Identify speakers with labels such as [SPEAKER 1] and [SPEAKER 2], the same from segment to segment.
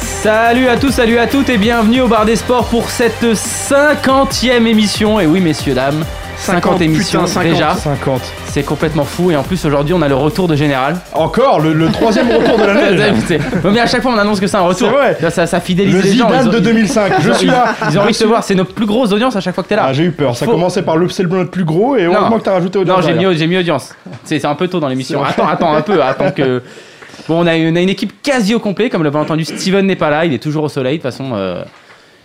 [SPEAKER 1] Salut à tous, salut à toutes et bienvenue au Bar des Sports pour cette 50e émission. Et oui, messieurs, dames, 50, émissions
[SPEAKER 2] putain, 50.
[SPEAKER 1] déjà.
[SPEAKER 2] 50.
[SPEAKER 1] C'est complètement fou. Et en plus, aujourd'hui, on a le retour de Général.
[SPEAKER 2] Encore le, le troisième retour de l'année. déjà.
[SPEAKER 1] C'est- Non, mais à chaque fois, on annonce que c'est un retour.
[SPEAKER 2] Eh C'est vrai.
[SPEAKER 1] Ça, ça, ça fidélise
[SPEAKER 2] Le
[SPEAKER 1] les gens.
[SPEAKER 2] Zidane
[SPEAKER 1] ils ont-
[SPEAKER 2] de 2005. Je suis là.
[SPEAKER 1] Ils ont envie de te voir. C'est nos plus grosses audiences à chaque fois que t'es là.
[SPEAKER 2] Ah, j'ai eu peur. Ça
[SPEAKER 1] Faut-
[SPEAKER 2] commençait par le c'est le notre plus gros et heureusement que t'as rajouté au
[SPEAKER 1] non, j'ai mis, j'ai mis audience. C'est c'est un peu tôt dans l'émission. Attends, attends un peu. Attends que. Bon, on a, une, on a une équipe quasi au complet. Comme l'avez entendu, Steven n'est pas là. Il est toujours au soleil. De toute façon, euh,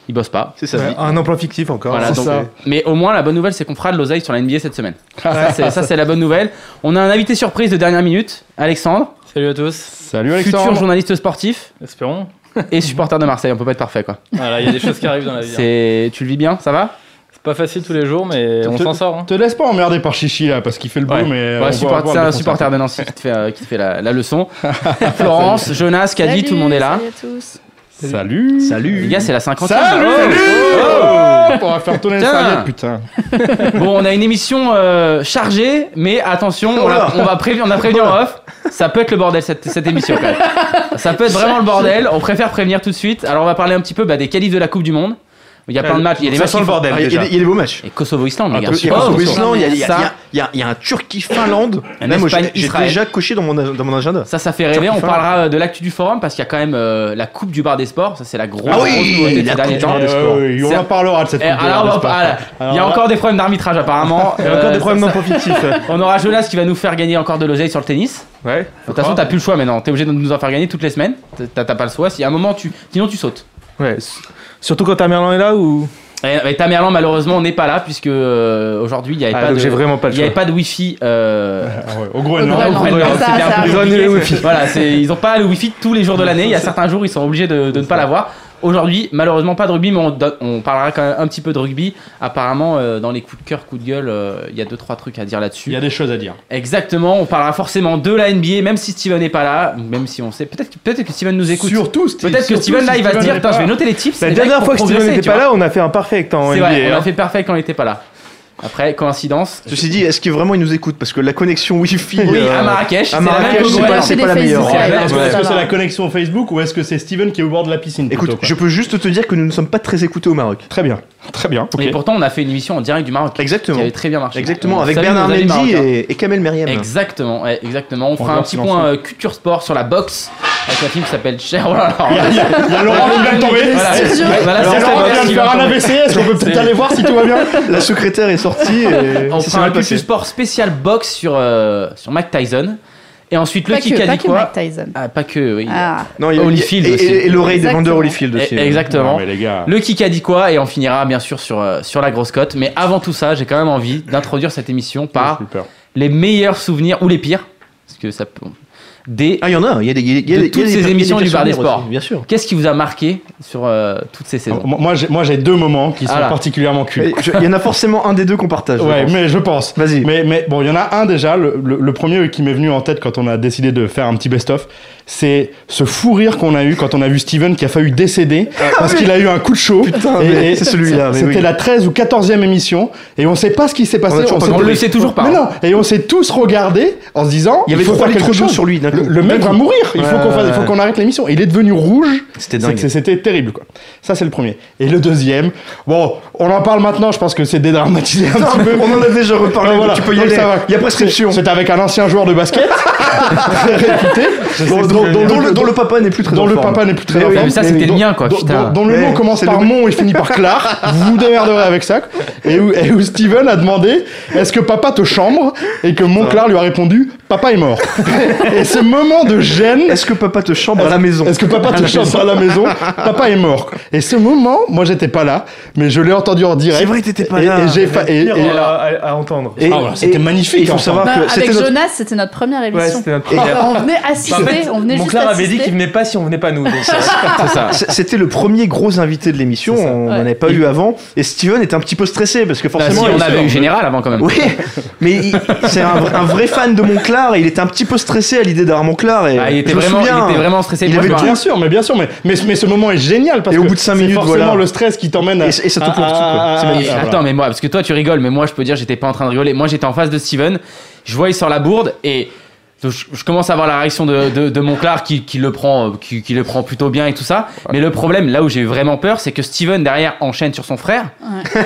[SPEAKER 1] il bosse pas.
[SPEAKER 3] C'est ça.
[SPEAKER 4] Un emploi fictif encore.
[SPEAKER 1] Voilà,
[SPEAKER 4] c'est
[SPEAKER 1] donc- euh,
[SPEAKER 4] ça.
[SPEAKER 1] Mais au moins, la bonne nouvelle, c'est qu'on fera de l'oseille sur la NBA cette semaine. Ça, c'est- ça, c'est la bonne nouvelle. On a un invité surprise de dernière minute, Alexandre,
[SPEAKER 5] Salut à tous.
[SPEAKER 2] Salut
[SPEAKER 1] futur
[SPEAKER 2] Alexandre.
[SPEAKER 1] journaliste sportif
[SPEAKER 5] Espérons.
[SPEAKER 1] et supporter de Marseille. On peut pas être parfait, quoi.
[SPEAKER 5] Voilà, il y a des choses qui arrivent dans la vie. hein.
[SPEAKER 1] C'est, tu le vis bien, ça va
[SPEAKER 5] C'est pas facile tous les jours, mais on
[SPEAKER 2] Te-
[SPEAKER 5] s'en sort. hein.
[SPEAKER 2] Te laisse pas emmerder par Chichi là parce qu'il fait le beau
[SPEAKER 1] Ouais.
[SPEAKER 2] mais. euh,
[SPEAKER 1] Ouais,
[SPEAKER 2] on va
[SPEAKER 1] support-
[SPEAKER 2] avoir
[SPEAKER 1] C'est
[SPEAKER 2] le
[SPEAKER 1] un
[SPEAKER 2] défenseur.
[SPEAKER 1] supporter de Nancy qui te fait, euh, qui te fait la, la leçon. Florence, Jonas, Caddy, tout le monde est là.
[SPEAKER 6] Salut à tous.
[SPEAKER 2] Salut.
[SPEAKER 1] Les
[SPEAKER 3] Salut.
[SPEAKER 1] gars, c'est la 50
[SPEAKER 2] Salut. Oh, On va faire tourner les
[SPEAKER 1] Putain.
[SPEAKER 2] serviettes putain.
[SPEAKER 1] Bon, on a une émission euh, chargée, mais attention, on, l'a- on va prévenir, on a prévenu en off. Ça peut être le bordel cette, cette émission quand même. Ça peut être vraiment le bordel. On préfère prévenir tout de suite. Alors, on va parler un petit peu bah, des qualifs de la Coupe du Monde. Il y a plein de matchs. Il y a des
[SPEAKER 4] Ça
[SPEAKER 1] matchs.
[SPEAKER 4] sent le
[SPEAKER 1] qui-
[SPEAKER 4] bordel
[SPEAKER 3] Ah, Il y, a
[SPEAKER 4] déjà. Ah,
[SPEAKER 3] des- il y a des beaux matchs.
[SPEAKER 1] Et Kosovo-Islande, les
[SPEAKER 3] Un
[SPEAKER 1] gars.
[SPEAKER 3] peu- Il y a
[SPEAKER 1] Oh,
[SPEAKER 3] Kosovo, Islande, il y a- il y a-
[SPEAKER 1] ça,
[SPEAKER 3] il y a- il y a un Turquie-Finlande.
[SPEAKER 1] Un
[SPEAKER 3] Même, j'ai- J'ai
[SPEAKER 1] Espagne-Israël.
[SPEAKER 3] déjà coché dans mon, dans mon agenda.
[SPEAKER 1] ça, ça fait rêver. On
[SPEAKER 3] Turquie-Finlande.
[SPEAKER 1] parlera euh, de l'actu du forum parce qu'il y a quand même euh, la Coupe du Bar des Sports. Ça, c'est la grosse,
[SPEAKER 3] Ah oui,
[SPEAKER 1] grosse nouveauté de
[SPEAKER 3] la
[SPEAKER 1] ces
[SPEAKER 3] Coupe
[SPEAKER 1] derniers
[SPEAKER 3] du
[SPEAKER 1] temps.
[SPEAKER 3] Bar des
[SPEAKER 2] Ouais,
[SPEAKER 3] sports.
[SPEAKER 2] ouais, ouais, Eh, Euh, on
[SPEAKER 1] C'est-
[SPEAKER 2] en parlera de cette
[SPEAKER 1] Eh,
[SPEAKER 2] Coupe du
[SPEAKER 1] alors,
[SPEAKER 2] Monde,
[SPEAKER 1] on va
[SPEAKER 2] n'est-ce pas
[SPEAKER 1] pas- ah, là, il y a
[SPEAKER 2] Alors là-
[SPEAKER 1] encore des problèmes d'arbitrage apparemment.
[SPEAKER 4] Il y a encore
[SPEAKER 1] Euh,
[SPEAKER 4] des
[SPEAKER 1] ça-
[SPEAKER 4] problèmes
[SPEAKER 1] ça-
[SPEAKER 4] d'emploi fictif.
[SPEAKER 1] On aura Jonas qui va nous faire gagner encore de l'oseille sur le tennis.
[SPEAKER 4] Ouais.
[SPEAKER 1] De toute façon, t'as plus le choix maintenant. T'es obligé de nous en faire gagner toutes les semaines. T'as t'as pas le choix. Si à un moment, tu... sinon tu sautes.
[SPEAKER 4] Ouais. S- Surtout quand Tamerlan est là ou.
[SPEAKER 1] Et, et Tamerlan, malheureusement, n'est pas là puisque euh, aujourd'hui, il n'y avait,
[SPEAKER 4] Ah,
[SPEAKER 1] pas
[SPEAKER 4] donc
[SPEAKER 1] de-
[SPEAKER 4] j'ai vraiment pas le
[SPEAKER 1] il y avait
[SPEAKER 4] choix.
[SPEAKER 1] pas de Wi-Fi. euh,
[SPEAKER 2] Ah ouais, Au Groenland.
[SPEAKER 1] au Groenland.
[SPEAKER 7] Ça,
[SPEAKER 1] C'était
[SPEAKER 7] ça
[SPEAKER 1] un peu
[SPEAKER 4] Ils ont annulé
[SPEAKER 1] compliqué.
[SPEAKER 4] le wifi.
[SPEAKER 1] Voilà, c'est- ils n'ont pas le Wi-Fi tous les jours de l'année. Il y a certains jours, ils sont obligés de, de ne pas l'avoir. Aujourd'hui, malheureusement, pas de rugby, mais on, don- on parlera quand même un petit peu de rugby. Apparemment, euh, dans les coups de cœur, coups de gueule, euh, il y a deux trois trucs à dire là-dessus.
[SPEAKER 2] Il y a des choses à dire.
[SPEAKER 1] Exactement, on parlera forcément de la NBA, même si Steven n'est pas là, même si on sait. Peut-être que- peut-être que Steven nous écoute.
[SPEAKER 2] Surtout. Steve,
[SPEAKER 1] Peut-être que
[SPEAKER 2] surtout
[SPEAKER 1] Steven
[SPEAKER 2] si
[SPEAKER 1] là, il va se dire,
[SPEAKER 2] n'est
[SPEAKER 1] Putain,
[SPEAKER 2] pas
[SPEAKER 1] je vais
[SPEAKER 2] là.
[SPEAKER 1] noter les tips.
[SPEAKER 4] La
[SPEAKER 1] les mecs,
[SPEAKER 4] dernière
[SPEAKER 1] pour
[SPEAKER 4] fois que Steven
[SPEAKER 1] progresser,
[SPEAKER 4] n'était
[SPEAKER 1] tu
[SPEAKER 4] pas
[SPEAKER 1] vois.
[SPEAKER 4] là, on a fait un perfect en
[SPEAKER 1] C'est vrai,
[SPEAKER 4] NBA.
[SPEAKER 1] on a
[SPEAKER 4] hein.
[SPEAKER 1] fait parfait quand il n'était pas là. Après, coïncidence.
[SPEAKER 3] Ceci dit, est-ce que vraiment ils nous écoutent Parce que la connexion Wi-Fi.
[SPEAKER 1] Oui,
[SPEAKER 3] euh,
[SPEAKER 1] à Marrakech. c'est
[SPEAKER 3] à
[SPEAKER 1] la même
[SPEAKER 3] Marrakech,
[SPEAKER 1] que
[SPEAKER 3] c'est
[SPEAKER 1] Goël.
[SPEAKER 3] pas,
[SPEAKER 7] C'est
[SPEAKER 3] c'est
[SPEAKER 7] des
[SPEAKER 3] pas la
[SPEAKER 7] Facebook,
[SPEAKER 3] meilleure.
[SPEAKER 7] c'est
[SPEAKER 1] la
[SPEAKER 6] hein.
[SPEAKER 3] Ouais.
[SPEAKER 1] même.
[SPEAKER 7] Est-ce
[SPEAKER 2] Est-ce
[SPEAKER 7] Ça
[SPEAKER 2] que c'est
[SPEAKER 7] va.
[SPEAKER 2] la connexion Facebook ou est-ce que c'est Steven qui est au bord de la piscine
[SPEAKER 3] Écoute,
[SPEAKER 2] plutôt, quoi
[SPEAKER 3] je peux juste te dire que nous ne sommes pas très écoutés au Maroc.
[SPEAKER 2] Très bien, très bien. ok.
[SPEAKER 1] Et pourtant, on a fait une émission en direct du Maroc qui
[SPEAKER 3] Exactement.
[SPEAKER 1] avait très bien marché.
[SPEAKER 3] Exactement.
[SPEAKER 1] On
[SPEAKER 3] Avec
[SPEAKER 1] salue
[SPEAKER 3] Bernard
[SPEAKER 1] nos amis
[SPEAKER 3] Mendy
[SPEAKER 1] marocains.
[SPEAKER 3] et, et Kamel Meriem.
[SPEAKER 1] Exactement, ouais, exactement. On fera un
[SPEAKER 2] regarde
[SPEAKER 1] petit
[SPEAKER 2] si l'on
[SPEAKER 1] point euh, culture sport sur la boxe avec un film qui s'appelle Cher. Oh là là.
[SPEAKER 2] Il y a- il y a Laurent qui vient de tomber.
[SPEAKER 1] Voilà,
[SPEAKER 2] Il
[SPEAKER 1] c'est- voilà,
[SPEAKER 2] y
[SPEAKER 1] c'est
[SPEAKER 2] a
[SPEAKER 1] ça,
[SPEAKER 2] Laurent qui vient de
[SPEAKER 1] merci,
[SPEAKER 2] faire un
[SPEAKER 1] Vincent.
[SPEAKER 2] AVC. Est-ce qu'on peut peut-être aller voir si tout va bien
[SPEAKER 3] La secrétaire est sortie et
[SPEAKER 1] On
[SPEAKER 3] ça s'est
[SPEAKER 1] fera un
[SPEAKER 3] mal
[SPEAKER 1] plus
[SPEAKER 3] passé.
[SPEAKER 1] sport spécial boxe sur, euh, sur Mike Tyson. Et ensuite, le
[SPEAKER 7] Pas
[SPEAKER 1] kick
[SPEAKER 7] que,
[SPEAKER 1] a
[SPEAKER 7] pas
[SPEAKER 1] dit
[SPEAKER 7] que
[SPEAKER 1] quoi
[SPEAKER 7] Mike Tyson.
[SPEAKER 1] Ah, Pas que, oui.
[SPEAKER 7] Ah,
[SPEAKER 3] Non, il
[SPEAKER 1] Holyfield
[SPEAKER 3] et,
[SPEAKER 1] aussi.
[SPEAKER 3] et- et l'oreille des
[SPEAKER 7] Exactement.
[SPEAKER 3] vendeurs Holyfield
[SPEAKER 1] Eh,
[SPEAKER 3] aussi.
[SPEAKER 1] Exactement.
[SPEAKER 2] Non, mais les gars.
[SPEAKER 1] Le kick a dit quoi Et on finira bien sûr sur, euh, sur la grosse cote. Mais avant tout ça, j'ai quand même envie d'introduire cette émission par
[SPEAKER 2] J'ai eu peur.
[SPEAKER 1] les meilleurs souvenirs ou les pires. Parce que ça peut. Des.
[SPEAKER 3] Ah, il y en a. Il y a des, il y a des- il y a
[SPEAKER 1] De
[SPEAKER 3] des-
[SPEAKER 1] toutes
[SPEAKER 3] il y a
[SPEAKER 1] ces
[SPEAKER 3] des
[SPEAKER 1] émissions du Bar des
[SPEAKER 3] souvenirs aussi,
[SPEAKER 1] Sports.
[SPEAKER 3] Bien sûr.
[SPEAKER 1] Qu'est-ce qui vous a marqué sur euh, toutes ces saisons
[SPEAKER 2] Moi, j'ai- moi, j'ai deux moments qui sont
[SPEAKER 1] Ah là.
[SPEAKER 2] particulièrement
[SPEAKER 3] Mais
[SPEAKER 2] cul.
[SPEAKER 3] je- Il y en a forcément un des deux qu'on partage. je
[SPEAKER 2] Ouais,
[SPEAKER 3] pense.
[SPEAKER 2] mais je pense.
[SPEAKER 3] Vas-y.
[SPEAKER 2] Mais, mais bon, il y en a un déjà. Le, le- le premier qui m'est venu en tête quand on a décidé de faire un petit best-of, c'est ce fou rire qu'on a eu quand on a vu Steven qui a faillu décéder parce qu'il a eu un coup de chaud.
[SPEAKER 3] Ah Putain, mais c'est celui-là, mais
[SPEAKER 2] C'était
[SPEAKER 3] oui.
[SPEAKER 2] la 13 ou 14e émission et on sait pas ce qui s'est passé.
[SPEAKER 3] On a toujours pas
[SPEAKER 2] s'est-
[SPEAKER 1] compris. On le sait toujours pas.
[SPEAKER 2] Mais non, et on s'est tous regardés en se disant
[SPEAKER 3] Il y avait
[SPEAKER 2] faut
[SPEAKER 3] trois
[SPEAKER 2] faire
[SPEAKER 3] litres
[SPEAKER 2] quelque
[SPEAKER 3] d'eau
[SPEAKER 2] chose.
[SPEAKER 3] sur lui d'un
[SPEAKER 2] Le,
[SPEAKER 3] coup.
[SPEAKER 2] le mec va mourir. Il faut
[SPEAKER 3] Ouais,
[SPEAKER 2] qu'on fasse- il faut
[SPEAKER 3] ouais.
[SPEAKER 2] qu'on arrête l'émission. Il est devenu rouge.
[SPEAKER 3] C'était
[SPEAKER 2] C'est
[SPEAKER 3] dingue.
[SPEAKER 2] que c'est- C'était terrible, quoi. Ça, c'est le premier. Et le deuxième, bon, on en parle maintenant, je pense que c'est dédramatisé un petit peu.
[SPEAKER 3] On en a déjà reparlé,
[SPEAKER 2] Ah, voilà.
[SPEAKER 3] donc tu peux y
[SPEAKER 2] Donc,
[SPEAKER 3] aller.
[SPEAKER 2] ça va.
[SPEAKER 3] Il y a prescription.
[SPEAKER 2] C'est avec un ancien joueur de basket, très réputé,
[SPEAKER 3] Dont,
[SPEAKER 2] dont-
[SPEAKER 3] dont-
[SPEAKER 2] dont-
[SPEAKER 3] dont
[SPEAKER 2] dont
[SPEAKER 3] le,
[SPEAKER 2] le-
[SPEAKER 3] dont le papa n'est plus très
[SPEAKER 2] dont
[SPEAKER 3] en
[SPEAKER 2] le
[SPEAKER 3] forme.
[SPEAKER 2] papa n'est plus très
[SPEAKER 3] Mais
[SPEAKER 2] en
[SPEAKER 3] oui,
[SPEAKER 2] forme.
[SPEAKER 1] mais ça, c'était le
[SPEAKER 2] dont-
[SPEAKER 1] mien, quoi,
[SPEAKER 2] dont-
[SPEAKER 1] putain.
[SPEAKER 2] dont- dont le
[SPEAKER 3] Mais
[SPEAKER 2] mot commence
[SPEAKER 3] c'est
[SPEAKER 2] par
[SPEAKER 3] le-
[SPEAKER 2] mon et finit par Clar, vous vous démerderez avec ça. quoi. Et où, et où Steven a demandé Est-ce que papa te chambre Et que mon Clar lui a répondu papa est mort. et ce moment de gêne,
[SPEAKER 3] Est-ce que papa te chambre à la maison
[SPEAKER 2] est-ce que papa te chante à la maison Papa est mort. Et ce moment, moi j'étais pas là, mais je l'ai entendu en direct.
[SPEAKER 3] C'est vrai, t'étais pas
[SPEAKER 2] Et-
[SPEAKER 3] là.
[SPEAKER 2] Et j'ai fa- et-
[SPEAKER 4] Pire,
[SPEAKER 2] et-
[SPEAKER 4] euh, à, à entendre.
[SPEAKER 2] et-
[SPEAKER 3] Ah, voilà,
[SPEAKER 2] c'était
[SPEAKER 3] et-
[SPEAKER 2] magnifique.
[SPEAKER 3] et il faut
[SPEAKER 2] enfin.
[SPEAKER 3] savoir
[SPEAKER 7] Bah,
[SPEAKER 3] que
[SPEAKER 7] avec
[SPEAKER 3] c'était notre-
[SPEAKER 7] Jonas, c'était notre première
[SPEAKER 4] Ouais,
[SPEAKER 7] émission.
[SPEAKER 4] c'était notre.
[SPEAKER 3] Et-
[SPEAKER 7] on venait assister, on venait
[SPEAKER 4] Mon
[SPEAKER 7] juste
[SPEAKER 4] Claire avait dit
[SPEAKER 7] assister.
[SPEAKER 4] qu'il venait pas si on venait pas nous. donc, euh,
[SPEAKER 1] C'est ça.
[SPEAKER 3] C- C'était le premier gros invité de l'émission,
[SPEAKER 4] C'est ça.
[SPEAKER 3] on n'en
[SPEAKER 7] Ouais.
[SPEAKER 3] avait pas eu avant, et Steven était un petit peu stressé parce que
[SPEAKER 1] Bah, si
[SPEAKER 3] forcément. il-
[SPEAKER 1] on avait eu Général avant quand même.
[SPEAKER 3] Oui, mais il- c'est un, un vrai fan de Monclar et il était un petit peu stressé à l'idée d'avoir Monclar. Et
[SPEAKER 1] Ah, il, était
[SPEAKER 3] je me
[SPEAKER 1] vraiment,
[SPEAKER 3] souviens,
[SPEAKER 1] il était vraiment stressé.
[SPEAKER 3] il
[SPEAKER 1] Moi,
[SPEAKER 3] avait
[SPEAKER 1] je me
[SPEAKER 3] tout
[SPEAKER 2] Bien sûr, mais bien sûr, mais, mais, mais ce moment est génial parce
[SPEAKER 3] Et au
[SPEAKER 2] que
[SPEAKER 3] bout de cinq
[SPEAKER 2] c'est
[SPEAKER 3] minutes,
[SPEAKER 2] forcément
[SPEAKER 3] voilà.
[SPEAKER 2] le stress qui t'emmène à...
[SPEAKER 3] Et, et ça te
[SPEAKER 2] Ah,
[SPEAKER 3] tourne tout,
[SPEAKER 2] ah,
[SPEAKER 3] quoi. C'est
[SPEAKER 2] ah,
[SPEAKER 3] magnifique.
[SPEAKER 2] ah,
[SPEAKER 1] Attends, mais moi, parce que toi tu rigoles, mais moi je peux dire, j'étais pas en train de rigoler. Moi j'étais en face de Steven, je vois il sort la bourde et je, je commence à voir la réaction de, de, de Monclar qui, qui le prend, euh, qui, qui le prend plutôt bien et tout ça. Mais le problème, là où j'ai eu vraiment peur, c'est que Steven derrière enchaîne sur son frère.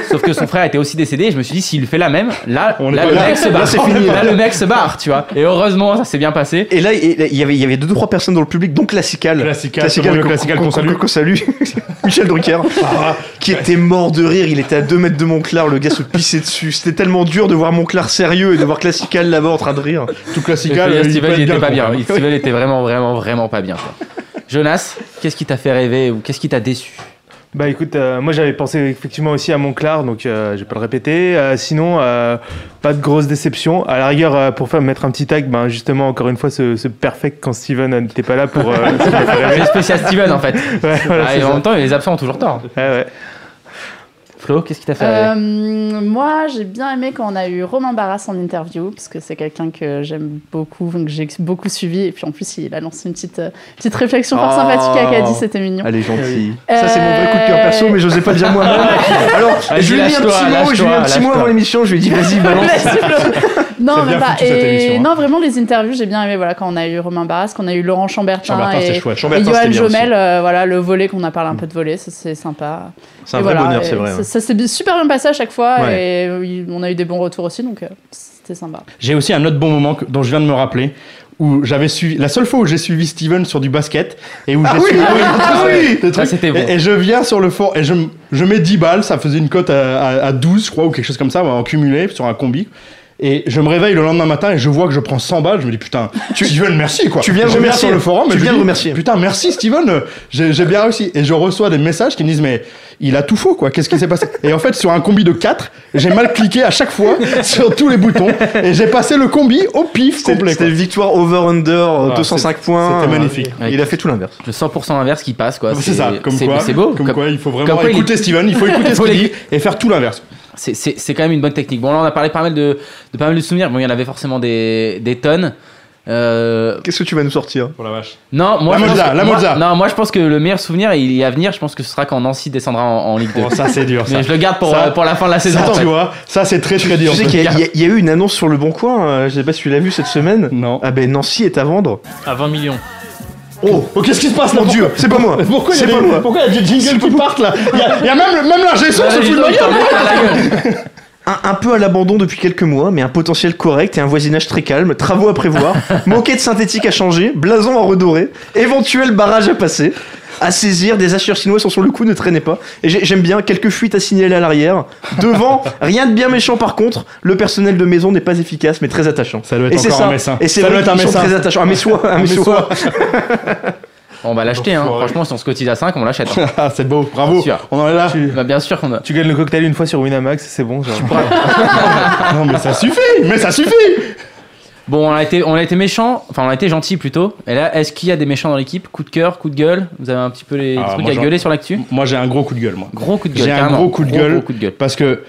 [SPEAKER 1] Sauf que son frère était aussi décédé et je me suis dit, s'il fait la même, là,
[SPEAKER 2] On
[SPEAKER 1] là,
[SPEAKER 2] est
[SPEAKER 1] le,
[SPEAKER 2] pas là.
[SPEAKER 1] mec se barre.
[SPEAKER 3] Là, c'est fini.
[SPEAKER 1] Là, le mec se barre, tu vois. Et heureusement, ça s'est bien passé.
[SPEAKER 3] Et là, il il y avait, il y avait deux, trois personnes dans le public, dont Classical.
[SPEAKER 2] Classical, comme le
[SPEAKER 3] qu'on-
[SPEAKER 2] Classical
[SPEAKER 3] qu'on-
[SPEAKER 2] qu'on salue.
[SPEAKER 3] qu'on salue. Michel Drucker,
[SPEAKER 1] Ah.
[SPEAKER 3] qui était mort de rire. Il était à deux mètres de Monclar, le gars se pissait dessus. C'était tellement dur de voir Monclar sérieux et de voir Classical là-bas en train de rire.
[SPEAKER 2] Tout
[SPEAKER 1] Et
[SPEAKER 2] classical.
[SPEAKER 1] Steven,
[SPEAKER 2] euh, il peut être
[SPEAKER 1] il était pas
[SPEAKER 2] con,
[SPEAKER 1] bien.
[SPEAKER 2] quand même.
[SPEAKER 1] Steven était vraiment, vraiment, vraiment pas bien. quoi. Jonas, qu'est-ce qui t'a fait rêver ou qu'est-ce qui t'a déçu
[SPEAKER 4] Bah écoute, euh, moi j'avais pensé effectivement aussi à Montclar, donc euh, je vais pas le répéter. Euh, sinon, euh, pas de grosse déception. À la rigueur, euh, pour faire mettre un petit tag, ben justement encore une fois ce, ce perfect quand Steven euh, n'était pas là pour. euh,
[SPEAKER 2] Ah,
[SPEAKER 1] C'est spécial Steven en fait.
[SPEAKER 4] ouais, voilà,
[SPEAKER 1] Ah,
[SPEAKER 4] c'est
[SPEAKER 1] et en
[SPEAKER 4] ça.
[SPEAKER 1] même temps, les absents ont toujours tort.
[SPEAKER 4] Ouais, ouais.
[SPEAKER 1] Flo, qu'est-ce qui t'a fait
[SPEAKER 7] Euh, moi, j'ai bien aimé quand on a eu Romain Barras en interview, parce que c'est quelqu'un que j'aime beaucoup, que j'ai beaucoup suivi. Et puis en plus, il a lancé une petite, euh, petite réflexion fort
[SPEAKER 3] Oh.
[SPEAKER 7] sympathique à Caddy, c'était mignon.
[SPEAKER 3] Elle est gentille.
[SPEAKER 7] Euh,
[SPEAKER 3] Ça, c'est mon vrai coup de cœur perso, mais j'osais pas le dire moi-même. Alors,
[SPEAKER 1] Vas-y,
[SPEAKER 3] je lui ai mis un
[SPEAKER 1] lâche-toi,
[SPEAKER 3] petit mot, je lui ai mis
[SPEAKER 1] lâche-toi,
[SPEAKER 3] un petit mot
[SPEAKER 1] lâche-toi.
[SPEAKER 3] avant l'émission. Je lui ai dit, vas-y, balance.
[SPEAKER 7] non,
[SPEAKER 2] C'est
[SPEAKER 7] mais
[SPEAKER 2] bien
[SPEAKER 7] pas.
[SPEAKER 2] foutu, cette émission,
[SPEAKER 7] Et
[SPEAKER 2] hein.
[SPEAKER 7] non, vraiment, les interviews, j'ai bien aimé. Voilà, quand on a eu Romain Barras, qu'on a eu Laurent Chambertin,
[SPEAKER 2] Chambertin,
[SPEAKER 7] et,
[SPEAKER 2] c'était chouette.
[SPEAKER 7] et
[SPEAKER 3] Chambertin, c'était bien
[SPEAKER 7] Johan
[SPEAKER 3] aussi. Mm.
[SPEAKER 7] Jomel, euh, voilà, le volet qu'on a parlé un peu de volet, ça, c'est sympa.
[SPEAKER 3] C'est un
[SPEAKER 7] Et
[SPEAKER 3] vrai
[SPEAKER 7] voilà,
[SPEAKER 3] bonheur,
[SPEAKER 7] et
[SPEAKER 3] c'est vrai.
[SPEAKER 7] ça-
[SPEAKER 3] ouais.
[SPEAKER 7] Ça, s'est bi- super bien passé à chaque fois
[SPEAKER 3] Ouais.
[SPEAKER 7] et euh, il- on a eu des bons retours aussi, donc euh, c'était sympa.
[SPEAKER 2] J'ai aussi un autre bon moment que- dont je viens de me rappeler où j'avais suivi la seule fois où j'ai suivi Steven sur du basket et
[SPEAKER 3] Ah
[SPEAKER 2] où j'ai suivi des
[SPEAKER 1] Ça,
[SPEAKER 2] trucs.
[SPEAKER 1] c'était bon.
[SPEAKER 2] Et, et je viens sur le fort et je, m- je mets 10 balles, ça faisait une cote à, à- à 12 je crois ou quelque chose comme ça en cumulé sur un combi. Et je me réveille le lendemain matin et je vois que je prends 100 balles, je me dis putain, Steven merci quoi.
[SPEAKER 3] tu viens le
[SPEAKER 2] Je viens
[SPEAKER 3] remercier.
[SPEAKER 2] sur le forum et
[SPEAKER 3] Tu
[SPEAKER 2] je
[SPEAKER 3] viens le
[SPEAKER 2] dis,
[SPEAKER 3] remercier.
[SPEAKER 2] Putain, merci Steven, euh, j'ai j'ai bien réussi. Et je reçois des messages qui me disent mais il a tout faux quoi, qu'est-ce qui s'est passé Et en fait sur un combi de 4, j'ai mal cliqué à chaque fois sur tous les boutons et j'ai passé le combi au pif
[SPEAKER 3] C'était
[SPEAKER 2] complet.
[SPEAKER 3] c'était
[SPEAKER 2] quoi.
[SPEAKER 3] victoire euh, over-under, 205 points.
[SPEAKER 2] C'était magnifique.
[SPEAKER 3] Il a fait tout l'inverse.
[SPEAKER 1] Le 100% inverse qui passe, quoi.
[SPEAKER 2] Ah, C'est ça, comme
[SPEAKER 1] c'est-
[SPEAKER 2] quoi,
[SPEAKER 1] C'est beau.
[SPEAKER 2] comme,
[SPEAKER 1] Comme-
[SPEAKER 2] quoi il faut vraiment
[SPEAKER 1] comme quoi il
[SPEAKER 2] écouter Steven, il faut écouter ce
[SPEAKER 1] Faut
[SPEAKER 2] qu'il
[SPEAKER 1] l'éc-
[SPEAKER 2] dit et faire tout l'inverse.
[SPEAKER 1] C'est c'est- c'est quand même une bonne technique. Bon, là, on a parlé pas mal de, de pas mal de souvenirs. Bon, il y en avait forcément des, des tonnes. Euh,
[SPEAKER 3] Qu'est-ce que tu vas nous sortir
[SPEAKER 1] non, moi,
[SPEAKER 2] La
[SPEAKER 1] je pense
[SPEAKER 2] Mozza,
[SPEAKER 1] que-
[SPEAKER 2] la
[SPEAKER 1] moi-
[SPEAKER 2] Mozza.
[SPEAKER 1] non, moi, je pense que le meilleur souvenir, il est à venir. Je pense que ce sera quand Nancy descendra en, en Ligue 2.
[SPEAKER 2] Oh, ça c'est dur
[SPEAKER 1] Mais je le garde pour,
[SPEAKER 2] Ça-
[SPEAKER 1] euh, pour la fin de la saison.
[SPEAKER 2] Ça,
[SPEAKER 1] en fait.
[SPEAKER 2] tu vois, ça c'est très très dur.
[SPEAKER 3] Tu sais qu'il y, a- il y a- il y a eu une annonce sur Le Bon Coin, euh, je sais pas si tu l'as vu cette semaine.
[SPEAKER 2] Non.
[SPEAKER 3] Ah ben Nancy est à vendre.
[SPEAKER 5] À 20 millions.
[SPEAKER 3] Oh,
[SPEAKER 2] Oh, qu'est-ce qui se passe là
[SPEAKER 3] mon dieu, c'est pas moi.
[SPEAKER 2] Pourquoi il y
[SPEAKER 3] C'est
[SPEAKER 2] a
[SPEAKER 3] pas
[SPEAKER 2] des-
[SPEAKER 3] moi.
[SPEAKER 2] pourquoi il y a des jingles qui partent là Bah, Il y a, il y a même, le- même la gestion
[SPEAKER 7] Ah,
[SPEAKER 2] se
[SPEAKER 1] Ouais, dis
[SPEAKER 2] fout de
[SPEAKER 1] donc,
[SPEAKER 2] ma
[SPEAKER 1] il t'en
[SPEAKER 2] gueule.
[SPEAKER 1] met plein la gueule.
[SPEAKER 3] Un, un peu à l'abandon depuis quelques mois, mais un potentiel correct et un voisinage très calme, travaux à prévoir, moquette synthétique à changer, blason à redorer, éventuel barrage à passer, à saisir, des acheteurs chinois sont sur le coup, ne traînez pas. Et j'ai- j'aime bien, quelques fuites à signaler à l'arrière. Devant, rien de bien méchant par contre, le personnel de maison n'est pas efficace mais très attachant.
[SPEAKER 2] Ça doit être
[SPEAKER 3] Et c'est
[SPEAKER 2] encore
[SPEAKER 3] ça,
[SPEAKER 2] un messin.
[SPEAKER 3] et c'est
[SPEAKER 2] Ça doit
[SPEAKER 3] vrai
[SPEAKER 2] être un
[SPEAKER 3] qu'ils sont
[SPEAKER 2] messin.
[SPEAKER 3] très attachants. Un messois,
[SPEAKER 2] Ah,
[SPEAKER 3] un messois.
[SPEAKER 1] On va l'acheter, hein. Franchement, si on se cotise à 5, on l'achète. hein.
[SPEAKER 2] Ah, c'est beau, bravo.
[SPEAKER 1] Sûr.
[SPEAKER 2] Oh, On en est là.
[SPEAKER 1] Bah, bien sûr qu'on a.
[SPEAKER 4] Tu gagnes le cocktail une fois sur Winamax, c'est bon. Genre.
[SPEAKER 2] Non mais ça suffit, mais ça suffit.
[SPEAKER 1] Bon, on a été, on a été méchant, enfin on a été gentil plutôt. Et là, est-ce qu'il y a des méchants dans l'équipe Coup de cœur, coup de gueule Vous avez un petit peu les
[SPEAKER 2] Ah,
[SPEAKER 1] trucs
[SPEAKER 2] moi,
[SPEAKER 1] à
[SPEAKER 2] j'en-
[SPEAKER 1] gueuler sur l'actu
[SPEAKER 2] Moi j'ai un gros coup de gueule moi.
[SPEAKER 1] Gros coup de gueule.
[SPEAKER 2] J'ai un
[SPEAKER 1] carrément.
[SPEAKER 2] gros coup de gueule.
[SPEAKER 1] gros coup de gueule.
[SPEAKER 2] Parce que,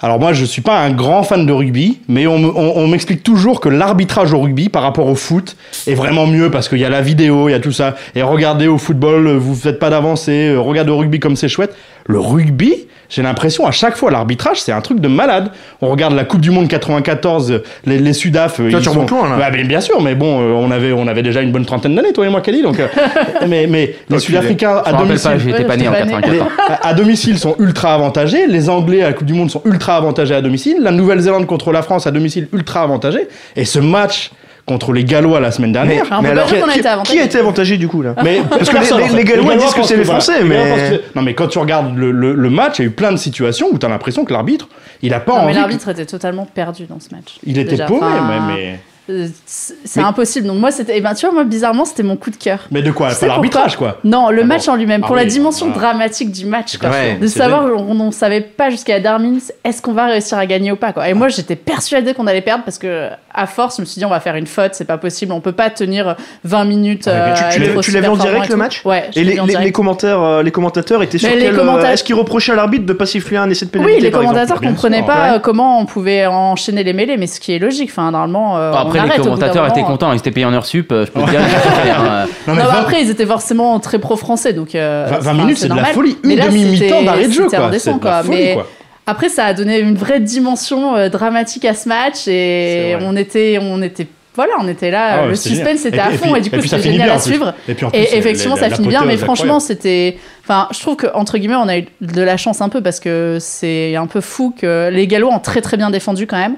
[SPEAKER 2] alors moi, je suis pas un grand fan de rugby, mais on, me- on- on m'explique toujours que l'arbitrage au rugby par rapport au foot est vraiment mieux parce qu'il y a la vidéo, il y a tout ça. Et regardez au football, euh, vous faites pas d'avancée, euh, regardez au rugby comme c'est chouette. Le rugby, j'ai l'impression à chaque fois, l'arbitrage, c'est un truc de malade. On regarde la Coupe du Monde 94, euh, les, les Sudaf. euh,
[SPEAKER 3] Toi,
[SPEAKER 2] ils
[SPEAKER 3] tu remontes loin, là.
[SPEAKER 2] Bah, mais bien sûr, mais bon, euh, on, avait, on avait déjà une bonne trentaine d'années, toi et moi, Kelly. Donc, euh, mais, mais les Sud-Africains
[SPEAKER 1] Je
[SPEAKER 2] à
[SPEAKER 1] me rappelle
[SPEAKER 2] Ah, domicile.
[SPEAKER 1] pas, j'étais
[SPEAKER 7] Ouais,
[SPEAKER 1] pas né en
[SPEAKER 7] j'étais pas né.
[SPEAKER 1] 84.
[SPEAKER 2] Les- à, à domicile sont ultra avantagés. Les Anglais à la Coupe du Monde sont ultra avantagés à domicile. La Nouvelle-Zélande contre la France à domicile ultra avantagée. Et ce match contre les Gallois la semaine
[SPEAKER 3] Ah
[SPEAKER 2] dernière.
[SPEAKER 7] On peut pas dire qu'on a été
[SPEAKER 3] qui, qui
[SPEAKER 7] avantagé. Ah,
[SPEAKER 3] a été avantagé du coup là
[SPEAKER 2] Mais parce
[SPEAKER 3] que les- les- les Gallois disent que c'est les Français, mais-
[SPEAKER 2] non mais quand tu regardes le, le- le match, il y a eu plein de situations où t'as l'impression que l'arbitre, il a pas
[SPEAKER 7] Non, mais
[SPEAKER 2] envie.
[SPEAKER 7] l'arbitre était totalement perdu dans ce match.
[SPEAKER 2] Il était
[SPEAKER 7] Déjà,
[SPEAKER 2] paumé,
[SPEAKER 7] enfin,
[SPEAKER 2] mais, mais-
[SPEAKER 7] euh, c'est c'est impossible. Donc moi, c'était, eh ben, tu vois, moi, bizarrement, c'était mon coup de cœur.
[SPEAKER 2] Mais de quoi
[SPEAKER 7] Tu
[SPEAKER 2] Pas
[SPEAKER 7] sais
[SPEAKER 2] l'arbitrage, quoi.
[SPEAKER 7] Non, le
[SPEAKER 2] Ah
[SPEAKER 7] match en lui-même,
[SPEAKER 2] Ah
[SPEAKER 7] pour la
[SPEAKER 2] oui,
[SPEAKER 7] dimension
[SPEAKER 2] ah.
[SPEAKER 7] dramatique du match. Quoi.
[SPEAKER 8] Ouais,
[SPEAKER 7] de
[SPEAKER 2] c'est
[SPEAKER 7] savoir, on ne savait pas jusqu'à Darmin, est-ce qu'on va réussir à gagner ou pas. Quoi. Et moi, j'étais persuadée qu'on allait perdre parce que, à force, je me suis dit, on va faire une faute, c'est pas possible, on peut pas tenir 20 minutes.
[SPEAKER 2] Ouais, mais tu-
[SPEAKER 7] euh,
[SPEAKER 2] tu
[SPEAKER 7] à
[SPEAKER 2] l'as-
[SPEAKER 7] être
[SPEAKER 3] tu
[SPEAKER 7] aussi
[SPEAKER 3] l'avais en
[SPEAKER 7] performant
[SPEAKER 3] direct,
[SPEAKER 7] et tout.
[SPEAKER 3] le match
[SPEAKER 7] Ouais, je
[SPEAKER 3] Et
[SPEAKER 7] l'ai
[SPEAKER 3] les,
[SPEAKER 7] vu en
[SPEAKER 3] les-
[SPEAKER 7] direct.
[SPEAKER 3] les commentateurs, euh, les commentateurs étaient sur
[SPEAKER 7] Mais les
[SPEAKER 3] quel, euh,
[SPEAKER 7] commenta-
[SPEAKER 3] Est-ce qu'ils reprochaient à l'arbitre de pas siffler un essai de pénalité
[SPEAKER 7] Oui, les
[SPEAKER 3] par exemple
[SPEAKER 7] commentateurs
[SPEAKER 2] Bien
[SPEAKER 7] comprenaient
[SPEAKER 2] sûr,
[SPEAKER 7] pas
[SPEAKER 3] ouais.
[SPEAKER 7] euh, comment on pouvait enchaîner les mêlées, mais ce qui est logique. Enfin, normalement, euh, on
[SPEAKER 1] Après,
[SPEAKER 7] arrête
[SPEAKER 1] les
[SPEAKER 7] au bout d'un
[SPEAKER 1] commentateurs étaient
[SPEAKER 7] moment.
[SPEAKER 1] contents, ils étaient payés en heure sup, euh, je peux te dire. hein, euh,
[SPEAKER 2] Non, mais
[SPEAKER 7] Non, mais
[SPEAKER 2] vingt-
[SPEAKER 7] après, ils étaient forcément très pro-français, donc. euh,
[SPEAKER 2] 20,
[SPEAKER 7] enfin,
[SPEAKER 2] minutes, c'est de la
[SPEAKER 7] normal.
[SPEAKER 2] folie. Une
[SPEAKER 7] Mais là,
[SPEAKER 2] demi-mi-temps
[SPEAKER 7] c'était-
[SPEAKER 2] d'arrêt de jeu,
[SPEAKER 7] c'était
[SPEAKER 2] quoi.
[SPEAKER 7] indécent,
[SPEAKER 2] C'est de la
[SPEAKER 7] quoi.
[SPEAKER 2] folie,
[SPEAKER 7] Mais
[SPEAKER 2] quoi.
[SPEAKER 7] Après, ça a donné une vraie dimension euh, dramatique à ce match
[SPEAKER 2] C'est
[SPEAKER 7] et
[SPEAKER 2] vrai.
[SPEAKER 7] on était, on était, voilà, on était
[SPEAKER 2] Ah
[SPEAKER 7] là.
[SPEAKER 2] ouais,
[SPEAKER 7] le
[SPEAKER 2] c'était génial.
[SPEAKER 7] suspense était à
[SPEAKER 2] puis-
[SPEAKER 7] fond et, du coup,
[SPEAKER 2] puis ça
[SPEAKER 7] c'était
[SPEAKER 2] finit
[SPEAKER 7] génial
[SPEAKER 2] bien,
[SPEAKER 7] à
[SPEAKER 2] en plus.
[SPEAKER 7] suivre.
[SPEAKER 2] Et, puis, en plus,
[SPEAKER 7] Et e- effectivement,
[SPEAKER 2] la-
[SPEAKER 7] ça
[SPEAKER 2] la
[SPEAKER 7] finit bien, mais
[SPEAKER 2] poteuse,
[SPEAKER 7] franchement,
[SPEAKER 2] incroyable.
[SPEAKER 7] c'était. Enfin, je trouve que entre guillemets, on a eu de la chance un peu parce que c'est un peu fou que les Gallois ont très très bien défendu quand même.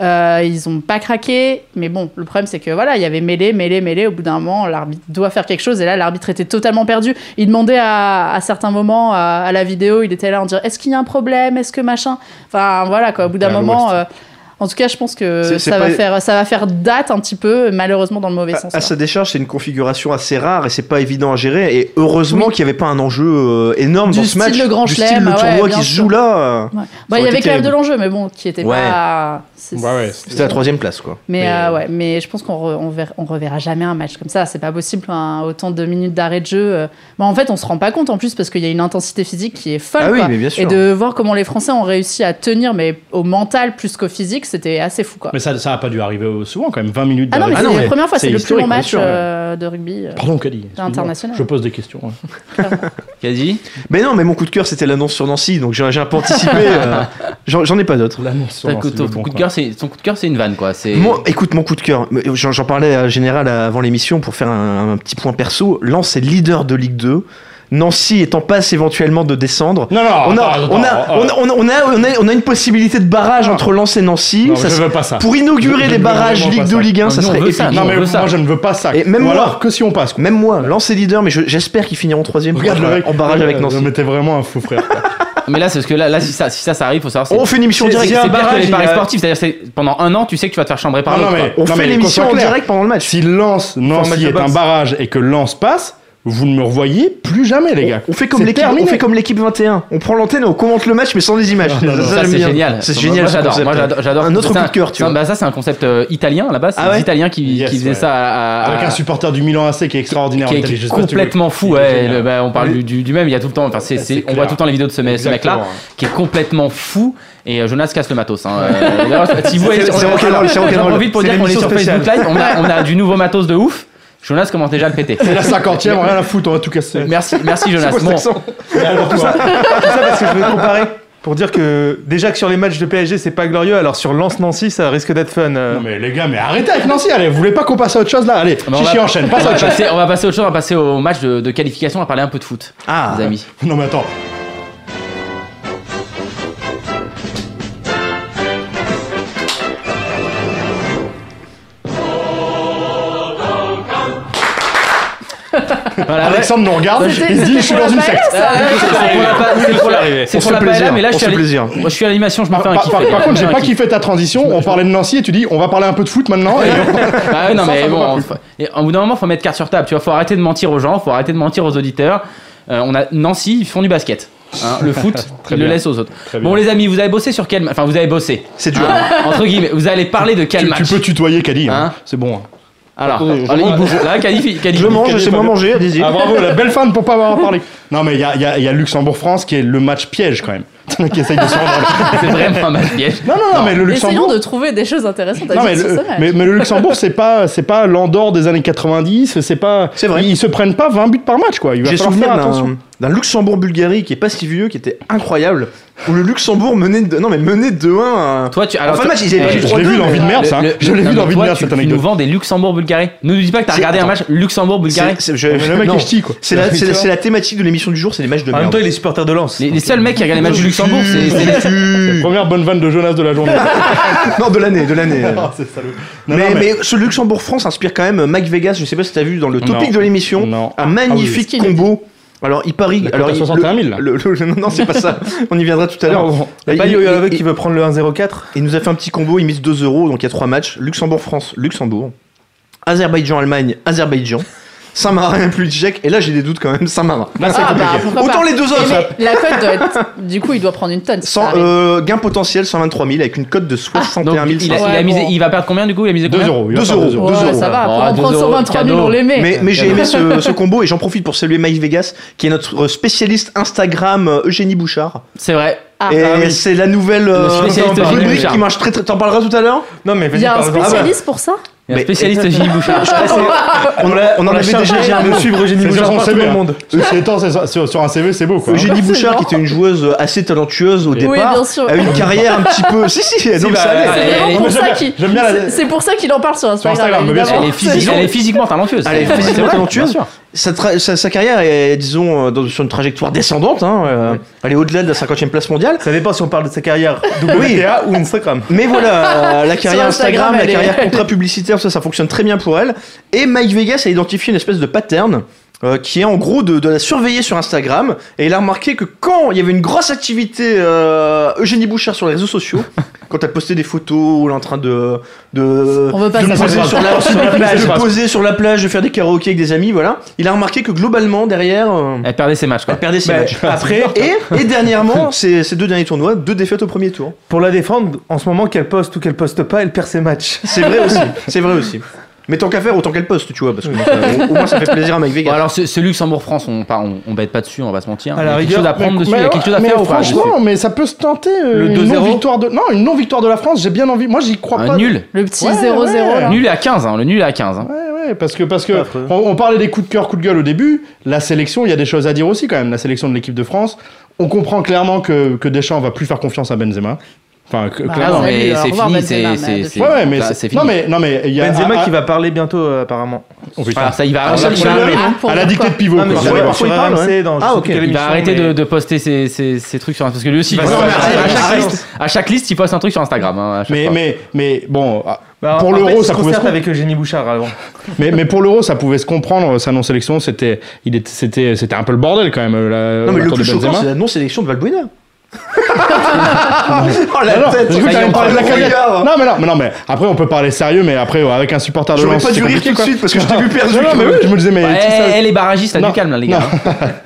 [SPEAKER 7] Euh, ils ont pas craqué, mais bon, le problème c'est que voilà, il y avait mêlé, mêlé, mêlé. Au bout d'un moment, l'arbitre doit faire quelque chose, et là, l'arbitre était totalement perdu. Il demandait à, à certains moments à, à la vidéo, il était là en disant est-ce qu'il y a un problème, est-ce que machin. Enfin voilà quoi. Au bout d'un
[SPEAKER 2] Gallois,
[SPEAKER 7] moment,
[SPEAKER 2] c'était-
[SPEAKER 7] euh, en tout cas, je pense que
[SPEAKER 3] C'est- c'est
[SPEAKER 7] ça va
[SPEAKER 3] pas-
[SPEAKER 7] faire ça va faire date un petit peu, malheureusement dans le mauvais sens.
[SPEAKER 3] À, à
[SPEAKER 7] quoi.
[SPEAKER 3] sa Ah, décharge, c'est une configuration assez rare et c'est pas évident à gérer. Et heureusement qu'il n'y avait pas un enjeu euh, énorme
[SPEAKER 7] Du
[SPEAKER 3] dans ce
[SPEAKER 7] style
[SPEAKER 3] match.
[SPEAKER 7] le grand
[SPEAKER 3] du
[SPEAKER 7] chelem,
[SPEAKER 3] style le
[SPEAKER 7] ah ouais,
[SPEAKER 3] tournoi
[SPEAKER 7] bien
[SPEAKER 3] qui se
[SPEAKER 7] sûr.
[SPEAKER 3] joue là. euh,
[SPEAKER 7] Ouais. Bah, il y
[SPEAKER 3] aurait
[SPEAKER 7] avait
[SPEAKER 3] été
[SPEAKER 7] quand même de
[SPEAKER 3] terrible.
[SPEAKER 7] l'enjeu, mais bon, qui était
[SPEAKER 8] Ouais.
[SPEAKER 7] pas. c'est-
[SPEAKER 2] Bah ouais,
[SPEAKER 3] C'était la troisième place, quoi.
[SPEAKER 7] Mais,
[SPEAKER 2] Mais,
[SPEAKER 7] euh,
[SPEAKER 2] euh,
[SPEAKER 7] ouais, mais je pense qu'on re- on verra, on reverra jamais un match comme ça. C'est pas possible, hein, autant de minutes d'arrêt de jeu. euh. Bah, en fait, on se rend pas compte en plus parce qu'il y a une intensité physique qui est folle.
[SPEAKER 3] Ah oui,
[SPEAKER 7] quoi.
[SPEAKER 3] mais bien sûr.
[SPEAKER 7] Et de voir comment les Français ont réussi à tenir, mais au mental plus qu'au physique, c'était assez fou. Quoi.
[SPEAKER 2] Mais ça, ça a pas dû arriver au- souvent quand même, 20 minutes
[SPEAKER 7] Ah non, mais
[SPEAKER 2] d'arrêt.
[SPEAKER 7] c'est la première fois,
[SPEAKER 2] c'est
[SPEAKER 7] c'est le plus
[SPEAKER 2] historique,
[SPEAKER 7] long
[SPEAKER 2] bien
[SPEAKER 7] match
[SPEAKER 2] sûr, ouais.
[SPEAKER 7] euh, de rugby. euh.
[SPEAKER 2] Pardon, Kali. excuse-moi.
[SPEAKER 7] international.
[SPEAKER 2] Je pose des questions. ouais.
[SPEAKER 1] Caddy
[SPEAKER 3] Mais non, mais mon coup de cœur, c'était l'annonce sur Nancy, donc j'ai j'ai un peu anticipé. euh, J'en j'en ai pas d'autres.
[SPEAKER 2] L'annonce. hein,
[SPEAKER 1] Ton coup ton coup de cœur, c'est ton coup de cœur, c'est une vanne quoi. C'est
[SPEAKER 3] Moi, écoute, mon coup de cœur, mais euh, j'en j'en parlais à Général avant l'émission pour faire un, un petit point perso. Lens est leader de Ligue 2. Nancy est en passe éventuellement de descendre.
[SPEAKER 2] Non, non,
[SPEAKER 3] On
[SPEAKER 2] Ah, attends,
[SPEAKER 3] a, on, a,
[SPEAKER 2] attends, euh, Ah.
[SPEAKER 3] on, a, on, a, on, a, on a- on a une possibilité de barrage entre Lens et Nancy.
[SPEAKER 2] Non,
[SPEAKER 3] Ça
[SPEAKER 2] je
[SPEAKER 3] se-
[SPEAKER 2] veux pas ça.
[SPEAKER 3] pour
[SPEAKER 2] Je-
[SPEAKER 3] inaugurer
[SPEAKER 2] je
[SPEAKER 3] les
[SPEAKER 2] ne veux
[SPEAKER 3] barrages
[SPEAKER 2] vraiment
[SPEAKER 3] Ligue
[SPEAKER 2] pas
[SPEAKER 3] 2
[SPEAKER 2] ça.
[SPEAKER 3] Ligue 1,
[SPEAKER 1] Non,
[SPEAKER 3] ça
[SPEAKER 1] nous, on
[SPEAKER 3] serait
[SPEAKER 1] veut ça,
[SPEAKER 3] épique.
[SPEAKER 1] nous,
[SPEAKER 2] Non,
[SPEAKER 1] on
[SPEAKER 2] mais
[SPEAKER 1] veut ça.
[SPEAKER 2] moi, je ne veux pas ça.
[SPEAKER 3] Et même
[SPEAKER 2] Ou
[SPEAKER 3] moi.
[SPEAKER 2] alors que si on passe. quoi.
[SPEAKER 3] Même moi, Lens est leader, mais je- j'espère qu'ils finiront troisième
[SPEAKER 2] Regarde le
[SPEAKER 3] euh,
[SPEAKER 2] mec.
[SPEAKER 3] en barrage avec
[SPEAKER 2] Euh,
[SPEAKER 3] Nancy.
[SPEAKER 2] Mais t'es vraiment un fou frère. quoi.
[SPEAKER 1] Ah, Mais là, c'est parce que là, là, si ça, si ça, ça arrive, faut savoir. c'est-
[SPEAKER 3] On fait une émission
[SPEAKER 1] C'est
[SPEAKER 3] directe.
[SPEAKER 1] c'est
[SPEAKER 4] un
[SPEAKER 1] pire que
[SPEAKER 4] barrage,
[SPEAKER 1] les
[SPEAKER 4] il
[SPEAKER 1] paris
[SPEAKER 4] a-
[SPEAKER 1] sportifs. C'est-à-dire, c'est- pendant un an, tu sais que tu vas te faire chambrer par
[SPEAKER 2] Non, non,
[SPEAKER 1] l'autre.
[SPEAKER 2] mais-
[SPEAKER 1] quoi.
[SPEAKER 2] non,
[SPEAKER 3] On fait
[SPEAKER 2] mais
[SPEAKER 3] l'émission
[SPEAKER 2] qu'on
[SPEAKER 3] en
[SPEAKER 2] soit clair.
[SPEAKER 3] direct pendant le match.
[SPEAKER 2] Si Lance,
[SPEAKER 3] match
[SPEAKER 2] Nancy
[SPEAKER 3] de
[SPEAKER 2] est un
[SPEAKER 3] boxe.
[SPEAKER 2] barrage et que Lance passe, vous ne me revoyez plus jamais, les gars.
[SPEAKER 3] On fait comme
[SPEAKER 2] C'est
[SPEAKER 3] l'équipe, on
[SPEAKER 2] terminé.
[SPEAKER 3] fait comme l'équipe 21. On prend l'antenne et on commente le match, mais sans les images.
[SPEAKER 2] non, non.
[SPEAKER 1] Ça,
[SPEAKER 3] j'aime
[SPEAKER 1] c'est
[SPEAKER 3] bien.
[SPEAKER 1] génial.
[SPEAKER 3] C'est
[SPEAKER 1] Moi,
[SPEAKER 3] génial.
[SPEAKER 1] moi,
[SPEAKER 3] ce
[SPEAKER 1] j'adore.
[SPEAKER 3] concept.
[SPEAKER 1] Moi, j'adore. j'adore.
[SPEAKER 3] Un autre
[SPEAKER 1] C'est
[SPEAKER 3] coup de cœur, tu
[SPEAKER 1] ça,
[SPEAKER 3] vois.
[SPEAKER 1] bah, ça, c'est un concept euh, italien là-bas. C'est
[SPEAKER 3] Ah ouais
[SPEAKER 1] les Italiens qui,
[SPEAKER 2] Yes,
[SPEAKER 1] qui faisaient
[SPEAKER 2] ouais.
[SPEAKER 1] ça à- à-
[SPEAKER 2] Avec un supporter du Milan AC qui est extraordinaire.
[SPEAKER 1] Ah. qui
[SPEAKER 2] en télé, je
[SPEAKER 1] est
[SPEAKER 2] sais pas si tu veux.
[SPEAKER 1] complètement fou.
[SPEAKER 2] Il est
[SPEAKER 1] ouais,
[SPEAKER 2] génial.
[SPEAKER 1] le- bah, on
[SPEAKER 3] Ah
[SPEAKER 1] parle
[SPEAKER 2] Oui.
[SPEAKER 1] du, du- du même, il y a tout le temps. Enfin, c'est,
[SPEAKER 2] Ça,
[SPEAKER 1] c'est-
[SPEAKER 2] c'est
[SPEAKER 1] on voit
[SPEAKER 2] clair.
[SPEAKER 1] tout le temps les vidéos de ce, mec- ce mec-là,
[SPEAKER 2] Exactement.
[SPEAKER 1] qui est complètement fou. Et euh, Jonas casse le matos. Hein. Euh, d'ailleurs, Thibaut est-
[SPEAKER 3] C'est- c'est rock'n'roll, c'est rock'n'roll.
[SPEAKER 1] J'en profite pour
[SPEAKER 3] C'est
[SPEAKER 1] dire qu'on est sur
[SPEAKER 3] l'émission
[SPEAKER 1] Facebook Live. On a, on a du nouveau matos de ouf. Jonas commence déjà à le péter.
[SPEAKER 2] La cinquantième, rien à foutre, on va tout casser.
[SPEAKER 1] Merci, merci Jonas. Bon,
[SPEAKER 4] Alors, tout ça, tout ça parce que je veux comparer pour dire que déjà que sur les matchs de PSG c'est pas glorieux, alors sur Lance Nancy ça risque d'être fun. euh.
[SPEAKER 2] Non mais les gars, mais arrêtez avec Nancy, allez, vous voulez pas qu'on passe à autre chose là Allez,
[SPEAKER 1] Mais on
[SPEAKER 2] chichi
[SPEAKER 1] va-
[SPEAKER 2] enchaîne,
[SPEAKER 1] on
[SPEAKER 2] passe à
[SPEAKER 1] va
[SPEAKER 2] autre chose.
[SPEAKER 1] passer- on va passer à autre chose, on va passer au match de, de qualification, on va parler un peu de foot,
[SPEAKER 3] Ah,
[SPEAKER 1] les amis.
[SPEAKER 2] Non mais attends,
[SPEAKER 1] Voilà, ouais.
[SPEAKER 2] Alexandre nous regarde,
[SPEAKER 7] C'était-
[SPEAKER 2] il se dit
[SPEAKER 7] c'était
[SPEAKER 2] je suis
[SPEAKER 7] Bah, pour
[SPEAKER 2] dans
[SPEAKER 7] la
[SPEAKER 2] une
[SPEAKER 7] paella,
[SPEAKER 2] secte.
[SPEAKER 7] ça.
[SPEAKER 1] C'est pour la pa- c'est pour la- c'est
[SPEAKER 3] On
[SPEAKER 1] pour
[SPEAKER 3] se
[SPEAKER 1] la
[SPEAKER 3] fait
[SPEAKER 1] paella,
[SPEAKER 3] plaisir,
[SPEAKER 1] mais là je
[SPEAKER 3] on
[SPEAKER 1] suis,
[SPEAKER 3] se
[SPEAKER 1] à
[SPEAKER 3] fait
[SPEAKER 1] l'é-
[SPEAKER 3] plaisir.
[SPEAKER 1] moi, je suis à l'animation, je m'en
[SPEAKER 2] Par,
[SPEAKER 1] fais un
[SPEAKER 2] par-
[SPEAKER 1] kiff.
[SPEAKER 2] par
[SPEAKER 1] les gars.
[SPEAKER 2] contre, j'ai
[SPEAKER 1] Un
[SPEAKER 2] pas
[SPEAKER 1] kiff.
[SPEAKER 2] kiffé ta transition, on parlait de Nancy et tu dis on va parler un peu de foot maintenant. et on-
[SPEAKER 1] Ah ouais, non,
[SPEAKER 2] Ça,
[SPEAKER 1] mais
[SPEAKER 2] ça m'a
[SPEAKER 1] bon,
[SPEAKER 2] plu.
[SPEAKER 1] faut- et au bout d'un moment, faut mettre carte sur table. Tu vois, faut arrêter de mentir aux gens, faut arrêter de mentir aux auditeurs. Euh, on a Nancy, ils font du basket. hein. le foot, ils le
[SPEAKER 2] bien.
[SPEAKER 1] laissent aux autres.
[SPEAKER 2] Très
[SPEAKER 1] Bon,
[SPEAKER 2] bien.
[SPEAKER 1] les amis, vous avez bossé sur quel ma- Enfin, vous avez bossé.
[SPEAKER 3] C'est dur.
[SPEAKER 1] hein, entre guillemets, vous allez parler de quel
[SPEAKER 2] tu,
[SPEAKER 1] match
[SPEAKER 2] tu peux tutoyer Kali, hein.
[SPEAKER 1] Hein
[SPEAKER 2] c'est bon. hein.
[SPEAKER 1] Alors,
[SPEAKER 2] Euh, je
[SPEAKER 1] allez,
[SPEAKER 2] mange.
[SPEAKER 1] il bouge. Là, qualifie, qualifie.
[SPEAKER 3] Je mange, c'est moi manger, allez-y.
[SPEAKER 2] Ah bravo, la belle fan pour pas avoir parlé. Non mais il y a, il y a- il y a Luxembourg-France qui est le match piège quand même, qui essaye de se rendre.
[SPEAKER 1] C'est vraiment un match piège.
[SPEAKER 2] Non, non, non, mais le
[SPEAKER 7] Essayons
[SPEAKER 2] Luxembourg...
[SPEAKER 7] de trouver des choses intéressantes à
[SPEAKER 2] Non,
[SPEAKER 7] dire
[SPEAKER 2] mais,
[SPEAKER 7] sur
[SPEAKER 2] le,
[SPEAKER 7] ce match.
[SPEAKER 2] mais, mais le Luxembourg, c'est pas, c'est pas l'Andorre des années 90, c'est pas.
[SPEAKER 3] C'est vrai.
[SPEAKER 2] Ils se prennent pas 20 buts par match, quoi. Il va
[SPEAKER 3] J'ai
[SPEAKER 2] falloir
[SPEAKER 3] souvenir
[SPEAKER 2] faire attention.
[SPEAKER 3] d'un- d'un Luxembourg-Bulgarie qui est pas si vieux, qui était incroyable, où le Luxembourg menait de, non mais menait de 1 à...
[SPEAKER 1] Toi, tu. Alors,
[SPEAKER 3] En fin de
[SPEAKER 1] toi-
[SPEAKER 3] match, ils avaient
[SPEAKER 1] Eh,
[SPEAKER 3] pas
[SPEAKER 2] Je
[SPEAKER 3] du
[SPEAKER 2] l'ai
[SPEAKER 3] tout.
[SPEAKER 2] vu
[SPEAKER 3] Rodin,
[SPEAKER 2] l'envie de
[SPEAKER 3] mais-
[SPEAKER 2] merde, ça. Je l'ai
[SPEAKER 1] non,
[SPEAKER 2] vu
[SPEAKER 1] mais
[SPEAKER 2] l'envie de
[SPEAKER 1] toi,
[SPEAKER 2] merde,
[SPEAKER 1] tu-
[SPEAKER 2] cette
[SPEAKER 1] Tu nous
[SPEAKER 2] anecdote.
[SPEAKER 1] vends des Luxembourg-Bulgarie. Ne nous dis pas que t'as
[SPEAKER 3] C'est-
[SPEAKER 1] regardé un
[SPEAKER 3] attends.
[SPEAKER 1] match Luxembourg-Bulgarie.
[SPEAKER 3] C'est- c'est- je-
[SPEAKER 2] Mais Le mec
[SPEAKER 3] non.
[SPEAKER 2] est ch'ti, quoi.
[SPEAKER 3] C'est la, c'est la- c'est la thématique de l'émission du jour, c'est les matchs de
[SPEAKER 4] En même temps
[SPEAKER 3] merde.
[SPEAKER 4] il est supporter de Lens.
[SPEAKER 1] Les, les seuls mecs qui regardent les matchs du Luxembourg, c'est c'est les
[SPEAKER 2] Première bonne vanne de Jonas de la journée.
[SPEAKER 3] non, de l'année, de l'année.
[SPEAKER 2] Oh, c'est salaud. Non,
[SPEAKER 3] mais,
[SPEAKER 2] non,
[SPEAKER 3] mais ce Luxembourg-France inspire quand même Mike Vegas, je sais pas si t'as vu dans le topic
[SPEAKER 2] Non.
[SPEAKER 3] de l'émission,
[SPEAKER 2] Non.
[SPEAKER 3] un
[SPEAKER 7] Ah oui.
[SPEAKER 3] magnifique
[SPEAKER 7] Qu'est-ce qu'il
[SPEAKER 3] combo Alors, il parie.
[SPEAKER 2] La cote
[SPEAKER 3] Alors,
[SPEAKER 2] à
[SPEAKER 3] il-
[SPEAKER 2] 61 000, là.
[SPEAKER 3] le- le- le- non, non, c'est pas ça. On y viendra tout à l'heure.
[SPEAKER 4] Il
[SPEAKER 3] Il-
[SPEAKER 4] a pas
[SPEAKER 3] il-
[SPEAKER 4] Yo-Yo
[SPEAKER 3] il-
[SPEAKER 4] Avec
[SPEAKER 3] il-
[SPEAKER 4] qui veut prendre le 1-0-4
[SPEAKER 3] Il nous a fait un petit combo, il mise 2 euros, donc il y a 3 matchs. Luxembourg-France, Luxembourg. Azerbaïdjan-Allemagne, Azerbaïdjan. Saint-Marin, plus Tchèque. Et là, j'ai des doutes quand même, Saint-Marin.
[SPEAKER 2] Là, c'est
[SPEAKER 7] Ah, bah,
[SPEAKER 2] compliqué.
[SPEAKER 7] pourquoi
[SPEAKER 3] Autant
[SPEAKER 7] pas.
[SPEAKER 3] les deux
[SPEAKER 7] Eh,
[SPEAKER 3] autres ça-
[SPEAKER 7] mais la cote doit être. Du coup, il doit prendre une tonne. si ça
[SPEAKER 3] Cent-
[SPEAKER 7] arrive.
[SPEAKER 3] euh, Gain potentiel 123 000 avec une cote de 61
[SPEAKER 1] Ah, Donc,
[SPEAKER 3] 000.
[SPEAKER 1] il, a- il a
[SPEAKER 7] Ouais,
[SPEAKER 1] misé-
[SPEAKER 7] bon.
[SPEAKER 1] il va perdre combien du coup Il a misé
[SPEAKER 2] 2
[SPEAKER 1] combien
[SPEAKER 2] euros. il va
[SPEAKER 3] Deux
[SPEAKER 2] faire
[SPEAKER 3] euros.
[SPEAKER 2] 2
[SPEAKER 3] deux
[SPEAKER 7] Ouais,
[SPEAKER 3] euros,
[SPEAKER 1] là.
[SPEAKER 7] ça va,
[SPEAKER 1] Bon,
[SPEAKER 7] pour en
[SPEAKER 1] deux
[SPEAKER 7] prendre
[SPEAKER 1] euros,
[SPEAKER 7] 123 000,
[SPEAKER 1] cadeau.
[SPEAKER 7] on les met.
[SPEAKER 3] Mais, mais j'ai aimé ce, ce combo et j'en profite pour saluer Maï Vegas qui est notre euh, spécialiste Instagram euh, Eugénie Bouchard.
[SPEAKER 1] C'est vrai.
[SPEAKER 7] Ah.
[SPEAKER 3] et
[SPEAKER 1] Ah oui.
[SPEAKER 3] c'est la nouvelle euh,
[SPEAKER 1] spécialiste Eugénie
[SPEAKER 3] rubrique
[SPEAKER 1] Bouchard.
[SPEAKER 3] qui marche très très. T'en parleras tout à l'heure
[SPEAKER 4] Non, mais
[SPEAKER 7] Il
[SPEAKER 4] vas-y,
[SPEAKER 7] y a un
[SPEAKER 4] parle-en.
[SPEAKER 7] spécialiste pour ça
[SPEAKER 1] Il y a un
[SPEAKER 3] Mais-
[SPEAKER 1] spécialiste Gilles Bouchard.
[SPEAKER 3] On, a- on en
[SPEAKER 4] On a
[SPEAKER 3] avait déjà dit un
[SPEAKER 4] de
[SPEAKER 3] mot.
[SPEAKER 4] suivre Eugénie
[SPEAKER 2] C'est sur
[SPEAKER 4] Bouchard
[SPEAKER 2] son
[SPEAKER 4] par tout
[SPEAKER 2] CV,
[SPEAKER 4] le
[SPEAKER 2] hein.
[SPEAKER 4] monde.
[SPEAKER 2] Ceci étant, c'est sur- sur sur un CV, c'est beau quoi.
[SPEAKER 3] Eugénie
[SPEAKER 7] Forcément.
[SPEAKER 3] Bouchard qui était une joueuse assez talentueuse au
[SPEAKER 7] Oui,
[SPEAKER 3] départ.
[SPEAKER 7] bien sûr.
[SPEAKER 3] A eu une carrière un petit peu. si, si, non, mais
[SPEAKER 1] bah,
[SPEAKER 3] ça allait.
[SPEAKER 1] Elle
[SPEAKER 7] C'est
[SPEAKER 1] est-
[SPEAKER 7] vraiment
[SPEAKER 1] elle est-
[SPEAKER 7] pour
[SPEAKER 2] j'aime
[SPEAKER 7] ça
[SPEAKER 2] bien-
[SPEAKER 7] qu'il-
[SPEAKER 2] j'aime bien la-
[SPEAKER 7] c'est- C'est pour ça qu'il en parle sur Instagram.
[SPEAKER 2] Instagram, mais bien sûr.
[SPEAKER 7] évidemment.
[SPEAKER 1] Elle est, physi- elle est physiquement talentueuse.
[SPEAKER 3] Elle est physiquement
[SPEAKER 1] C'est vrai,
[SPEAKER 3] talentueuse.
[SPEAKER 1] bien sûr.
[SPEAKER 3] Sa, tra- sa- sa carrière est, disons, euh, dans- sur une trajectoire descendante. hein, euh, Elle est au-delà de la 50e place mondiale.
[SPEAKER 4] Ça dépend si on parle de sa carrière WTA ou Instagram.
[SPEAKER 3] Mais voilà, euh, la carrière Instagram,
[SPEAKER 7] Instagram,
[SPEAKER 3] la
[SPEAKER 7] elle est-
[SPEAKER 3] carrière contrat publicitaire, ça, ça fonctionne très bien pour elle. Et Mike Vegas a identifié une espèce de pattern. euh, qui est en gros de, de la surveiller sur Instagram et il a remarqué que quand il y avait une grosse activité euh, Eugénie Bouchard sur les réseaux sociaux quand elle postait des photos ou elle est en train de de,
[SPEAKER 7] On veut pas
[SPEAKER 3] de
[SPEAKER 7] ça, ça
[SPEAKER 3] poser
[SPEAKER 7] va.
[SPEAKER 3] sur la, sur la plage de
[SPEAKER 4] ça va.
[SPEAKER 3] poser sur la plage de faire des karaokés avec des amis voilà il a remarqué que globalement derrière euh,
[SPEAKER 1] Elle perdait ses matchs quoi. ah,
[SPEAKER 3] elle perdait ses
[SPEAKER 4] Bah,
[SPEAKER 3] matchs Ah,
[SPEAKER 4] après-
[SPEAKER 3] et, et dernièrement ces, ces deux derniers tournois deux défaites au premier tour
[SPEAKER 4] Pour la défendre, en ce moment, qu'elle poste ou qu'elle poste pas, elle perd ses matchs.
[SPEAKER 3] C'est vrai aussi, c'est vrai aussi. Mais tant qu'à faire, autant qu'elle poste, tu vois, parce que euh, au, au moins ça fait plaisir à Mike
[SPEAKER 1] Bon,
[SPEAKER 3] Vegas.
[SPEAKER 1] alors ce, ce Luxembourg-France, on, pas- on, on bête pas dessus, on va se mentir.
[SPEAKER 4] À
[SPEAKER 1] Il y a quelque
[SPEAKER 4] la rigueur,
[SPEAKER 1] chose à prendre
[SPEAKER 2] Mais-
[SPEAKER 1] dessus,
[SPEAKER 2] mais
[SPEAKER 1] il y a
[SPEAKER 2] ouais,
[SPEAKER 1] quelque chose à
[SPEAKER 2] mais
[SPEAKER 1] faire au frère
[SPEAKER 2] Franchement,
[SPEAKER 1] dessus.
[SPEAKER 2] mais ça peut se tenter. euh,
[SPEAKER 4] Le
[SPEAKER 2] une
[SPEAKER 4] 2-0.
[SPEAKER 2] non-victoire de... Non, une non-victoire de la France, j'ai bien envie. Moi, j'y crois
[SPEAKER 1] Un
[SPEAKER 2] pas.
[SPEAKER 1] nul.
[SPEAKER 7] Le petit
[SPEAKER 2] Ouais,
[SPEAKER 7] 0-0
[SPEAKER 2] ouais.
[SPEAKER 7] là.
[SPEAKER 1] Nul est à 15, hein, le nul est à 15. hein.
[SPEAKER 2] Ouais, ouais, parce que, parce
[SPEAKER 4] Pas
[SPEAKER 2] que
[SPEAKER 4] affreux.
[SPEAKER 2] on, on parlait des coups de cœur, coups de gueule au début. La sélection, il y a des choses à dire aussi quand même. La sélection de l'équipe de France, on comprend clairement que, que Deschamps va plus faire confiance à Benzema. Enfin, que-
[SPEAKER 7] Bah,
[SPEAKER 1] Ah
[SPEAKER 2] clairement.
[SPEAKER 1] non,
[SPEAKER 7] ouais,
[SPEAKER 1] mais
[SPEAKER 7] lui, au
[SPEAKER 1] c'est
[SPEAKER 7] revoir,
[SPEAKER 1] fini,
[SPEAKER 7] Benzema,
[SPEAKER 1] c'est-
[SPEAKER 7] mais
[SPEAKER 1] c'est
[SPEAKER 7] depuis-
[SPEAKER 1] c'est-
[SPEAKER 2] Ouais, ouais, mais
[SPEAKER 1] ça,
[SPEAKER 2] c'est-
[SPEAKER 1] c'est
[SPEAKER 2] non
[SPEAKER 1] fini.
[SPEAKER 2] mais non mais il y a
[SPEAKER 4] Benzema
[SPEAKER 2] ah,
[SPEAKER 4] qui va parler bientôt, euh, apparemment.
[SPEAKER 2] oh, putain.
[SPEAKER 1] Voilà, ça, il va,
[SPEAKER 2] Ah, ça,
[SPEAKER 1] il
[SPEAKER 2] il
[SPEAKER 1] va-
[SPEAKER 2] a-
[SPEAKER 1] il va
[SPEAKER 7] Ah, pour
[SPEAKER 2] à la
[SPEAKER 7] voir,
[SPEAKER 2] dictée de
[SPEAKER 7] quoi.
[SPEAKER 2] pivot.
[SPEAKER 4] Non, mais
[SPEAKER 2] quoi.
[SPEAKER 4] sur-
[SPEAKER 2] Ouais,
[SPEAKER 4] sur
[SPEAKER 3] parfois, il
[SPEAKER 4] RMC,
[SPEAKER 3] parle, ouais.
[SPEAKER 4] dans je
[SPEAKER 3] Ah,
[SPEAKER 4] sais
[SPEAKER 3] ok.
[SPEAKER 4] plus quelle
[SPEAKER 1] il va
[SPEAKER 4] émission,
[SPEAKER 1] arrêter
[SPEAKER 4] mais-
[SPEAKER 1] de, de poster ses, ses- ses trucs sur Instagram. Parce que lui aussi,
[SPEAKER 4] Il
[SPEAKER 1] il
[SPEAKER 4] va
[SPEAKER 1] faut-
[SPEAKER 4] se
[SPEAKER 1] à,
[SPEAKER 4] remercier,
[SPEAKER 1] chaque
[SPEAKER 3] arrête.
[SPEAKER 1] liste, à chaque liste, il poste un truc sur Instagram. hein, à chaque
[SPEAKER 2] mais,
[SPEAKER 1] fois.
[SPEAKER 2] mais mais bon ah,
[SPEAKER 4] Bah,
[SPEAKER 2] pour
[SPEAKER 4] en fait,
[SPEAKER 2] l'euro
[SPEAKER 4] il
[SPEAKER 2] ça
[SPEAKER 4] se
[SPEAKER 2] pouvait se
[SPEAKER 4] concerte avec Eugénie Bouchard avant.
[SPEAKER 2] Mais, mais pour l'euro, ça pouvait se comprendre. Sa non-sélection, c'était, il était, c'était, c'était un peu le bordel quand même. La,
[SPEAKER 3] non mais
[SPEAKER 2] la
[SPEAKER 3] le
[SPEAKER 2] tour
[SPEAKER 3] plus
[SPEAKER 2] de
[SPEAKER 3] choquant,
[SPEAKER 2] Benzema.
[SPEAKER 3] c'est la non-sélection de Valbuena. oh la
[SPEAKER 2] Alors,
[SPEAKER 3] tête Oh,
[SPEAKER 2] du coup,
[SPEAKER 1] Ça y est,
[SPEAKER 2] t'as même
[SPEAKER 1] on
[SPEAKER 2] parlé de la
[SPEAKER 3] parle de
[SPEAKER 2] cagnotte.
[SPEAKER 3] regard.
[SPEAKER 2] Non mais non, mais non mais après on peut parler sérieux, mais après ouais, avec un supporter de
[SPEAKER 3] J'aurais
[SPEAKER 2] Lens,
[SPEAKER 3] pas
[SPEAKER 2] c'est
[SPEAKER 3] dû rire
[SPEAKER 2] compliqué,
[SPEAKER 3] tout de
[SPEAKER 2] quoi.
[SPEAKER 3] suite parce que je t'ai vu perdu.
[SPEAKER 2] Non, non, mais oui, je me disais mais.
[SPEAKER 1] Ouais,
[SPEAKER 2] tu sais,
[SPEAKER 1] elle est barragiste, là,
[SPEAKER 2] Non.
[SPEAKER 1] du calme, là, les gars.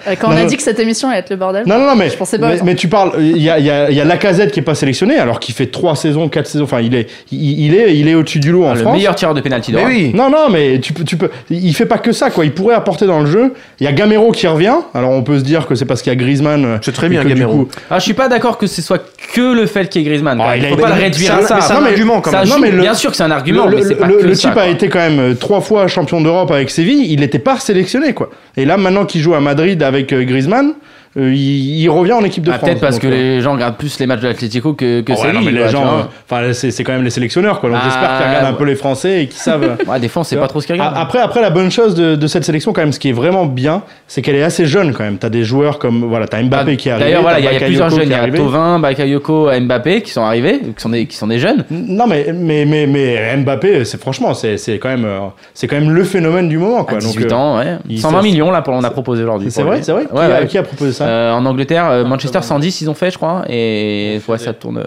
[SPEAKER 7] Euh, Quand on
[SPEAKER 2] Non.
[SPEAKER 7] a dit que cette émission allait être le bordel.
[SPEAKER 2] Non, non, non, mais,
[SPEAKER 7] Je pensais pas,
[SPEAKER 2] mais,
[SPEAKER 7] ça.
[SPEAKER 2] mais tu parles, il y a, il y a, il y a Lacazette qui est pas sélectionné alors qu'il fait trois saisons, quatre saisons, enfin il est, il, il est, il est au-dessus du lot en
[SPEAKER 1] Le
[SPEAKER 2] France.
[SPEAKER 1] meilleur tireur de pénalty
[SPEAKER 3] Mais
[SPEAKER 1] d'Europe.
[SPEAKER 3] oui.
[SPEAKER 2] Non, non, mais tu, peux- tu peux. Il fait pas que ça, quoi. Il pourrait apporter dans le jeu. Il y a Gamero qui revient. Alors on peut se dire que c'est parce qu'il y a Griezmann. euh,
[SPEAKER 3] C'est très
[SPEAKER 2] et
[SPEAKER 3] bien,
[SPEAKER 2] que, du
[SPEAKER 3] Gamero.
[SPEAKER 2] coup,
[SPEAKER 1] Ah, je suis pas d'accord que ce soit que le fait qu'il y ait Griezmann.
[SPEAKER 2] Ah,
[SPEAKER 1] quoi.
[SPEAKER 2] il
[SPEAKER 1] il
[SPEAKER 2] a
[SPEAKER 1] faut
[SPEAKER 2] été-
[SPEAKER 1] pas le réduire à
[SPEAKER 3] c'est un-
[SPEAKER 1] ça.
[SPEAKER 3] mais c'est un
[SPEAKER 1] Ça
[SPEAKER 3] argument, quand même.
[SPEAKER 1] joue,
[SPEAKER 2] Non, mais le-
[SPEAKER 1] bien sûr que c'est un argument,
[SPEAKER 2] le,
[SPEAKER 1] mais
[SPEAKER 2] le-
[SPEAKER 1] c'est pas
[SPEAKER 2] le-
[SPEAKER 1] que
[SPEAKER 2] le
[SPEAKER 1] ça,
[SPEAKER 2] type
[SPEAKER 1] quoi.
[SPEAKER 2] a été quand même euh, trois fois champion d'Europe avec Séville, il n'était pas sélectionné quoi. Et là maintenant qu'il joue à Madrid avec euh, Griezmann, euh, il, il revient en équipe de
[SPEAKER 1] Ah,
[SPEAKER 2] France.
[SPEAKER 1] Peut-être parce
[SPEAKER 2] donc,
[SPEAKER 1] que
[SPEAKER 2] euh,
[SPEAKER 1] les gens regardent plus les matchs de l'Atlético que, que
[SPEAKER 2] ouais, non,
[SPEAKER 1] Séville,
[SPEAKER 2] mais les
[SPEAKER 1] quoi, tu
[SPEAKER 2] gens,
[SPEAKER 1] vois.
[SPEAKER 2] euh, enfin, c'est c'est quand même les sélectionneurs quoi. Donc
[SPEAKER 1] Ah,
[SPEAKER 2] j'espère qu'ils regardent un
[SPEAKER 1] ouais.
[SPEAKER 2] peu les Français et qu'ils savent. euh,
[SPEAKER 1] Ouais, des fois, on sait pas trop ce qu'ils regardent.
[SPEAKER 2] A- Après, après, la bonne chose de, de cette sélection, quand même, ce qui est vraiment bien, c'est qu'elle est assez jeune quand même. T'as des joueurs comme voilà, t'as Mbappé
[SPEAKER 1] Ah,
[SPEAKER 2] qui est arrivé.
[SPEAKER 1] D'ailleurs, voilà,
[SPEAKER 2] t'as
[SPEAKER 1] il y a- il y a
[SPEAKER 2] Bakayoko
[SPEAKER 1] plusieurs
[SPEAKER 2] qui
[SPEAKER 1] jeunes.
[SPEAKER 2] est
[SPEAKER 1] Il y a
[SPEAKER 2] arrivé.
[SPEAKER 1] Tovin, Bakayoko, Mbappé qui sont arrivés, qui sont des, qui sont des jeunes.
[SPEAKER 2] Non, mais mais mais mais Mbappé, c'est franchement, c'est c'est quand même euh, c'est quand même le phénomène du moment
[SPEAKER 1] À
[SPEAKER 2] quoi. Donc,
[SPEAKER 1] 18
[SPEAKER 2] euh,
[SPEAKER 1] ans, ouais.
[SPEAKER 2] il-
[SPEAKER 1] 120
[SPEAKER 2] c'est-
[SPEAKER 1] millions, là, pour on a proposé aujourd'hui.
[SPEAKER 2] C'est
[SPEAKER 1] pour
[SPEAKER 2] vrai,
[SPEAKER 1] lui.
[SPEAKER 2] c'est vrai. Qui,
[SPEAKER 1] Ouais,
[SPEAKER 2] a,
[SPEAKER 1] ouais.
[SPEAKER 2] qui a proposé ça
[SPEAKER 1] Euh, en Angleterre, euh, Manchester 110, ils ont fait, je crois. Et ouais, ça tourne. euh,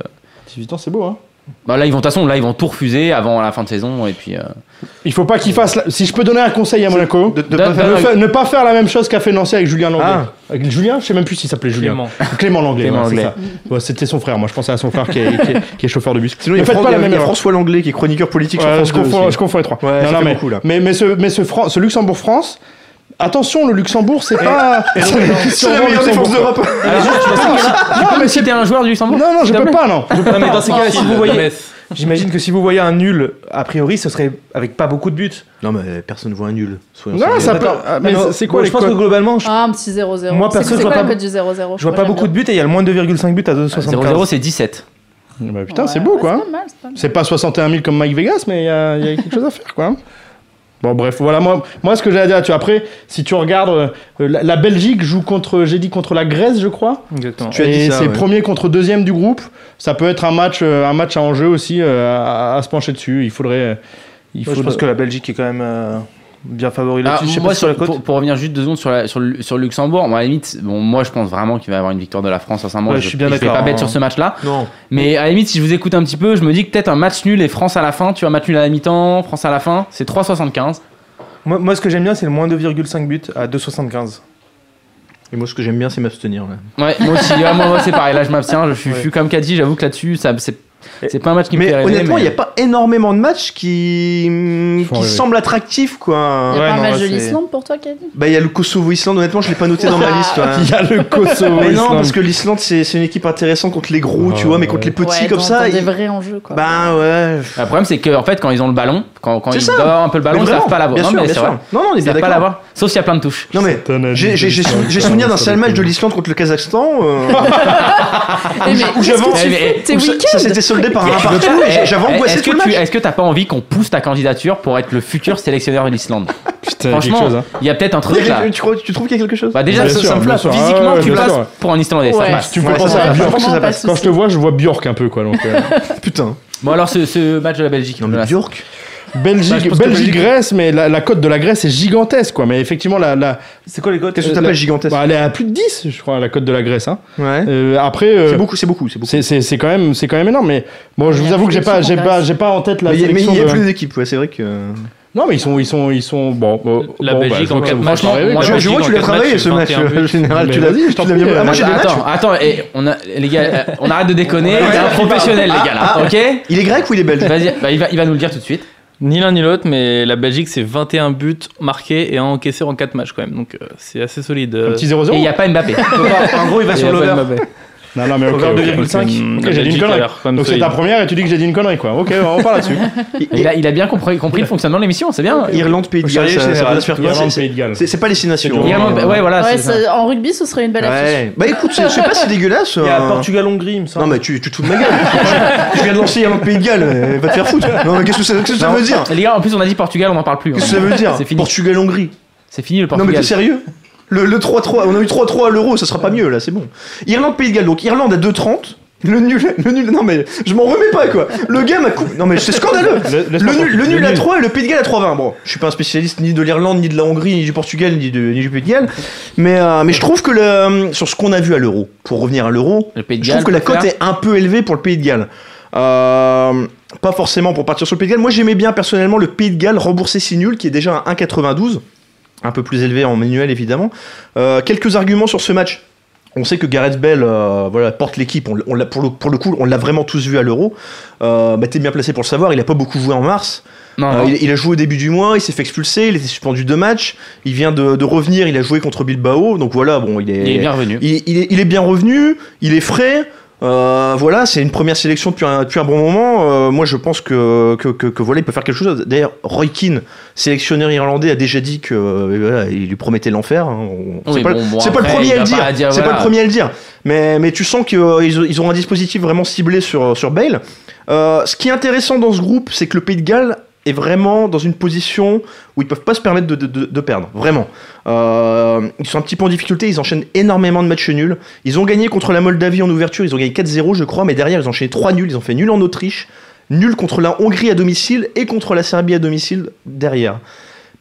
[SPEAKER 2] 18 ans, c'est beau, hein.
[SPEAKER 1] Bah, là, ils vont, de toute façon, là, ils vont tout refuser avant la fin de saison. Et puis, euh,
[SPEAKER 2] Il faut pas qu'il fasse. la- Si je peux donner un conseil à Monaco,
[SPEAKER 3] De, de
[SPEAKER 1] Donne-
[SPEAKER 3] pas faire
[SPEAKER 1] donne-
[SPEAKER 2] ne, fa- ne pas faire la même chose qu'a fait Nancy avec Julien Langlais.
[SPEAKER 3] Ah.
[SPEAKER 2] Avec Julien, je sais même plus s'il s'appelait Julien.
[SPEAKER 4] Clément.
[SPEAKER 2] Clément Langlais.
[SPEAKER 1] Clément
[SPEAKER 2] ouais, c'est
[SPEAKER 1] Langlais.
[SPEAKER 2] ça. Ouais, C'était son frère. Moi, je pensais à son frère qui est, qui est- qui est chauffeur de bus.
[SPEAKER 3] Sinon, il y
[SPEAKER 2] ne
[SPEAKER 3] a,
[SPEAKER 2] faites
[SPEAKER 3] Fran-
[SPEAKER 2] pas
[SPEAKER 3] il y
[SPEAKER 2] la
[SPEAKER 3] a-
[SPEAKER 2] même
[SPEAKER 3] il y a
[SPEAKER 2] erreur.
[SPEAKER 3] François Langlais qui est chroniqueur politique
[SPEAKER 2] Ouais, je,
[SPEAKER 3] sur France 2
[SPEAKER 2] confonds,
[SPEAKER 3] aussi.
[SPEAKER 2] je confonds les trois.
[SPEAKER 3] Ouais, ça fait
[SPEAKER 2] mais,
[SPEAKER 3] beaucoup, là.
[SPEAKER 2] mais, mais ce, mais ce, Fran- ce Luxembourg-France, attention, le Luxembourg, c'est pas.
[SPEAKER 3] C'est la meilleure défense d'Europe.
[SPEAKER 2] Non, Ah, mais c'est.
[SPEAKER 1] C'était un joueur du Luxembourg
[SPEAKER 2] Non, non, je
[SPEAKER 1] s'il te
[SPEAKER 2] peux
[SPEAKER 1] plaît
[SPEAKER 2] pas, non.
[SPEAKER 4] Non, mais dans ces cas, si vous voyez,
[SPEAKER 5] Metz.
[SPEAKER 4] j'imagine que si vous voyez un nul, a priori, ce serait avec pas beaucoup de buts.
[SPEAKER 3] Non mais personne voit un nul. soyons
[SPEAKER 2] Non,
[SPEAKER 3] sérieux.
[SPEAKER 2] ça peut.
[SPEAKER 4] Attends,
[SPEAKER 2] ah, Mais
[SPEAKER 4] non,
[SPEAKER 2] c'est quoi
[SPEAKER 4] bon,
[SPEAKER 2] les
[SPEAKER 4] Je pense que
[SPEAKER 2] codes
[SPEAKER 4] globalement, je
[SPEAKER 7] Ah, un petit 0-0.
[SPEAKER 4] Moi,
[SPEAKER 7] C'est-
[SPEAKER 4] perso, je
[SPEAKER 7] c'est
[SPEAKER 4] vois
[SPEAKER 7] quoi
[SPEAKER 4] pas-
[SPEAKER 7] la cote du 0-0
[SPEAKER 4] je vois pas beaucoup de buts et il y a le moins de 2,5 buts à
[SPEAKER 1] 0-0,
[SPEAKER 4] 2,75.
[SPEAKER 1] c'est 17.
[SPEAKER 2] Bah, Putain, c'est beau, quoi.
[SPEAKER 7] C'est pas mal, c'est pas mal.
[SPEAKER 2] C'est pas 61 000 comme Mike Vegas, mais il y, a il y a quelque chose à faire, quoi. hein. Bon, bref, voilà, moi, moi ce que j'ai à dire là-dessus. Après, si tu regardes, euh, la, la Belgique joue contre, j'ai dit contre la Grèce, je crois.
[SPEAKER 4] Exactement.
[SPEAKER 3] Tu as dit
[SPEAKER 2] et
[SPEAKER 3] ça,
[SPEAKER 2] c'est
[SPEAKER 3] ouais.
[SPEAKER 2] premier contre deuxième du groupe. Ça peut être un match, euh, un match à enjeu aussi, euh, à, à se pencher dessus. Il faudrait. euh, Il
[SPEAKER 4] Ouais,
[SPEAKER 2] faut
[SPEAKER 4] je pense que la Belgique est quand même. euh, bien favori
[SPEAKER 1] Ah,
[SPEAKER 4] là-dessus. Je sais
[SPEAKER 1] moi,
[SPEAKER 4] pas si sur la côte.
[SPEAKER 1] pour, pour revenir juste deux secondes sur, la- sur, le- sur le Luxembourg, bon, à la limite, bon, moi je pense vraiment qu'il va y avoir une victoire de la France. Sincèrement,
[SPEAKER 4] Ouais, je suis bien
[SPEAKER 1] vais
[SPEAKER 4] d'accord,
[SPEAKER 1] pas bête
[SPEAKER 4] hein.
[SPEAKER 1] sur ce match-là.
[SPEAKER 3] Non.
[SPEAKER 1] Mais à la limite, si je vous écoute un petit peu, je me dis que peut-être un match nul et France à la fin, tu vois, match nul à la mi-temps, France à la fin, c'est 3,75.
[SPEAKER 4] Moi, moi, ce que j'aime bien, c'est le moins 2,5 buts à 2,75.
[SPEAKER 3] Et moi, ce que j'aime bien, c'est m'abstenir. là.
[SPEAKER 1] Ouais, moi aussi, ouais, moi, moi, c'est pareil, là je m'abstiens, je suis,
[SPEAKER 4] Ouais.
[SPEAKER 1] je suis comme Caddy, j'avoue que là-dessus, ça, c'est, c'est pas un match qui me
[SPEAKER 3] Mais
[SPEAKER 1] fait rêver.
[SPEAKER 3] honnêtement, il
[SPEAKER 1] mais-
[SPEAKER 3] n'y a pas énormément de matchs qui,
[SPEAKER 4] Faut
[SPEAKER 3] qui
[SPEAKER 4] rêver.
[SPEAKER 3] semblent attractifs, quoi.
[SPEAKER 7] Il y a
[SPEAKER 4] Ouais,
[SPEAKER 7] pas un
[SPEAKER 4] non,
[SPEAKER 7] match
[SPEAKER 4] ouais,
[SPEAKER 7] de
[SPEAKER 4] c'est-
[SPEAKER 7] l'Islande pour toi, Kevin
[SPEAKER 3] Bah, il y a le Kosovo-Islande, honnêtement, je l'ai pas noté dans ma liste. ouais.
[SPEAKER 2] Il y a le Kosovo.
[SPEAKER 3] Mais non,
[SPEAKER 2] Islande.
[SPEAKER 3] parce que l'Islande, c'est c'est une équipe intéressante contre les gros, tu
[SPEAKER 4] Ouais,
[SPEAKER 3] vois, mais contre
[SPEAKER 4] ouais.
[SPEAKER 3] les petits
[SPEAKER 7] Ouais,
[SPEAKER 3] comme
[SPEAKER 7] dans-
[SPEAKER 3] ça.
[SPEAKER 7] dans des
[SPEAKER 3] ils-
[SPEAKER 7] vrais enjeux, quoi.
[SPEAKER 3] Bah ouais.
[SPEAKER 1] Le problème, c'est qu'en fait, quand ils ont le ballon, quand, quand
[SPEAKER 3] C'est
[SPEAKER 1] ils
[SPEAKER 3] ça.
[SPEAKER 1] doivent avoir un peu le ballon,
[SPEAKER 3] Mais
[SPEAKER 1] ils savent
[SPEAKER 3] vraiment,
[SPEAKER 1] pas l'avoir.
[SPEAKER 3] Bien
[SPEAKER 1] Bah, Non,
[SPEAKER 3] sûr,
[SPEAKER 1] mais
[SPEAKER 3] bien
[SPEAKER 1] c'est vrai.
[SPEAKER 3] sûr. Non, non, on est
[SPEAKER 1] Ils
[SPEAKER 3] bien
[SPEAKER 1] savent pas
[SPEAKER 3] d'accord.
[SPEAKER 1] l'avoir. Sauf s'il y a plein de touches.
[SPEAKER 3] Non mais j'ai- j'ai j'ai sou- j'ai souvenir d'un seul match de l'Islande contre le Kazakhstan. euh,
[SPEAKER 7] Eh, mais
[SPEAKER 3] où
[SPEAKER 7] qu'est-ce
[SPEAKER 3] j'avance.
[SPEAKER 7] que tu
[SPEAKER 1] Eh, mais-
[SPEAKER 7] fais de tes
[SPEAKER 3] où ça-
[SPEAKER 7] week-ends
[SPEAKER 3] ça s'était soldé par un partout. et j'ai- J'avais angoissé
[SPEAKER 1] Eh, Est-ce
[SPEAKER 3] tout le
[SPEAKER 1] que, tu,
[SPEAKER 3] match.
[SPEAKER 1] est-ce que t'as pas envie qu'on pousse ta candidature pour être le futur sélectionneur de l'Islande
[SPEAKER 2] Putain,
[SPEAKER 1] Franchement, il
[SPEAKER 2] hein.
[SPEAKER 1] y a peut-être un
[SPEAKER 3] Il y
[SPEAKER 1] truc
[SPEAKER 3] a quelque-
[SPEAKER 1] là.
[SPEAKER 3] Tu crois- tu trouves qu'il y a quelque chose
[SPEAKER 1] Bah déjà,
[SPEAKER 2] Bien
[SPEAKER 1] ça,
[SPEAKER 2] sûr,
[SPEAKER 1] ça me
[SPEAKER 2] bien
[SPEAKER 1] flatte.
[SPEAKER 2] sûr.
[SPEAKER 1] Physiquement,
[SPEAKER 2] Ah ouais,
[SPEAKER 1] tu
[SPEAKER 2] bien
[SPEAKER 1] passes
[SPEAKER 2] sûr.
[SPEAKER 1] pour un Islandais. ça
[SPEAKER 7] Ouais.
[SPEAKER 1] marche.
[SPEAKER 2] Tu me
[SPEAKER 3] Ouais,
[SPEAKER 2] fais penser
[SPEAKER 3] ça,
[SPEAKER 2] à
[SPEAKER 3] ça,
[SPEAKER 2] Björk.
[SPEAKER 7] vraiment,
[SPEAKER 2] ça
[SPEAKER 7] pas
[SPEAKER 2] passe.
[SPEAKER 7] de
[SPEAKER 2] Quand je
[SPEAKER 7] souci.
[SPEAKER 2] te vois, je vois Björk un peu quoi. Donc, euh,
[SPEAKER 3] Putain.
[SPEAKER 1] Bon alors, ce, ce match de la Belgique. euh,
[SPEAKER 3] Non mais
[SPEAKER 1] Jonas.
[SPEAKER 3] Björk.
[SPEAKER 4] Bah, je
[SPEAKER 2] Belgique,
[SPEAKER 4] pense que
[SPEAKER 2] Belgique,
[SPEAKER 4] Belgique-
[SPEAKER 2] Grèce, mais la, la cote de la Grèce est gigantesque quoi. Mais effectivement, la, la-
[SPEAKER 4] C'est quoi les cotes
[SPEAKER 3] Qu'est-ce que
[SPEAKER 2] Euh,
[SPEAKER 3] t'appelles
[SPEAKER 2] la-
[SPEAKER 3] gigantesque
[SPEAKER 2] bah, elle est à plus de 10, je crois, la cote de la Grèce. Hein.
[SPEAKER 3] Ouais.
[SPEAKER 2] Euh, après, euh,
[SPEAKER 3] C'est beaucoup, c'est beaucoup, c'est beaucoup.
[SPEAKER 2] c'est c'est- c'est quand même, c'est quand même énorme. Mais bon, je
[SPEAKER 7] Il y
[SPEAKER 2] vous
[SPEAKER 7] a
[SPEAKER 2] avoue que
[SPEAKER 7] plus
[SPEAKER 2] j'ai pas,
[SPEAKER 7] d'équipes
[SPEAKER 2] j'ai
[SPEAKER 7] en
[SPEAKER 2] pas,
[SPEAKER 7] Grèce.
[SPEAKER 2] j'ai pas en tête la
[SPEAKER 3] Mais il y a- mais il
[SPEAKER 2] sélection.
[SPEAKER 3] n'y a
[SPEAKER 2] de-
[SPEAKER 3] plus d'équipe, ouais, c'est vrai que.
[SPEAKER 1] Ah,
[SPEAKER 2] Non, mais ils sont, ils sont, ils sont. Bon, bon,
[SPEAKER 5] La
[SPEAKER 2] bon,
[SPEAKER 5] Belgique
[SPEAKER 2] bah,
[SPEAKER 5] en
[SPEAKER 2] faut-
[SPEAKER 5] quatre
[SPEAKER 2] faut
[SPEAKER 5] matchs.
[SPEAKER 2] travailler,
[SPEAKER 5] Moi,
[SPEAKER 2] mais-
[SPEAKER 3] Ah, Je
[SPEAKER 5] je
[SPEAKER 3] je
[SPEAKER 5] dis
[SPEAKER 3] vois que
[SPEAKER 5] dans
[SPEAKER 3] tu l'as
[SPEAKER 5] quatre
[SPEAKER 3] travaillé
[SPEAKER 5] matchs,
[SPEAKER 3] ce
[SPEAKER 5] il y a
[SPEAKER 3] match,
[SPEAKER 5] 21 buts.
[SPEAKER 3] euh, général.
[SPEAKER 2] Mais
[SPEAKER 3] Tu l'as
[SPEAKER 2] vas-y, je
[SPEAKER 3] tu
[SPEAKER 2] t'en
[SPEAKER 3] l'as bien
[SPEAKER 2] prie,
[SPEAKER 1] euh,
[SPEAKER 3] Ah, moi j'ai des matchs.
[SPEAKER 1] attends, attends, et on a, les gars, euh, on arrête de déconner, on est un professionnel,
[SPEAKER 3] Ah,
[SPEAKER 1] les gars, là, ok
[SPEAKER 3] Il est grec ou il est belge
[SPEAKER 1] Vas-y, bah, il, va, il va nous le dire tout de suite.
[SPEAKER 5] Ni l'un ni l'autre, mais la Belgique, c'est 21 buts marqués et un encaissé en 4 matchs quand même. Donc euh, c'est assez solide.
[SPEAKER 2] Un
[SPEAKER 5] Euh,
[SPEAKER 2] petit
[SPEAKER 1] Et il
[SPEAKER 2] 0-0.
[SPEAKER 1] n'y a pas Mbappé.
[SPEAKER 3] En gros, il va
[SPEAKER 1] Il y a pas Mbappé.
[SPEAKER 2] Non, non, mais ok,
[SPEAKER 4] Over
[SPEAKER 2] ok.
[SPEAKER 4] 2,5.
[SPEAKER 5] hum,
[SPEAKER 2] Ok,
[SPEAKER 5] la
[SPEAKER 2] j'ai dit une
[SPEAKER 5] Belgique a
[SPEAKER 2] connerie.
[SPEAKER 5] l'air quand même
[SPEAKER 2] Donc c'est ta
[SPEAKER 5] solide.
[SPEAKER 2] première et tu dis que j'ai dit une connerie quoi. Ok, on parle là-dessus.
[SPEAKER 1] Il a, il a bien compris, compris le fonctionnement de l'émission, c'est bien.
[SPEAKER 3] Irlande, Pays de Galles,
[SPEAKER 4] Charlie,
[SPEAKER 3] ça- ça
[SPEAKER 4] général,
[SPEAKER 3] va se faire quoi
[SPEAKER 2] Irlande,
[SPEAKER 3] C'est-
[SPEAKER 2] Pays de Galles.
[SPEAKER 3] C'est c'est pas les six nations. hein.
[SPEAKER 1] Irlande- ouais, voilà,
[SPEAKER 7] Ouais,
[SPEAKER 1] c'est ça.
[SPEAKER 7] ça- En rugby, ce serait une belle affiche.
[SPEAKER 3] Ouais. Bah écoute, je sais pas, c'est dégueulasse.
[SPEAKER 4] Il y
[SPEAKER 3] euh,
[SPEAKER 4] a Portugal-Hongrie, il me
[SPEAKER 3] Non
[SPEAKER 4] semble.
[SPEAKER 3] mais tu, tu te fous de ma gueule Je viens de lancer un pays de Galles, euh, va te faire foutre Non mais qu'est-ce que ça, qu'est-ce que ça
[SPEAKER 1] Non.
[SPEAKER 3] veut dire
[SPEAKER 1] Les gars, en plus, on a dit Portugal, on n'en parle plus.
[SPEAKER 3] Qu'est-ce que
[SPEAKER 1] hein.
[SPEAKER 3] ça veut dire
[SPEAKER 1] C'est fini.
[SPEAKER 3] Portugal-Hongrie
[SPEAKER 1] C'est fini le
[SPEAKER 3] Non mais
[SPEAKER 1] Portugal.
[SPEAKER 3] t'es sérieux le, le 3-3, on a eu 3-3 à l'euro, ça sera pas mieux là, c'est bon. Irlande-Pays de Galles, donc Irlande à 2-30, le nul, le nul, non mais je m'en remets pas quoi Le gars m'a coupé, non mais c'est scandaleux Le
[SPEAKER 2] Le
[SPEAKER 3] nul, le nul à 3 et le Pays de Galles à 3-20. Bon, je suis pas un spécialiste ni de l'Irlande, ni de la Hongrie, ni du Portugal, ni, de- ni du Pays de Galles, mais, euh, mais je trouve que le, sur ce qu'on a vu à l'euro, pour revenir à l'euro,
[SPEAKER 1] Le Pays de
[SPEAKER 3] je trouve
[SPEAKER 1] Galles
[SPEAKER 3] que la
[SPEAKER 1] peut
[SPEAKER 3] cote
[SPEAKER 1] faire.
[SPEAKER 3] est un peu élevée pour le Pays de Galles. Euh, pas forcément pour partir sur le Pays de Galles. Moi, j'aimais bien personnellement le Pays de Galles remboursé si nul, qui est déjà à 1,92. Un peu plus élevé en manuel, évidemment. Euh, quelques arguments sur ce match. On sait que Gareth Bell euh, voilà, porte l'équipe. On, l- on l'a- pour, le, pour le coup, on l'a vraiment tous vu à l'Euro. Euh, bah, T'es bien placé pour le savoir. Il a pas beaucoup joué en mars.
[SPEAKER 1] Non,
[SPEAKER 3] Euh,
[SPEAKER 1] Ah non.
[SPEAKER 3] il, il a joué au début du mois, il s'est fait expulser, il était suspendu deux matchs. Il vient de, de revenir, il a joué contre Bilbao. Donc voilà, bon, il est,
[SPEAKER 1] Il est bien revenu.
[SPEAKER 3] il, il est, il est bien revenu, il est frais. euh, voilà, c'est une première sélection depuis un, depuis un bon moment. Euh, moi, je pense que, que, que- que voilà, il peut faire quelque chose. D'ailleurs, Roy Keane, sélectionneur irlandais, a déjà dit que euh, voilà, il lui promettait l'enfer. hein. On-
[SPEAKER 1] Oui,
[SPEAKER 3] c'est pas, le-
[SPEAKER 1] bon, bon,
[SPEAKER 3] c'est pas le
[SPEAKER 1] après,
[SPEAKER 3] premier
[SPEAKER 1] il
[SPEAKER 3] à le
[SPEAKER 1] va
[SPEAKER 3] dire.
[SPEAKER 1] pas dire,
[SPEAKER 3] c'est
[SPEAKER 1] voilà.
[SPEAKER 3] pas le premier à le dire. Mais, mais tu sens qu'ils ils ont un dispositif vraiment ciblé sur, sur Bale. Euh, ce qui est intéressant dans ce groupe, c'est que le Pays de Galles est vraiment dans une position où ils peuvent pas se permettre de, de- de- de perdre. Vraiment. Euh, ils sont un petit peu en difficulté, ils enchaînent énormément de matchs nuls. Ils ont gagné contre la Moldavie en ouverture, ils ont gagné 4-0 je crois, mais derrière ils ont enchaîné 3 nuls, ils ont fait nul en Autriche, nul contre la Hongrie à domicile et contre la Serbie à domicile derrière.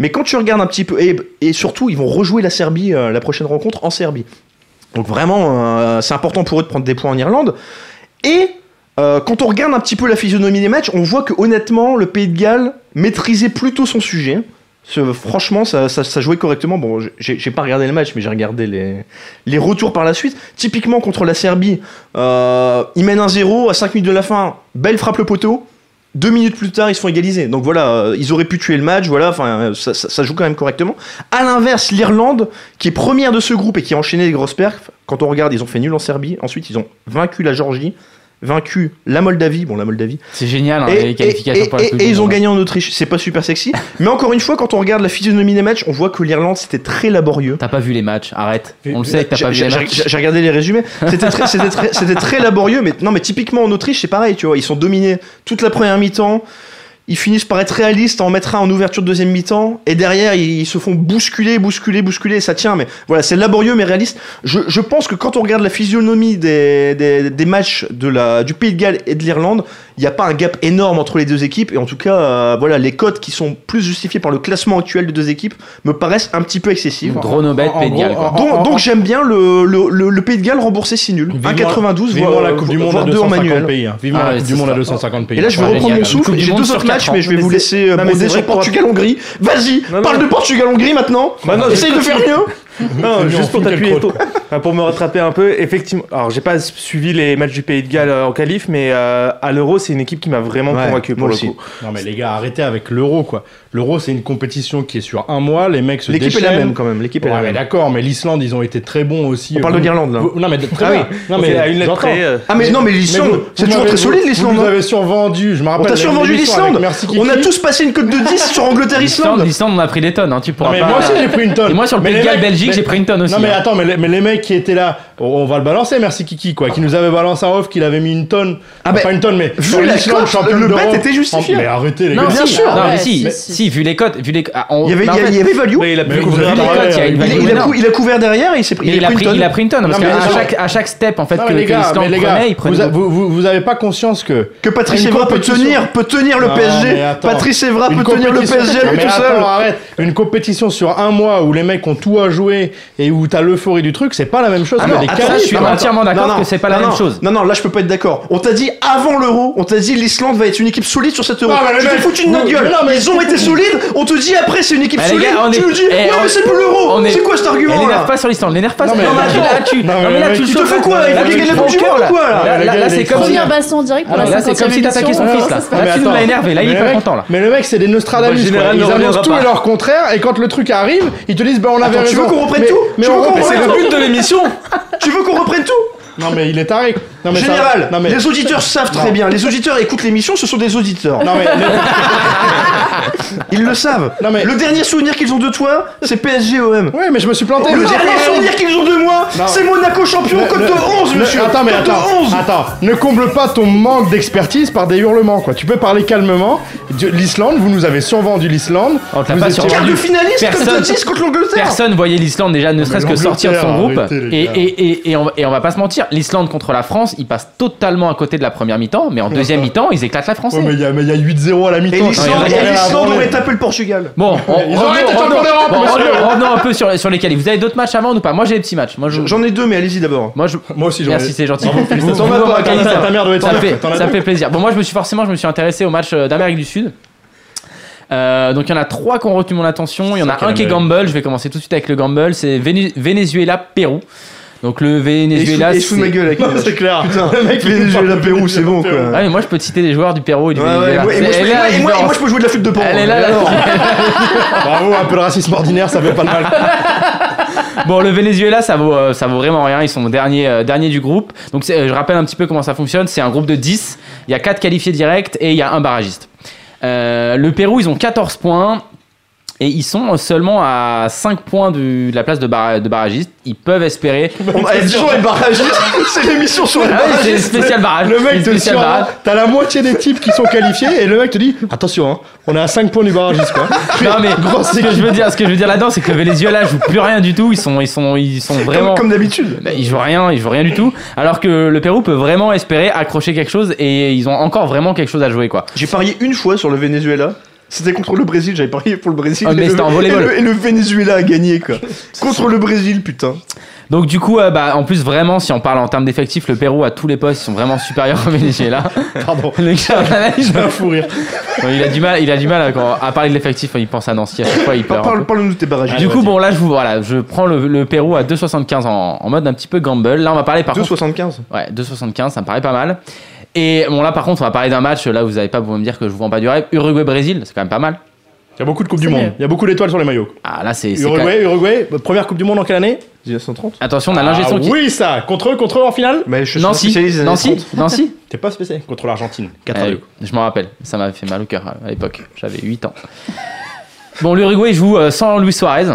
[SPEAKER 3] Mais quand tu regardes un petit peu, et, et surtout ils vont rejouer la Serbie, euh, la prochaine rencontre en Serbie. Donc vraiment, euh, c'est important pour eux de prendre des points en Irlande. Et euh, quand on regarde un petit peu la physionomie des matchs, on voit que honnêtement, le Pays de Galles maîtrisait plutôt son sujet. Ce- franchement, ça, ça- ça jouait correctement. Bon, j'ai j'ai pas regardé le match, mais j'ai regardé les, les retours par la suite. Typiquement contre la Serbie, euh, ils mènent 1-0 à 5 minutes de la fin. Belle frappe le poteau. Deux minutes plus tard, ils se font égaliser. Donc voilà, euh, ils auraient pu tuer le match. Voilà, enfin, euh, ça, ça- ça joue quand même correctement. À l'inverse, l'Irlande, qui est première de ce groupe et qui a enchaîné les grosses perfs. Quand on regarde, ils ont fait nul en Serbie. Ensuite, ils ont vaincu la Géorgie, vaincu la Moldavie. Bon, la Moldavie,
[SPEAKER 1] C'est génial, hein,
[SPEAKER 3] et,
[SPEAKER 1] les qualifications
[SPEAKER 3] et-
[SPEAKER 1] pour la
[SPEAKER 3] et-
[SPEAKER 1] Coupe
[SPEAKER 3] et
[SPEAKER 1] du
[SPEAKER 3] ils ont
[SPEAKER 1] Monde. hein.
[SPEAKER 3] gagné en Autriche. C'est pas super sexy. mais encore une fois, quand on regarde la physionomie des matchs, on voit que l'Irlande, c'était très laborieux.
[SPEAKER 1] T'as pas vu les matchs, arrête. On le sait que t'as
[SPEAKER 3] J'ai
[SPEAKER 1] pas vu
[SPEAKER 3] j'ai-
[SPEAKER 1] les
[SPEAKER 3] j'ai-
[SPEAKER 1] matchs.
[SPEAKER 3] j'ai regardé les résumés. C'était très, c'était très- c'était très laborieux. Mais, non, mais typiquement en Autriche, c'est pareil. Tu vois, ils sont dominés toute la première mi-temps. Ils finissent par être réalistes, en mettre un en ouverture de deuxième mi-temps. Et derrière, ils, ils se font bousculer, bousculer, bousculer. Et ça tient. Mais voilà, c'est laborieux mais réaliste. Je, je pense que quand on regarde la physionomie des, des, des matchs de la, du Pays de Galles et de l'Irlande, il n'y a pas un gap énorme entre les deux équipes. Et en tout cas, euh, voilà, les cotes qui sont plus justifiées par le classement actuel des deux équipes me paraissent un petit peu excessives.
[SPEAKER 1] Dronobet,
[SPEAKER 2] En- en
[SPEAKER 1] Pays de Galles, quoi.
[SPEAKER 2] gros, en- en-
[SPEAKER 3] Donc, donc
[SPEAKER 2] en-
[SPEAKER 3] j'aime bien le, le, le- le Pays de Galles remboursé si nul.
[SPEAKER 2] Vivement-
[SPEAKER 3] 1,92
[SPEAKER 2] Vivement
[SPEAKER 3] voire,
[SPEAKER 2] la Coupe du
[SPEAKER 3] voire
[SPEAKER 2] Monde à
[SPEAKER 3] deux en
[SPEAKER 2] 250
[SPEAKER 3] manuel.
[SPEAKER 2] pays. hein. Vivement
[SPEAKER 1] Ah
[SPEAKER 2] la
[SPEAKER 1] ouais,
[SPEAKER 2] Coupe
[SPEAKER 1] c'est
[SPEAKER 2] du Monde à
[SPEAKER 1] ça.
[SPEAKER 2] 250 pays. hein.
[SPEAKER 3] Et là, je vais
[SPEAKER 1] Ouais,
[SPEAKER 3] reprendre
[SPEAKER 1] génial.
[SPEAKER 3] mon
[SPEAKER 1] Une Coupe
[SPEAKER 3] souffle.
[SPEAKER 1] du
[SPEAKER 3] J'ai
[SPEAKER 1] Monde
[SPEAKER 3] deux
[SPEAKER 1] sur
[SPEAKER 3] autres
[SPEAKER 1] quatre
[SPEAKER 3] matchs,
[SPEAKER 1] ans.
[SPEAKER 3] mais je vais
[SPEAKER 4] Mais
[SPEAKER 3] vous
[SPEAKER 4] c'est-
[SPEAKER 3] laisser euh,
[SPEAKER 4] Non, mais
[SPEAKER 3] broder
[SPEAKER 4] c'est vrai
[SPEAKER 3] sur
[SPEAKER 4] que quand tu-
[SPEAKER 3] Portugal-Hongrie. Vas-y,
[SPEAKER 4] Non, non,
[SPEAKER 3] parle
[SPEAKER 4] mais-
[SPEAKER 3] de Portugal-Hongrie maintenant.
[SPEAKER 4] Bah non,
[SPEAKER 3] Essaye de faire mieux.
[SPEAKER 4] Non,
[SPEAKER 2] mieux, on
[SPEAKER 4] juste pour
[SPEAKER 2] file
[SPEAKER 4] t'appuyer,
[SPEAKER 2] quel croc.
[SPEAKER 4] tôt. Enfin, pour me rattraper un peu, effectivement. Alors, j'ai pas suivi les matchs du Pays de Galles euh, en qualif, mais euh, à l'Euro, c'est une équipe qui m'a vraiment
[SPEAKER 3] Ouais,
[SPEAKER 4] convaincu pour
[SPEAKER 3] moi
[SPEAKER 4] le
[SPEAKER 3] aussi.
[SPEAKER 4] coup.
[SPEAKER 2] Non mais les gars, arrêtez avec l'euro quoi. L'euro c'est une compétition qui est sur un mois, les mecs se
[SPEAKER 3] L'équipe est la
[SPEAKER 2] déchaînent.
[SPEAKER 3] même quand même. L'équipe est
[SPEAKER 2] Ouais,
[SPEAKER 3] la
[SPEAKER 2] mais
[SPEAKER 3] même.
[SPEAKER 2] d'accord, mais l'Islande ils ont été très bons aussi. euh,
[SPEAKER 3] On parle de l'Irlande là.
[SPEAKER 2] Vous- Non mais de- très
[SPEAKER 4] Ah
[SPEAKER 2] bien.
[SPEAKER 4] oui.
[SPEAKER 2] Non
[SPEAKER 4] Ok,
[SPEAKER 2] mais
[SPEAKER 4] à une lettre
[SPEAKER 2] j'entends.
[SPEAKER 4] près, euh,
[SPEAKER 3] Ah mais, non mais
[SPEAKER 2] vous-
[SPEAKER 3] l'Islande, c'est
[SPEAKER 2] vous
[SPEAKER 3] toujours
[SPEAKER 2] m'avez-
[SPEAKER 3] très solide
[SPEAKER 2] vous-
[SPEAKER 3] l'Islande.
[SPEAKER 2] Vous
[SPEAKER 3] hein.
[SPEAKER 2] avez survendu, je me
[SPEAKER 3] On
[SPEAKER 2] rappelle.
[SPEAKER 3] t'a
[SPEAKER 2] la-
[SPEAKER 3] survendu
[SPEAKER 2] l'émission avec
[SPEAKER 3] l'Islande.
[SPEAKER 2] Merci Kiki.
[SPEAKER 3] On a tous passé une cote de 10 sur
[SPEAKER 1] L'Islande,
[SPEAKER 3] Angleterre-Islande.
[SPEAKER 1] l'Islande, on a pris des tonnes, hein, tu
[SPEAKER 2] Non,
[SPEAKER 1] pourras
[SPEAKER 2] mais
[SPEAKER 1] pas.
[SPEAKER 2] moi aussi j'ai pris une tonne.
[SPEAKER 1] Et moi sur le
[SPEAKER 2] Mais
[SPEAKER 1] Pays de
[SPEAKER 2] les
[SPEAKER 1] Galles,
[SPEAKER 2] mecs-
[SPEAKER 1] Belgique,
[SPEAKER 2] mais-
[SPEAKER 1] j'ai pris une tonne aussi.
[SPEAKER 2] Non mais
[SPEAKER 1] hein.
[SPEAKER 2] attends, mais les, mais les mecs qui étaient là, on, on va le balancer, merci Kiki quoi, qui nous avait balancé un off qu'il avait mis une tonne,
[SPEAKER 3] Ah
[SPEAKER 2] Enfin,
[SPEAKER 3] ben,
[SPEAKER 2] pas une tonne mais
[SPEAKER 3] vu
[SPEAKER 2] sur
[SPEAKER 3] la
[SPEAKER 2] l'Islande,
[SPEAKER 3] cote,
[SPEAKER 2] championne
[SPEAKER 3] le bet
[SPEAKER 2] d'Europe.
[SPEAKER 3] était justifié.
[SPEAKER 2] Mais arrêtez les
[SPEAKER 1] Non,
[SPEAKER 2] gars.
[SPEAKER 3] bien
[SPEAKER 1] si,
[SPEAKER 3] sûr.
[SPEAKER 1] non,
[SPEAKER 7] Ouais,
[SPEAKER 1] mais si,
[SPEAKER 7] si,
[SPEAKER 1] si,
[SPEAKER 7] si.
[SPEAKER 1] vu les cotes, vu les. ah, on-
[SPEAKER 3] Il y avait,
[SPEAKER 1] mais en
[SPEAKER 3] il y a-
[SPEAKER 1] fait,
[SPEAKER 3] il y avait value.
[SPEAKER 4] Oui, il a
[SPEAKER 2] Mais
[SPEAKER 4] pu
[SPEAKER 2] vous
[SPEAKER 4] ouvrir
[SPEAKER 2] avez
[SPEAKER 4] la
[SPEAKER 1] vu les
[SPEAKER 4] parole.
[SPEAKER 1] cotes, il y a une
[SPEAKER 3] Il, a-
[SPEAKER 1] value
[SPEAKER 3] il a,
[SPEAKER 1] énorme.
[SPEAKER 3] cou- il a couvert derrière et il s'est pris.
[SPEAKER 1] Mais il a
[SPEAKER 3] pris
[SPEAKER 1] pris,
[SPEAKER 3] une
[SPEAKER 1] il a
[SPEAKER 3] tonne.
[SPEAKER 1] pris une tonne, parce
[SPEAKER 2] Non, mais
[SPEAKER 1] qu'à
[SPEAKER 2] les gars,
[SPEAKER 1] chaque, à chaque step, en fait,
[SPEAKER 2] Non,
[SPEAKER 1] que,
[SPEAKER 2] mais les
[SPEAKER 1] que
[SPEAKER 2] gars,
[SPEAKER 1] l'Islande
[SPEAKER 2] mais les gars,
[SPEAKER 1] prenait, il prenait.
[SPEAKER 2] vous, a-
[SPEAKER 1] beaucoup.
[SPEAKER 2] vous, vous, vous avez pas conscience que
[SPEAKER 3] Que Patrice
[SPEAKER 2] Une
[SPEAKER 3] Evra peut
[SPEAKER 2] compétition.
[SPEAKER 3] tenir, peut tenir le
[SPEAKER 2] Non,
[SPEAKER 3] PSG.
[SPEAKER 2] mais attends.
[SPEAKER 3] Patrice Evra
[SPEAKER 2] Une
[SPEAKER 3] peut tenir le
[SPEAKER 2] compétition-
[SPEAKER 3] PSG à
[SPEAKER 2] Non,
[SPEAKER 3] lui
[SPEAKER 2] mais
[SPEAKER 3] tout
[SPEAKER 2] attends, Ah,
[SPEAKER 3] seul.
[SPEAKER 2] arrête. Une compétition sur un mois où les mecs ont tout à jouer et où t'as l'euphorie du truc, c'est pas la même chose.
[SPEAKER 3] Ah
[SPEAKER 2] que
[SPEAKER 3] non,
[SPEAKER 2] des
[SPEAKER 3] attends,
[SPEAKER 2] qualifs. hein.
[SPEAKER 1] je suis
[SPEAKER 3] non, non,
[SPEAKER 1] entièrement
[SPEAKER 3] non,
[SPEAKER 1] d'accord
[SPEAKER 3] non,
[SPEAKER 1] que c'est pas la
[SPEAKER 3] non,
[SPEAKER 1] même
[SPEAKER 3] non.
[SPEAKER 1] chose.
[SPEAKER 3] Non, non, là je peux pas être d'accord. On t'a dit avant l'euro, on t'a dit l'Islande va être une équipe solide sur cet euro.
[SPEAKER 2] Ah, mais
[SPEAKER 3] tu
[SPEAKER 2] le
[SPEAKER 3] t'es
[SPEAKER 2] mec-
[SPEAKER 3] foutu de notre
[SPEAKER 2] oui,
[SPEAKER 3] gueule.
[SPEAKER 2] mais non, mais-
[SPEAKER 3] Ils ont été solides, on te dit après c'est une équipe
[SPEAKER 1] Ah, les
[SPEAKER 3] solide.
[SPEAKER 1] gars, on
[SPEAKER 3] tu
[SPEAKER 1] est-
[SPEAKER 3] nous dis,
[SPEAKER 1] eh,
[SPEAKER 3] ouais,
[SPEAKER 1] on-
[SPEAKER 3] mais c'est plus l'euro.
[SPEAKER 1] on est-
[SPEAKER 3] C'est quoi cet
[SPEAKER 1] Elle
[SPEAKER 3] argument
[SPEAKER 1] n'énerve
[SPEAKER 3] là
[SPEAKER 1] pas sur l'Islande, n'énerve pas
[SPEAKER 2] Non,
[SPEAKER 1] sur
[SPEAKER 2] mais-
[SPEAKER 1] l'Islande. Non, mais là, tu.
[SPEAKER 2] Non,
[SPEAKER 1] Non,
[SPEAKER 2] mais
[SPEAKER 1] mais là,
[SPEAKER 2] mec,
[SPEAKER 1] tu le
[SPEAKER 2] il
[SPEAKER 3] te
[SPEAKER 1] chauffes,
[SPEAKER 3] faut quoi
[SPEAKER 1] là,
[SPEAKER 3] Il faut
[SPEAKER 1] tu
[SPEAKER 3] gagner
[SPEAKER 1] le
[SPEAKER 3] la
[SPEAKER 1] prends
[SPEAKER 3] Coupe du
[SPEAKER 1] au cœur,
[SPEAKER 3] Monde,
[SPEAKER 1] là.
[SPEAKER 3] quoi, là
[SPEAKER 1] Là,
[SPEAKER 2] Les
[SPEAKER 1] là,
[SPEAKER 2] gars,
[SPEAKER 1] là, c'est
[SPEAKER 2] les
[SPEAKER 1] comme si.
[SPEAKER 2] Français-
[SPEAKER 7] Première baston en direct pour
[SPEAKER 1] Là,
[SPEAKER 7] la
[SPEAKER 1] c'est
[SPEAKER 7] 50e
[SPEAKER 1] comme si t'as
[SPEAKER 7] émission.
[SPEAKER 1] attaqué son
[SPEAKER 7] euh,
[SPEAKER 1] fils, là.
[SPEAKER 7] ça se passe.
[SPEAKER 1] Là, tu
[SPEAKER 2] mais
[SPEAKER 1] nous l'as
[SPEAKER 2] attends.
[SPEAKER 1] énervé, là, il
[SPEAKER 2] Mais
[SPEAKER 1] est
[SPEAKER 2] le
[SPEAKER 1] pas
[SPEAKER 2] mec-
[SPEAKER 1] content, là.
[SPEAKER 2] Mais le mec, c'est des
[SPEAKER 4] Bah,
[SPEAKER 2] Nostradamus. quoi.
[SPEAKER 4] général,
[SPEAKER 2] Ils
[SPEAKER 4] on
[SPEAKER 2] annoncent
[SPEAKER 4] reviendra
[SPEAKER 2] tout
[SPEAKER 4] pas.
[SPEAKER 2] et leur contraire, et quand le truc arrive, ils te disent bah on avait
[SPEAKER 3] Attends, tu
[SPEAKER 2] raison.
[SPEAKER 3] veux qu'on reprenne
[SPEAKER 2] Mais-
[SPEAKER 3] tout
[SPEAKER 2] Mais
[SPEAKER 3] Tu veux
[SPEAKER 2] on
[SPEAKER 3] qu'on
[SPEAKER 2] reprend-
[SPEAKER 3] reprenne
[SPEAKER 2] c'est le but.
[SPEAKER 5] de l'émission
[SPEAKER 3] Tu veux qu'on reprenne tout
[SPEAKER 2] Non mais il est taré. Non mais ça-
[SPEAKER 3] Général,
[SPEAKER 2] Non mais.
[SPEAKER 3] les auditeurs savent très bien. Les auditeurs écoutent l'émission, ce sont des auditeurs.
[SPEAKER 2] Non mais.
[SPEAKER 3] Ils le savent.
[SPEAKER 2] Non, mais-
[SPEAKER 3] Le dernier souvenir qu'ils ont de toi, c'est PSG-OM.
[SPEAKER 2] Ouais mais je me suis planté.
[SPEAKER 3] Le
[SPEAKER 2] Non,
[SPEAKER 3] dernier
[SPEAKER 2] non,
[SPEAKER 3] souvenir qu'ils ont de moi,
[SPEAKER 2] Oh, Non.
[SPEAKER 3] c'est Monaco champion,
[SPEAKER 2] Ne-
[SPEAKER 3] cote
[SPEAKER 2] ne-
[SPEAKER 3] de 11,
[SPEAKER 2] ne-
[SPEAKER 3] monsieur.
[SPEAKER 2] Attends, mais
[SPEAKER 3] Cote de
[SPEAKER 2] attends,
[SPEAKER 3] 11.
[SPEAKER 2] attends. Ne comble pas ton manque d'expertise par des hurlements, quoi. Tu peux parler calmement. Dieu- L'Islande, vous nous avez survendu l'Islande.
[SPEAKER 1] On te l'a
[SPEAKER 2] Vous
[SPEAKER 1] pas
[SPEAKER 2] étiez-
[SPEAKER 1] survendu.
[SPEAKER 3] Quart de finaliste, comme
[SPEAKER 1] Personne-
[SPEAKER 3] de 10 contre l'Angleterre.
[SPEAKER 1] Personne voyait l'Islande déjà, ne serait-ce que sortir de son
[SPEAKER 2] l'Angleterre,
[SPEAKER 1] groupe.
[SPEAKER 2] arrêtez, les
[SPEAKER 1] Et,
[SPEAKER 2] gars.
[SPEAKER 1] et, et, et on, va- et on va pas se mentir, l'Islande contre la France, ils passent totalement à côté de la première mi-temps, mais en deuxième mi-temps, ils éclatent la France.
[SPEAKER 2] Ouais, mais il y a, mais il y a 8-0 à la
[SPEAKER 3] Et
[SPEAKER 2] mi-temps.
[SPEAKER 3] l'Islande,
[SPEAKER 2] Ouais,
[SPEAKER 3] et
[SPEAKER 2] ouais,
[SPEAKER 3] l'Islande
[SPEAKER 2] ouais.
[SPEAKER 3] aurait tapé le Portugal.
[SPEAKER 1] Bon, on,
[SPEAKER 2] Ils ont
[SPEAKER 1] revenons-
[SPEAKER 2] arrêté de
[SPEAKER 1] revenons-
[SPEAKER 2] champion d'Europe,
[SPEAKER 1] bon,
[SPEAKER 2] monsieur.
[SPEAKER 1] revenons- revenons un peu sur, sur les qualifs. Vous avez d'autres matchs avant ou pas Moi j'ai des petits matchs.
[SPEAKER 2] Ah,
[SPEAKER 1] Moi, je,
[SPEAKER 3] J'en ai deux, mais allez-y d'abord.
[SPEAKER 1] moi, je,
[SPEAKER 2] Moi aussi, j'en ai-
[SPEAKER 1] Merci, c'est gentil.
[SPEAKER 2] Bravo,
[SPEAKER 1] Vous-
[SPEAKER 2] félicitations.
[SPEAKER 1] vous-
[SPEAKER 2] T'en as
[SPEAKER 1] vous-
[SPEAKER 2] pas,
[SPEAKER 1] vous-
[SPEAKER 2] t'en as pas,
[SPEAKER 1] vous-
[SPEAKER 2] ta mère doit être
[SPEAKER 1] ça
[SPEAKER 2] en-
[SPEAKER 1] fait,
[SPEAKER 2] t'en as
[SPEAKER 1] ça
[SPEAKER 2] deux.
[SPEAKER 1] fait plaisir. Bon, moi, je me suis forcément, je me suis intéressé aux matchs euh, d'Amérique du Sud. Euh, donc il y en a trois qui ont retenu mon attention. Il y en a un qui est gamble. Je vais commencer tout de suite avec le gamble. C'est Véné- Venezuela-Pérou. Donc le
[SPEAKER 3] Et sous,
[SPEAKER 1] Venezuela.
[SPEAKER 3] et sous
[SPEAKER 1] c'est-
[SPEAKER 3] ma gueule avec
[SPEAKER 2] Non, C'est clair.
[SPEAKER 3] Putain,
[SPEAKER 2] Le mec, il nous
[SPEAKER 3] PSG
[SPEAKER 2] parle
[SPEAKER 3] la
[SPEAKER 2] de
[SPEAKER 3] Pérou,
[SPEAKER 2] PSG,
[SPEAKER 3] c'est bon
[SPEAKER 2] Pérou.
[SPEAKER 3] quoi.
[SPEAKER 1] Ah, mais moi je peux te citer des joueurs du Pérou et du
[SPEAKER 3] Ouais, ouais,
[SPEAKER 1] Venezuela.
[SPEAKER 3] moi- et moi, je
[SPEAKER 1] Elle
[SPEAKER 3] peux-
[SPEAKER 1] est là,
[SPEAKER 3] et moi- et moi,
[SPEAKER 1] différence.
[SPEAKER 3] je peux jouer de la flûte de hein. pan.
[SPEAKER 1] Elle est là, la différence.
[SPEAKER 2] Bravo, un peu de racisme ordinaire, ça fait pas de mal.
[SPEAKER 1] Bon, le Venezuela, ça vaut, euh, ça vaut vraiment rien. Ils sont derniers, euh, derniers du groupe. Donc, c'est- euh, je rappelle un petit peu comment ça fonctionne. C'est un groupe de 10. Il y a 4 qualifiés directs et il y a un barragiste. Euh, le Pérou, ils ont 14 points. Et ils sont seulement à 5 points du- de la place de, barra- de barragiste. Ils peuvent espérer.
[SPEAKER 3] On a toujours les barragistes, c'est l'émission sur les
[SPEAKER 1] Ah oui, c'est
[SPEAKER 3] barragistes.
[SPEAKER 1] spécial barrage.
[SPEAKER 2] Le mec
[SPEAKER 1] C'est
[SPEAKER 2] te
[SPEAKER 1] spécial barrage.
[SPEAKER 2] surprend. T'as la moitié des types qui sont qualifiés et le mec te dit Attention, hein, on est à 5 points du barragiste, quoi.
[SPEAKER 1] Non mais
[SPEAKER 2] Grosse
[SPEAKER 1] ce que je veux dire, ce que je veux dire là-dedans, c'est que le Venezuela joue plus rien du tout. Ils sont, ils sont, ils sont vraiment.
[SPEAKER 3] Comme, comme d'habitude.
[SPEAKER 1] Bah, ils jouent rien, ils jouent rien du tout. Alors que le Pérou peut vraiment espérer accrocher quelque chose et ils ont encore vraiment quelque chose à jouer quoi.
[SPEAKER 3] J'ai parié une fois sur le Venezuela. C'était contre le Brésil, j'avais parié pour le Brésil.
[SPEAKER 1] Ah, mais
[SPEAKER 3] et,
[SPEAKER 1] c'était en
[SPEAKER 3] le, et,
[SPEAKER 1] volleyball.
[SPEAKER 3] le, et le Venezuela a gagné quoi. Contre le Brésil, putain.
[SPEAKER 1] Donc du coup, euh, bah, en plus vraiment, si on parle en termes d'effectifs, le Pérou à tous les postes ils sont vraiment supérieurs au Venezuela.
[SPEAKER 2] Pardon.
[SPEAKER 1] Le gars, il
[SPEAKER 2] J'ai
[SPEAKER 1] a-
[SPEAKER 2] un fou rire.
[SPEAKER 1] bon, il a du mal, il a du mal à, quand- à parler de l'effectif. Il pense à Nancy à chaque fois, il
[SPEAKER 3] Par-
[SPEAKER 1] perd. un
[SPEAKER 3] Parle,
[SPEAKER 1] peu.
[SPEAKER 3] parle-nous de tes barragistes.
[SPEAKER 1] Ah, Du coup, bon là, je vous voilà, je prends le, le Pérou à 2,75 en, en mode un petit peu gamble. Là, on va parler par contre
[SPEAKER 3] 2,75.
[SPEAKER 1] Ouais, 2,75, ça me paraît pas mal. Et bon, là par contre, on va parler d'un match. Là, vous n'avez pas vous me dire que je vous vends pas du rêve. Uruguay-Brésil, c'est quand même pas mal.
[SPEAKER 2] Il y a beaucoup de Coupes du
[SPEAKER 7] C'est
[SPEAKER 2] Monde.
[SPEAKER 7] mieux.
[SPEAKER 2] Il y a beaucoup d'étoiles sur les maillots.
[SPEAKER 1] Ah là, c'est. c'est quand même-
[SPEAKER 2] Uruguay, Uruguay, première Coupe du Monde en quelle année
[SPEAKER 3] 1930.
[SPEAKER 1] Attention, on a l'ingé
[SPEAKER 2] Ah
[SPEAKER 1] son qui.
[SPEAKER 2] Oui, ça Contre eux, contre eux en finale
[SPEAKER 3] Mais je suis un
[SPEAKER 1] Nancy,
[SPEAKER 3] spécialiste des années
[SPEAKER 1] Nancy,
[SPEAKER 3] 30.
[SPEAKER 1] Nancy.
[SPEAKER 2] T'es pas spécial Contre l'Argentine.
[SPEAKER 1] Euh, je m'en rappelle, ça m'avait fait mal au cœur à l'époque. J'avais 8 ans. Bon, l'Uruguay joue euh, sans Luis Suarez.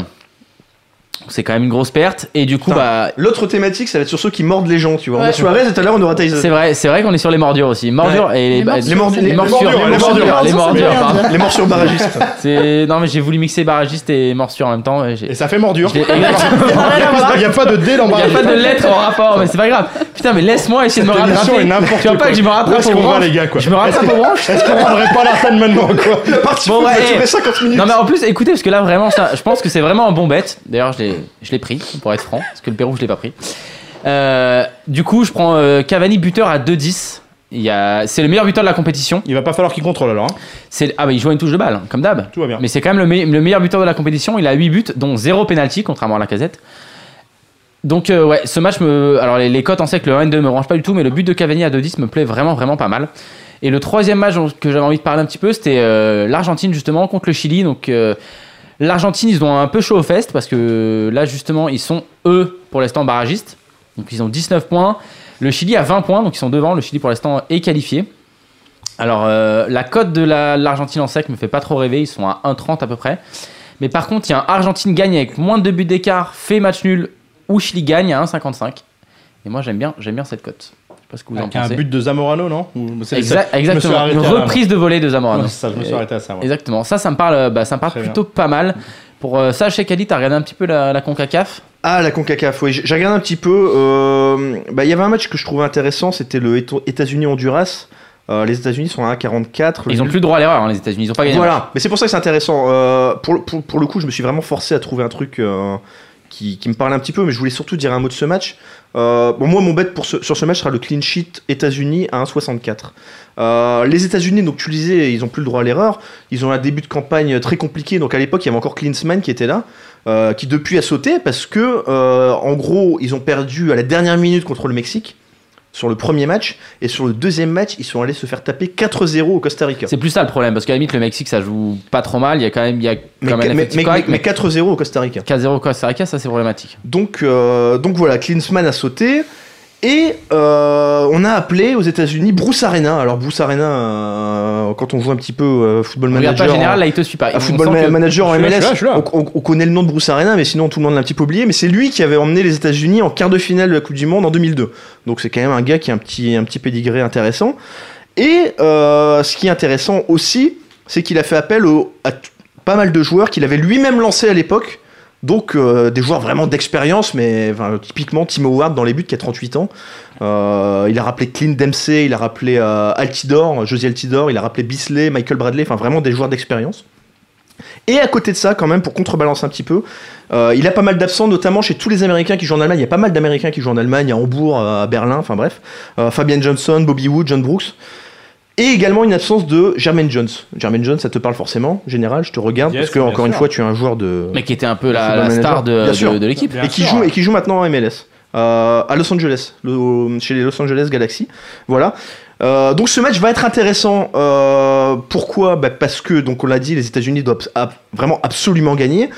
[SPEAKER 1] C'est quand même une grosse perte. Et du coup,
[SPEAKER 3] Putain.
[SPEAKER 1] bah,
[SPEAKER 3] L'autre thématique, ça va être sur ceux qui mordent les gens, tu vois. On a
[SPEAKER 7] Ouais.
[SPEAKER 3] Suarez et tout à l'heure, on aura
[SPEAKER 1] bah, c'est
[SPEAKER 3] Tyson.
[SPEAKER 1] vrai, c'est vrai qu'on est sur les mordures aussi. Mordures et les,
[SPEAKER 7] Les
[SPEAKER 1] bah,
[SPEAKER 7] morsures,
[SPEAKER 3] Les mordu-
[SPEAKER 7] c'est
[SPEAKER 3] les-
[SPEAKER 7] bien.
[SPEAKER 3] les
[SPEAKER 1] morsures,
[SPEAKER 3] mordures,
[SPEAKER 1] les
[SPEAKER 3] les
[SPEAKER 1] morsures,
[SPEAKER 3] mordures,
[SPEAKER 1] les mordures,
[SPEAKER 7] c'est
[SPEAKER 1] pardon.
[SPEAKER 7] merde.
[SPEAKER 3] Les morsures barragistes.
[SPEAKER 1] C'est non mais j'ai voulu mixer barragiste et morsure en même temps. et j'ai-
[SPEAKER 2] Et ça fait mordure.
[SPEAKER 1] j'ai- exactement.
[SPEAKER 2] Il n'y a, pas- il y a pas de dé dans
[SPEAKER 1] Il n'y a
[SPEAKER 2] barrage.
[SPEAKER 1] pas de lettre en rapport, mais c'est pas grave. Putain, mais laisse-moi essayer de me
[SPEAKER 2] Cette émission
[SPEAKER 1] rattraper.
[SPEAKER 2] est n'importe
[SPEAKER 1] Tu vois pas
[SPEAKER 2] quoi.
[SPEAKER 1] que je me
[SPEAKER 2] Où
[SPEAKER 1] rattrape
[SPEAKER 2] est-ce
[SPEAKER 1] au
[SPEAKER 2] qu'on va,
[SPEAKER 1] branche
[SPEAKER 2] les gars, quoi
[SPEAKER 1] Je me rattrape au branche
[SPEAKER 2] Est-ce qu'on rendrait pas la scène maintenant, quoi
[SPEAKER 3] La partie
[SPEAKER 1] Bon,
[SPEAKER 3] foot va
[SPEAKER 1] ouais,
[SPEAKER 3] durer
[SPEAKER 1] eh.
[SPEAKER 3] 50 minutes.
[SPEAKER 1] Non mais en plus, écoutez, parce que là vraiment, ça, je pense que c'est vraiment un bon bête. D'ailleurs, je l'ai, je l'ai pris, pour être franc, parce que le Pérou, je l'ai pas pris. Euh, du coup, je prends euh, Cavani buteur à 2-10. Il y a... C'est le meilleur buteur de la compétition.
[SPEAKER 2] Il va pas falloir qu'il contrôle alors. hein.
[SPEAKER 1] C'est... Ah bah il joue à une touche de balle, hein, comme d'hab.
[SPEAKER 2] Tout va bien.
[SPEAKER 1] Mais c'est quand même le, me- le meilleur buteur de la compétition. Il a 8 buts, dont 0 penalty, contrairement à la casette. Donc, euh, ouais, ce match me. Alors, les, les cotes, on sait que le 1-2 me range pas du tout, mais le but de Cavani à 2-10 me plaît vraiment, vraiment pas mal. Et le troisième match dont- que j'avais envie de parler un petit peu, c'était euh, l'Argentine, justement, contre le Chili. Donc, euh, l'Argentine, ils ont un peu chaud aux fesses parce que là, justement, ils sont, eux, pour l'instant, barragistes. Donc, ils ont 19 points. Le Chili a 20 points, donc ils sont devant. Le Chili, pour l'instant, est qualifié. Alors, euh, la cote de la- l'Argentine en sec me fait pas trop rêver. Ils sont à 1,30 à peu près. Mais par contre, il y a un Argentine gagne avec moins de 2 buts d'écart, fait match nul, ou Chili gagne à 1,55. Et moi, j'aime bien, j'aime bien cette cote. Je sais pas ce que vous en
[SPEAKER 2] Avec Ah, un
[SPEAKER 1] pensez.
[SPEAKER 2] but de Zamorano, non Ou- c'est-
[SPEAKER 1] Exact-
[SPEAKER 2] ça- je me suis
[SPEAKER 1] exactement.
[SPEAKER 2] arrêté
[SPEAKER 1] Une
[SPEAKER 2] à la-
[SPEAKER 1] reprise de volée de Zamorano.
[SPEAKER 2] Ouais, c'est ça, je me suis
[SPEAKER 1] Et-
[SPEAKER 2] arrêté à ça. ouais.
[SPEAKER 1] Exactement. Ça, ça me parle, bah, ça me parle
[SPEAKER 2] Très
[SPEAKER 1] plutôt pas mal. Pour euh, ça, chez Kali, t'as regardé un petit peu la, la Concacaf.
[SPEAKER 3] Ah, la CONCACAF, oui. J'ai j'ai regardé un petit peu. euh, bah, Il y avait un match que je trouvais intéressant, c'était le Eto- États-Unis-Honduras. Euh, les États-Unis sont à 1,44.
[SPEAKER 1] Ils ont plus le droit à l'erreur, hein, les États-Unis. Ils ont pas gagné.
[SPEAKER 3] Voilà, mais c'est pour ça que c'est intéressant. Euh, pour, le- pour- pour le coup, je me suis vraiment forcé à trouver un truc euh, qui, qui me parle un petit peu, mais je voulais surtout dire un mot de ce match. Euh, bon, moi, mon bet pour ce- sur ce match sera le clean sheet États-Unis à 1,64. Euh, les États-Unis, donc tu le disais, ils ont plus le droit à l'erreur. Ils ont un début de campagne très compliqué. Donc à l'époque, il y avait encore Klinsmann qui était là, euh, qui depuis a sauté parce que, euh, en gros, ils ont perdu à la dernière minute contre le Mexique sur le premier match et sur le deuxième match, ils sont allés se faire taper 4-0 au Costa Rica.
[SPEAKER 1] C'est plus ça le problème, parce qu'à la limite, le Mexique, ça joue pas trop mal. Il y a quand même, il y a quand
[SPEAKER 3] Mais,
[SPEAKER 1] même un
[SPEAKER 3] mais-
[SPEAKER 1] effectif
[SPEAKER 3] mais-
[SPEAKER 1] correct,
[SPEAKER 3] mais
[SPEAKER 1] mais
[SPEAKER 3] 4-0 au Costa Rica.
[SPEAKER 1] 4-0 Costa Rica, ça c'est problématique.
[SPEAKER 3] Donc, euh, donc voilà, Klinsmann a sauté. Et euh, on a appelé aux États-Unis Bruce Arena. Alors, Bruce Arena, euh, quand on joue un petit peu euh, football
[SPEAKER 1] Regarde
[SPEAKER 3] manager.
[SPEAKER 1] pas général,
[SPEAKER 3] en-
[SPEAKER 1] là, il te suit pas.
[SPEAKER 3] à
[SPEAKER 1] On
[SPEAKER 3] football
[SPEAKER 1] sent
[SPEAKER 3] Ma-
[SPEAKER 1] que-
[SPEAKER 3] manager en
[SPEAKER 2] je suis là,
[SPEAKER 3] MLS,
[SPEAKER 2] je suis là, je suis là.
[SPEAKER 3] On, on- on connaît le nom de Bruce Arena, mais sinon tout le monde l'a un petit peu oublié. Mais c'est lui qui avait emmené les États-Unis en quart de finale de la Coupe du Monde en 2002. Donc c'est quand même un gars qui a un petit, un petit pédigré intéressant. Et euh, ce qui est intéressant aussi, c'est qu'il a fait appel au- à t- pas mal de joueurs qu'il avait lui-même lancés à l'époque. Donc euh, des joueurs vraiment d'expérience, mais enfin, typiquement Tim Howard dans les buts qui a 38 ans. Euh, il a rappelé Clint Dempsey, il a rappelé euh, Altidore, Josie Altidore, il a rappelé Bisley, Michael Bradley, enfin vraiment des joueurs d'expérience. Et à côté de ça, quand même, pour contrebalancer un petit peu, euh, il a pas mal d'absents, notamment chez tous les Américains qui jouent en Allemagne. Il y a pas mal d'Américains qui jouent en Allemagne, à Hambourg, à Berlin, enfin bref. Euh, Fabian Johnson, Bobby Wood, John Brooks. Et également une absence de Jermaine Jones. Jermaine Jones, ça te parle forcément, général, je te regarde,
[SPEAKER 2] Yes,
[SPEAKER 3] parce que,
[SPEAKER 2] bien
[SPEAKER 3] encore une
[SPEAKER 2] sûr.
[SPEAKER 3] fois, tu es un joueur de.
[SPEAKER 1] Mais qui était un peu la,
[SPEAKER 3] Football
[SPEAKER 1] la star
[SPEAKER 3] manager. Bien
[SPEAKER 1] de, de,
[SPEAKER 3] sûr.
[SPEAKER 1] de l'équipe.
[SPEAKER 3] et, qui joue, et qui joue maintenant en MLS, euh, à Los Angeles, le- au- chez les Los Angeles Galaxy. Voilà. Euh, donc ce match va être intéressant. Euh, pourquoi Bah, Parce que, donc on l'a dit, les États-Unis doivent abs- ab- vraiment absolument gagner.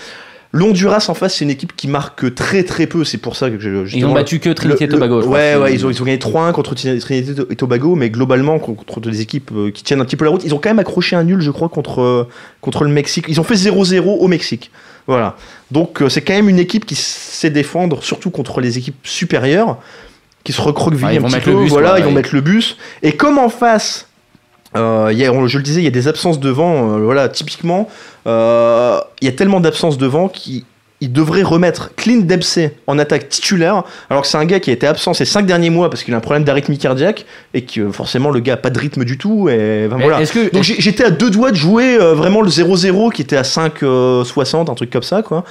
[SPEAKER 3] L'Honduras en face, c'est une équipe qui marque très très peu. C'est pour ça que je,
[SPEAKER 1] Ils ont
[SPEAKER 3] justement,
[SPEAKER 1] battu que Trinité et
[SPEAKER 3] le- le-
[SPEAKER 1] Tobago. je crois.
[SPEAKER 3] Ouais,
[SPEAKER 1] C'est-
[SPEAKER 3] ouais, ils ont, ils ont gagné 3-1 contre Trin- Trinité et Tobago, mais globalement, contre des équipes euh, qui tiennent un petit peu la route, ils ont quand même accroché un nul, je crois, contre, euh, contre le Mexique. Ils ont fait 0-0 au Mexique. Voilà. Donc, euh, c'est quand même une équipe qui sait défendre, surtout contre les équipes supérieures, qui se recroquevillent
[SPEAKER 1] Ouais, Bah, ils
[SPEAKER 3] un
[SPEAKER 1] vont
[SPEAKER 3] petit
[SPEAKER 1] mettre
[SPEAKER 3] peu.
[SPEAKER 1] le bus,
[SPEAKER 3] voilà,
[SPEAKER 1] quoi,
[SPEAKER 3] ils vont
[SPEAKER 1] ouais.
[SPEAKER 3] mettre le bus. Et comme en face. euh, il y a- on- je le disais, il y a des absences devant. euh, voilà, typiquement, euh, il y a tellement d'absences devant qu'ils ils devraient remettre Clint Dempsey en attaque titulaire, alors que c'est un gars qui a été absent ces 5 derniers mois parce qu'il a un problème d'arythmie cardiaque et que euh, forcément le gars a pas de rythme du tout. Et, enfin,
[SPEAKER 1] Mais
[SPEAKER 3] voilà.
[SPEAKER 1] Est-ce que
[SPEAKER 3] Donc j'ai- j'étais à deux doigts de jouer euh, vraiment le 0-0 qui était à 5,60, un truc comme ça, quoi.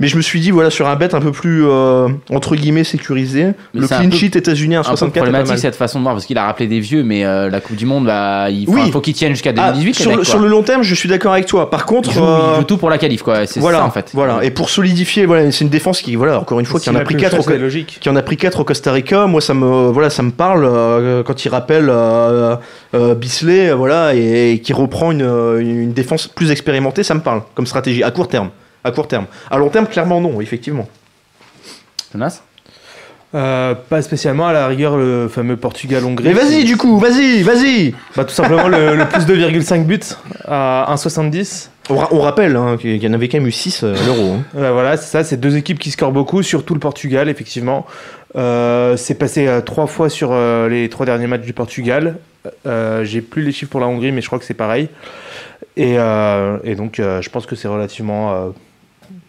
[SPEAKER 3] Mais je me suis dit, voilà, sur un bet un peu plus, euh, entre guillemets, sécurisé,
[SPEAKER 1] Mais
[SPEAKER 3] le
[SPEAKER 1] c'est un
[SPEAKER 3] clean
[SPEAKER 1] peu-
[SPEAKER 3] sheet états-unien à
[SPEAKER 1] un peu
[SPEAKER 3] 64 est pas
[SPEAKER 1] problématique
[SPEAKER 3] mal.
[SPEAKER 1] cette façon de voir parce qu'il a rappelé des vieux, mais euh, la Coupe du Monde, bah, il faut,
[SPEAKER 3] Oui.
[SPEAKER 1] il faut qu'ils tiennent jusqu'à
[SPEAKER 3] Ah,
[SPEAKER 1] 2018. les
[SPEAKER 3] sur,
[SPEAKER 1] mecs,
[SPEAKER 3] le,
[SPEAKER 1] quoi.
[SPEAKER 3] sur le long terme, je suis d'accord avec toi. Par
[SPEAKER 1] Ils
[SPEAKER 3] contre,
[SPEAKER 1] jouent- ils
[SPEAKER 3] euh,
[SPEAKER 1] jouent tout pour la qualif, quoi. C'est
[SPEAKER 3] voilà,
[SPEAKER 1] ça en fait.
[SPEAKER 3] voilà. Et pour solidifier, voilà, c'est une défense qui, voilà, encore une fois, qui en a pris 4
[SPEAKER 4] c'est logique.
[SPEAKER 3] qui en a pris 4 au Costa Rica. Moi, ça me, voilà, ça me parle euh, quand il rappelle euh, euh, Bisley, euh, voilà, et, et qui reprend une, euh, une défense plus expérimentée. Ça me parle comme stratégie à court terme. À court terme. À long terme, clairement non, effectivement.
[SPEAKER 1] Jonas
[SPEAKER 4] Euh, pas spécialement à la rigueur le fameux Portugal-Hongrie.
[SPEAKER 3] Mais vas-y, du coup, vas-y, vas-y.
[SPEAKER 4] Bah, tout simplement le, le plus 2,5 buts à 1,70.
[SPEAKER 3] On, ra- on rappelle hein, qu'il y en avait quand même eu 6 à l'euro. hein.
[SPEAKER 4] Euh, voilà, c'est ça, c'est deux équipes qui scorent beaucoup, surtout le Portugal, effectivement. Euh, c'est passé euh, trois fois sur euh, les trois derniers matchs du Portugal. Euh, J'ai plus les chiffres pour la Hongrie, mais je crois que c'est pareil. Et, euh, et donc, euh, je pense que c'est relativement. euh,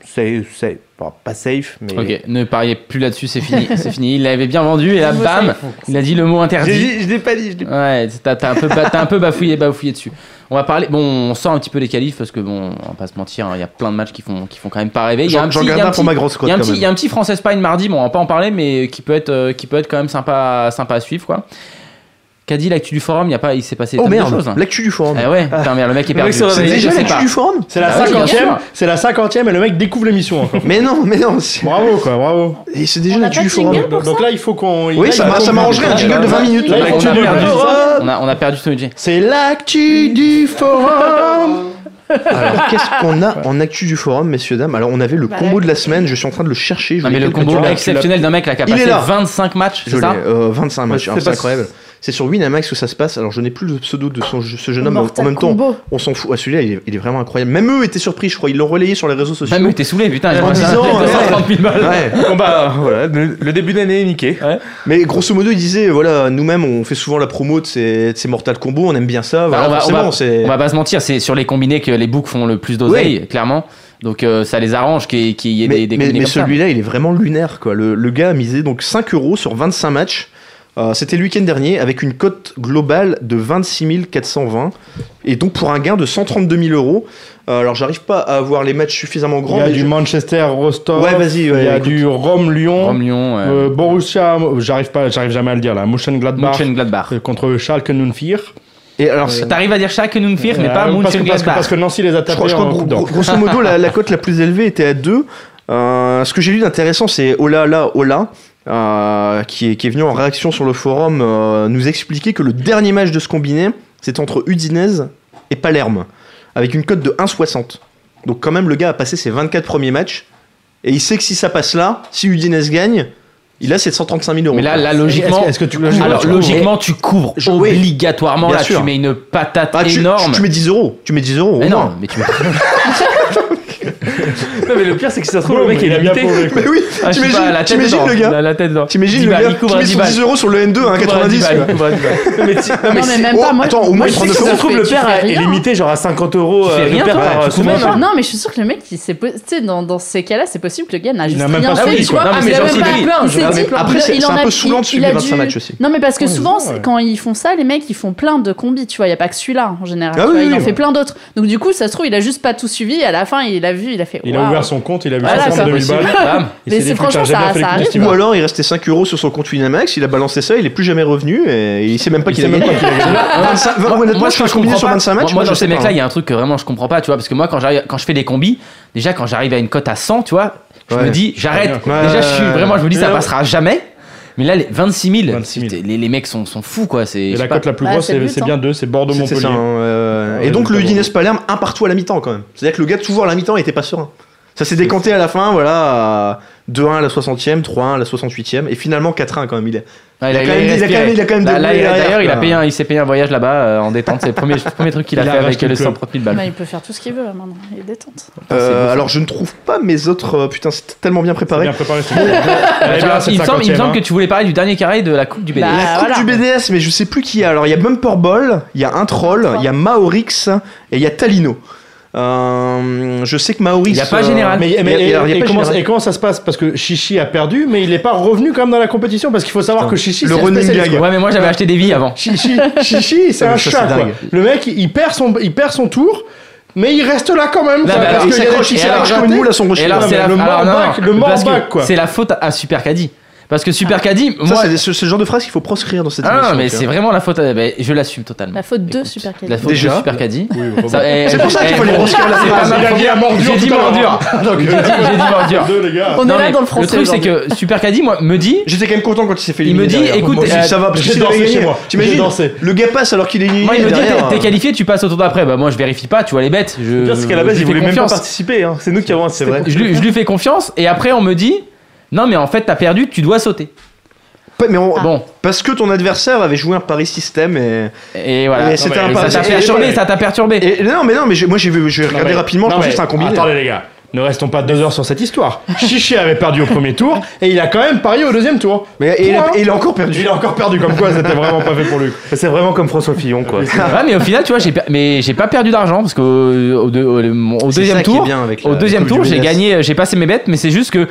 [SPEAKER 4] safe, safe. Enfin, pas safe, mais.
[SPEAKER 1] Ok, ne pariez plus là-dessus, c'est fini, c'est fini. Il l'avait bien vendu et là, bam, il a dit le mot interdit.
[SPEAKER 4] J'ai- Je l'ai pas dit, je l'ai
[SPEAKER 1] Ouais, t'as t'as un peu, ba- t'as un peu bafouillé, bafouillé dessus. On va parler. Bon, on sent un petit peu les qualifs parce que bon, on va pas se mentir, hein, il y a plein de matchs qui font, qui font quand même pas rêver. Il y a
[SPEAKER 3] J'en
[SPEAKER 1] un
[SPEAKER 3] j'en
[SPEAKER 1] petit, il y a
[SPEAKER 3] garde
[SPEAKER 1] un
[SPEAKER 3] un pour
[SPEAKER 1] petit-
[SPEAKER 3] ma grosse
[SPEAKER 1] il
[SPEAKER 3] squad
[SPEAKER 1] y a un
[SPEAKER 3] quand
[SPEAKER 1] petit,
[SPEAKER 3] même.
[SPEAKER 1] il y a un petit France-Espagne mardi, bon, on va pas en parler, mais qui peut être, euh, qui peut être quand même sympa, sympa à suivre, quoi. Qu'a dit l'actu du forum Il y a pas, il s'est passé
[SPEAKER 3] Oh
[SPEAKER 1] tellement de
[SPEAKER 3] merde,
[SPEAKER 1] choses.
[SPEAKER 3] l'actu du forum.
[SPEAKER 1] Eh ouais, putain, merde, le mec est perdu.
[SPEAKER 4] mec se
[SPEAKER 1] Je
[SPEAKER 3] C'est
[SPEAKER 4] réveille,
[SPEAKER 1] sais
[SPEAKER 3] déjà
[SPEAKER 1] pas.
[SPEAKER 3] l'actu du forum
[SPEAKER 2] C'est la
[SPEAKER 1] Bah oui, bien
[SPEAKER 2] 50e,
[SPEAKER 1] sûr.
[SPEAKER 2] c'est la 50e et le mec découvre l'émission encore.
[SPEAKER 3] Mais non, mais non, c'est
[SPEAKER 2] bravo quoi, bravo.
[SPEAKER 3] et c'est
[SPEAKER 7] On
[SPEAKER 3] déjà
[SPEAKER 7] a
[SPEAKER 3] l'actu
[SPEAKER 7] pas
[SPEAKER 3] du
[SPEAKER 7] de
[SPEAKER 3] forum.
[SPEAKER 7] jingle
[SPEAKER 2] Donc, donc là il faut qu'on. là,
[SPEAKER 3] Oui,
[SPEAKER 2] il
[SPEAKER 3] ça
[SPEAKER 2] faut
[SPEAKER 3] m'a- ça
[SPEAKER 2] qu'on-
[SPEAKER 3] m'arrangerait un jingle de 20 minutes.
[SPEAKER 2] Là, il faut
[SPEAKER 1] On a
[SPEAKER 2] du
[SPEAKER 1] perdu.
[SPEAKER 2] forum.
[SPEAKER 1] On a, on a perdu son budget.
[SPEAKER 2] C'est l'actu du forum.
[SPEAKER 3] Alors, qu'est-ce qu'on a en actu du forum, messieurs, dames Alors, on avait le
[SPEAKER 7] Bah,
[SPEAKER 3] combo de la semaine, je suis en train de le chercher. je
[SPEAKER 1] Non,
[SPEAKER 3] l'ai
[SPEAKER 1] mais le
[SPEAKER 3] quelque part.
[SPEAKER 1] combo
[SPEAKER 3] Tu l'as-
[SPEAKER 1] exceptionnel d'un mec là qui a
[SPEAKER 3] Il est
[SPEAKER 1] passé
[SPEAKER 3] là.
[SPEAKER 1] 25 matchs,
[SPEAKER 3] Je
[SPEAKER 1] c'est
[SPEAKER 3] l'ai,
[SPEAKER 1] ça
[SPEAKER 3] euh, 25 matchs,
[SPEAKER 4] je
[SPEAKER 3] alors,
[SPEAKER 4] sais
[SPEAKER 3] c'est
[SPEAKER 4] pas
[SPEAKER 3] incroyable. C'est sur Winamax où ça se passe. Alors, je n'ai plus le pseudo de son- ce jeune homme. En
[SPEAKER 7] Mortal
[SPEAKER 3] même temps,
[SPEAKER 7] Kombat.
[SPEAKER 3] on s'en fout. Ah, celui-là, il est, il est vraiment incroyable. Même eux étaient surpris, je crois. Ils l'ont relayé sur les réseaux sociaux.
[SPEAKER 1] Même t'es saoulé, putain. il
[SPEAKER 3] En
[SPEAKER 1] a passé
[SPEAKER 3] disant,
[SPEAKER 1] 230 000 balles.
[SPEAKER 3] Ouais.
[SPEAKER 4] dit. Bon, bah, voilà, le, le début d'année est niqué.
[SPEAKER 3] Mais grosso modo, il disait voilà, nous-mêmes, on fait souvent la promo de ces, de ces Mortal Combo, on aime bien ça. Voilà,
[SPEAKER 1] Bah, on va-
[SPEAKER 3] forcément,
[SPEAKER 1] on va-
[SPEAKER 3] c'est.
[SPEAKER 1] On va pas se mentir, c'est sur les combinés que les boucs font le plus d'oseille, clairement. Donc euh, ça les arrange qu'il qu'il y ait
[SPEAKER 3] mais
[SPEAKER 1] des, des
[SPEAKER 3] mais-
[SPEAKER 1] combinés
[SPEAKER 3] mais
[SPEAKER 1] comme ça.
[SPEAKER 3] celui-là, il est vraiment lunaire, quoi. Le, le gars a misé donc 5 euros sur 25 matchs. Euh, C'était le week-end dernier avec une cote globale de 26 420 et donc pour un gain de 132 000 euros. Euh, alors j'arrive pas à avoir les matchs suffisamment
[SPEAKER 2] Il
[SPEAKER 3] grands.
[SPEAKER 2] y a
[SPEAKER 3] mais
[SPEAKER 2] du
[SPEAKER 3] je-
[SPEAKER 2] Manchester Rostov.
[SPEAKER 3] Ouais, vas-y. ouais,
[SPEAKER 2] il y a
[SPEAKER 3] écoute.
[SPEAKER 2] du Rome Lyon.
[SPEAKER 1] Rome Lyon, euh,
[SPEAKER 2] Euh, Borussia, j'arrive pas, j'arrive jamais à le dire là. Mönchengladbach
[SPEAKER 1] Mönchengladbach.
[SPEAKER 2] euh, contre Schalke 04.
[SPEAKER 3] Et alors, c'est-
[SPEAKER 1] T'arrives à dire Schalke-Nunfir, mais
[SPEAKER 2] Euh,
[SPEAKER 1] pas
[SPEAKER 2] parce que, parce, que, parce
[SPEAKER 1] Mönchengladbach.
[SPEAKER 2] que Nancy les a tapés
[SPEAKER 3] Je crois, je crois
[SPEAKER 2] en
[SPEAKER 3] gros-
[SPEAKER 2] Coupe d'Or.
[SPEAKER 3] gros- grosso modo, la, la cote la plus élevée était à 2. ce que j'ai lu d'intéressant, c'est Ola, là, Ola, euh, qui, est, qui est venu en réaction sur le forum euh, nous expliquer que le dernier match de ce combiné, c'est entre Udinese et Palerme, avec une cote de 1,60. Donc, quand même, le gars a passé ses 24 premiers matchs, et il sait que si ça passe là, si Udinese gagne, il a ses 135 000 euros.
[SPEAKER 1] Mais là, là
[SPEAKER 2] Est-ce
[SPEAKER 1] logiquement,
[SPEAKER 2] que- est-ce que tu
[SPEAKER 1] alors
[SPEAKER 2] tu-
[SPEAKER 1] logiquement tu couvres
[SPEAKER 3] Je- oui.
[SPEAKER 1] obligatoirement
[SPEAKER 3] Bien
[SPEAKER 1] là,
[SPEAKER 3] sûr.
[SPEAKER 1] tu mets une patate
[SPEAKER 3] Ah, tu- tu,
[SPEAKER 1] énorme.
[SPEAKER 3] tu mets 10 euros, tu mets 10 euros au
[SPEAKER 1] mais non,
[SPEAKER 3] moins.
[SPEAKER 1] mais tu mets-
[SPEAKER 4] Non, mais le pire, c'est que si ça se trouve,
[SPEAKER 2] Oh,
[SPEAKER 4] le mec,
[SPEAKER 2] mais
[SPEAKER 4] il est
[SPEAKER 2] bien
[SPEAKER 4] limité.
[SPEAKER 2] paumé, quoi.
[SPEAKER 3] Mais oui,
[SPEAKER 1] Ah, je sais
[SPEAKER 3] t'imagines
[SPEAKER 1] pas, la tête
[SPEAKER 3] t'imagines
[SPEAKER 1] dedans.
[SPEAKER 3] le gars
[SPEAKER 1] La, la tête dedans.
[SPEAKER 3] T'imagines
[SPEAKER 1] 10
[SPEAKER 3] le
[SPEAKER 1] balles,
[SPEAKER 3] gars
[SPEAKER 1] il couvre
[SPEAKER 3] qui
[SPEAKER 1] à
[SPEAKER 3] met
[SPEAKER 1] 10
[SPEAKER 3] son
[SPEAKER 1] balles.
[SPEAKER 3] 10 euros sur le N2 à
[SPEAKER 1] Il couvre à 10
[SPEAKER 3] 1,90
[SPEAKER 1] balles,
[SPEAKER 3] quoi.
[SPEAKER 1] il couvre à 10 balles.
[SPEAKER 7] Non, mais même pas.
[SPEAKER 3] Oh,
[SPEAKER 7] Moi,
[SPEAKER 3] attends, au
[SPEAKER 7] je-
[SPEAKER 3] moins,
[SPEAKER 7] moi,
[SPEAKER 3] il
[SPEAKER 7] je
[SPEAKER 3] prend
[SPEAKER 7] sais
[SPEAKER 3] deux
[SPEAKER 7] que
[SPEAKER 3] fois.
[SPEAKER 4] Ça se trouve, le
[SPEAKER 7] Tu
[SPEAKER 4] père
[SPEAKER 7] fais
[SPEAKER 4] est
[SPEAKER 7] rien.
[SPEAKER 4] limité, genre à 50 euros
[SPEAKER 1] Tu fais
[SPEAKER 4] euh, de
[SPEAKER 1] rien,
[SPEAKER 4] perte
[SPEAKER 1] toi,
[SPEAKER 4] par
[SPEAKER 1] tu
[SPEAKER 4] euh,
[SPEAKER 1] couvres
[SPEAKER 4] semaine.
[SPEAKER 1] rien.
[SPEAKER 7] Non, mais je suis sûr que le mec, il- c'est po- tu sais, dans, dans ces cas-là, c'est possible que le gars n'a juste
[SPEAKER 2] n'a même
[SPEAKER 7] rien
[SPEAKER 2] pas
[SPEAKER 7] fait,
[SPEAKER 2] suivi,
[SPEAKER 7] tu
[SPEAKER 1] quoi.
[SPEAKER 7] vois.
[SPEAKER 1] Non, mais
[SPEAKER 7] il
[SPEAKER 1] c'est
[SPEAKER 7] a même
[SPEAKER 1] gentil.
[SPEAKER 7] pas plein, il s'est
[SPEAKER 3] mais
[SPEAKER 7] dit.
[SPEAKER 3] après,
[SPEAKER 7] il-
[SPEAKER 3] c'est-
[SPEAKER 7] il
[SPEAKER 3] c'est
[SPEAKER 7] en
[SPEAKER 3] un
[SPEAKER 7] a-
[SPEAKER 3] peu saoulant de
[SPEAKER 7] il-
[SPEAKER 3] suivre
[SPEAKER 7] il a
[SPEAKER 3] les 25
[SPEAKER 7] dû-
[SPEAKER 3] matchs aussi.
[SPEAKER 7] Non, mais parce que
[SPEAKER 2] Ouais,
[SPEAKER 7] souvent,
[SPEAKER 2] c'est vrai.
[SPEAKER 7] c'est- quand ils font ça, les mecs, ils font plein de combis, tu vois. Il n'y a pas que celui-là, en général.
[SPEAKER 3] Ah
[SPEAKER 7] tu vois,
[SPEAKER 3] oui,
[SPEAKER 7] il
[SPEAKER 3] oui,
[SPEAKER 7] en
[SPEAKER 3] oui.
[SPEAKER 7] fait plein d'autres. Donc, du coup, ça se trouve, il a juste pas tout suivi. Et à la fin, il a vu, il a fait.
[SPEAKER 2] Il a
[SPEAKER 7] Waouh.
[SPEAKER 2] ouvert son compte, il a vu
[SPEAKER 7] Voilà, c'est
[SPEAKER 2] 62 000
[SPEAKER 1] possible.
[SPEAKER 2] balles.
[SPEAKER 1] Bam.
[SPEAKER 2] Il
[SPEAKER 7] Mais
[SPEAKER 2] s'est dit,
[SPEAKER 7] c'est
[SPEAKER 2] putain,
[SPEAKER 7] franchement,
[SPEAKER 2] j'ai bien
[SPEAKER 7] ça-
[SPEAKER 1] Ah,
[SPEAKER 2] fait les
[SPEAKER 7] ça
[SPEAKER 2] coups de
[SPEAKER 7] arrive.
[SPEAKER 2] festival.
[SPEAKER 3] Ou alors il restait 5 euros sur son compte Winamax, il a balancé ça, il est plus jamais revenu et il sait même pas qu'il a gagné. 25 vingt- honnêtement,
[SPEAKER 1] moi,
[SPEAKER 3] je
[SPEAKER 1] ce que
[SPEAKER 3] fais
[SPEAKER 1] je
[SPEAKER 3] un combiné
[SPEAKER 1] comprends
[SPEAKER 3] sur
[SPEAKER 1] pas-
[SPEAKER 3] 25 matchs,
[SPEAKER 1] moi, moi,
[SPEAKER 3] je
[SPEAKER 1] dans
[SPEAKER 3] sais
[SPEAKER 1] ces
[SPEAKER 3] pas,
[SPEAKER 1] mecs-là,
[SPEAKER 3] hein.
[SPEAKER 1] il y a un truc que vraiment je comprends pas, tu vois, parce que moi, quand j'arrive, quand je fais des combis, déjà quand j'arrive à une cote à 100, tu vois, je
[SPEAKER 3] Ouais.
[SPEAKER 1] me dis, j'arrête.
[SPEAKER 3] Ouais.
[SPEAKER 1] déjà, je suis vraiment, je me dis, ça
[SPEAKER 3] Ouais.
[SPEAKER 1] passera jamais. Mais là, les 26 000,
[SPEAKER 2] 26 000.
[SPEAKER 1] putain, Les, les mecs sont, sont fous, quoi. C'est.
[SPEAKER 2] Et
[SPEAKER 1] je sais
[SPEAKER 2] la
[SPEAKER 1] pas.
[SPEAKER 2] cote la plus
[SPEAKER 7] Bah,
[SPEAKER 2] grosse,
[SPEAKER 7] c'est le
[SPEAKER 2] c'est
[SPEAKER 7] but,
[SPEAKER 2] c'est
[SPEAKER 7] hein.
[SPEAKER 2] bien deux, c'est
[SPEAKER 3] C'est- c'est ça,
[SPEAKER 2] Bordeaux-Montpellier.
[SPEAKER 3] hein, euh,
[SPEAKER 2] Ouais,
[SPEAKER 3] Et donc le
[SPEAKER 2] notamment.
[SPEAKER 3] Udinese Palerme, un partout à la mi-temps quand même. C'est-à-dire que le gars, toujours à la mi-temps, était pas serein. Ça s'est décanté à la fin, voilà, à 2-1 à la 60e, 3-1 à la 68e, et finalement 4-1 quand même. Il est...
[SPEAKER 1] Ouais,
[SPEAKER 3] Il a quand même- il a
[SPEAKER 1] respiré.
[SPEAKER 3] quand même- il a quand même
[SPEAKER 1] Là,
[SPEAKER 3] déroulé
[SPEAKER 1] là, il a-
[SPEAKER 3] derrière,
[SPEAKER 1] D'ailleurs, il a
[SPEAKER 3] quoi.
[SPEAKER 1] payé, un- il s'est payé un voyage là-bas euh, en détente. C'est le premier, le premier truc qu'il a,
[SPEAKER 2] Il a
[SPEAKER 1] fait avec
[SPEAKER 2] racheté
[SPEAKER 1] euh,
[SPEAKER 2] le
[SPEAKER 1] les
[SPEAKER 2] club.
[SPEAKER 1] 130 000 balles.
[SPEAKER 7] Bah, il peut faire tout ce qu'il veut là, maintenant. Il est détente.
[SPEAKER 3] Euh, alors je ne trouve pas mes autres. euh, putain, c'est tellement bien préparé.
[SPEAKER 2] Bien préparé, c'est bon. Elle est bien, cette
[SPEAKER 1] il, me semble, il me
[SPEAKER 2] 50e,
[SPEAKER 1] semble
[SPEAKER 2] hein.
[SPEAKER 1] que tu voulais parler du dernier carré de la Coupe du BD.
[SPEAKER 7] Bah,
[SPEAKER 3] La coupe
[SPEAKER 7] voilà.
[SPEAKER 3] du BDS, mais je sais plus qui y a. Alors, il y a Bumper Ball, il y a un troll, il y a Maorix et il y a Talino. Euh, je sais que Maorix. euh,
[SPEAKER 1] Il y a pas général.
[SPEAKER 2] Mais, mais-
[SPEAKER 3] il y a- il y a- il y a
[SPEAKER 2] et,
[SPEAKER 3] pas
[SPEAKER 2] comment,
[SPEAKER 3] général.
[SPEAKER 2] et comment ça se passe Parce que Chichi a perdu, mais il n'est pas revenu quand même dans la compétition. Parce qu'il faut savoir
[SPEAKER 3] Putain,
[SPEAKER 2] que Chichi,
[SPEAKER 3] le
[SPEAKER 2] c'est
[SPEAKER 3] running
[SPEAKER 2] spécialiste,
[SPEAKER 3] gag.
[SPEAKER 2] quoi.
[SPEAKER 1] Ouais, mais moi, j'avais acheté des vies avant.
[SPEAKER 2] Chichi, Chichi c'est
[SPEAKER 3] Ah,
[SPEAKER 2] un
[SPEAKER 3] mais ça,
[SPEAKER 2] chat.
[SPEAKER 3] c'est
[SPEAKER 2] quoi.
[SPEAKER 3] dingue.
[SPEAKER 2] Le mec, il perd son, il perd son tour, mais il reste là quand même.
[SPEAKER 1] Là,
[SPEAKER 3] Ah,
[SPEAKER 2] quoi,
[SPEAKER 1] bah,
[SPEAKER 2] parce
[SPEAKER 1] il
[SPEAKER 2] qu'il y a
[SPEAKER 3] s'accroche,
[SPEAKER 2] des
[SPEAKER 3] il
[SPEAKER 2] petits
[SPEAKER 3] s'accroche
[SPEAKER 2] à
[SPEAKER 3] comme
[SPEAKER 2] côté.
[SPEAKER 3] nous, là, son rocher.
[SPEAKER 1] Et alors,
[SPEAKER 2] Non,
[SPEAKER 1] c'est
[SPEAKER 2] mais
[SPEAKER 1] la,
[SPEAKER 2] le
[SPEAKER 1] alors, non,
[SPEAKER 2] mort-bac,
[SPEAKER 1] non,
[SPEAKER 2] le
[SPEAKER 1] parce que
[SPEAKER 2] mort-bac, quoi.
[SPEAKER 1] C'est la faute à Super Caddy. Parce que Super Caddy,
[SPEAKER 3] Ah. Ça,
[SPEAKER 1] moi.
[SPEAKER 3] c'est des- ce, ce genre de phrase qu'il faut proscrire dans cette
[SPEAKER 1] Ah,
[SPEAKER 3] émission,
[SPEAKER 1] mais
[SPEAKER 3] tu vois.
[SPEAKER 1] c'est vraiment la faute. à- ben, je l'assume totalement.
[SPEAKER 7] La faute de
[SPEAKER 1] Écoute,
[SPEAKER 7] Super Caddy.
[SPEAKER 1] La faute
[SPEAKER 3] Déjà.
[SPEAKER 1] de Super Caddy. eh,
[SPEAKER 2] Oui, vraiment.
[SPEAKER 3] C'est pour ça qu'il faut les proscrire, la phrase.
[SPEAKER 2] Il a dit à mordure
[SPEAKER 1] J'ai dit
[SPEAKER 2] tout à l'heure.
[SPEAKER 1] mordure.
[SPEAKER 3] hein.
[SPEAKER 2] Donc, euh,
[SPEAKER 1] J'ai dit- j'ai dit mordure.
[SPEAKER 2] deux, les gars.
[SPEAKER 1] Non,
[SPEAKER 7] On est là
[SPEAKER 1] mais
[SPEAKER 7] dans le français.
[SPEAKER 1] Le truc, c'est
[SPEAKER 7] aujourd'hui.
[SPEAKER 1] que Super Caddy, moi, me dit.
[SPEAKER 3] J'étais quand même content quand il s'est fait
[SPEAKER 1] Il
[SPEAKER 3] éliminer
[SPEAKER 1] me dit,
[SPEAKER 3] derrière.
[SPEAKER 1] écoute,
[SPEAKER 3] Moi aussi,
[SPEAKER 1] euh,
[SPEAKER 3] ça va, parce que
[SPEAKER 2] j'ai
[SPEAKER 3] s'il
[SPEAKER 2] dansé
[SPEAKER 3] avait
[SPEAKER 2] chez
[SPEAKER 3] gagné,
[SPEAKER 2] moi. J'ai
[SPEAKER 3] t'imagines
[SPEAKER 2] dansé.
[SPEAKER 3] Le gars passe alors qu'il est éliminé.
[SPEAKER 1] Moi, il me dit,
[SPEAKER 3] derrière,
[SPEAKER 1] t'es- t'es
[SPEAKER 3] euh,
[SPEAKER 1] qualifié, tu passes au tour d'après. Bah, moi, je vérifie pas, tu vois les bêtes. Je,
[SPEAKER 4] Bien sûr qu'à la
[SPEAKER 1] Euh, je
[SPEAKER 4] base, il
[SPEAKER 1] fais
[SPEAKER 4] voulait même pas
[SPEAKER 1] confiance.
[SPEAKER 4] participer. hein. C'est nous qui avons insisté.
[SPEAKER 3] vrai.
[SPEAKER 1] Je lui, je lui fais confiance et après on me dit non mais en fait t'as perdu tu dois sauter.
[SPEAKER 3] Pa- Mais on-
[SPEAKER 7] Ah.
[SPEAKER 1] Bon,
[SPEAKER 3] Parce que ton adversaire avait joué un pari système et.
[SPEAKER 1] et voilà.
[SPEAKER 3] Et c'était
[SPEAKER 1] Non, mais
[SPEAKER 3] un pas-
[SPEAKER 1] ça t'a
[SPEAKER 3] et-
[SPEAKER 1] perturbé,
[SPEAKER 3] et-
[SPEAKER 1] ça t'a perturbé.
[SPEAKER 3] et- non, mais non, mais j'ai- moi j'ai vu- j'ai regardé
[SPEAKER 2] mais-
[SPEAKER 3] rapidement,
[SPEAKER 2] non,
[SPEAKER 3] je pense que
[SPEAKER 2] mais
[SPEAKER 3] c'est un combiné.
[SPEAKER 2] Attendez, les gars. Ne restons pas deux heures sur cette histoire. Chichi avait perdu au premier tour et il a quand même parié au deuxième tour.
[SPEAKER 3] Mais et il,
[SPEAKER 2] Point.
[SPEAKER 3] a, et il a encore perdu.
[SPEAKER 2] Il a encore perdu, comme quoi c'était vraiment pas fait pour lui.
[SPEAKER 4] C'est vraiment comme François Fillon, quoi.
[SPEAKER 1] Ouais, mais au final, tu vois, j'ai per- mais j'ai pas perdu d'argent parce qu'au au deux- au- mon- au
[SPEAKER 3] C'est
[SPEAKER 1] deuxième
[SPEAKER 3] ça qui est
[SPEAKER 1] tour,
[SPEAKER 3] bien avec la-
[SPEAKER 1] au
[SPEAKER 3] la
[SPEAKER 1] deuxième
[SPEAKER 3] Coupe
[SPEAKER 1] tour,
[SPEAKER 3] du
[SPEAKER 1] j'ai
[SPEAKER 3] BDS.
[SPEAKER 1] gagné, euh, j'ai passé mes bêtes, mais c'est juste que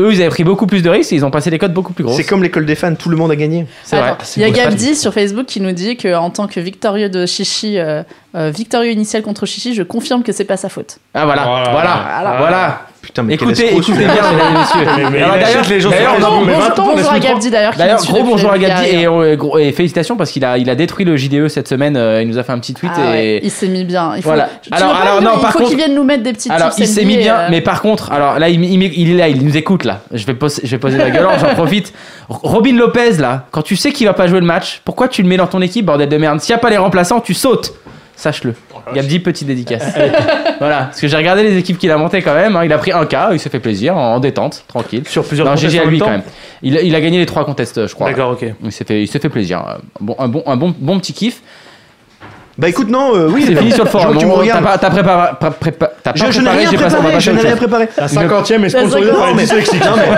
[SPEAKER 1] eux, ils avaient pris beaucoup plus de risques et ils ont passé des cotes beaucoup plus grosses.
[SPEAKER 3] C'est comme l'école des fans, tout le monde a gagné.
[SPEAKER 1] C'est vrai.
[SPEAKER 7] Attends, Il y a
[SPEAKER 1] beau, c'est
[SPEAKER 7] Gabdi sur Facebook qui nous dit que en tant que victorieux de Chichi, euh, euh, victorieux initial contre Chichi, je confirme que c'est pas sa faute.
[SPEAKER 1] Ah voilà,
[SPEAKER 2] Voilà.
[SPEAKER 1] voilà, voilà.
[SPEAKER 3] Putain, mais quel
[SPEAKER 1] Écoutez,
[SPEAKER 3] escroc,
[SPEAKER 1] écoutez
[SPEAKER 3] celui-là.
[SPEAKER 1] bien, mesdames et messieurs.
[SPEAKER 2] mais
[SPEAKER 1] Alors,
[SPEAKER 2] il
[SPEAKER 1] d'ailleurs,
[SPEAKER 2] achète les gens sur
[SPEAKER 1] d'ailleurs,
[SPEAKER 2] Facebook,
[SPEAKER 1] non,
[SPEAKER 2] mais
[SPEAKER 7] bonjour,
[SPEAKER 2] vingt ans,
[SPEAKER 7] bonjour
[SPEAKER 2] laisse-nous
[SPEAKER 7] à
[SPEAKER 2] tranquille.
[SPEAKER 7] Gabdi d'ailleurs. qui
[SPEAKER 1] D'ailleurs,
[SPEAKER 7] nous suit
[SPEAKER 1] gros
[SPEAKER 7] depuis
[SPEAKER 1] bonjour à
[SPEAKER 7] le
[SPEAKER 1] Gabdi
[SPEAKER 7] Bulgarie.
[SPEAKER 1] et, euh, gros- et félicitations parce qu'il a, il a détruit le JDE cette semaine. euh, il nous a fait un petit tweet
[SPEAKER 7] Ah ouais,
[SPEAKER 1] et
[SPEAKER 7] il s'est mis bien. Il faut,
[SPEAKER 1] Voilà.
[SPEAKER 7] Tu
[SPEAKER 1] Alors-
[SPEAKER 7] veux pas
[SPEAKER 1] alors
[SPEAKER 7] lui-
[SPEAKER 1] non,
[SPEAKER 7] il
[SPEAKER 1] par
[SPEAKER 7] faut
[SPEAKER 1] contre-
[SPEAKER 7] qu'il vienne nous mettre des petits
[SPEAKER 1] Alors,
[SPEAKER 7] tips
[SPEAKER 1] il s'est
[SPEAKER 7] NBA,
[SPEAKER 1] mis bien,
[SPEAKER 7] euh,
[SPEAKER 1] mais par contre, alors là, il, il- il est là, il nous écoute là. Je vais poser, je vais poser la gueule, alors j'en profite. R- Robin Lopez là, quand tu sais qu'il va pas jouer le match, pourquoi tu le mets dans ton équipe, bordel de merde S'il y a pas les remplaçants, tu sautes. Sache-le.
[SPEAKER 4] Oh,
[SPEAKER 1] Gabdi, petite dédicace. voilà, parce que j'ai regardé les équipes qu'il a montées quand même. hein. Il a pris un cas, il s'est fait plaisir en, en détente, tranquille.
[SPEAKER 4] Sur plusieurs
[SPEAKER 1] Non,
[SPEAKER 4] contests
[SPEAKER 1] GG à
[SPEAKER 4] en même
[SPEAKER 1] lui
[SPEAKER 4] temps.
[SPEAKER 1] quand même. Il, a- il a gagné les trois contests, je crois.
[SPEAKER 4] D'accord, ok. Ouais,
[SPEAKER 1] Il s'est fait, il s'est fait plaisir. Euh, Bon, un bon, un bon, bon petit kiff.
[SPEAKER 3] Bah écoute, non, euh, oui,
[SPEAKER 1] C'est
[SPEAKER 3] bah,
[SPEAKER 1] fini sur le
[SPEAKER 3] je vois
[SPEAKER 1] forum.
[SPEAKER 3] que tu me
[SPEAKER 1] On- T'as
[SPEAKER 3] regardes.
[SPEAKER 1] pas, t'as prépa- pré- prépa- t'as pas
[SPEAKER 3] Je, je n'ai
[SPEAKER 1] préparé,
[SPEAKER 3] rien
[SPEAKER 1] j'ai pas- on va
[SPEAKER 3] préparé,
[SPEAKER 1] passer
[SPEAKER 3] je
[SPEAKER 1] à
[SPEAKER 3] n'ai
[SPEAKER 1] autre
[SPEAKER 3] rien
[SPEAKER 1] chose.
[SPEAKER 3] préparé.
[SPEAKER 2] La cinquantième est sponsorisée par
[SPEAKER 3] Non,
[SPEAKER 2] les
[SPEAKER 3] mais-
[SPEAKER 2] dyslexiques.
[SPEAKER 3] non, mais-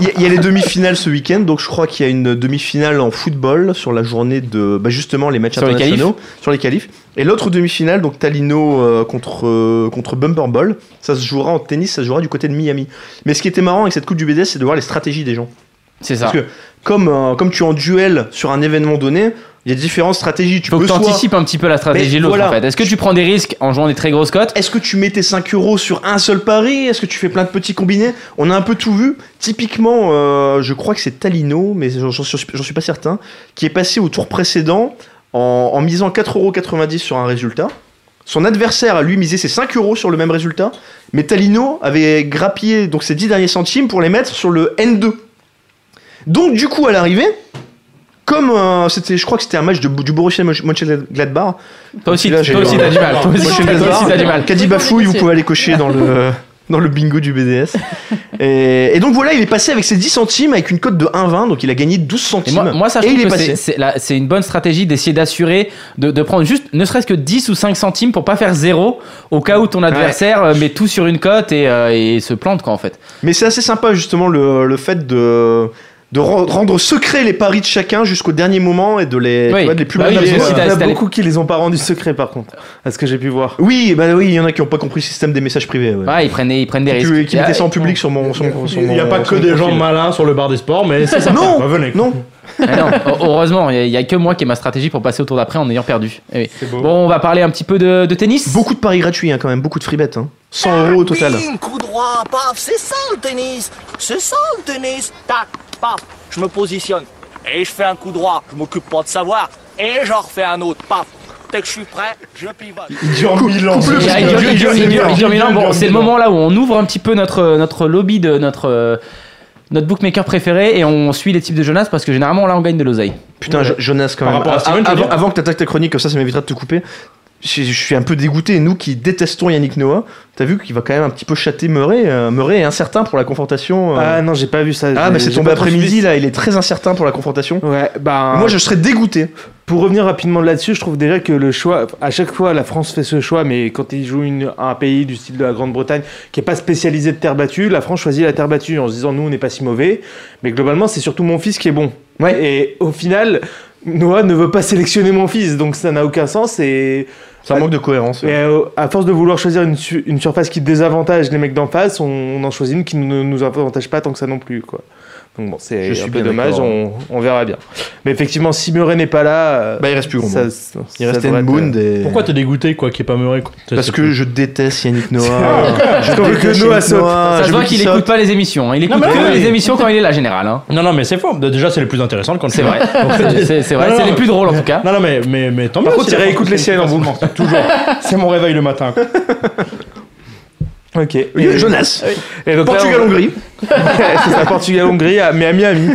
[SPEAKER 3] Il y a- il y, a les demi-finales ce week-end, donc je crois qu'il y a une demi-finale en football sur la journée de bah, justement les matchs
[SPEAKER 1] Sur les
[SPEAKER 3] internationaux, sur les qualifs. Et l'autre demi-finale, donc Talino euh, contre, euh, contre Bumperball, ça se jouera en tennis, ça se jouera du côté de Miami. Mais ce qui était marrant avec cette Coupe du BDS, c'est de voir les stratégies des gens.
[SPEAKER 1] C'est ça.
[SPEAKER 3] Parce que comme, euh, comme tu es en duel sur un événement donné, il y a différentes stratégies. Tu
[SPEAKER 1] Faut que
[SPEAKER 3] peux
[SPEAKER 1] tu
[SPEAKER 3] soit...
[SPEAKER 1] anticipes un petit peu la stratégie
[SPEAKER 3] Mais
[SPEAKER 1] de l'autre
[SPEAKER 3] voilà.
[SPEAKER 1] en fait. Est-ce que tu prends des risques en jouant des très grosses cotes
[SPEAKER 3] Est-ce que tu mets tes 5 euros sur un seul pari Est-ce que tu fais plein de petits combinés On a un peu tout vu. Typiquement, euh, je crois que c'est Talino, mais j'en j'en suis j'en suis pas certain, qui est passé au tour précédent en, en misant 4,90€ sur un résultat. Son adversaire a lui misé ses 5 euros sur le même résultat, mais Talino avait grappillé donc ses 10 derniers centimes pour les mettre sur le N2. Donc du coup à l'arrivée, comme euh, c'était, je crois que c'était un match de, du Borussia Mönchengladbach,
[SPEAKER 1] Toi aussi,
[SPEAKER 3] Là,
[SPEAKER 1] toi
[SPEAKER 3] j'ai
[SPEAKER 1] aussi
[SPEAKER 3] eu un-
[SPEAKER 1] t'as du mal. Toi aussi,
[SPEAKER 3] Moi, je suis
[SPEAKER 1] t'as toi aussi, t'as du mal.
[SPEAKER 3] Caddy Bafouille, vous pouvez aller cocher dans le, dans le bingo du BDS. Et, et donc voilà, il est passé avec ses 10 centimes, avec une cote de 1,20, donc il a gagné 12
[SPEAKER 1] Et
[SPEAKER 3] centimes.
[SPEAKER 1] moi, moi, ça, je
[SPEAKER 3] Et il
[SPEAKER 1] trouve
[SPEAKER 3] est
[SPEAKER 1] que c'est-
[SPEAKER 3] passé.
[SPEAKER 1] c'est la- c'est une bonne stratégie d'essayer d'assurer, de, de prendre juste ne serait-ce que 10 ou 5 centimes pour pas faire zéro au cas où ton adversaire euh, met tout sur une cote et, euh, et se plante quoi en fait.
[SPEAKER 3] Mais c'est assez sympa, justement, le, le fait de, de ren- rendre secret les paris de chacun jusqu'au dernier moment et de les,
[SPEAKER 1] Oui.
[SPEAKER 3] tu vois, de les
[SPEAKER 1] Bah oui,
[SPEAKER 3] publier.
[SPEAKER 1] parce que si
[SPEAKER 4] Il
[SPEAKER 1] t'as-
[SPEAKER 4] y en
[SPEAKER 1] si t'as
[SPEAKER 4] a
[SPEAKER 1] les-
[SPEAKER 4] beaucoup qui les ont pas rendus secrets, par contre, à ce que j'ai pu voir.
[SPEAKER 3] oui, bah oui, il y en a qui n'ont pas compris le système des messages privés. ouais.
[SPEAKER 1] Ouais, ils prennent, des- ils prennent des
[SPEAKER 3] Qui-
[SPEAKER 1] risques.
[SPEAKER 3] qui mettaient ça en public sur mon. Sur mon- sur
[SPEAKER 2] Il n'y a
[SPEAKER 3] mon-
[SPEAKER 2] pas que
[SPEAKER 3] sur mon
[SPEAKER 2] des gens
[SPEAKER 3] euh, profil.
[SPEAKER 2] malins sur le bar des sports, mais c'est ça. Bah,
[SPEAKER 3] Non,
[SPEAKER 2] venez.
[SPEAKER 3] Non,
[SPEAKER 1] Ah non, heureusement, il n'y a, que moi qui ai ma stratégie pour passer au tour d'après en ayant perdu. Eh oui.
[SPEAKER 2] C'est beau.
[SPEAKER 1] Bon, on va parler un petit peu de, de tennis.
[SPEAKER 3] beaucoup de paris gratuits, hein, quand même, beaucoup de free bets. hein. 100 euros au total.
[SPEAKER 9] Bing, coup droit, paf, c'est ça le tennis. C'est ça le tennis. Tac, paf, je me positionne. Et je fais un coup droit, je m'occupe pas de savoir. Et j'en refais un autre, paf. Dès que je suis prêt, je pivote.
[SPEAKER 2] Il dure mille ans.
[SPEAKER 1] Il y a- il dure- il dure- il dure- il dure mille ans. Bon, C'est le moment là où on ouvre un petit peu notre, notre lobby de notre, euh, notre bookmaker préféré et on suit les types de Jonas parce que généralement là on gagne de l'oseille.
[SPEAKER 3] Putain, Jo- Jonas, quand
[SPEAKER 2] Par
[SPEAKER 3] même.
[SPEAKER 2] rapport à
[SPEAKER 3] Ah,
[SPEAKER 2] Steven, tu veux
[SPEAKER 3] avant,
[SPEAKER 2] dire
[SPEAKER 3] avant que t'attaques ta chronique, comme ça, ça m'évitera de te couper. Je, je suis un peu dégoûté. Nous qui détestons Yannick Noah, t'as vu qu'il va quand même un petit peu châter Murray. euh, Murray est incertain pour la confrontation. euh.
[SPEAKER 4] Ah non, j'ai pas vu ça.
[SPEAKER 3] Ah,
[SPEAKER 4] J'ai-
[SPEAKER 3] mais c'est
[SPEAKER 4] j'ai
[SPEAKER 3] tombé
[SPEAKER 4] pas trop
[SPEAKER 3] après-midi
[SPEAKER 4] suivi.
[SPEAKER 3] là. Il est très incertain pour la confrontation.
[SPEAKER 4] Ouais, bah.
[SPEAKER 3] Moi, je serais dégoûté.
[SPEAKER 4] Pour revenir rapidement là-dessus, je trouve déjà que le choix, à chaque fois, la France fait ce choix, mais quand ils jouent une- un pays du style de la Grande-Bretagne qui n'est pas spécialisé de terre battue, la France choisit la terre battue en se disant nous, on n'est pas si mauvais, mais globalement, c'est surtout mon fils qui est bon.
[SPEAKER 3] Ouais.
[SPEAKER 4] Et au final, Noah ne veut pas sélectionner mon fils, donc ça n'a aucun sens. Et,
[SPEAKER 3] Ça
[SPEAKER 4] Ah,
[SPEAKER 3] manque de cohérence.
[SPEAKER 4] et, euh, à force de vouloir choisir une, su- une surface qui désavantage les mecs d'en face, on, on en choisit une qui ne nous avantage pas tant que ça non plus, quoi. Donc bon, c'est
[SPEAKER 3] Je
[SPEAKER 4] un
[SPEAKER 3] suis
[SPEAKER 4] peu
[SPEAKER 3] bien
[SPEAKER 4] dommage,
[SPEAKER 3] d'accord. hein.
[SPEAKER 4] on, on verra bien. Mais effectivement, si Murray n'est pas là. euh,
[SPEAKER 3] Bah, il reste plus grand.
[SPEAKER 4] ça-
[SPEAKER 3] monde.
[SPEAKER 4] ça-
[SPEAKER 3] Il
[SPEAKER 4] ça
[SPEAKER 3] reste
[SPEAKER 4] devrait être, euh,
[SPEAKER 3] Edmund et.
[SPEAKER 2] Pourquoi t'es dégoûté, quoi, qui est pas meuré
[SPEAKER 3] Parce que je déteste Yannick Noah. je
[SPEAKER 4] qu'on veut que
[SPEAKER 3] déteste
[SPEAKER 4] Noah
[SPEAKER 3] Yannick
[SPEAKER 4] saute.
[SPEAKER 3] Noah,
[SPEAKER 1] ça
[SPEAKER 3] je
[SPEAKER 1] se voit
[SPEAKER 3] veux
[SPEAKER 1] qu'il
[SPEAKER 3] saute.
[SPEAKER 1] écoute pas les émissions, hein. il écoute
[SPEAKER 2] mais
[SPEAKER 1] que
[SPEAKER 2] oui.
[SPEAKER 1] les émissions quand il est là général. hein.
[SPEAKER 2] Non, non, mais c'est faux. Déjà, c'est les plus intéressantes quand
[SPEAKER 1] C'est vrai,
[SPEAKER 2] Donc,
[SPEAKER 1] c'est c'est- c'est vrai,
[SPEAKER 2] Non,
[SPEAKER 1] c'est
[SPEAKER 2] non,
[SPEAKER 1] les
[SPEAKER 2] mais-
[SPEAKER 1] plus drôles en tout cas.
[SPEAKER 2] Non, non, mais, mais, mais tant mieux.
[SPEAKER 4] Par contre,
[SPEAKER 2] c'est
[SPEAKER 4] il
[SPEAKER 2] la
[SPEAKER 4] réécoute
[SPEAKER 2] France
[SPEAKER 4] les
[SPEAKER 2] qui
[SPEAKER 4] siennes en
[SPEAKER 2] passe
[SPEAKER 4] boucle.
[SPEAKER 2] le temps, Toujours. C'est mon réveil le matin. quoi.
[SPEAKER 4] Ok.
[SPEAKER 3] Oui,
[SPEAKER 4] Et,
[SPEAKER 3] Jonas.
[SPEAKER 4] et donc là, on-
[SPEAKER 3] Portugal-Hongrie.
[SPEAKER 4] c'est ça, Portugal-Hongrie, à- mais à Miami.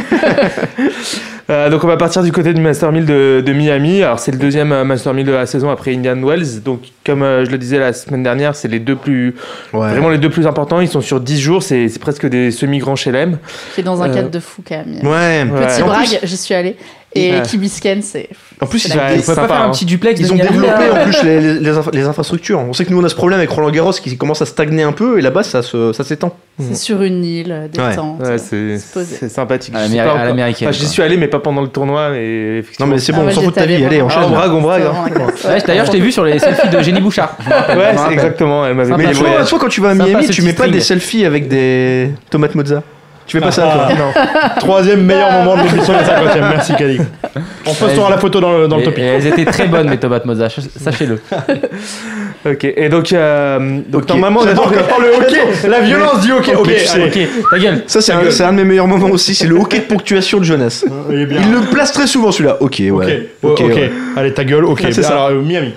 [SPEAKER 4] Euh, donc on va partir du côté du Master 1000 de, de Miami. Alors c'est le deuxième euh, Master 1000 de la saison après Indian Wells. Donc comme euh, je le disais la semaine dernière, c'est les deux plus vraiment les deux plus importants. Ils sont sur 10 jours. C'est c'est presque des semi-grands chelem.
[SPEAKER 7] Qui est dans un
[SPEAKER 4] Euh,
[SPEAKER 7] cadre de fou quand même.
[SPEAKER 3] Ouais.
[SPEAKER 7] Petit
[SPEAKER 4] Ouais.
[SPEAKER 7] brague, j'y suis allée. Et
[SPEAKER 4] Ouais.
[SPEAKER 7] Kibisken, c'est.
[SPEAKER 3] En plus, ils ont,
[SPEAKER 1] On
[SPEAKER 3] des-
[SPEAKER 4] Ouais,
[SPEAKER 1] peut pas
[SPEAKER 4] sympa,
[SPEAKER 1] faire un
[SPEAKER 4] hein.
[SPEAKER 1] petit duplex de
[SPEAKER 3] ils ont
[SPEAKER 1] Miami,
[SPEAKER 3] développé
[SPEAKER 1] là
[SPEAKER 3] en plus les, les- les inf- les infrastructures. On sait que nous on a ce problème avec Roland Garros qui commence à stagner un peu et là-bas ça se- ça s'étend.
[SPEAKER 1] Mmh.
[SPEAKER 7] C'est sur une île, euh, détente.
[SPEAKER 4] Ouais, c'est
[SPEAKER 7] se poser.
[SPEAKER 4] c'est sympathique.
[SPEAKER 1] À
[SPEAKER 4] Je sais
[SPEAKER 1] l'américaine,
[SPEAKER 4] pas
[SPEAKER 1] à
[SPEAKER 4] encore.
[SPEAKER 1] l'américaine,
[SPEAKER 4] Enfin, J'y
[SPEAKER 1] quoi.
[SPEAKER 4] suis allé mais pas pendant le tournoi. Mais
[SPEAKER 3] Non
[SPEAKER 4] effectivement.
[SPEAKER 3] mais c'est
[SPEAKER 7] Ah
[SPEAKER 3] bon, on
[SPEAKER 7] ouais,
[SPEAKER 3] s'en fout de ta
[SPEAKER 7] j'étais
[SPEAKER 3] vie.
[SPEAKER 7] allé
[SPEAKER 3] Allez,
[SPEAKER 7] voir.
[SPEAKER 4] Ah, on
[SPEAKER 3] enchaîne.
[SPEAKER 4] brague, on brague.
[SPEAKER 7] C'est
[SPEAKER 4] hein.
[SPEAKER 7] vraiment la classe.
[SPEAKER 1] Ouais, D'ailleurs, je t'ai vu sur les selfies de Jenny Bouchard. Hein.
[SPEAKER 4] Ouais,
[SPEAKER 1] Sympa,
[SPEAKER 4] c'est exactement. Elle m'avait
[SPEAKER 3] mais
[SPEAKER 4] fait
[SPEAKER 3] toi,
[SPEAKER 4] voyage.
[SPEAKER 3] toi, quand tu vas à
[SPEAKER 1] Sympa,
[SPEAKER 3] Miami,
[SPEAKER 1] ce
[SPEAKER 3] tu
[SPEAKER 1] petit
[SPEAKER 3] mets pas
[SPEAKER 1] string.
[SPEAKER 3] des selfies avec des tomates mozza. Tu fais pas ça. toi.
[SPEAKER 4] Non.
[SPEAKER 2] Troisième meilleur moment de l'émission de la 50 Merci, Kali. On postera la photo dans le, dans le
[SPEAKER 1] Et-
[SPEAKER 2] topic.
[SPEAKER 1] et Elles étaient très bonnes, mes tomates mozza, ch- sachez-le.
[SPEAKER 4] Ok. Et donc euh, donc
[SPEAKER 3] Ok.
[SPEAKER 4] normalement on attend.
[SPEAKER 2] J'adore quand le hockey, la violence du hockey. Ok,
[SPEAKER 3] tu sais.
[SPEAKER 2] allez.
[SPEAKER 1] Ta gueule
[SPEAKER 3] Ça, c'est un, c'est un de mes meilleurs moments aussi. C'est le hockey de ponctuation de Jonas.
[SPEAKER 2] Il est bien.
[SPEAKER 3] Il le place très souvent celui-là. Ok, ouais.
[SPEAKER 2] Ah. Ok,
[SPEAKER 3] Ok,
[SPEAKER 2] ok,
[SPEAKER 3] ouais.
[SPEAKER 2] allez ta gueule, ok.
[SPEAKER 3] C'est ça.
[SPEAKER 2] Alors, euh, Miami.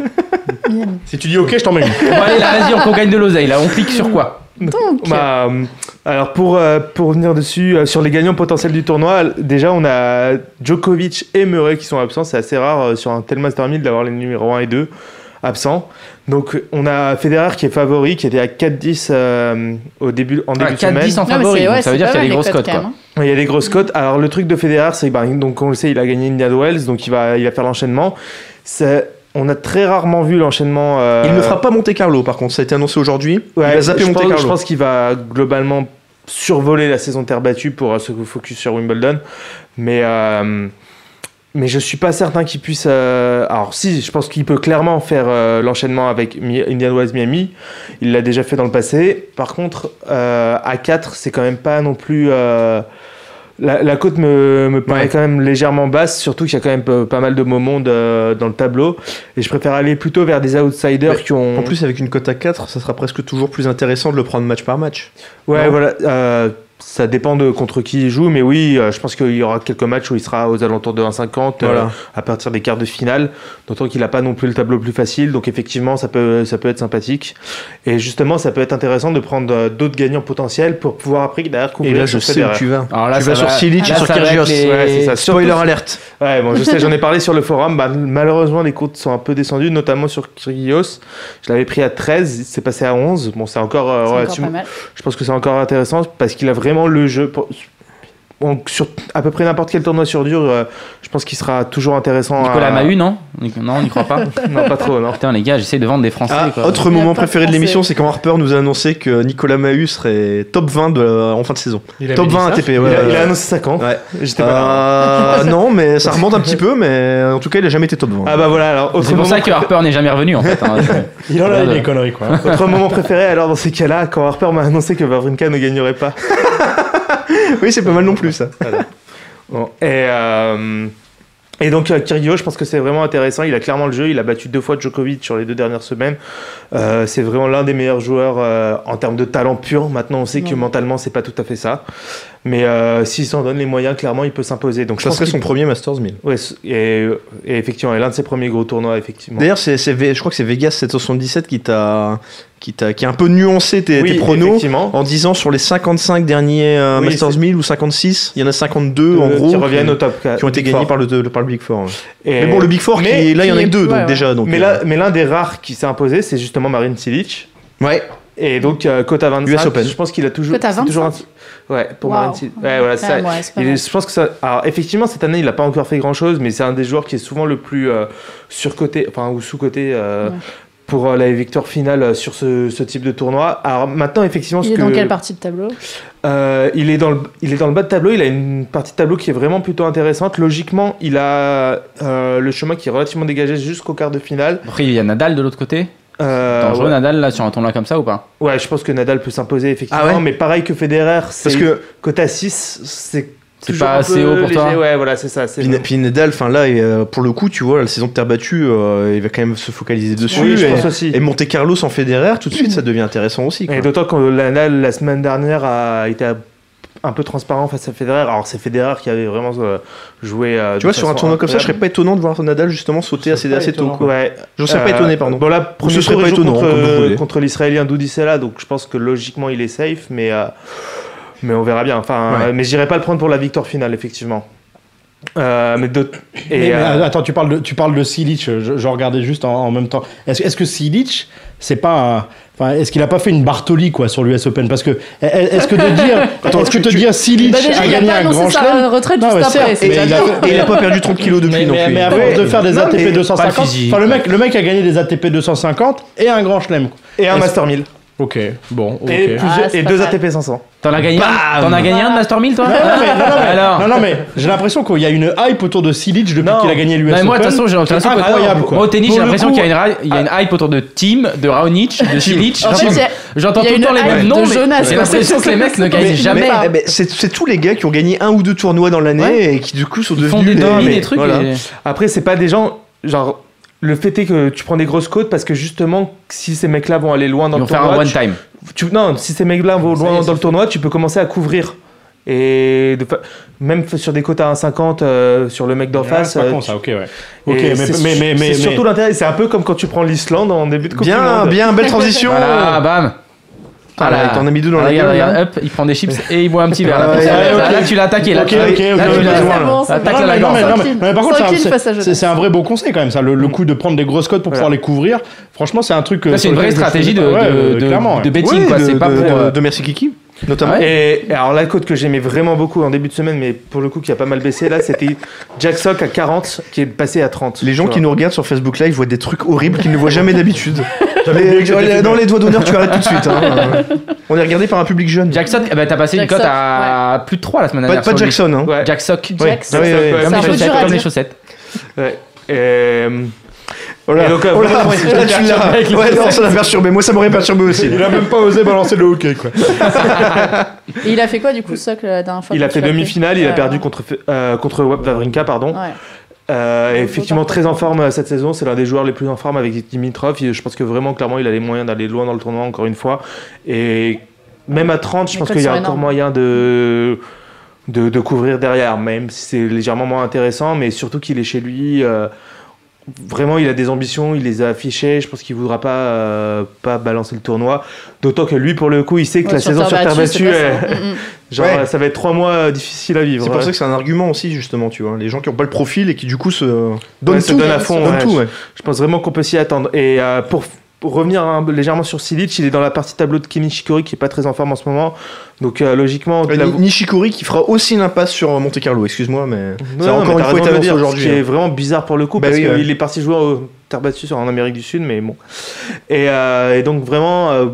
[SPEAKER 7] Miami.
[SPEAKER 2] Si tu dis ok, je t'emmène.
[SPEAKER 1] Bon, allez, là, vas-y, on qu'on gagne de l'oseille, là, on clique sur quoi
[SPEAKER 7] Donc,
[SPEAKER 4] Bah, euh, alors pour, euh, pour venir dessus, euh, sur les gagnants potentiels du tournoi, l- déjà on a Djokovic et Murray qui sont absents. C'est assez rare euh, sur un tel Master 1000 d'avoir les numéros 1 et 2 absents. Donc on a Federer qui est favori, qui était à 4-10 euh, au début, en début
[SPEAKER 1] Ah,
[SPEAKER 4] de semaine.
[SPEAKER 1] 4-10 en
[SPEAKER 7] non, mais
[SPEAKER 1] favori,
[SPEAKER 7] c'est-
[SPEAKER 1] donc ça
[SPEAKER 7] ouais, c'est
[SPEAKER 1] veut dire
[SPEAKER 7] pas
[SPEAKER 1] qu'il y a
[SPEAKER 7] mal,
[SPEAKER 1] des grosses
[SPEAKER 7] les
[SPEAKER 1] cotes,
[SPEAKER 7] cotes,
[SPEAKER 1] quoi.
[SPEAKER 7] quand même, hein.
[SPEAKER 4] Ouais, Il y a des grosses cotes. Alors le truc de Federer, c'est bah, donc on le sait, il a gagné Indian Wells, donc il va, il va faire l'enchaînement. C'est- On a très rarement vu l'enchaînement. euh,
[SPEAKER 3] Il ne fera pas Monte Carlo par contre. Ça a été annoncé aujourd'hui.
[SPEAKER 4] Ouais,
[SPEAKER 3] il va zapper
[SPEAKER 4] je,
[SPEAKER 3] Monte
[SPEAKER 4] pense,
[SPEAKER 3] Carlo.
[SPEAKER 4] je pense qu'il va globalement survoler la saison terre battue pour euh, se focus sur Wimbledon. Mais, euh, mais je suis pas certain qu'il puisse. euh, alors, si, je pense qu'il peut clairement faire euh, l'enchaînement avec Mi- Indian Wells Miami. Il l'a déjà fait dans le passé. Par contre, euh, à 4, c'est quand même pas non plus. euh, la, la cote me, me paraît
[SPEAKER 3] Ouais.
[SPEAKER 4] quand même légèrement basse, surtout qu'il y a quand même euh, pas mal de moments de- dans le tableau. Et je préfère aller plutôt vers des outsiders
[SPEAKER 3] Mais
[SPEAKER 4] qui ont.
[SPEAKER 3] En plus, avec une cote à 4, ça sera presque toujours plus intéressant de le prendre match par match.
[SPEAKER 4] Ouais,
[SPEAKER 3] Non
[SPEAKER 4] voilà. euh, ça dépend de contre qui il joue, mais oui, euh, je pense qu'il y aura quelques matchs où il sera aux alentours de 1,50 euh,
[SPEAKER 3] Voilà.
[SPEAKER 4] à partir des quarts de finale. D'autant qu'il n'a pas non plus le tableau plus facile, donc effectivement, ça peut, ça peut être sympathique. Et justement, ça peut être intéressant de prendre euh, d'autres gagnants potentiels pour pouvoir après derrière
[SPEAKER 3] Et
[SPEAKER 4] couvrir.
[SPEAKER 3] là, je
[SPEAKER 4] sur
[SPEAKER 3] sais où
[SPEAKER 4] Federer.
[SPEAKER 3] tu vas.
[SPEAKER 1] Alors là,
[SPEAKER 3] tu
[SPEAKER 1] ça
[SPEAKER 3] vas sur
[SPEAKER 1] va-
[SPEAKER 3] Silic et
[SPEAKER 1] là,
[SPEAKER 3] sur
[SPEAKER 1] ça va être
[SPEAKER 3] Kyrgios.
[SPEAKER 1] les-
[SPEAKER 4] Ouais, c'est ça.
[SPEAKER 3] Spoiler alerte.
[SPEAKER 4] Ouais, bon, je sais, j'en ai parlé sur le forum. Bah, malheureusement, les cotes sont un peu descendues, notamment sur Kyrgios. Je l'avais pris à 13, c'est passé à 11. Bon, c'est encore, euh,
[SPEAKER 7] C'est encore
[SPEAKER 4] relativement-
[SPEAKER 7] pas mal.
[SPEAKER 4] Je pense que c'est encore intéressant parce qu'il a vraiment le jeu. pour- Donc, sur à peu près n'importe quel tournoi sur dur, euh, je pense qu'il sera toujours intéressant.
[SPEAKER 1] Nicolas
[SPEAKER 4] à-
[SPEAKER 1] Mahut, non Non, on n'y croit pas.
[SPEAKER 4] Non, pas trop, non.
[SPEAKER 1] Putain, les gars, j'essaie de vendre des Français,
[SPEAKER 3] Ah,
[SPEAKER 1] quoi.
[SPEAKER 3] autre
[SPEAKER 7] Il y a
[SPEAKER 3] moment
[SPEAKER 7] pas de
[SPEAKER 3] préféré de
[SPEAKER 7] Français.
[SPEAKER 3] l'émission, c'est quand Harper nous a annoncé que Nicolas Mahut serait top 20 de la- en fin de saison. Top 20 ATP, ouais.
[SPEAKER 4] il, a,
[SPEAKER 3] ouais,
[SPEAKER 4] il a
[SPEAKER 3] ouais.
[SPEAKER 4] annoncé 5 ans.
[SPEAKER 3] Ouais.
[SPEAKER 4] J'étais pas là.
[SPEAKER 3] Euh, non, mais ça remonte un petit peu, mais en tout cas, il a jamais été top 20.
[SPEAKER 4] Ah bah voilà, alors, autre
[SPEAKER 1] C'est
[SPEAKER 4] moment,
[SPEAKER 1] pour ça que Harper n'est jamais revenu, en fait. hein.
[SPEAKER 2] Il en a
[SPEAKER 1] Merde.
[SPEAKER 2] des conneries, quoi.
[SPEAKER 4] autre moment préféré, alors dans ces cas-là, quand Harper m'a annoncé que Wawrinka ne gagnerait pas. bah.
[SPEAKER 3] oui, c'est pas mal non plus, ça.
[SPEAKER 4] Bon, Et, euh, et donc euh, Kyrgios, je pense que c'est vraiment intéressant. Il a clairement le jeu. Il a battu deux fois Djokovic sur les deux dernières semaines. Euh, c'est vraiment l'un des meilleurs joueurs euh, en termes de talent pur. Maintenant, on sait que
[SPEAKER 7] Ouais.
[SPEAKER 4] mentalement, c'est pas tout à fait ça. Mais euh, s'il s'en donne les moyens, clairement, il peut s'imposer. Donc, je
[SPEAKER 3] Ça
[SPEAKER 4] pense
[SPEAKER 3] serait
[SPEAKER 4] qu'il-
[SPEAKER 3] son premier Masters 1000.
[SPEAKER 4] Ouais, c- et, et effectivement, et l'un de ses premiers gros tournois, effectivement.
[SPEAKER 3] D'ailleurs, c'est, c'est Ve- je crois que c'est Vegas 777 qui t'a, qui t'a, qui a un peu nuancé tes,
[SPEAKER 4] oui,
[SPEAKER 3] tes pronos
[SPEAKER 4] effectivement.
[SPEAKER 3] en disant sur les 55 derniers euh,
[SPEAKER 4] Oui,
[SPEAKER 3] Masters
[SPEAKER 4] c'est-
[SPEAKER 3] 1000 ou 56, il y en a 52 en
[SPEAKER 4] Euh,
[SPEAKER 3] gros
[SPEAKER 4] qui reviennent au
[SPEAKER 3] qui,
[SPEAKER 4] top
[SPEAKER 3] qui ont été gagnés par le, de- par le Big Four. ouais. Mais bon, le Big Four,
[SPEAKER 4] mais
[SPEAKER 3] qui, là, il y en a
[SPEAKER 7] qui
[SPEAKER 3] que
[SPEAKER 7] est-
[SPEAKER 3] deux, donc
[SPEAKER 7] ouais, ouais.
[SPEAKER 3] déjà. Donc,
[SPEAKER 4] mais
[SPEAKER 3] euh,
[SPEAKER 4] là, mais l'un des rares qui s'est imposé, c'est justement Marine Cilic.
[SPEAKER 3] ouais.
[SPEAKER 4] Et donc, euh, cote à 25.
[SPEAKER 3] US Open.
[SPEAKER 4] Je pense qu'il a toujours.
[SPEAKER 7] Cote à
[SPEAKER 4] c'est toujours
[SPEAKER 7] 25?
[SPEAKER 4] un- Ouais, pour
[SPEAKER 7] Waouh.
[SPEAKER 4] 26. Ouais, voilà, ça.
[SPEAKER 7] Ouais, ouais, c'est pas
[SPEAKER 4] il
[SPEAKER 7] mal.
[SPEAKER 4] est- je pense que ça. Alors, effectivement, cette année, il n'a pas encore fait grand chose, mais c'est un des joueurs qui est souvent le plus euh, surcoté, enfin, ou sous-coté. euh,
[SPEAKER 7] Ouais.
[SPEAKER 4] Pour euh, la victoire finale euh, sur ce, ce type de tournoi. Alors maintenant, effectivement, ce
[SPEAKER 7] Il est
[SPEAKER 4] que,
[SPEAKER 7] dans quelle partie de tableau
[SPEAKER 4] euh, il, est dans le, il est dans le bas de tableau. Il a une partie de tableau qui est vraiment plutôt intéressante. Logiquement, il a euh, le chemin qui est relativement dégagé jusqu'au quart de finale.
[SPEAKER 1] Après, il y a Nadal de l'autre côté.
[SPEAKER 4] Euh,
[SPEAKER 1] Dangereux,
[SPEAKER 4] ouais.
[SPEAKER 1] Nadal, là, sur un tournoi comme ça ou pas
[SPEAKER 4] Ouais, je pense que Nadal peut s'imposer effectivement,
[SPEAKER 3] Ah ouais
[SPEAKER 4] mais pareil que Federer,
[SPEAKER 3] Parce
[SPEAKER 4] c'est
[SPEAKER 3] que
[SPEAKER 4] Côte à 6, c'est
[SPEAKER 1] C'est
[SPEAKER 4] toujours
[SPEAKER 1] pas
[SPEAKER 4] un
[SPEAKER 1] assez
[SPEAKER 4] peu
[SPEAKER 1] haut pour toi
[SPEAKER 4] léger. Ouais, voilà, c'est ça. c'est
[SPEAKER 3] Pin-
[SPEAKER 4] vrai.
[SPEAKER 3] Pin Nadal, enfin là, et, euh, pour le coup, tu vois, la saison de terre battue, euh, il va quand même se focaliser dessus.
[SPEAKER 4] Oui, je
[SPEAKER 3] et,
[SPEAKER 4] pense aussi.
[SPEAKER 3] et Monte Carlo sans Federer, tout de suite, ça devient intéressant aussi. quoi.
[SPEAKER 4] Et d'autant que Nadal, la semaine dernière, a été un peu transparent face à Federer. Alors, c'est Federer qui avait vraiment euh, joué. euh,
[SPEAKER 3] Tu vois,
[SPEAKER 4] de
[SPEAKER 3] sur un
[SPEAKER 4] façon
[SPEAKER 3] tournoi comme ça, je serais
[SPEAKER 4] incroyable.
[SPEAKER 3] pas étonnant de voir Nadal justement sauter assez, assez tôt. quoi.
[SPEAKER 4] Ouais.
[SPEAKER 3] Je serais pas
[SPEAKER 4] Euh,
[SPEAKER 3] étonné, pardon.
[SPEAKER 4] Bon, là, premier
[SPEAKER 3] serait
[SPEAKER 4] tour,
[SPEAKER 3] pas
[SPEAKER 4] il joue
[SPEAKER 3] étonnant,
[SPEAKER 4] contre,
[SPEAKER 3] comme vous
[SPEAKER 4] euh,
[SPEAKER 3] voulez.
[SPEAKER 4] contre l'Israélien Doudicella, donc je pense que logiquement, il est safe, mais, euh, mais on verra bien. Enfin,
[SPEAKER 3] Ouais.
[SPEAKER 4] euh, mais j'irai pas le prendre pour la victoire finale, effectivement. Euh, mais d'autres. Et,
[SPEAKER 2] Mais, mais,
[SPEAKER 4] euh,
[SPEAKER 2] Attends, tu parles de, tu parles de Silic, je, je regardais juste en, en même temps. Est-ce est-ce que Silic, c'est pas un- Enfin, est-ce qu'il a pas fait une Bartoli quoi sur l'US Open Parce que est-ce que de dire, est-ce que te dire Silic
[SPEAKER 7] Bah, déjà,
[SPEAKER 2] a
[SPEAKER 7] il a
[SPEAKER 2] gagné
[SPEAKER 7] pas
[SPEAKER 2] un
[SPEAKER 7] annoncé euh,
[SPEAKER 2] grand
[SPEAKER 7] sa
[SPEAKER 2] chelem
[SPEAKER 7] retraite
[SPEAKER 2] Non,
[SPEAKER 7] juste
[SPEAKER 2] mais
[SPEAKER 7] après,
[SPEAKER 2] certes,
[SPEAKER 7] c'est
[SPEAKER 2] mais il a
[SPEAKER 7] déjà
[SPEAKER 2] fait-
[SPEAKER 3] Et il a pas perdu 30 kilos depuis
[SPEAKER 2] Mais,
[SPEAKER 3] non
[SPEAKER 2] mais,
[SPEAKER 3] plus.
[SPEAKER 2] mais
[SPEAKER 7] euh,
[SPEAKER 2] à force de faire des
[SPEAKER 4] Non,
[SPEAKER 2] ATP
[SPEAKER 4] mais
[SPEAKER 2] 250,
[SPEAKER 1] pas le physique.
[SPEAKER 2] enfin, le mec, le mec a gagné des ATP 250 et un grand chelem. quoi.
[SPEAKER 4] et un Master 1000.
[SPEAKER 2] Ok, bon, ok.
[SPEAKER 4] Et, plus-
[SPEAKER 7] Ah, c'est
[SPEAKER 4] et
[SPEAKER 7] pas
[SPEAKER 4] deux
[SPEAKER 7] mal.
[SPEAKER 4] ATP 500.
[SPEAKER 1] T'en as gagné un T'en as gagné un de Master 1000 toi
[SPEAKER 2] Non, non, mais, non, non, mais-
[SPEAKER 1] Alors
[SPEAKER 2] non, non, mais j'ai l'impression qu'il y a une hype autour de Silic depuis
[SPEAKER 4] Non.
[SPEAKER 2] qu'il a gagné l'US
[SPEAKER 1] Non, mais
[SPEAKER 2] Open.
[SPEAKER 1] moi, de toute façon, j'ai
[SPEAKER 2] C'est
[SPEAKER 1] l'impression que-
[SPEAKER 2] incroyable, quoi.
[SPEAKER 1] Moi, au tennis,
[SPEAKER 4] Pour
[SPEAKER 1] j'ai
[SPEAKER 4] le
[SPEAKER 1] l'impression
[SPEAKER 4] coup-
[SPEAKER 1] qu'il y, a une ra- il y a une hype autour de Tim, de Raonic, de Silic.
[SPEAKER 7] En fait, il y a-
[SPEAKER 1] J'entends
[SPEAKER 7] il y a
[SPEAKER 1] tout le temps
[SPEAKER 7] une
[SPEAKER 1] les
[SPEAKER 7] hype
[SPEAKER 1] mêmes noms,
[SPEAKER 7] de
[SPEAKER 1] mais
[SPEAKER 7] Jonas,
[SPEAKER 1] j'ai
[SPEAKER 7] quoi.
[SPEAKER 1] l'impression que les mecs ne gagnent
[SPEAKER 7] Mais-
[SPEAKER 1] jamais.
[SPEAKER 7] pas.
[SPEAKER 3] eh ben, c'est c'est tous les gars qui ont gagné un ou deux tournois dans l'année
[SPEAKER 4] Ouais.
[SPEAKER 3] et qui du coup sont
[SPEAKER 1] Ils
[SPEAKER 3] devenus
[SPEAKER 1] font des
[SPEAKER 3] les-
[SPEAKER 1] demi,
[SPEAKER 4] mais
[SPEAKER 1] des trucs.
[SPEAKER 3] voilà.
[SPEAKER 1] et-
[SPEAKER 4] Après, c'est pas des gens. Genre, le fait est que tu prends des grosses côtes parce que justement, si ces mecs-là vont aller loin dans
[SPEAKER 1] Ils
[SPEAKER 4] le
[SPEAKER 1] vont faire
[SPEAKER 4] tournoi.
[SPEAKER 1] un one
[SPEAKER 4] tu-
[SPEAKER 1] time.
[SPEAKER 4] tu- non, si ces mecs-là vont
[SPEAKER 1] Ça
[SPEAKER 4] loin
[SPEAKER 1] y est, c'est
[SPEAKER 4] dans le tournoi, tu peux commencer à couvrir. Et de fa- même f- sur des côtes à 1,50 euh, sur le mec d'en
[SPEAKER 2] Ah,
[SPEAKER 4] face.
[SPEAKER 2] c'est pas
[SPEAKER 4] euh,
[SPEAKER 2] con
[SPEAKER 4] tu-
[SPEAKER 2] ça, ok, ouais.
[SPEAKER 4] et
[SPEAKER 2] Ok, mais,
[SPEAKER 4] c'est
[SPEAKER 2] mais, mais, mais,
[SPEAKER 4] c'est surtout
[SPEAKER 2] mais-
[SPEAKER 4] l'intérêt. C'est un peu comme quand tu prends l'Islande en début de Coupe du
[SPEAKER 3] Bien,
[SPEAKER 4] Monde.
[SPEAKER 3] bien, belle transition.
[SPEAKER 1] Voilà, bam
[SPEAKER 3] Voilà,
[SPEAKER 1] Voilà.
[SPEAKER 3] il t'en a mis deux dans la
[SPEAKER 1] Regarde,
[SPEAKER 3] gueule,
[SPEAKER 1] regarde,
[SPEAKER 3] là.
[SPEAKER 1] hop, il prend des chips et il boit un petit verre.
[SPEAKER 3] Ouais,
[SPEAKER 1] Là,
[SPEAKER 2] ouais,
[SPEAKER 1] Là,
[SPEAKER 2] ok.
[SPEAKER 1] tu l'as attaqué. Là,
[SPEAKER 2] Ok,
[SPEAKER 1] tu l'as-
[SPEAKER 2] ok, ok,
[SPEAKER 1] là, tu
[SPEAKER 2] ok,
[SPEAKER 1] l'as-
[SPEAKER 2] ok.
[SPEAKER 7] C'est bon, c'est
[SPEAKER 1] Attaque
[SPEAKER 7] bon.
[SPEAKER 1] à la
[SPEAKER 2] non,
[SPEAKER 1] gorge.
[SPEAKER 2] mais,
[SPEAKER 1] Mm.
[SPEAKER 2] non, mais- non, mais par contre, c'est un-
[SPEAKER 7] Tranquille face à
[SPEAKER 2] c'est-
[SPEAKER 7] Jonas.
[SPEAKER 2] c'est c'est un vrai bon conseil quand même, ça. Le, le coup de prendre des grosses cotes pour pouvoir les couvrir, franchement, c'est un truc. euh,
[SPEAKER 1] Ça, c'est
[SPEAKER 2] sur
[SPEAKER 1] une
[SPEAKER 2] lequel
[SPEAKER 1] vraie
[SPEAKER 2] je me
[SPEAKER 1] stratégie de,
[SPEAKER 2] faisais pas- ouais,
[SPEAKER 1] de,
[SPEAKER 2] euh,
[SPEAKER 1] de-
[SPEAKER 2] clairement,
[SPEAKER 1] de
[SPEAKER 2] ouais.
[SPEAKER 1] betting,
[SPEAKER 3] Oui,
[SPEAKER 1] quoi.
[SPEAKER 3] de-
[SPEAKER 1] C'est pas
[SPEAKER 3] de-
[SPEAKER 1] pour.
[SPEAKER 3] de-
[SPEAKER 1] euh,
[SPEAKER 3] de Merci Kiki, notamment.
[SPEAKER 1] Ouais.
[SPEAKER 4] Et et alors la côte que j'aimais vraiment beaucoup en début de semaine, mais pour le coup qui a pas mal baissé là, c'était Jack Sock à 40 qui est passé à 30.
[SPEAKER 3] Les gens
[SPEAKER 4] tu
[SPEAKER 3] qui
[SPEAKER 4] vois.
[SPEAKER 3] nous regardent sur Facebook Live voient des trucs horribles qu'ils ne voient jamais d'habitude.
[SPEAKER 2] que
[SPEAKER 3] Les-
[SPEAKER 2] t'étais
[SPEAKER 3] dans les doigts d'honneur, tu arrêtes tout de suite. hein. On est regardé par un public jeune.
[SPEAKER 1] Jackson, eh ben, t'as passé une
[SPEAKER 7] Jackson,
[SPEAKER 1] cote à plus de 3 la semaine
[SPEAKER 3] pas,
[SPEAKER 1] dernière.
[SPEAKER 3] pas
[SPEAKER 1] sur lui.
[SPEAKER 3] Jackson. Hein.
[SPEAKER 4] Ouais.
[SPEAKER 1] Jackson.
[SPEAKER 7] Jax.
[SPEAKER 3] Ah oui, oui, oui.
[SPEAKER 7] C'est
[SPEAKER 1] Comme
[SPEAKER 7] un
[SPEAKER 1] les
[SPEAKER 7] peu dur
[SPEAKER 1] chaussettes.
[SPEAKER 7] à
[SPEAKER 1] Comme les
[SPEAKER 7] dire.
[SPEAKER 1] chaussettes.
[SPEAKER 4] Ouais. Euh,
[SPEAKER 3] Oh là,
[SPEAKER 4] Et donc, euh,
[SPEAKER 3] oh là,
[SPEAKER 4] vraiment, il se
[SPEAKER 3] là, tu
[SPEAKER 4] perturbe
[SPEAKER 3] l'as.
[SPEAKER 4] avec le
[SPEAKER 3] Ouais, non, ça l'a perturbé. Moi, ça m'aurait perturbé aussi.
[SPEAKER 2] Il a même pas osé balancer le hockey, quoi.
[SPEAKER 7] Et il a fait quoi du coup, Soc, la dernière fois
[SPEAKER 4] il
[SPEAKER 7] que
[SPEAKER 4] a
[SPEAKER 7] tu
[SPEAKER 4] fait
[SPEAKER 7] l'as
[SPEAKER 4] demi-finale, il a
[SPEAKER 7] Ouais.
[SPEAKER 4] perdu contre euh, contre Web Vavrinka pardon.
[SPEAKER 7] Ouais.
[SPEAKER 4] Euh, et effectivement très en forme euh, cette saison, c'est l'un des joueurs les plus en forme avec Dimitrov. Il- Je pense que vraiment clairement il a les moyens d'aller loin dans le tournoi encore une fois. Et même à 30, je
[SPEAKER 7] Les
[SPEAKER 4] pense
[SPEAKER 7] codes
[SPEAKER 4] qu'il y a
[SPEAKER 7] sont
[SPEAKER 4] encore
[SPEAKER 7] énormes.
[SPEAKER 4] moyen de, de de couvrir derrière, même si c'est légèrement moins intéressant, mais surtout qu'il est chez lui. euh, Vraiment, il a des ambitions, il les a affichées. Je pense qu'il voudra pas euh, pas balancer le tournoi, d'autant que lui, pour le coup, il sait que
[SPEAKER 7] Ouais,
[SPEAKER 4] la saison sur terre
[SPEAKER 7] battue,
[SPEAKER 4] battue,
[SPEAKER 7] c'est pas
[SPEAKER 4] euh,
[SPEAKER 7] ça. Mm, mm.
[SPEAKER 4] genre,
[SPEAKER 3] Ouais.
[SPEAKER 4] ça va être trois mois euh, difficiles à vivre.
[SPEAKER 3] C'est pour
[SPEAKER 4] Ouais.
[SPEAKER 3] ça que c'est un argument aussi, justement, tu vois. Les gens qui n'ont pas le profil et qui, du coup, se donnent
[SPEAKER 4] Ouais,
[SPEAKER 3] tout.
[SPEAKER 4] se donnent à fond,
[SPEAKER 3] Donnent
[SPEAKER 4] ouais.
[SPEAKER 3] tout, ouais.
[SPEAKER 4] Je pense vraiment qu'on peut s'y attendre. Et euh, pour, pour revenir un peu légèrement sur Silic, il est dans la partie tableau de Kimi Shikori qui est pas très en forme en ce moment. Donc euh, logiquement,
[SPEAKER 3] Ouais,
[SPEAKER 4] la-
[SPEAKER 3] Ni- Nishikori qui fera aussi une impasse sur euh, Monte Carlo, excuse-moi, mais ça
[SPEAKER 4] Non,
[SPEAKER 3] a
[SPEAKER 4] non,
[SPEAKER 3] encore
[SPEAKER 4] mais
[SPEAKER 3] une
[SPEAKER 4] t'as
[SPEAKER 3] fois été
[SPEAKER 4] raison de
[SPEAKER 3] annoncé
[SPEAKER 4] le dire, Ce qui
[SPEAKER 3] aujourd'hui. hein.
[SPEAKER 4] est vraiment bizarre pour le coup
[SPEAKER 3] Bah
[SPEAKER 4] parce
[SPEAKER 3] oui,
[SPEAKER 4] qu'il
[SPEAKER 3] ouais.
[SPEAKER 4] est parti jouer au terre battue sur en Amérique du Sud, mais bon. Et, euh, et donc vraiment. euh,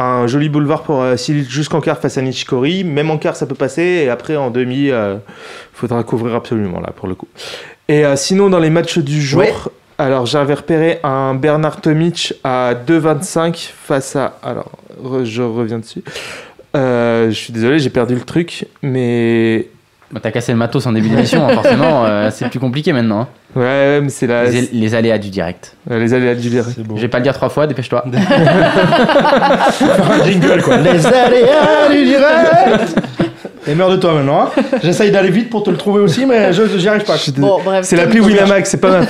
[SPEAKER 4] un joli boulevard pour euh, Silic jusqu'en quart face à Nishikori. Même en quart, ça peut passer. Et après, en demi, euh, faudra couvrir absolument là pour le coup. Et euh, sinon, dans les matchs du jour,
[SPEAKER 3] Ouais.
[SPEAKER 4] alors j'avais repéré un Bernard Tomic à 2,25 face à. Alors, re- je reviens dessus. Euh, je suis désolé, j'ai perdu le truc, mais.
[SPEAKER 1] Bah, T'as cassé le matos en début d'émission, hein, forcément, euh, c'est plus compliqué maintenant. hein.
[SPEAKER 4] Ouais, Ouais, mais c'est la.
[SPEAKER 1] Les, les aléas du direct.
[SPEAKER 4] Euh, Les aléas du direct.
[SPEAKER 1] Je vais pas le dire trois fois, dépêche-toi.
[SPEAKER 2] Jingle, quoi. Les aléas du direct Et meurs de toi maintenant. hein. J'essaye d'aller vite pour te le trouver aussi, mais je j'y arrive pas.
[SPEAKER 7] Bon, bref.
[SPEAKER 4] C'est l'appli Winamax, c'est pas mal.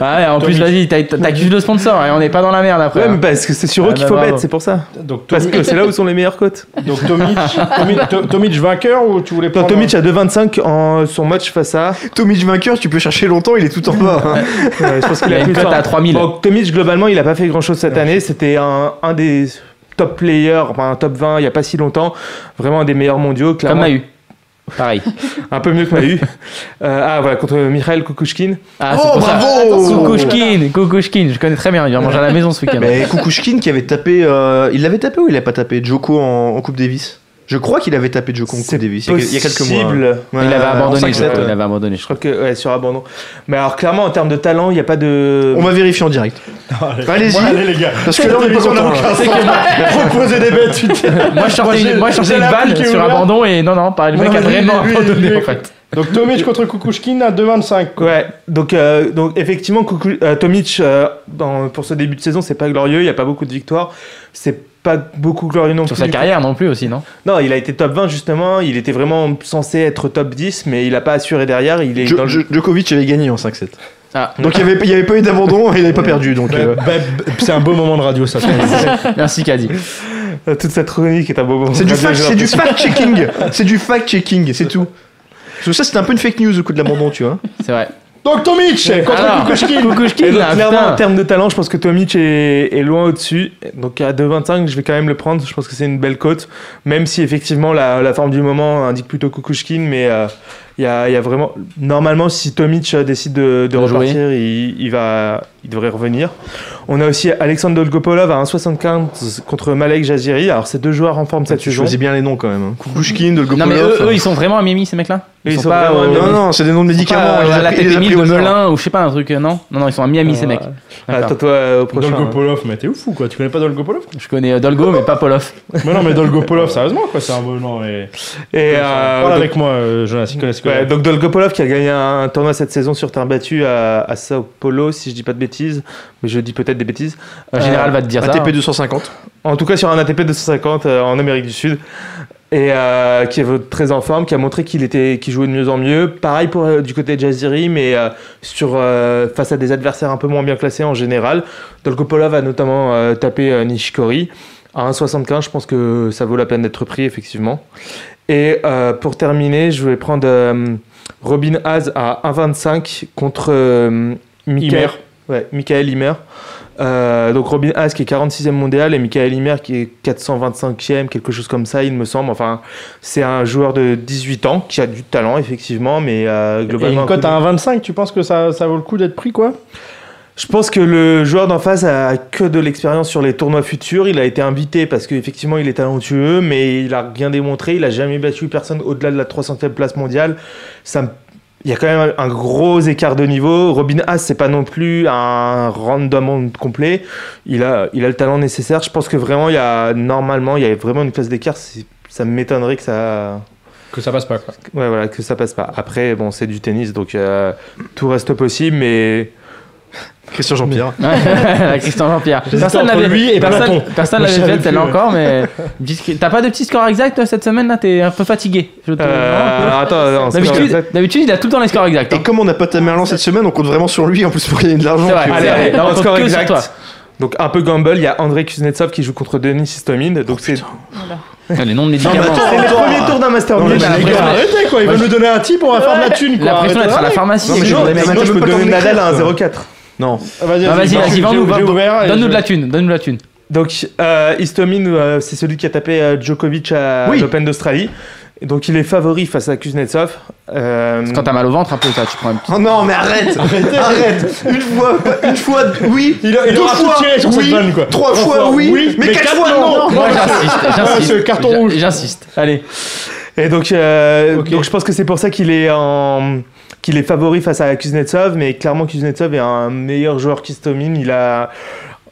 [SPEAKER 1] Ah ouais, en plus, vas-y, t'as- t'accuses le sponsor hein, et on n'est pas dans la merde après.
[SPEAKER 4] Ouais,
[SPEAKER 1] hein.
[SPEAKER 4] mais parce que c'est sur eux
[SPEAKER 1] Ah,
[SPEAKER 4] qu'il
[SPEAKER 1] bah,
[SPEAKER 4] faut
[SPEAKER 1] bravo.
[SPEAKER 4] mettre, c'est pour ça.
[SPEAKER 2] Donc,
[SPEAKER 4] Parce
[SPEAKER 2] Tomic,
[SPEAKER 4] que c'est là où sont les meilleures cotes.
[SPEAKER 2] donc Tomic, Tomic- To- Tomic vainqueur ou tu voulais
[SPEAKER 4] Non,
[SPEAKER 2] prendre
[SPEAKER 4] Tomic à 2,25 en son match face à.
[SPEAKER 3] Tomic vainqueur, tu peux chercher longtemps, il est tout en bas. hein.
[SPEAKER 4] Euh, je pense qu'il
[SPEAKER 1] Il y a
[SPEAKER 4] a
[SPEAKER 1] une
[SPEAKER 4] plus
[SPEAKER 1] cote
[SPEAKER 4] fort.
[SPEAKER 1] à 3000.
[SPEAKER 4] Bon, Tomic, globalement, il a pas fait grand chose cette année. C'était un, un des top players, enfin un top 20 il y a pas si longtemps. Vraiment un des meilleurs mondiaux,
[SPEAKER 1] Comme
[SPEAKER 4] clairement.
[SPEAKER 1] Mahu. Pareil.
[SPEAKER 4] Un peu mieux que Mahu. Euh, ah voilà, contre Mikhail Kukushkin.
[SPEAKER 1] Ah, c'est
[SPEAKER 3] Oh,
[SPEAKER 1] pour ça. Kukushkin, Kukushkin, je connais très bien, il va manger à la maison ce week-end.
[SPEAKER 3] Mais Kukushkin qui avait tapé. euh, il l'avait tapé ou il l'a pas tapé Joko en, en Coupe Davis Je crois qu'il avait tapé Joko en Coupe Davis il y a- il y a quelques mois. hein.
[SPEAKER 4] possible.
[SPEAKER 3] Ouais,
[SPEAKER 1] il avait
[SPEAKER 3] en
[SPEAKER 1] abandonné, je
[SPEAKER 3] 5-7,
[SPEAKER 1] crois,
[SPEAKER 3] ouais.
[SPEAKER 1] il avait abandonné, je
[SPEAKER 4] Je crois que ouais, sur abandon. Mais alors clairement en termes de talent, il n'y a pas de.
[SPEAKER 3] On va vérifier en direct. Allez-y.
[SPEAKER 2] Ouais, allez les gars,
[SPEAKER 3] Parce que là, on est pas
[SPEAKER 2] Cette émission n'a
[SPEAKER 3] content,
[SPEAKER 2] aucun sens. Proposer des bêtes, tu t'es-
[SPEAKER 1] crois. Moi, je sortais,
[SPEAKER 2] j'ai-
[SPEAKER 1] une- moi, je sortais
[SPEAKER 2] j'ai
[SPEAKER 1] une
[SPEAKER 2] l'appli
[SPEAKER 1] balle
[SPEAKER 2] qui est
[SPEAKER 1] sur
[SPEAKER 2] ouverte.
[SPEAKER 1] abandon et non, non, pareil, le
[SPEAKER 2] Non,
[SPEAKER 1] mec a
[SPEAKER 2] mais lui,
[SPEAKER 1] vraiment
[SPEAKER 2] lui, lui,
[SPEAKER 1] abandonné
[SPEAKER 2] lui,
[SPEAKER 1] en fait.
[SPEAKER 2] Donc Tomic contre Kukushkin à 2,25. quoi.
[SPEAKER 4] Ouais, donc, euh, donc effectivement, Kuku- euh, Tomic, euh, dans- pour ce début de saison, c'est pas glorieux, il n'y a pas beaucoup de victoires, c'est pas beaucoup glorieux non
[SPEAKER 1] Sur
[SPEAKER 4] plus.
[SPEAKER 1] sa carrière non plus aussi, non
[SPEAKER 4] Non, il a été top 20 justement, il était vraiment censé être top 10, mais il a pas assuré derrière, il est
[SPEAKER 3] Jo-
[SPEAKER 4] dans le...
[SPEAKER 3] Jo- Djokovic avait gagné en 5-7.
[SPEAKER 1] Ah.
[SPEAKER 3] Donc il y avait, il y avait pas eu d'abandon et il n'avait pas perdu. Donc,
[SPEAKER 2] Bah,
[SPEAKER 3] euh,
[SPEAKER 2] bah, bah, c'est un beau moment de radio, ça.
[SPEAKER 1] Merci, Caddy.
[SPEAKER 4] Euh, toute cette chronique est un beau moment.
[SPEAKER 3] C'est du
[SPEAKER 4] Radio,
[SPEAKER 3] fact-
[SPEAKER 4] j'ai
[SPEAKER 3] c'est du
[SPEAKER 4] l'impression.
[SPEAKER 3] fact-checking. c'est du fact-checking, c'est tout. Parce que ça, c'était un peu une fake news au coup de l'abandon, tu vois.
[SPEAKER 1] C'est vrai.
[SPEAKER 2] Donc Tomic contre
[SPEAKER 1] Alors.
[SPEAKER 2] Kukushkin.
[SPEAKER 1] Kukushkin,
[SPEAKER 4] Et donc,
[SPEAKER 1] là,
[SPEAKER 4] clairement, en
[SPEAKER 1] putain.
[SPEAKER 4] termes de talent, je pense que Tomic est, est loin au-dessus. Donc à 2,25, je vais quand même le prendre. Je pense que c'est une belle cote. Même si effectivement la, la forme du moment indique plutôt Kukushkin, mais euh, il y, a, il y a vraiment. Normalement, si Tomic euh, décide de, de
[SPEAKER 1] De jouer.
[SPEAKER 4] repartir, il, il va, il devrait revenir. On a aussi Alexandre Dolgopolov à 1,75 contre Malek Jaziri. Alors ces deux joueurs en forme cette
[SPEAKER 3] tu
[SPEAKER 4] saison.
[SPEAKER 3] choisis bien les noms quand même. hein. Kukushkin,
[SPEAKER 1] Non,
[SPEAKER 3] Dolgopolov.
[SPEAKER 1] mais eux, eux, ils sont vraiment à Mimi, ces mecs-là
[SPEAKER 4] Ils sont euh,
[SPEAKER 1] pas
[SPEAKER 4] vraiment à
[SPEAKER 1] au-
[SPEAKER 4] Miami.
[SPEAKER 3] Non,
[SPEAKER 1] ils
[SPEAKER 3] non, c'est des noms de
[SPEAKER 1] sont pas
[SPEAKER 3] médicaments.
[SPEAKER 1] à
[SPEAKER 3] il les a
[SPEAKER 1] la
[SPEAKER 3] pris- il les a
[SPEAKER 1] TP1000
[SPEAKER 3] pris
[SPEAKER 1] de
[SPEAKER 3] au hasard.
[SPEAKER 1] Melun ou je sais pas, un truc. euh, Non, non, non, ils sont à Miami, ces mecs. D'accord.
[SPEAKER 4] Attends-toi euh, au prochain.
[SPEAKER 2] Dolgopolov, mais t'es ouf ou quoi Tu connais pas Dolgopolov
[SPEAKER 1] Je connais euh, Dolgo, mais pas Polov.
[SPEAKER 2] Mais non, mais Dolgopolov, sérieusement quoi, c'est un bon nom. Mais...
[SPEAKER 4] Et euh,
[SPEAKER 2] Parle
[SPEAKER 4] donc-
[SPEAKER 2] avec moi, euh, Jonas, ils connaissent
[SPEAKER 4] Ouais,
[SPEAKER 2] quoi
[SPEAKER 4] donc Dolgopolov qui a gagné un tournoi cette saison sur terre battue à, à Sao Paulo, si je dis pas de bêtises, mais je dis peut-être des bêtises.
[SPEAKER 1] En général, va te
[SPEAKER 4] Ah,
[SPEAKER 1] dire ça.
[SPEAKER 3] ATP
[SPEAKER 1] hein.
[SPEAKER 3] 250.
[SPEAKER 4] En tout cas sur un ATP 250 euh, en Amérique du Sud et euh, qui est très en forme, qui a montré qu'il était, qu'il jouait de mieux en mieux. Pareil pour euh, du côté de Jaziri, mais euh, sur euh, face à des adversaires un peu moins bien classés en général. Dolgopolov a notamment euh, tapé euh, Nishikori à 1,75. Je pense que ça vaut la peine d'être pris effectivement. Et euh, pour terminer, je vais prendre euh, Robin Haas à 1,25 contre euh, Michael,
[SPEAKER 2] Imer.
[SPEAKER 4] ouais, Michael Imer. Euh, donc Robin Haas qui est 46e mondial et Michael Imer qui est 425e, quelque chose comme ça, il me semble. Enfin, c'est un joueur de 18 ans qui a du talent effectivement, mais euh,
[SPEAKER 2] Et
[SPEAKER 4] globalement.
[SPEAKER 2] une cote à 1,25, tu penses que ça, ça vaut le coup d'être pris quoi
[SPEAKER 4] Je pense que le joueur d'en face a que de l'expérience sur les tournois futurs. Il a été invité parce qu'effectivement il est talentueux, mais il a rien démontré. Il a jamais battu personne au-delà de la 300e place mondiale. Ça me- Il y a quand même un gros écart de niveau. Robin Haas, c'est pas non plus un random complet. Il a, il a le talent nécessaire. Je pense que vraiment, il y a, normalement, il y a vraiment une classe d'écart. C'est- Ça m'étonnerait que ça,
[SPEAKER 2] Que ça passe pas quoi.
[SPEAKER 4] Ouais, voilà, que ça passe pas. Après, bon, c'est du tennis, donc euh, tout reste possible, mais.
[SPEAKER 3] Christian Jean-Pierre.
[SPEAKER 1] Ouais, Christian Jean-Pierre. Personne
[SPEAKER 2] entre
[SPEAKER 1] l'avait
[SPEAKER 2] lui et
[SPEAKER 1] personne,
[SPEAKER 2] Platon.
[SPEAKER 1] personne
[SPEAKER 2] Moi, je
[SPEAKER 1] l'avait
[SPEAKER 2] savais
[SPEAKER 1] fait, celle-là
[SPEAKER 2] plus, ouais.
[SPEAKER 1] encore, mais. Discret- T'as pas de petit score exact toi, cette semaine là T'es un peu fatigué. Je te-
[SPEAKER 4] Euh, attends,
[SPEAKER 1] Bah,
[SPEAKER 4] non, c'est pas
[SPEAKER 1] D'habitude,
[SPEAKER 4] exact.
[SPEAKER 1] d'habitude, il a tout le temps les scores exacts. hein.
[SPEAKER 3] Et comme on n'a pas de Tamerlan cette semaine, on compte vraiment sur lui en plus pour gagner de l'argent.
[SPEAKER 1] C'est vrai,
[SPEAKER 3] tu vois.
[SPEAKER 1] c'est vrai.
[SPEAKER 4] Allez,
[SPEAKER 1] Là, on
[SPEAKER 4] un
[SPEAKER 1] compte
[SPEAKER 4] score
[SPEAKER 1] que sur
[SPEAKER 4] exact.
[SPEAKER 1] toi.
[SPEAKER 4] Donc un peu gamble, il y a André Kuznetsov qui joue contre Denis Istomin. Donc
[SPEAKER 1] Oh,
[SPEAKER 4] c'est
[SPEAKER 1] Ah, Les noms de médicaments.
[SPEAKER 4] c'est le premier tour d'un Master
[SPEAKER 2] Non, mais
[SPEAKER 4] Mille.
[SPEAKER 2] les
[SPEAKER 1] après,
[SPEAKER 2] gars,
[SPEAKER 1] on est-
[SPEAKER 2] arrêtez quoi, ils veulent nous donner un type, on va faire de la thune quoi.
[SPEAKER 1] La pression d'être à
[SPEAKER 2] arrêtez de
[SPEAKER 1] la
[SPEAKER 2] râler.
[SPEAKER 1] pharmacie.
[SPEAKER 3] Non, mais j'ai-
[SPEAKER 1] sinon.
[SPEAKER 3] mais maintenant,
[SPEAKER 4] je
[SPEAKER 3] j'ai
[SPEAKER 4] peux
[SPEAKER 3] pas le temps
[SPEAKER 4] donner
[SPEAKER 3] de
[SPEAKER 4] Nadal à
[SPEAKER 3] l'écrire, quoi.
[SPEAKER 4] 1,04. Non.
[SPEAKER 2] Ah, Vas-y,
[SPEAKER 1] Ah, vas-y,
[SPEAKER 2] j'ai-
[SPEAKER 1] vas-y,
[SPEAKER 2] j'ai-
[SPEAKER 1] vends-nous,
[SPEAKER 2] j'ai
[SPEAKER 1] vends-
[SPEAKER 2] ouvert et
[SPEAKER 1] Donne-nous
[SPEAKER 2] je-
[SPEAKER 1] de la thune, donne-nous de la thune.
[SPEAKER 4] Donc euh, Istomin, euh, c'est celui qui a tapé euh, Djokovic à
[SPEAKER 3] Oui.
[SPEAKER 4] l'Open d'Australie. Et Donc il est favori face à Kuznetsov. Euh,
[SPEAKER 1] Quand t'as mal au ventre un peu, ça, tu prends un petit.
[SPEAKER 3] Oh non, mais arrête Arrête Une fois, une fois, oui
[SPEAKER 2] Il a- il
[SPEAKER 3] Deux
[SPEAKER 2] aura tout
[SPEAKER 3] fois,
[SPEAKER 2] tiré sur
[SPEAKER 3] oui
[SPEAKER 2] cette vanne quoi.
[SPEAKER 3] Trois fois, oui, mais quatre fois, non.
[SPEAKER 1] Moi, j'insiste,
[SPEAKER 2] ce
[SPEAKER 1] j'insiste.
[SPEAKER 2] carton
[SPEAKER 1] J'a-
[SPEAKER 2] rouge.
[SPEAKER 1] J'insiste. Allez.
[SPEAKER 4] Et donc, euh,
[SPEAKER 2] Ok.
[SPEAKER 4] donc je pense que c'est pour ça qu'il est en qu'il est favori face à Kuznetsov, mais clairement Kuznetsov est un meilleur joueur qu'Istomin. Il a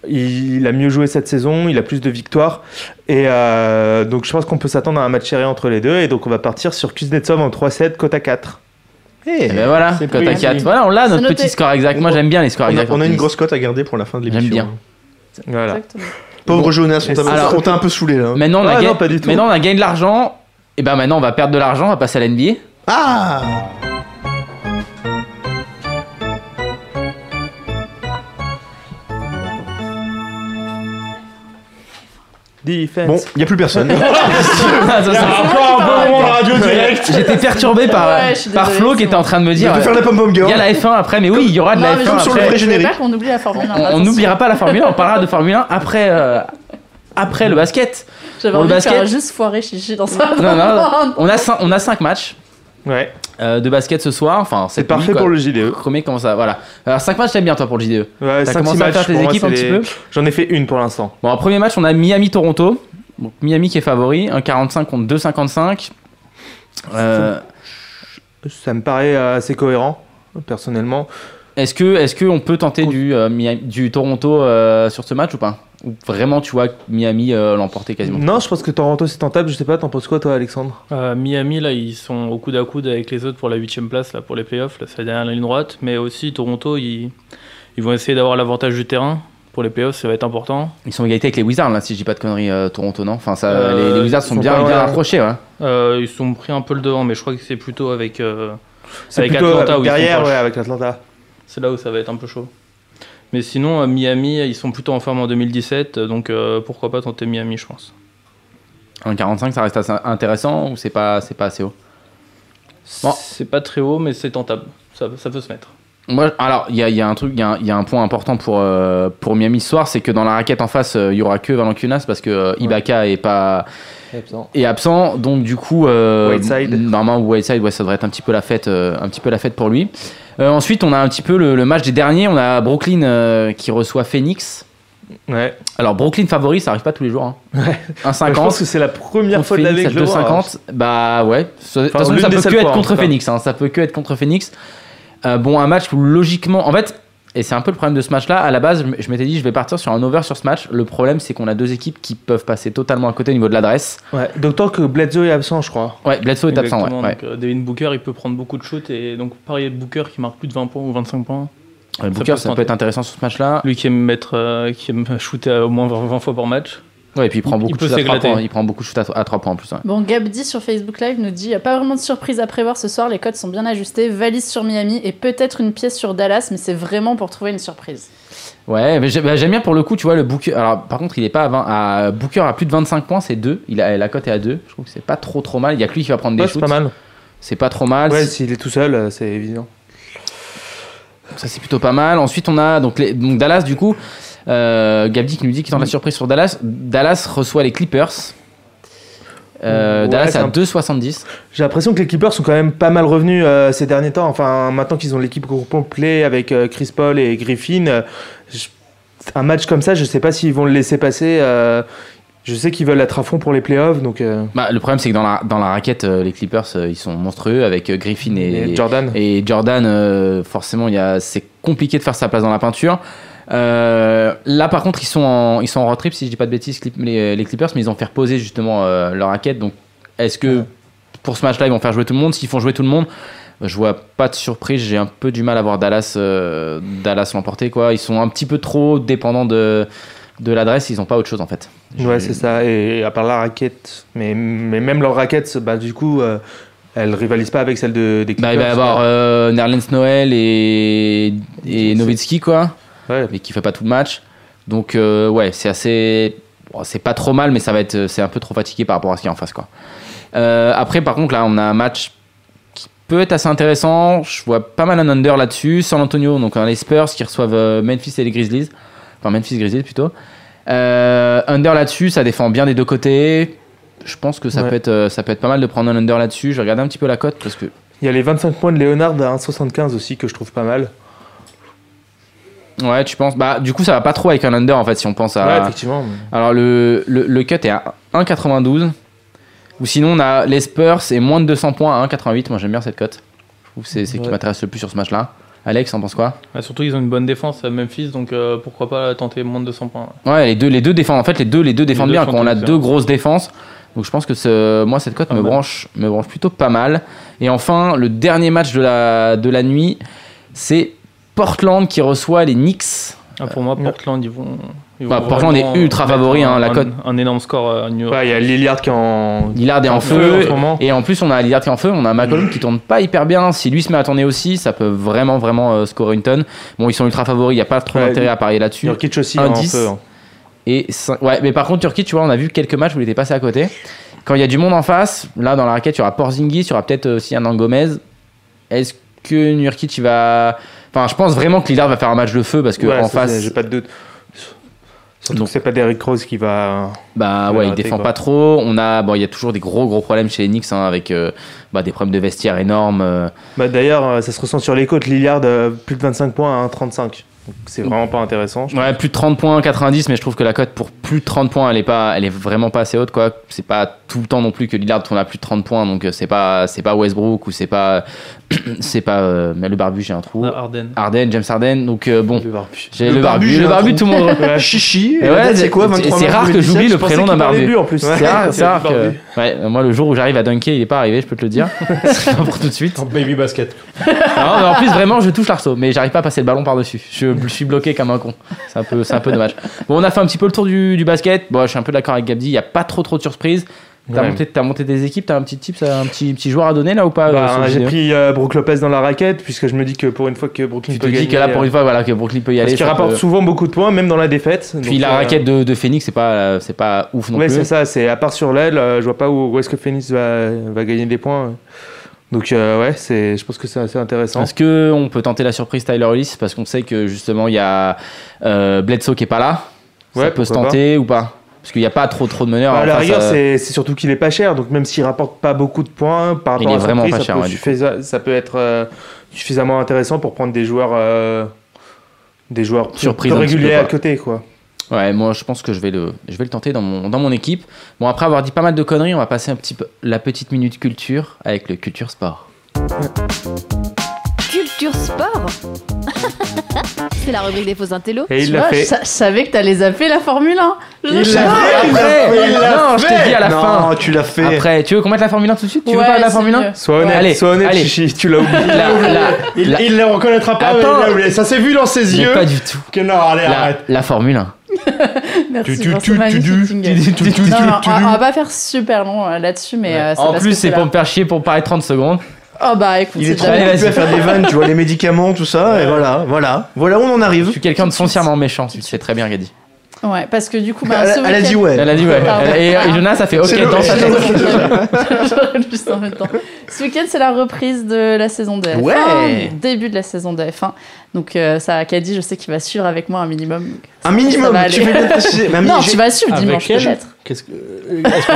[SPEAKER 4] il, il a mieux joué cette saison, il a plus de victoires et euh, donc je pense qu'on peut s'attendre à un match serré entre les deux et donc on va partir sur Kuznetsov en 3-7 cote à 4.
[SPEAKER 3] Eh.
[SPEAKER 1] Et ben voilà,
[SPEAKER 2] c'est
[SPEAKER 1] cote à
[SPEAKER 2] pris.
[SPEAKER 1] 4. Voilà, on l'a notre
[SPEAKER 7] noté.
[SPEAKER 1] petit score exact. Moi, j'aime bien les scores
[SPEAKER 3] on a,
[SPEAKER 1] exacts.
[SPEAKER 3] on a une grosse cote à garder pour la fin de l'émission.
[SPEAKER 1] J'aime bien.
[SPEAKER 4] Voilà.
[SPEAKER 7] Exactement.
[SPEAKER 3] Pauvre Jonas, on t'a-
[SPEAKER 1] Alors-
[SPEAKER 3] on t'a un peu saoulé là.
[SPEAKER 1] Maintenant, on a
[SPEAKER 4] Ah,
[SPEAKER 1] gagné-
[SPEAKER 4] non, pas du tout.
[SPEAKER 1] maintenant, on a gagné de l'argent. Et ben maintenant, on va perdre de l'argent, on va passer à l'NBA.
[SPEAKER 3] Ah Bon,
[SPEAKER 4] Defense.
[SPEAKER 3] il n'y a plus personne.
[SPEAKER 1] Ah, ça, ça-
[SPEAKER 2] Encore un bon moment de radio direct.
[SPEAKER 1] J'étais perturbé par,
[SPEAKER 7] Ouais, je suis
[SPEAKER 1] par
[SPEAKER 7] désolée,
[SPEAKER 1] Flo qui
[SPEAKER 7] c'est
[SPEAKER 1] était en train de me
[SPEAKER 3] Il
[SPEAKER 1] dire euh,
[SPEAKER 3] va faire la pom-pom
[SPEAKER 1] il
[SPEAKER 3] girl.
[SPEAKER 1] y a la F1 après, mais oui, il y aura de la
[SPEAKER 7] Non, mais
[SPEAKER 1] F1
[SPEAKER 3] Comme sur le
[SPEAKER 1] après.
[SPEAKER 3] vrai
[SPEAKER 7] Je
[SPEAKER 3] générique.
[SPEAKER 7] voulais pas qu'on oublie la Formule hein, 1.
[SPEAKER 1] On on n'oubliera pas la Formule 1, on parlera de Formule 1 après, euh, après le basket. Pour
[SPEAKER 7] J'avais
[SPEAKER 1] le
[SPEAKER 7] envie de
[SPEAKER 1] basket.
[SPEAKER 7] faire juste foirer chichi dans sa
[SPEAKER 1] Non, non, on a 5, on a cinq matchs
[SPEAKER 4] Ouais.
[SPEAKER 1] euh, de basket ce soir. Enfin,
[SPEAKER 4] C'est parfait pour le JDE.
[SPEAKER 1] Premier, comment ça Voilà. Alors, 5 matchs, t'aimes bien toi pour le E. JDE
[SPEAKER 4] Ouais,
[SPEAKER 1] T'as
[SPEAKER 4] cinq,
[SPEAKER 1] commencé
[SPEAKER 4] six
[SPEAKER 1] à faire
[SPEAKER 4] matchs,
[SPEAKER 1] tes
[SPEAKER 4] pour moi,
[SPEAKER 1] équipes
[SPEAKER 4] c'est
[SPEAKER 1] un petit
[SPEAKER 4] les-
[SPEAKER 1] peu
[SPEAKER 4] J'en ai fait une pour l'instant.
[SPEAKER 1] Bon, en premier match, on a Miami-Toronto. Donc, Miami qui est favori, 1,45 contre 2,55. Euh,
[SPEAKER 4] Ça me paraît euh, assez cohérent personnellement.
[SPEAKER 1] Est-ce que est-ce que on peut tenter du euh, Miami- du Toronto euh, sur ce match ou pas Ou vraiment tu vois Miami euh, l'emporter quasiment
[SPEAKER 3] Mm.
[SPEAKER 4] Non, je pense que Toronto c'est tentable, je sais pas, t'en penses quoi toi Alexandre
[SPEAKER 5] Euh, Miami, là, ils sont au coude à coude avec les autres pour la huitième place, là, pour les playoffs. Là, c'est la dernière ligne droite. Mais aussi, Toronto, ils, ils vont essayer d'avoir l'avantage du terrain. Pour les playoffs, ça va être important.
[SPEAKER 1] Ils sont en égalité avec les Wizards là si je dis pas de conneries euh, Toronto non. Enfin ça
[SPEAKER 5] Euh,
[SPEAKER 1] les, les Wizards
[SPEAKER 4] ils
[SPEAKER 1] sont
[SPEAKER 4] sont
[SPEAKER 1] bien
[SPEAKER 4] pas
[SPEAKER 1] bien
[SPEAKER 4] loin.
[SPEAKER 1] rapprochés ouais.
[SPEAKER 5] Euh, ils sont pris un peu le devant, mais je crois que c'est plutôt avec, euh,
[SPEAKER 4] C'est
[SPEAKER 5] avec
[SPEAKER 4] plutôt
[SPEAKER 5] Atlanta où ils sont
[SPEAKER 4] derrière,
[SPEAKER 5] proches.
[SPEAKER 4] ouais, avec Atlanta.
[SPEAKER 5] C'est là où ça va être un peu chaud. Mais sinon, euh, Miami, ils sont plutôt en forme en 2017, euh, donc euh, pourquoi pas tenter Miami, je pense.
[SPEAKER 1] 1,45 ça reste assez intéressant ou c'est pas c'est pas assez haut Bon.
[SPEAKER 5] C'est pas très haut, mais c'est tentable. Ça, ça peut se mettre.
[SPEAKER 1] Moi, alors, il y a, il y a un truc, il y, a un- il y a un point important pour, euh, pour Miami ce soir, c'est que dans la raquette en face, euh, il y aura que Valancunas parce que euh, Ibaka est pas est absent, donc du coup, euh,
[SPEAKER 4] Whiteside.
[SPEAKER 1] normalement Whiteside, ouais, ça devrait être un petit peu la fête, euh, un petit peu la fête pour lui. Euh, ensuite, on a un petit peu le, le match des derniers, on a Brooklyn euh, qui reçoit Phoenix.
[SPEAKER 4] Ouais. Bah,
[SPEAKER 1] Alors Brooklyn favori, ça arrive pas tous les jours. Hein.
[SPEAKER 4] Je
[SPEAKER 1] 1,50.
[SPEAKER 4] pense que c'est la première
[SPEAKER 1] Contre
[SPEAKER 4] fois de l'année que
[SPEAKER 1] Phoenix
[SPEAKER 4] je
[SPEAKER 1] à
[SPEAKER 4] le vois. hein.
[SPEAKER 1] 2,50. Bah ouais. De toute
[SPEAKER 4] Enfin,
[SPEAKER 1] façon,
[SPEAKER 4] l'une
[SPEAKER 1] ça
[SPEAKER 4] des
[SPEAKER 1] peut
[SPEAKER 4] seules
[SPEAKER 1] que être
[SPEAKER 4] fois, en
[SPEAKER 1] contre
[SPEAKER 4] tout cas.
[SPEAKER 1] Phoenix. hein. Ça peut que être contre Phoenix. Euh, bon, un match où logiquement, en fait, et c'est un peu le problème de ce match-là. À la base, je m- je m'étais dit, je vais partir sur un over sur ce match. Le problème, c'est qu'on a deux équipes qui peuvent passer totalement à côté au niveau de l'adresse.
[SPEAKER 4] Ouais. D'autant que Bledsoe est absent, je crois.
[SPEAKER 1] Ouais, Bledsoe est absent. Ouais,
[SPEAKER 5] Exactement,
[SPEAKER 1] ouais.
[SPEAKER 5] donc, euh, Devin Booker, il peut prendre beaucoup de shoots. Et donc, parier de Booker qui marque plus de 20 points ou 25 points.
[SPEAKER 1] Euh, Booker,
[SPEAKER 5] peut se
[SPEAKER 1] ça peut
[SPEAKER 5] tenter.
[SPEAKER 1] être intéressant sur ce match-là.
[SPEAKER 5] Lui qui aime, mettre, euh, qui aime shooter à au moins 20 fois par match.
[SPEAKER 1] Ouais, et puis il prend
[SPEAKER 5] Il-
[SPEAKER 1] beaucoup
[SPEAKER 5] il
[SPEAKER 1] de
[SPEAKER 5] peut
[SPEAKER 1] shoots à trois
[SPEAKER 5] s'éclater.
[SPEAKER 1] points. Il prend beaucoup de shoots à- à 3 points en plus. ouais.
[SPEAKER 7] Bon, Gabdi sur Facebook Live nous dit pas vraiment de surprise à prévoir ce soir, les codes sont bien ajustés, valise sur Miami et peut-être une pièce sur Dallas, mais c'est vraiment pour trouver une surprise.
[SPEAKER 1] Ouais, mais j'ai- bah, j'aime bien pour le coup, tu vois, le Booker. Alors, par contre, il est pas à 20. à- Booker à plus de 25 points, c'est 2. Il a, la cote est à 2. Je trouve que c'est pas trop trop mal. Il y a que lui qui va prendre des
[SPEAKER 4] Ouais, c'est
[SPEAKER 1] shoots.
[SPEAKER 4] pas mal.
[SPEAKER 1] C'est pas trop mal.
[SPEAKER 4] Ouais,
[SPEAKER 1] C'est-
[SPEAKER 4] s'il est tout seul, euh, c'est évident.
[SPEAKER 1] Ça, c'est plutôt pas mal. Ensuite, on a donc, les- donc Dallas, du coup. Euh, Gabdi qui nous dit qu'il tente la surprise sur Dallas. Dallas reçoit les Clippers. Euh,
[SPEAKER 4] Ouais,
[SPEAKER 1] Dallas
[SPEAKER 4] c'est
[SPEAKER 1] à
[SPEAKER 4] un-
[SPEAKER 1] 2,70.
[SPEAKER 4] J'ai l'impression que les Clippers sont quand même pas mal revenus euh, ces derniers temps. Enfin, maintenant qu'ils ont l'équipe complète avec euh, Chris Paul et Griffin, euh, je- un match comme ça, je sais pas s'ils vont le laisser passer. euh, je sais qu'ils veulent être à fond pour les playoffs, donc euh,
[SPEAKER 1] Bah, le problème, c'est que dans la, dans la raquette, euh, les Clippers, euh, ils sont monstrueux avec euh, Griffin et,
[SPEAKER 4] et Jordan.
[SPEAKER 1] Et Jordan, euh, forcément, il y a- c'est compliqué de faire sa place dans la peinture. Euh, là, par contre, ils sont en, ils sont en road trip, si je dis pas de bêtises, Clip- les, les Clippers, mais ils ont fait reposer justement euh, leur raquette. Donc, est-ce que pour ce match-là, ils vont faire jouer tout le monde S'ils font jouer tout le monde, je vois pas de surprise. J'ai un peu du mal à voir Dallas, euh, Dallas l'emporter. Quoi, ils sont un petit peu trop dépendants de de l'adresse. Ils ont pas autre chose en fait.
[SPEAKER 4] Ouais, c'est ça. Et à part la raquette, mais, mais même leur raquette, bah, du coup, euh, elle rivalise pas avec celle de, des
[SPEAKER 1] Bah, il
[SPEAKER 4] Clippers.
[SPEAKER 1] va y avoir euh, Nerlens Noël et, et Nowitzki, quoi.
[SPEAKER 4] Ouais.
[SPEAKER 1] Mais qui fait pas tout le match. Donc, euh, ouais, c'est assez. bon, c'est pas trop mal, mais ça va être. C'est un peu trop fatigué par rapport à ce qu'il y a en face, quoi. Euh, après, par contre, là, on a un match qui peut être assez intéressant. Je vois pas mal un under là-dessus. San Antonio, donc on a les Spurs qui reçoivent euh, Memphis et les Grizzlies. Enfin, Memphis Grizzlies plutôt. Euh, under là-dessus, ça défend bien des deux côtés. Je pense que ça,
[SPEAKER 4] Ouais.
[SPEAKER 1] peut être, euh, ça peut être pas mal de prendre un under là-dessus. Je vais regarder un petit peu la cote parce que
[SPEAKER 4] Il y a les 25 points de Léonard à 1,75 aussi que je trouve pas mal.
[SPEAKER 1] Ouais, tu penses. Bah, du coup, ça va pas trop avec un under en fait, si on pense à.
[SPEAKER 4] Ouais, effectivement.
[SPEAKER 1] Alors, le, le, le cut est à 1,92. Ou sinon, on a les Spurs et moins de 200 points à 1,88. Moi, j'aime bien cette cote. Je trouve que c'est c'est ce qui
[SPEAKER 4] Ouais.
[SPEAKER 1] m'intéresse le plus sur ce match-là. Alex, en penses quoi
[SPEAKER 5] Ah, surtout, ils ont une bonne défense à Memphis, donc euh, pourquoi pas tenter moins de 200 points.
[SPEAKER 1] Ouais, les deux, les deux défendent. En fait, les deux, les deux défendent
[SPEAKER 5] deux
[SPEAKER 1] bien.
[SPEAKER 5] sont
[SPEAKER 1] Quand on a
[SPEAKER 5] très
[SPEAKER 1] deux
[SPEAKER 5] bien.
[SPEAKER 1] grosses défenses. Donc, je pense que ce, moi, cette cote
[SPEAKER 5] Pas
[SPEAKER 1] me
[SPEAKER 5] mal.
[SPEAKER 1] branche, me branche plutôt pas mal. Et enfin, le dernier match de la, de la nuit, c'est Portland qui reçoit les Knicks.
[SPEAKER 5] Ah, pour moi, Portland, ils vont. ils
[SPEAKER 1] Bah,
[SPEAKER 5] vont
[SPEAKER 1] Portland
[SPEAKER 5] vraiment
[SPEAKER 1] est ultra
[SPEAKER 5] mettre
[SPEAKER 1] favori, hein,
[SPEAKER 5] un-
[SPEAKER 1] la
[SPEAKER 5] un-
[SPEAKER 1] cote.
[SPEAKER 5] Un énorme score euh, New
[SPEAKER 4] Ouais, il y a Lillard qui est en.
[SPEAKER 1] Lillard est en
[SPEAKER 4] En
[SPEAKER 1] feu.
[SPEAKER 4] feu en ce moment. Mm.
[SPEAKER 1] Et en plus, on a Lillard qui est en feu. On a McCollum qui tourne pas hyper bien. Si lui se met à tourner aussi, ça peut vraiment, vraiment euh, scorer une tonne. Bon, ils sont ultra favoris. Il n'y a pas trop
[SPEAKER 4] Ouais,
[SPEAKER 1] d'intérêt à parier là-dessus.
[SPEAKER 4] Nurkic aussi
[SPEAKER 1] Un
[SPEAKER 4] en
[SPEAKER 1] 10.
[SPEAKER 4] feu, hein.
[SPEAKER 1] Et cin- ouais, mais par contre, Turquie, tu vois, on a vu quelques matchs où il était passé à côté. Quand il y a du monde en face, là, dans la raquette, il y aura Porzingis, il y aura peut-être euh, aussi un Gomez. Est-ce que Nurkic, il va. Enfin, je pense vraiment que Lillard va faire un match de feu parce que
[SPEAKER 4] Ouais,
[SPEAKER 1] en
[SPEAKER 4] ça, c'est-
[SPEAKER 1] face.
[SPEAKER 4] J'ai pas de doute. Surtout
[SPEAKER 1] Donc-
[SPEAKER 4] que c'est pas Derrick Rose qui va.
[SPEAKER 1] Bah
[SPEAKER 4] Ouais,
[SPEAKER 1] ouais, il
[SPEAKER 4] raté,
[SPEAKER 1] défend
[SPEAKER 4] quoi.
[SPEAKER 1] pas trop. On a bon, il y a toujours des gros gros problèmes chez les Knicks hein, avec euh, bah, des problèmes de vestiaire énormes. euh,
[SPEAKER 4] Bah, D'ailleurs, euh, ça se ressent sur les côtes. Lillard, euh, plus de 25 points à 1,35. Donc, C'est vraiment pas intéressant. je
[SPEAKER 1] Ouais, plus de 30 points, 90, mais je trouve que la cote pour plus de 30 points, elle est pas, elle est vraiment pas assez haute, quoi. C'est pas tout le temps non plus que Lillard tourne à plus de 30 points, donc euh, c'est pas, c'est pas Westbrook ou c'est pas, c'est pas, euh, mais le barbu, j'ai un trou.
[SPEAKER 5] Arden.
[SPEAKER 1] Arden, James Arden, donc euh, bon,
[SPEAKER 4] trouve. Le barbu.
[SPEAKER 1] j'ai
[SPEAKER 3] Le
[SPEAKER 1] le,
[SPEAKER 3] barbu,
[SPEAKER 1] barbu,
[SPEAKER 3] j'ai
[SPEAKER 1] le
[SPEAKER 3] un
[SPEAKER 1] barbu,
[SPEAKER 3] trou.
[SPEAKER 1] tout le monde.
[SPEAKER 4] Ouais.
[SPEAKER 3] Chichi, et
[SPEAKER 1] Et
[SPEAKER 3] la
[SPEAKER 1] ouais,
[SPEAKER 3] date, c'est quoi
[SPEAKER 1] c'est-
[SPEAKER 3] 23
[SPEAKER 1] c'est
[SPEAKER 3] mars
[SPEAKER 1] rare que
[SPEAKER 3] 2017,
[SPEAKER 1] j'oublie
[SPEAKER 4] Je
[SPEAKER 1] le
[SPEAKER 4] pensais
[SPEAKER 1] prénom
[SPEAKER 4] qu'il
[SPEAKER 1] d'un
[SPEAKER 4] parlait de
[SPEAKER 1] barbu.
[SPEAKER 4] lui, en plus.
[SPEAKER 1] C'est rare,
[SPEAKER 4] Ouais,
[SPEAKER 1] c'est rare
[SPEAKER 4] du
[SPEAKER 1] que.
[SPEAKER 4] barbu.
[SPEAKER 1] Ouais, euh, moi, le jour où j'arrive à dunker, il est pas arrivé, je peux te le dire. C'est pas pour tout de suite.
[SPEAKER 10] En baby basket.
[SPEAKER 1] Ah, Non, mais en plus, vraiment, je touche l'arceau, mais j'arrive pas à passer le ballon par-dessus. Je, je suis bloqué comme un con. C'est un, peu, c'est un peu dommage. Bon, on a fait un petit peu le tour du, du basket. Bon, je suis un peu d'accord avec Gabdi, il n'y a pas trop trop de surprises. T'as
[SPEAKER 4] Ouais.
[SPEAKER 1] monté, t'as monté des équipes, t'as un petit tip, un petit, petit joueur à donner là ou pas euh,
[SPEAKER 4] Bah,
[SPEAKER 1] sur le
[SPEAKER 4] J'ai
[SPEAKER 1] vidéo
[SPEAKER 4] pris euh, Brook Lopez dans la raquette, puisque je me dis que pour une fois que Brooklyn
[SPEAKER 1] Tu te
[SPEAKER 4] peut
[SPEAKER 1] dis
[SPEAKER 4] gagner,
[SPEAKER 1] que là, pour
[SPEAKER 4] euh,
[SPEAKER 1] une fois, voilà, que Brooklyn peut y
[SPEAKER 4] Parce
[SPEAKER 1] aller.
[SPEAKER 4] qu'il
[SPEAKER 1] ça peut-
[SPEAKER 4] rapporte souvent beaucoup de points, même dans la défaite.
[SPEAKER 1] Puis
[SPEAKER 4] Donc,
[SPEAKER 1] la
[SPEAKER 4] euh,
[SPEAKER 1] raquette de, de Phoenix, c'est pas, euh, c'est pas ouf non
[SPEAKER 4] Ouais,
[SPEAKER 1] plus.
[SPEAKER 4] c'est ça, c'est à part sur l'aile, euh, je vois pas où, où est-ce que Phoenix va, va gagner des points. Donc euh, ouais, c'est, je pense que c'est assez intéressant.
[SPEAKER 1] Est-ce que on peut tenter la surprise Tyler Ulysse parce qu'on sait que justement il y a euh, Bledsoe qui est pas là. ça
[SPEAKER 4] Ouais,
[SPEAKER 1] peut se
[SPEAKER 4] pourquoi
[SPEAKER 1] tenter ou pas Parce qu'il n'y a pas trop trop de meneurs.
[SPEAKER 4] Bah, à
[SPEAKER 1] en
[SPEAKER 4] la
[SPEAKER 1] face,
[SPEAKER 4] rigueur,
[SPEAKER 1] euh,
[SPEAKER 4] c'est c'est surtout qu'il est pas cher, donc même s'il rapporte pas beaucoup de points par
[SPEAKER 1] Il
[SPEAKER 4] rapport
[SPEAKER 1] est
[SPEAKER 4] à son
[SPEAKER 1] vraiment
[SPEAKER 4] prix,
[SPEAKER 1] pas
[SPEAKER 4] ça,
[SPEAKER 1] cher,
[SPEAKER 4] peut
[SPEAKER 1] ouais, du
[SPEAKER 4] suffisa- ça peut être euh, suffisamment intéressant pour prendre des joueurs, euh, des joueurs
[SPEAKER 1] Surprise hein,
[SPEAKER 4] plutôt
[SPEAKER 1] un petit peu,
[SPEAKER 4] réguliers
[SPEAKER 1] quoi.
[SPEAKER 4] à côté, quoi.
[SPEAKER 1] Ouais, moi je pense que je vais le, je vais le tenter dans mon, dans mon équipe. Bon, après avoir dit pas mal de conneries, on va passer un petit peu la petite minute culture avec le culture sport.
[SPEAKER 6] Culture sport C'est la rubrique des faux intellos.
[SPEAKER 4] Et il
[SPEAKER 7] Tu
[SPEAKER 4] l'a
[SPEAKER 7] vois,
[SPEAKER 4] fait.
[SPEAKER 7] je, sa- je savais que t'allais zapper la Formule 1. Je-
[SPEAKER 3] Il l'a fait, il l'a fait, il l'a
[SPEAKER 1] Non, je te
[SPEAKER 3] fait.
[SPEAKER 1] dis à la
[SPEAKER 3] non,
[SPEAKER 1] fin.
[SPEAKER 3] tu l'as fait.
[SPEAKER 1] Après, tu veux qu'on mette la Formule 1 tout de suite Tu veux
[SPEAKER 7] Ouais,
[SPEAKER 1] pas la
[SPEAKER 7] c'est
[SPEAKER 1] Formule 1
[SPEAKER 7] mieux.
[SPEAKER 4] Sois honnête,
[SPEAKER 1] Allez,
[SPEAKER 4] sois honnête,
[SPEAKER 1] allez.
[SPEAKER 4] Chichi, tu l'as oublié.
[SPEAKER 1] La- la-
[SPEAKER 2] Il,
[SPEAKER 1] la-
[SPEAKER 2] il le reconnaîtra pas, mais
[SPEAKER 1] Attends.
[SPEAKER 2] il l'a oublié. ça s'est vu dans ses
[SPEAKER 1] mais
[SPEAKER 2] yeux.
[SPEAKER 1] pas du tout.
[SPEAKER 2] Que non, allez,
[SPEAKER 1] La,
[SPEAKER 2] arrête.
[SPEAKER 1] la Formule 1.
[SPEAKER 7] Merci
[SPEAKER 2] Tu- tu-
[SPEAKER 7] pour
[SPEAKER 2] tu-
[SPEAKER 7] ce
[SPEAKER 2] tu-
[SPEAKER 7] magnifique
[SPEAKER 2] tu-
[SPEAKER 7] jingle.
[SPEAKER 2] tu- tu- tu-
[SPEAKER 7] Non,
[SPEAKER 2] tu-
[SPEAKER 7] non, ah,
[SPEAKER 2] tu-
[SPEAKER 7] on, on va pas faire super long euh, là-dessus, mais euh, c'est
[SPEAKER 1] en
[SPEAKER 7] parce
[SPEAKER 1] plus,
[SPEAKER 7] que
[SPEAKER 1] c'est
[SPEAKER 7] là.
[SPEAKER 1] pour me faire chier pour parler 30 secondes.
[SPEAKER 7] Oh bah écoute,
[SPEAKER 3] Il
[SPEAKER 7] c'est
[SPEAKER 3] est trop
[SPEAKER 7] déjà
[SPEAKER 1] Allez, vas-y.
[SPEAKER 3] occupé à faire des vannes, tu vois, les médicaments, tout ça, et voilà, voilà. Voilà où on en
[SPEAKER 1] Je
[SPEAKER 3] arrive.
[SPEAKER 1] suis quelqu'un de foncièrement méchant, tu le sais très bien, Gadi.
[SPEAKER 7] Ouais, parce que du coup, bah,
[SPEAKER 3] Elle,
[SPEAKER 7] ce
[SPEAKER 3] elle a dit
[SPEAKER 7] week-end-
[SPEAKER 3] ouais.
[SPEAKER 1] Elle a dit ouais.
[SPEAKER 7] Pardon.
[SPEAKER 1] Et, et Jonas, ça fait ok
[SPEAKER 3] le-
[SPEAKER 1] dans sa
[SPEAKER 3] c'est
[SPEAKER 1] tête.
[SPEAKER 3] le-
[SPEAKER 7] J'aurais dû ça en même temps. Ce week-end, c'est la reprise de la saison de F1,
[SPEAKER 3] Ouais.
[SPEAKER 7] le début de la saison de F1. Donc, euh, ça, Caddy, je sais qu'il va suivre avec moi un minimum.
[SPEAKER 3] Un
[SPEAKER 7] Ça
[SPEAKER 3] minimum,
[SPEAKER 7] va
[SPEAKER 3] tu
[SPEAKER 7] aller.
[SPEAKER 3] fais bien de préciser. Ah, Mais un
[SPEAKER 7] non,
[SPEAKER 3] mini- j'ai-
[SPEAKER 7] tu vas suivre
[SPEAKER 5] Avec
[SPEAKER 7] dimanche
[SPEAKER 5] elle
[SPEAKER 7] peut-être.
[SPEAKER 5] Qu'est-ce que.
[SPEAKER 3] j'ai
[SPEAKER 2] Est-ce
[SPEAKER 3] pas-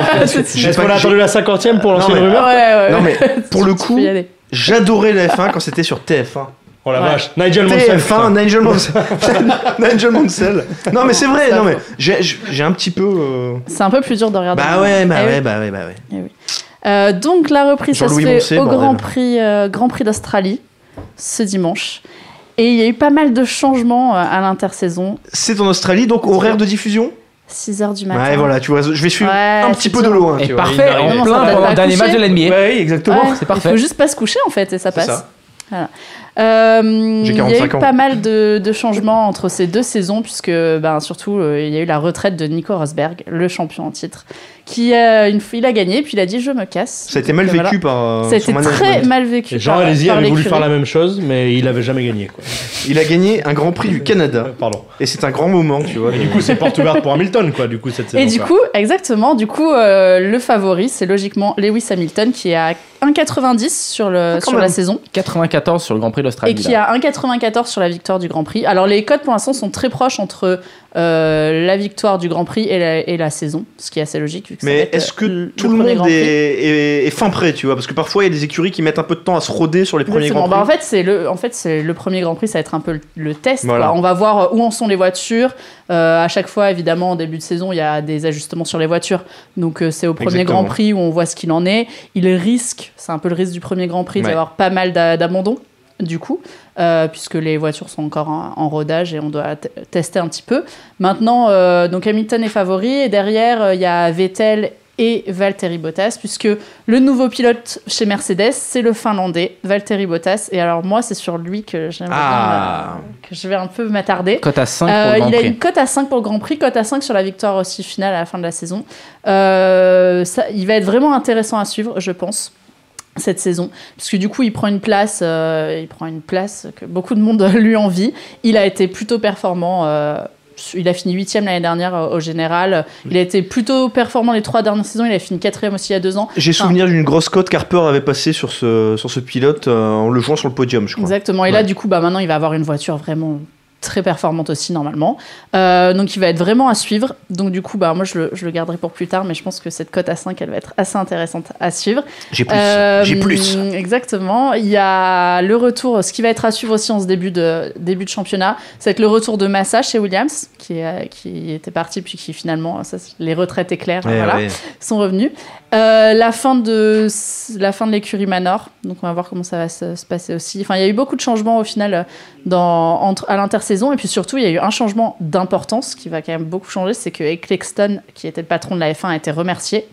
[SPEAKER 2] qu'on a
[SPEAKER 3] j'ai-
[SPEAKER 2] attendu la cinquantième pour lancer
[SPEAKER 3] Non,
[SPEAKER 2] une
[SPEAKER 3] mais-
[SPEAKER 7] Ouais,
[SPEAKER 2] rumeur
[SPEAKER 7] ouais.
[SPEAKER 3] Non, mais
[SPEAKER 7] ouais.
[SPEAKER 3] pour
[SPEAKER 7] Tu-
[SPEAKER 3] le
[SPEAKER 7] tu
[SPEAKER 3] coup-
[SPEAKER 7] peux y aller.
[SPEAKER 3] J'adorais la F1 quand c'était sur TF1.
[SPEAKER 2] Oh la
[SPEAKER 7] Ouais.
[SPEAKER 2] vache, Nigel Mansell.
[SPEAKER 3] TF1, Nigel hein, Mansell. Nigel Mansell. Non, mais c'est vrai,
[SPEAKER 7] ça
[SPEAKER 3] non, mais
[SPEAKER 7] faut.
[SPEAKER 3] j'ai- j'ai un petit peu. euh,
[SPEAKER 7] C'est un peu plus dur de regarder.
[SPEAKER 3] Bah ouais, bah
[SPEAKER 7] Eh oui.
[SPEAKER 3] ouais, bah ouais, bah ouais.
[SPEAKER 7] Euh, donc la reprise ça se
[SPEAKER 3] Jean-Louis
[SPEAKER 7] fait
[SPEAKER 3] Moncey,
[SPEAKER 7] au
[SPEAKER 3] bordel.
[SPEAKER 7] Grand Prix, euh, Grand Prix d'Australie ce dimanche. Et il y a eu pas mal de changements euh, à l'intersaison.
[SPEAKER 3] C'est en Australie, donc horaire de diffusion
[SPEAKER 7] 6h du matin.
[SPEAKER 3] Ouais, voilà, tu vois, je vais suivre
[SPEAKER 7] Bah, Ouais,
[SPEAKER 3] un
[SPEAKER 7] c'est
[SPEAKER 3] petit peu
[SPEAKER 7] dur.
[SPEAKER 3] de hein. loin.
[SPEAKER 1] Et
[SPEAKER 3] tu vois.
[SPEAKER 1] parfait,
[SPEAKER 5] il
[SPEAKER 1] en
[SPEAKER 7] arrive.
[SPEAKER 1] plein
[SPEAKER 7] Ça va
[SPEAKER 1] pendant
[SPEAKER 7] pas
[SPEAKER 1] le dernier match
[SPEAKER 7] coucher.
[SPEAKER 1] de l'NBA.
[SPEAKER 4] Ouais, oui, exactement.
[SPEAKER 7] Ouais,
[SPEAKER 1] c'est parfait.
[SPEAKER 7] Il faut juste pas se coucher en fait et ça passe.
[SPEAKER 3] ça.
[SPEAKER 7] Voilà. Euh,
[SPEAKER 3] J'ai
[SPEAKER 7] il y a eu
[SPEAKER 3] 45 ans.
[SPEAKER 7] pas mal de, de changements entre ces deux saisons puisque ben, surtout euh, il y a eu la retraite de Nico Rosberg, le champion en titre, qui euh, une, fois- il a gagné puis il a dit je me casse.
[SPEAKER 3] Ça a été mal
[SPEAKER 7] Donc,
[SPEAKER 3] vécu
[SPEAKER 7] voilà.
[SPEAKER 3] par. euh,
[SPEAKER 7] Ça a
[SPEAKER 3] son
[SPEAKER 7] été très
[SPEAKER 3] management.
[SPEAKER 7] mal vécu.
[SPEAKER 2] Jean
[SPEAKER 7] par-
[SPEAKER 2] Alési
[SPEAKER 7] par
[SPEAKER 2] avait voulu
[SPEAKER 7] l'écurie.
[SPEAKER 2] faire la même chose, mais il avait jamais gagné. Quoi.
[SPEAKER 3] Il a gagné un Grand Prix du Canada.
[SPEAKER 2] Pardon.
[SPEAKER 3] Et c'est un grand moment, tu vois.
[SPEAKER 2] Et du coup, c'est porte ouverte pour Hamilton, quoi, du coup, cette saison.
[SPEAKER 7] Et du coup, exactement, du coup, euh, le favori, c'est logiquement Lewis Hamilton qui est à 1,90 sur, le, sur la
[SPEAKER 3] Ah, même.
[SPEAKER 7] saison
[SPEAKER 1] 94 sur le Grand Prix de l'Australie.
[SPEAKER 7] et qui a 1,94 sur la victoire du Grand Prix. Alors les codes pour l'instant sont très proches entre euh, la victoire du Grand Prix et la, et la saison, ce qui est assez logique. vu que ça va
[SPEAKER 3] Mais
[SPEAKER 7] être,
[SPEAKER 3] est-ce que
[SPEAKER 7] euh, le
[SPEAKER 3] tout le
[SPEAKER 7] premier
[SPEAKER 3] monde
[SPEAKER 7] Grand
[SPEAKER 3] est,
[SPEAKER 7] Prix.
[SPEAKER 3] est- est fin prêt, tu vois Parce que parfois, il y a des écuries qui mettent un peu de temps à se roder sur les premiers
[SPEAKER 7] Exactement.
[SPEAKER 3] Grands Prix.
[SPEAKER 7] Bah, en fait, c'est le, en fait, c'est le premier Grand Prix, ça va être un peu le, le test.
[SPEAKER 3] Voilà.
[SPEAKER 7] quoi. On va voir euh, où en sont les voitures. Euh, à chaque fois, évidemment, en début de saison, il y a des ajustements sur les voitures. Donc, euh, c'est au premier
[SPEAKER 3] Exactement.
[SPEAKER 7] Grand Prix où on voit ce qu'il en est. Il risque, c'est un peu le risque du premier Grand Prix,
[SPEAKER 3] Ouais.
[SPEAKER 7] d'avoir pas mal d'a- d'abandons, du coup, euh, puisque les voitures sont encore en, en rodage et on doit t- tester un petit peu. Maintenant, euh, donc Hamilton est favori et derrière, euh, il y a Vettel et Valtteri Bottas, puisque le nouveau pilote chez Mercedes, c'est le Finlandais, Valtteri Bottas. Et alors moi, c'est sur lui que j'aimerais
[SPEAKER 3] Ah.
[SPEAKER 7] bien, euh, que je vais un peu m'attarder.
[SPEAKER 1] Cote à 5
[SPEAKER 7] Euh,
[SPEAKER 1] pour le
[SPEAKER 7] il
[SPEAKER 1] Grand
[SPEAKER 7] a
[SPEAKER 1] Prix.
[SPEAKER 7] une cote à 5 pour le Grand Prix, cote à 5 sur la victoire aussi finale à la fin de la saison. Euh, ça, il va être vraiment intéressant à suivre, je pense, cette saison, puisque du coup, il prend une place, euh, il prend une place que beaucoup de monde lui envie. Il a été plutôt performant. euh, il a fini huitième l'année dernière euh, au général. Il a été plutôt performant les trois dernières saisons. Il a fini quatrième aussi il y a deux ans.
[SPEAKER 3] J'ai souvenir d'une grosse cote qu'Harper avait passée sur ce, sur ce pilote euh, en le jouant sur le podium, je crois.
[SPEAKER 7] Exactement. Et là, du coup, bah, maintenant, il va avoir une voiture vraiment très performante aussi, normalement. Euh, donc, il va être vraiment à suivre. Donc, du coup, bah, moi, je le, je le garderai pour plus tard, mais je pense que cette cote à 5, elle va être assez intéressante à suivre.
[SPEAKER 3] J'ai plus.
[SPEAKER 7] Euh,
[SPEAKER 3] J'ai plus.
[SPEAKER 7] Exactement. Il y a le retour, ce qui va être à suivre aussi en ce début de, début de championnat, ça va être le retour de Massa chez Williams, qui, euh, qui était parti, puis qui finalement, ça, c'est- les retraites éclairent.
[SPEAKER 3] Eh Ouais,
[SPEAKER 7] voilà
[SPEAKER 3] ouais.
[SPEAKER 7] sont revenus. Euh, la fin de la fin de l'écurie Manor, donc on va voir comment ça va se, se passer aussi. Enfin, il y a eu beaucoup de changements au final euh, dans, entre, à l'intersaison et puis surtout il y a eu un changement d'importance qui va quand même beaucoup changer, c'est que Eccleston, qui était le patron de la F1, a été remercié.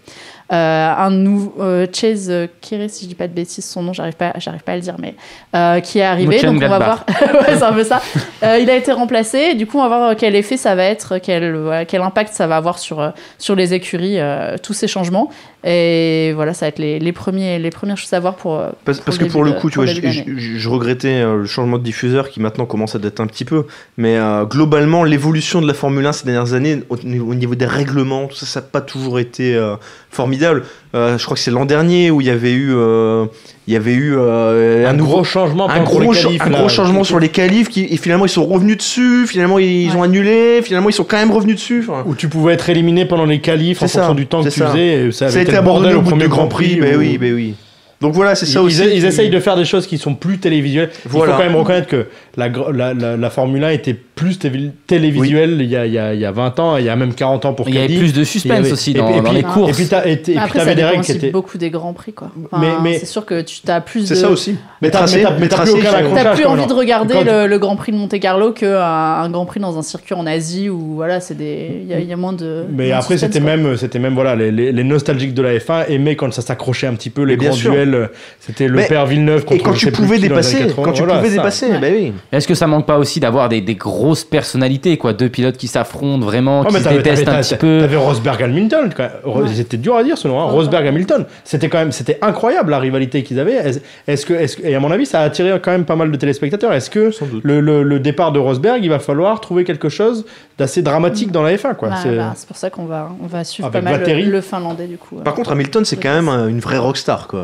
[SPEAKER 7] Euh, un nouveau euh, Chase euh, Kere, si je dis pas de bêtises, son nom, j'arrive pas, j'arrive pas à le dire, mais euh, qui est arrivé.
[SPEAKER 1] Mutchen
[SPEAKER 7] donc on va voir.
[SPEAKER 1] Gladbach.
[SPEAKER 7] ouais, c'est un peu ça. Euh, il a été remplacé. et du coup, on va voir euh, quel effet ça va être, quel, voilà, quel impact ça va avoir sur euh, sur les écuries, euh, tous ces changements. Et voilà, ça va être les, les premiers, les premières choses à voir pour. euh,
[SPEAKER 3] Parce, parce que
[SPEAKER 7] début
[SPEAKER 3] pour le
[SPEAKER 7] de-
[SPEAKER 3] coup, tu
[SPEAKER 7] pour
[SPEAKER 3] vois,
[SPEAKER 7] le début
[SPEAKER 3] je,
[SPEAKER 7] d'année.
[SPEAKER 3] je- je regrettais euh, le changement de diffuseur qui maintenant commence à dater un petit peu. Mais euh, globalement, l'évolution de la Formule 1 ces dernières années, au, au niveau des règlements, tout ça, ça n'a pas toujours été euh, formidable. Euh, je crois que c'est l'an dernier où il y avait eu, euh, il y avait eu euh,
[SPEAKER 2] Un
[SPEAKER 3] nouveau-
[SPEAKER 2] gros changement
[SPEAKER 3] un
[SPEAKER 2] pour
[SPEAKER 3] gros,
[SPEAKER 2] les
[SPEAKER 3] cha-
[SPEAKER 2] qualifs,
[SPEAKER 3] un
[SPEAKER 2] là.
[SPEAKER 3] gros changement sur les qualifs qui et finalement ils sont revenus dessus finalement ils, ils ont annulé finalement ils sont quand même revenus dessus enfin,
[SPEAKER 2] Où tu pouvais être éliminé pendant les qualifs en
[SPEAKER 3] C'est
[SPEAKER 2] fonction
[SPEAKER 3] ça,
[SPEAKER 2] du temps que
[SPEAKER 3] c'est
[SPEAKER 2] tu
[SPEAKER 3] ça.
[SPEAKER 2] faisais. et Ça
[SPEAKER 3] ça a
[SPEAKER 2] avait
[SPEAKER 3] été
[SPEAKER 2] le
[SPEAKER 3] abordé
[SPEAKER 2] bordel
[SPEAKER 3] au bout du Grand Prix mais
[SPEAKER 2] où-
[SPEAKER 3] oui mais oui donc voilà c'est
[SPEAKER 2] Ils,
[SPEAKER 3] ça
[SPEAKER 2] ils-
[SPEAKER 3] aussi
[SPEAKER 2] ils
[SPEAKER 3] qui-
[SPEAKER 2] essayent de faire des choses qui sont plus télévisuelles. Il
[SPEAKER 3] Voilà.
[SPEAKER 2] faut quand même reconnaître que la, gr- la, la, la Formule 1 était plus tévi- télévisuelle il, y a, il, y a, il y a 20 ans, il y a même 40 ans pour
[SPEAKER 1] Il y avait
[SPEAKER 2] Caddy.
[SPEAKER 1] plus de
[SPEAKER 2] Il y avait-
[SPEAKER 1] suspense aussi
[SPEAKER 2] et puis-
[SPEAKER 1] dans,
[SPEAKER 2] et puis-
[SPEAKER 1] dans les courses.
[SPEAKER 2] Et puis t'as- et t- et puis
[SPEAKER 7] Après,
[SPEAKER 2] t'avais
[SPEAKER 7] ça
[SPEAKER 2] des
[SPEAKER 7] dépend
[SPEAKER 2] règles qui
[SPEAKER 7] aussi
[SPEAKER 2] étaient.
[SPEAKER 7] beaucoup des grands prix, quoi. Enfin,
[SPEAKER 2] Mais- mais-
[SPEAKER 7] C'est sûr que tu as plus de.
[SPEAKER 3] c'est ça aussi
[SPEAKER 2] Mais t'as-
[SPEAKER 3] tracés,
[SPEAKER 2] mais t'as- mais t'as
[SPEAKER 3] les
[SPEAKER 2] plus
[SPEAKER 3] tracés,
[SPEAKER 2] aucun
[SPEAKER 3] finalement.
[SPEAKER 2] accroche.
[SPEAKER 7] T'as plus
[SPEAKER 2] Quand-
[SPEAKER 7] envie de regarder
[SPEAKER 2] quand-
[SPEAKER 7] le, le Grand Prix de Monte Carlo qu'un un Grand Prix dans un circuit en Asie où voilà, c'est des, il y, a- il y a moins de. moins
[SPEAKER 2] Mais
[SPEAKER 7] de
[SPEAKER 2] après,
[SPEAKER 7] suspense,
[SPEAKER 2] c'était
[SPEAKER 7] quoi.
[SPEAKER 2] même, c'était même voilà, les, les, les nostalgiques de la F1 aimaient quand ça s'accrochait un petit peu, les
[SPEAKER 3] Mais bien
[SPEAKER 2] grands
[SPEAKER 3] sûr.
[SPEAKER 2] duels. euh, C'était le
[SPEAKER 3] Mais-
[SPEAKER 2] père Villeneuve
[SPEAKER 3] et
[SPEAKER 2] contre
[SPEAKER 3] quand
[SPEAKER 2] je
[SPEAKER 3] tu
[SPEAKER 2] sais plus
[SPEAKER 3] pouvais
[SPEAKER 2] qui dans les années
[SPEAKER 3] dépasser
[SPEAKER 2] 80,
[SPEAKER 3] quand tu
[SPEAKER 2] voilà,
[SPEAKER 3] pouvais
[SPEAKER 2] ça.
[SPEAKER 3] dépasser bah oui
[SPEAKER 1] Est-ce que ça manque pas aussi d'avoir des, des grosses personnalités, quoi, deux pilotes qui s'affrontent vraiment,
[SPEAKER 2] Oh,
[SPEAKER 1] qui
[SPEAKER 2] mais
[SPEAKER 1] se
[SPEAKER 2] t'avais-
[SPEAKER 1] détestent
[SPEAKER 2] t'avais-
[SPEAKER 1] un petit
[SPEAKER 2] t'avais-
[SPEAKER 1] peu
[SPEAKER 2] T'avais Rosberg Hamilton. quand même. Ro- C'était dur à dire ce nom. Hein. Rosberg Hamilton. C'était quand même, c'était incroyable la rivalité qu'ils avaient. Est-ce- Est-ce que, est-ce que- et à mon avis, ça a attiré quand même pas mal de téléspectateurs. Est-ce que le, le- le départ de Rosberg, il va falloir trouver quelque chose d'assez dramatique dans la F1 quoi.
[SPEAKER 7] Bah,
[SPEAKER 2] C'est-
[SPEAKER 7] bah, C'est pour ça qu'on va, on va suivre
[SPEAKER 2] Avec
[SPEAKER 7] pas mal
[SPEAKER 2] Valtteri.
[SPEAKER 7] le, le finlandais du coup.
[SPEAKER 3] Par contre, Hamilton, c'est quand même euh, une vraie rockstar, quoi.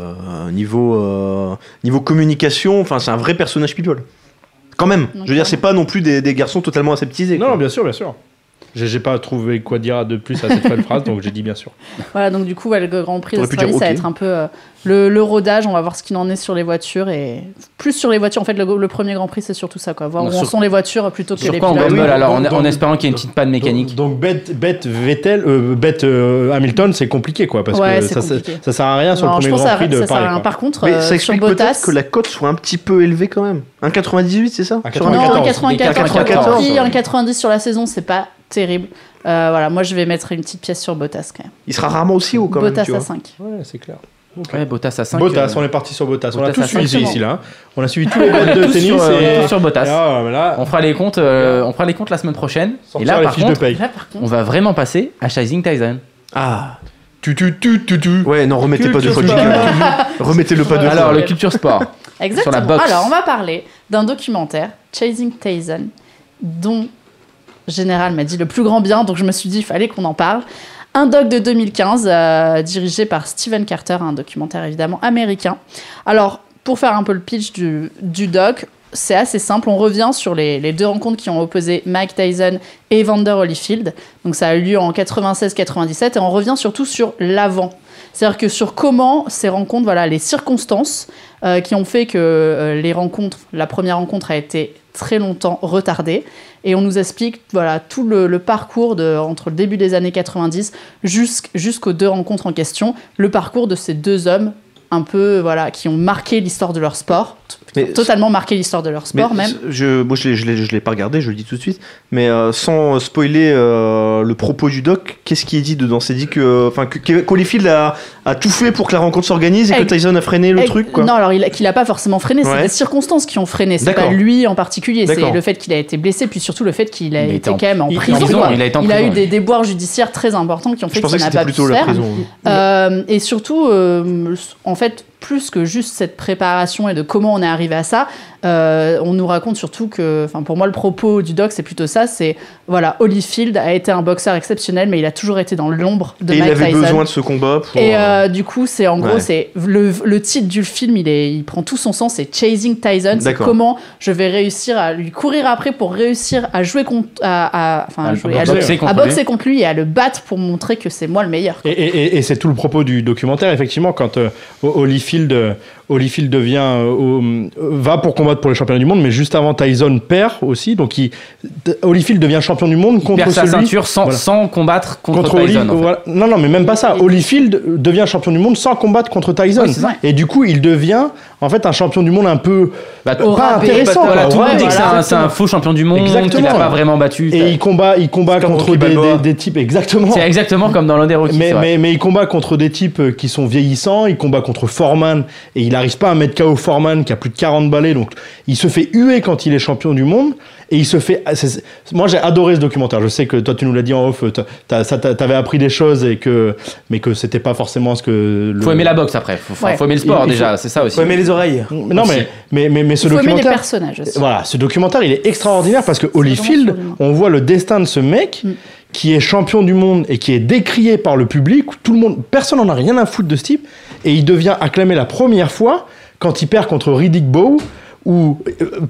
[SPEAKER 3] Euh, niveau, euh, niveau communication, enfin, c'est un vrai personnage people. Quand même. Je veux dire, c'est pas non plus des, des garçons totalement aseptisés.
[SPEAKER 2] Non,
[SPEAKER 3] quoi.
[SPEAKER 2] non, bien sûr, bien sûr. J'ai j'ai pas trouvé quoi dire de plus à cette belle phrase, donc j'ai dit bien sûr.
[SPEAKER 7] Voilà, donc du coup, ouais, le Grand Prix
[SPEAKER 3] T'aurais pu
[SPEAKER 7] d'Australie,
[SPEAKER 3] dire,
[SPEAKER 7] ça va
[SPEAKER 3] ok.
[SPEAKER 7] être un peu euh, le, le rodage. On va voir ce qu'il en est sur les voitures et plus sur les voitures. En fait, le, le premier Grand Prix, c'est surtout ça, quoi. Voir où
[SPEAKER 1] Sur-
[SPEAKER 7] en sont les voitures plutôt que
[SPEAKER 1] Sur
[SPEAKER 7] les
[SPEAKER 1] quoi on
[SPEAKER 7] pilotes.
[SPEAKER 1] gamble
[SPEAKER 2] oui,
[SPEAKER 1] alors,
[SPEAKER 2] donc-
[SPEAKER 1] en, en
[SPEAKER 2] donc-
[SPEAKER 1] espérant qu'il y ait une petite panne mécanique
[SPEAKER 2] Donc, donc bête, bête Vettel, euh, bête euh, Hamilton, c'est compliqué quoi, parce
[SPEAKER 7] Ouais,
[SPEAKER 2] que
[SPEAKER 7] c'est
[SPEAKER 2] ça, ça,
[SPEAKER 7] compliqué.
[SPEAKER 2] ça sert à rien sur
[SPEAKER 7] Non,
[SPEAKER 2] le
[SPEAKER 7] je
[SPEAKER 2] premier
[SPEAKER 7] pense
[SPEAKER 2] Grand
[SPEAKER 7] ça,
[SPEAKER 2] Prix de
[SPEAKER 7] ça sert à
[SPEAKER 2] Paris.
[SPEAKER 7] rien.
[SPEAKER 2] quoi.
[SPEAKER 7] Par contre,
[SPEAKER 3] Mais
[SPEAKER 7] euh,
[SPEAKER 3] ça
[SPEAKER 7] sur
[SPEAKER 3] explique peut-être
[SPEAKER 7] Bottas,
[SPEAKER 3] que la cote soit un petit peu élevée quand même. 1,98, c'est ça
[SPEAKER 2] Un
[SPEAKER 3] Sur un-
[SPEAKER 7] Non,
[SPEAKER 2] 94.
[SPEAKER 7] un 94,
[SPEAKER 3] 94,
[SPEAKER 7] oui,
[SPEAKER 3] ouais.
[SPEAKER 7] un 90 sur la saison, c'est pas terrible. Euh, voilà, moi je vais mettre une petite pièce sur Bottas quand même.
[SPEAKER 3] Il sera rarement aussi haut quand même.
[SPEAKER 7] Bottas
[SPEAKER 3] tu
[SPEAKER 7] à
[SPEAKER 3] vois.
[SPEAKER 7] 5.
[SPEAKER 2] Ouais, c'est clair.
[SPEAKER 1] Ouais, Bottas à euh, 5.
[SPEAKER 7] euh,
[SPEAKER 2] Bottas, on est parti sur Bottas. on
[SPEAKER 1] Bottas
[SPEAKER 2] a tous
[SPEAKER 1] à cinq
[SPEAKER 2] suivi
[SPEAKER 1] secondes.
[SPEAKER 2] ici là. hein. On a suivi tous les bêtes de
[SPEAKER 1] tous
[SPEAKER 2] tennis
[SPEAKER 1] sur, euh,
[SPEAKER 2] et
[SPEAKER 1] on est tous sur Bottas.
[SPEAKER 2] Et ah, mais là,
[SPEAKER 1] On fera les comptes, euh, on fera les comptes la semaine prochaine.
[SPEAKER 2] sortir
[SPEAKER 1] Et là,
[SPEAKER 2] les
[SPEAKER 1] par
[SPEAKER 2] fiches
[SPEAKER 1] contre,
[SPEAKER 2] de paye.
[SPEAKER 7] Là par contre,
[SPEAKER 1] on va vraiment passer à Chasing Tyson.
[SPEAKER 3] Ah
[SPEAKER 2] Tu tu tu tu tu.
[SPEAKER 3] Ouais, non, remettez pas deux fois le
[SPEAKER 2] Culture
[SPEAKER 3] jingle. Remettez le pas deux
[SPEAKER 1] Alors,
[SPEAKER 3] fois.
[SPEAKER 1] le culture sport.
[SPEAKER 7] exactement.
[SPEAKER 1] sur la boxe.
[SPEAKER 7] Alors on va parler d'un documentaire, Chasing Tyson, dont Général m'a dit le plus grand bien, donc je me suis dit il fallait qu'on en parle. Un doc de 2015, euh, dirigé par Steven Carter, un documentaire évidemment américain. Alors, pour faire un peu le pitch du, du doc, c'est assez simple. On revient sur les, les deux rencontres qui ont opposé Mike Tyson et Vander Holyfield. Donc, ça a eu lieu en 96-97 et on revient surtout sur l'avant. C'est-à-dire que sur comment ces rencontres, voilà, les circonstances euh, qui ont fait que euh, les rencontres, la première rencontre a été très longtemps retardée. Et on nous explique voilà, tout le, le parcours de, entre le début des années 90 jusqu'- jusqu'aux deux rencontres en question, le parcours de ces deux hommes un peu voilà qui ont marqué l'histoire de leur sport,
[SPEAKER 3] Mais-
[SPEAKER 7] totalement marqué l'histoire de leur sport
[SPEAKER 3] Mais
[SPEAKER 7] même.
[SPEAKER 3] Je, moi, je l'ai- je l'ai je l'ai pas regardé, je le dis tout de suite. Mais euh, sans spoiler euh, le propos du doc, qu'est-ce qui est dit dedans C'est dit que, enfin, que, que Holyfield a, a tout fait pour que la rencontre s'organise et que
[SPEAKER 7] Eh,
[SPEAKER 3] Tyson a freiné le
[SPEAKER 7] Eh,
[SPEAKER 3] truc, quoi.
[SPEAKER 7] Non, alors il a- qu'il a pas forcément freiné, c'est
[SPEAKER 3] Ouais.
[SPEAKER 7] des circonstances qui ont freiné, c'est
[SPEAKER 3] D'accord.
[SPEAKER 7] pas lui en particulier, c'est
[SPEAKER 3] D'accord.
[SPEAKER 7] le fait qu'il a été blessé, puis surtout le fait qu'il
[SPEAKER 1] Il
[SPEAKER 7] a
[SPEAKER 1] a été
[SPEAKER 7] été
[SPEAKER 1] en-
[SPEAKER 7] quand même en
[SPEAKER 1] il- en
[SPEAKER 7] prison.
[SPEAKER 1] prison,
[SPEAKER 7] quoi.
[SPEAKER 1] il a été en prison,
[SPEAKER 7] eu des
[SPEAKER 1] oui.
[SPEAKER 7] déboires judiciaires très importants qui ont
[SPEAKER 3] Je
[SPEAKER 7] fait
[SPEAKER 3] pensais
[SPEAKER 7] qu'il
[SPEAKER 3] que
[SPEAKER 7] n'a
[SPEAKER 3] c'était
[SPEAKER 7] pas pu
[SPEAKER 3] plutôt
[SPEAKER 7] se
[SPEAKER 3] la
[SPEAKER 7] faire.
[SPEAKER 3] prison.
[SPEAKER 7] Euh, et surtout, euh, en fait, plus que juste cette préparation et de comment on est arrivé à ça, euh, on nous raconte surtout que, enfin, pour moi, le propos du doc, c'est plutôt ça, c'est, voilà, Holyfield a été un boxeur exceptionnel, mais il a toujours été dans l'ombre de
[SPEAKER 3] Et il
[SPEAKER 7] Mike
[SPEAKER 3] avait
[SPEAKER 7] Tyson.
[SPEAKER 3] besoin de ce combat pour.
[SPEAKER 7] Et
[SPEAKER 3] euh,
[SPEAKER 7] euh, du coup, c'est en gros,
[SPEAKER 3] Ouais.
[SPEAKER 7] c'est le, le titre du film, il, est, il prend tout son sens, c'est Chasing Tyson, c'est
[SPEAKER 3] D'accord.
[SPEAKER 7] comment je vais réussir à lui courir après pour réussir à jouer contre, à, à- enfin, à
[SPEAKER 1] À
[SPEAKER 7] jouer,
[SPEAKER 1] boxer
[SPEAKER 7] à, le-
[SPEAKER 1] contre
[SPEAKER 7] à
[SPEAKER 1] lui.
[SPEAKER 7] boxer contre lui et à le battre pour montrer que c'est moi le meilleur.
[SPEAKER 2] Et, et- et- et c'est tout le propos du documentaire, effectivement, quand euh, Ho- Holyfield, euh, Holyfield devient, euh, au- euh, va pour combattre pour les championnats du monde, mais juste avant Tyson perd aussi, donc il, T- Holyfield devient champion du monde
[SPEAKER 1] Il
[SPEAKER 2] contre
[SPEAKER 1] perd sa
[SPEAKER 2] celui-
[SPEAKER 1] ceinture sans,
[SPEAKER 2] Voilà.
[SPEAKER 1] sans combattre contre, Tyson.
[SPEAKER 2] contre Holy-
[SPEAKER 1] en fait.
[SPEAKER 2] voilà. Non, non, mais même pas ça. Holyfield devient champion du monde sans combattre contre Tyson.
[SPEAKER 7] Oui, c'est ça.
[SPEAKER 2] et du coup, il devient en fait un champion du monde un peu
[SPEAKER 1] Bah,
[SPEAKER 2] pas intéressant.
[SPEAKER 1] Voilà,
[SPEAKER 2] quoi.
[SPEAKER 1] tout le
[SPEAKER 2] Ouais,
[SPEAKER 1] monde dit que c'est
[SPEAKER 2] voilà.
[SPEAKER 1] un- c'est un, faux champion du monde,
[SPEAKER 2] Exactement.
[SPEAKER 1] qu'il a pas vraiment battu.
[SPEAKER 2] Et il combat, il combat
[SPEAKER 3] C'est comme
[SPEAKER 2] contre
[SPEAKER 3] Rocky
[SPEAKER 2] des,
[SPEAKER 3] Balboa.
[SPEAKER 2] des- des types exactement.
[SPEAKER 1] C'est exactement comme dans l'un des Rocky.
[SPEAKER 2] Mais,
[SPEAKER 1] c'est vrai.
[SPEAKER 2] mais, mais il combat contre des types euh, qui sont vieillissants, il combat contre Foreman, et il n'arrive pas à mettre KO Foreman qui a plus de 40 balais, donc il se fait huer quand il est champion du monde, Et il se fait. ah, c'est- c'est- Moi, j'ai adoré ce documentaire. Je sais que toi, tu nous l'as dit en off. euh, t'as- t'as- ça, t'a- T'avais appris des choses et que, mais que c'était pas forcément ce que. le-
[SPEAKER 1] Faut aimer la boxe après, faut, faut-
[SPEAKER 7] Ouais.
[SPEAKER 1] faut aimer le sport
[SPEAKER 2] Il- il
[SPEAKER 1] déjà, c'est ça aussi.
[SPEAKER 4] Faut aimer les oreilles.
[SPEAKER 2] Non,
[SPEAKER 1] aussi.
[SPEAKER 2] mais, mais, mais, mais ce
[SPEAKER 7] Il faut aimer les
[SPEAKER 2] documentaire.
[SPEAKER 7] personnages aussi.
[SPEAKER 2] Voilà, ce documentaire, il est extraordinaire parce que Holyfield,
[SPEAKER 7] vraiment sur
[SPEAKER 2] on voit le destin de ce mec
[SPEAKER 7] Mm.
[SPEAKER 2] qui est champion du monde et qui est décrié par le public. Tout le monde, personne n'en a rien à foutre de ce type. Et il devient acclamé la première fois quand il perd contre Riddick Bowe. Ou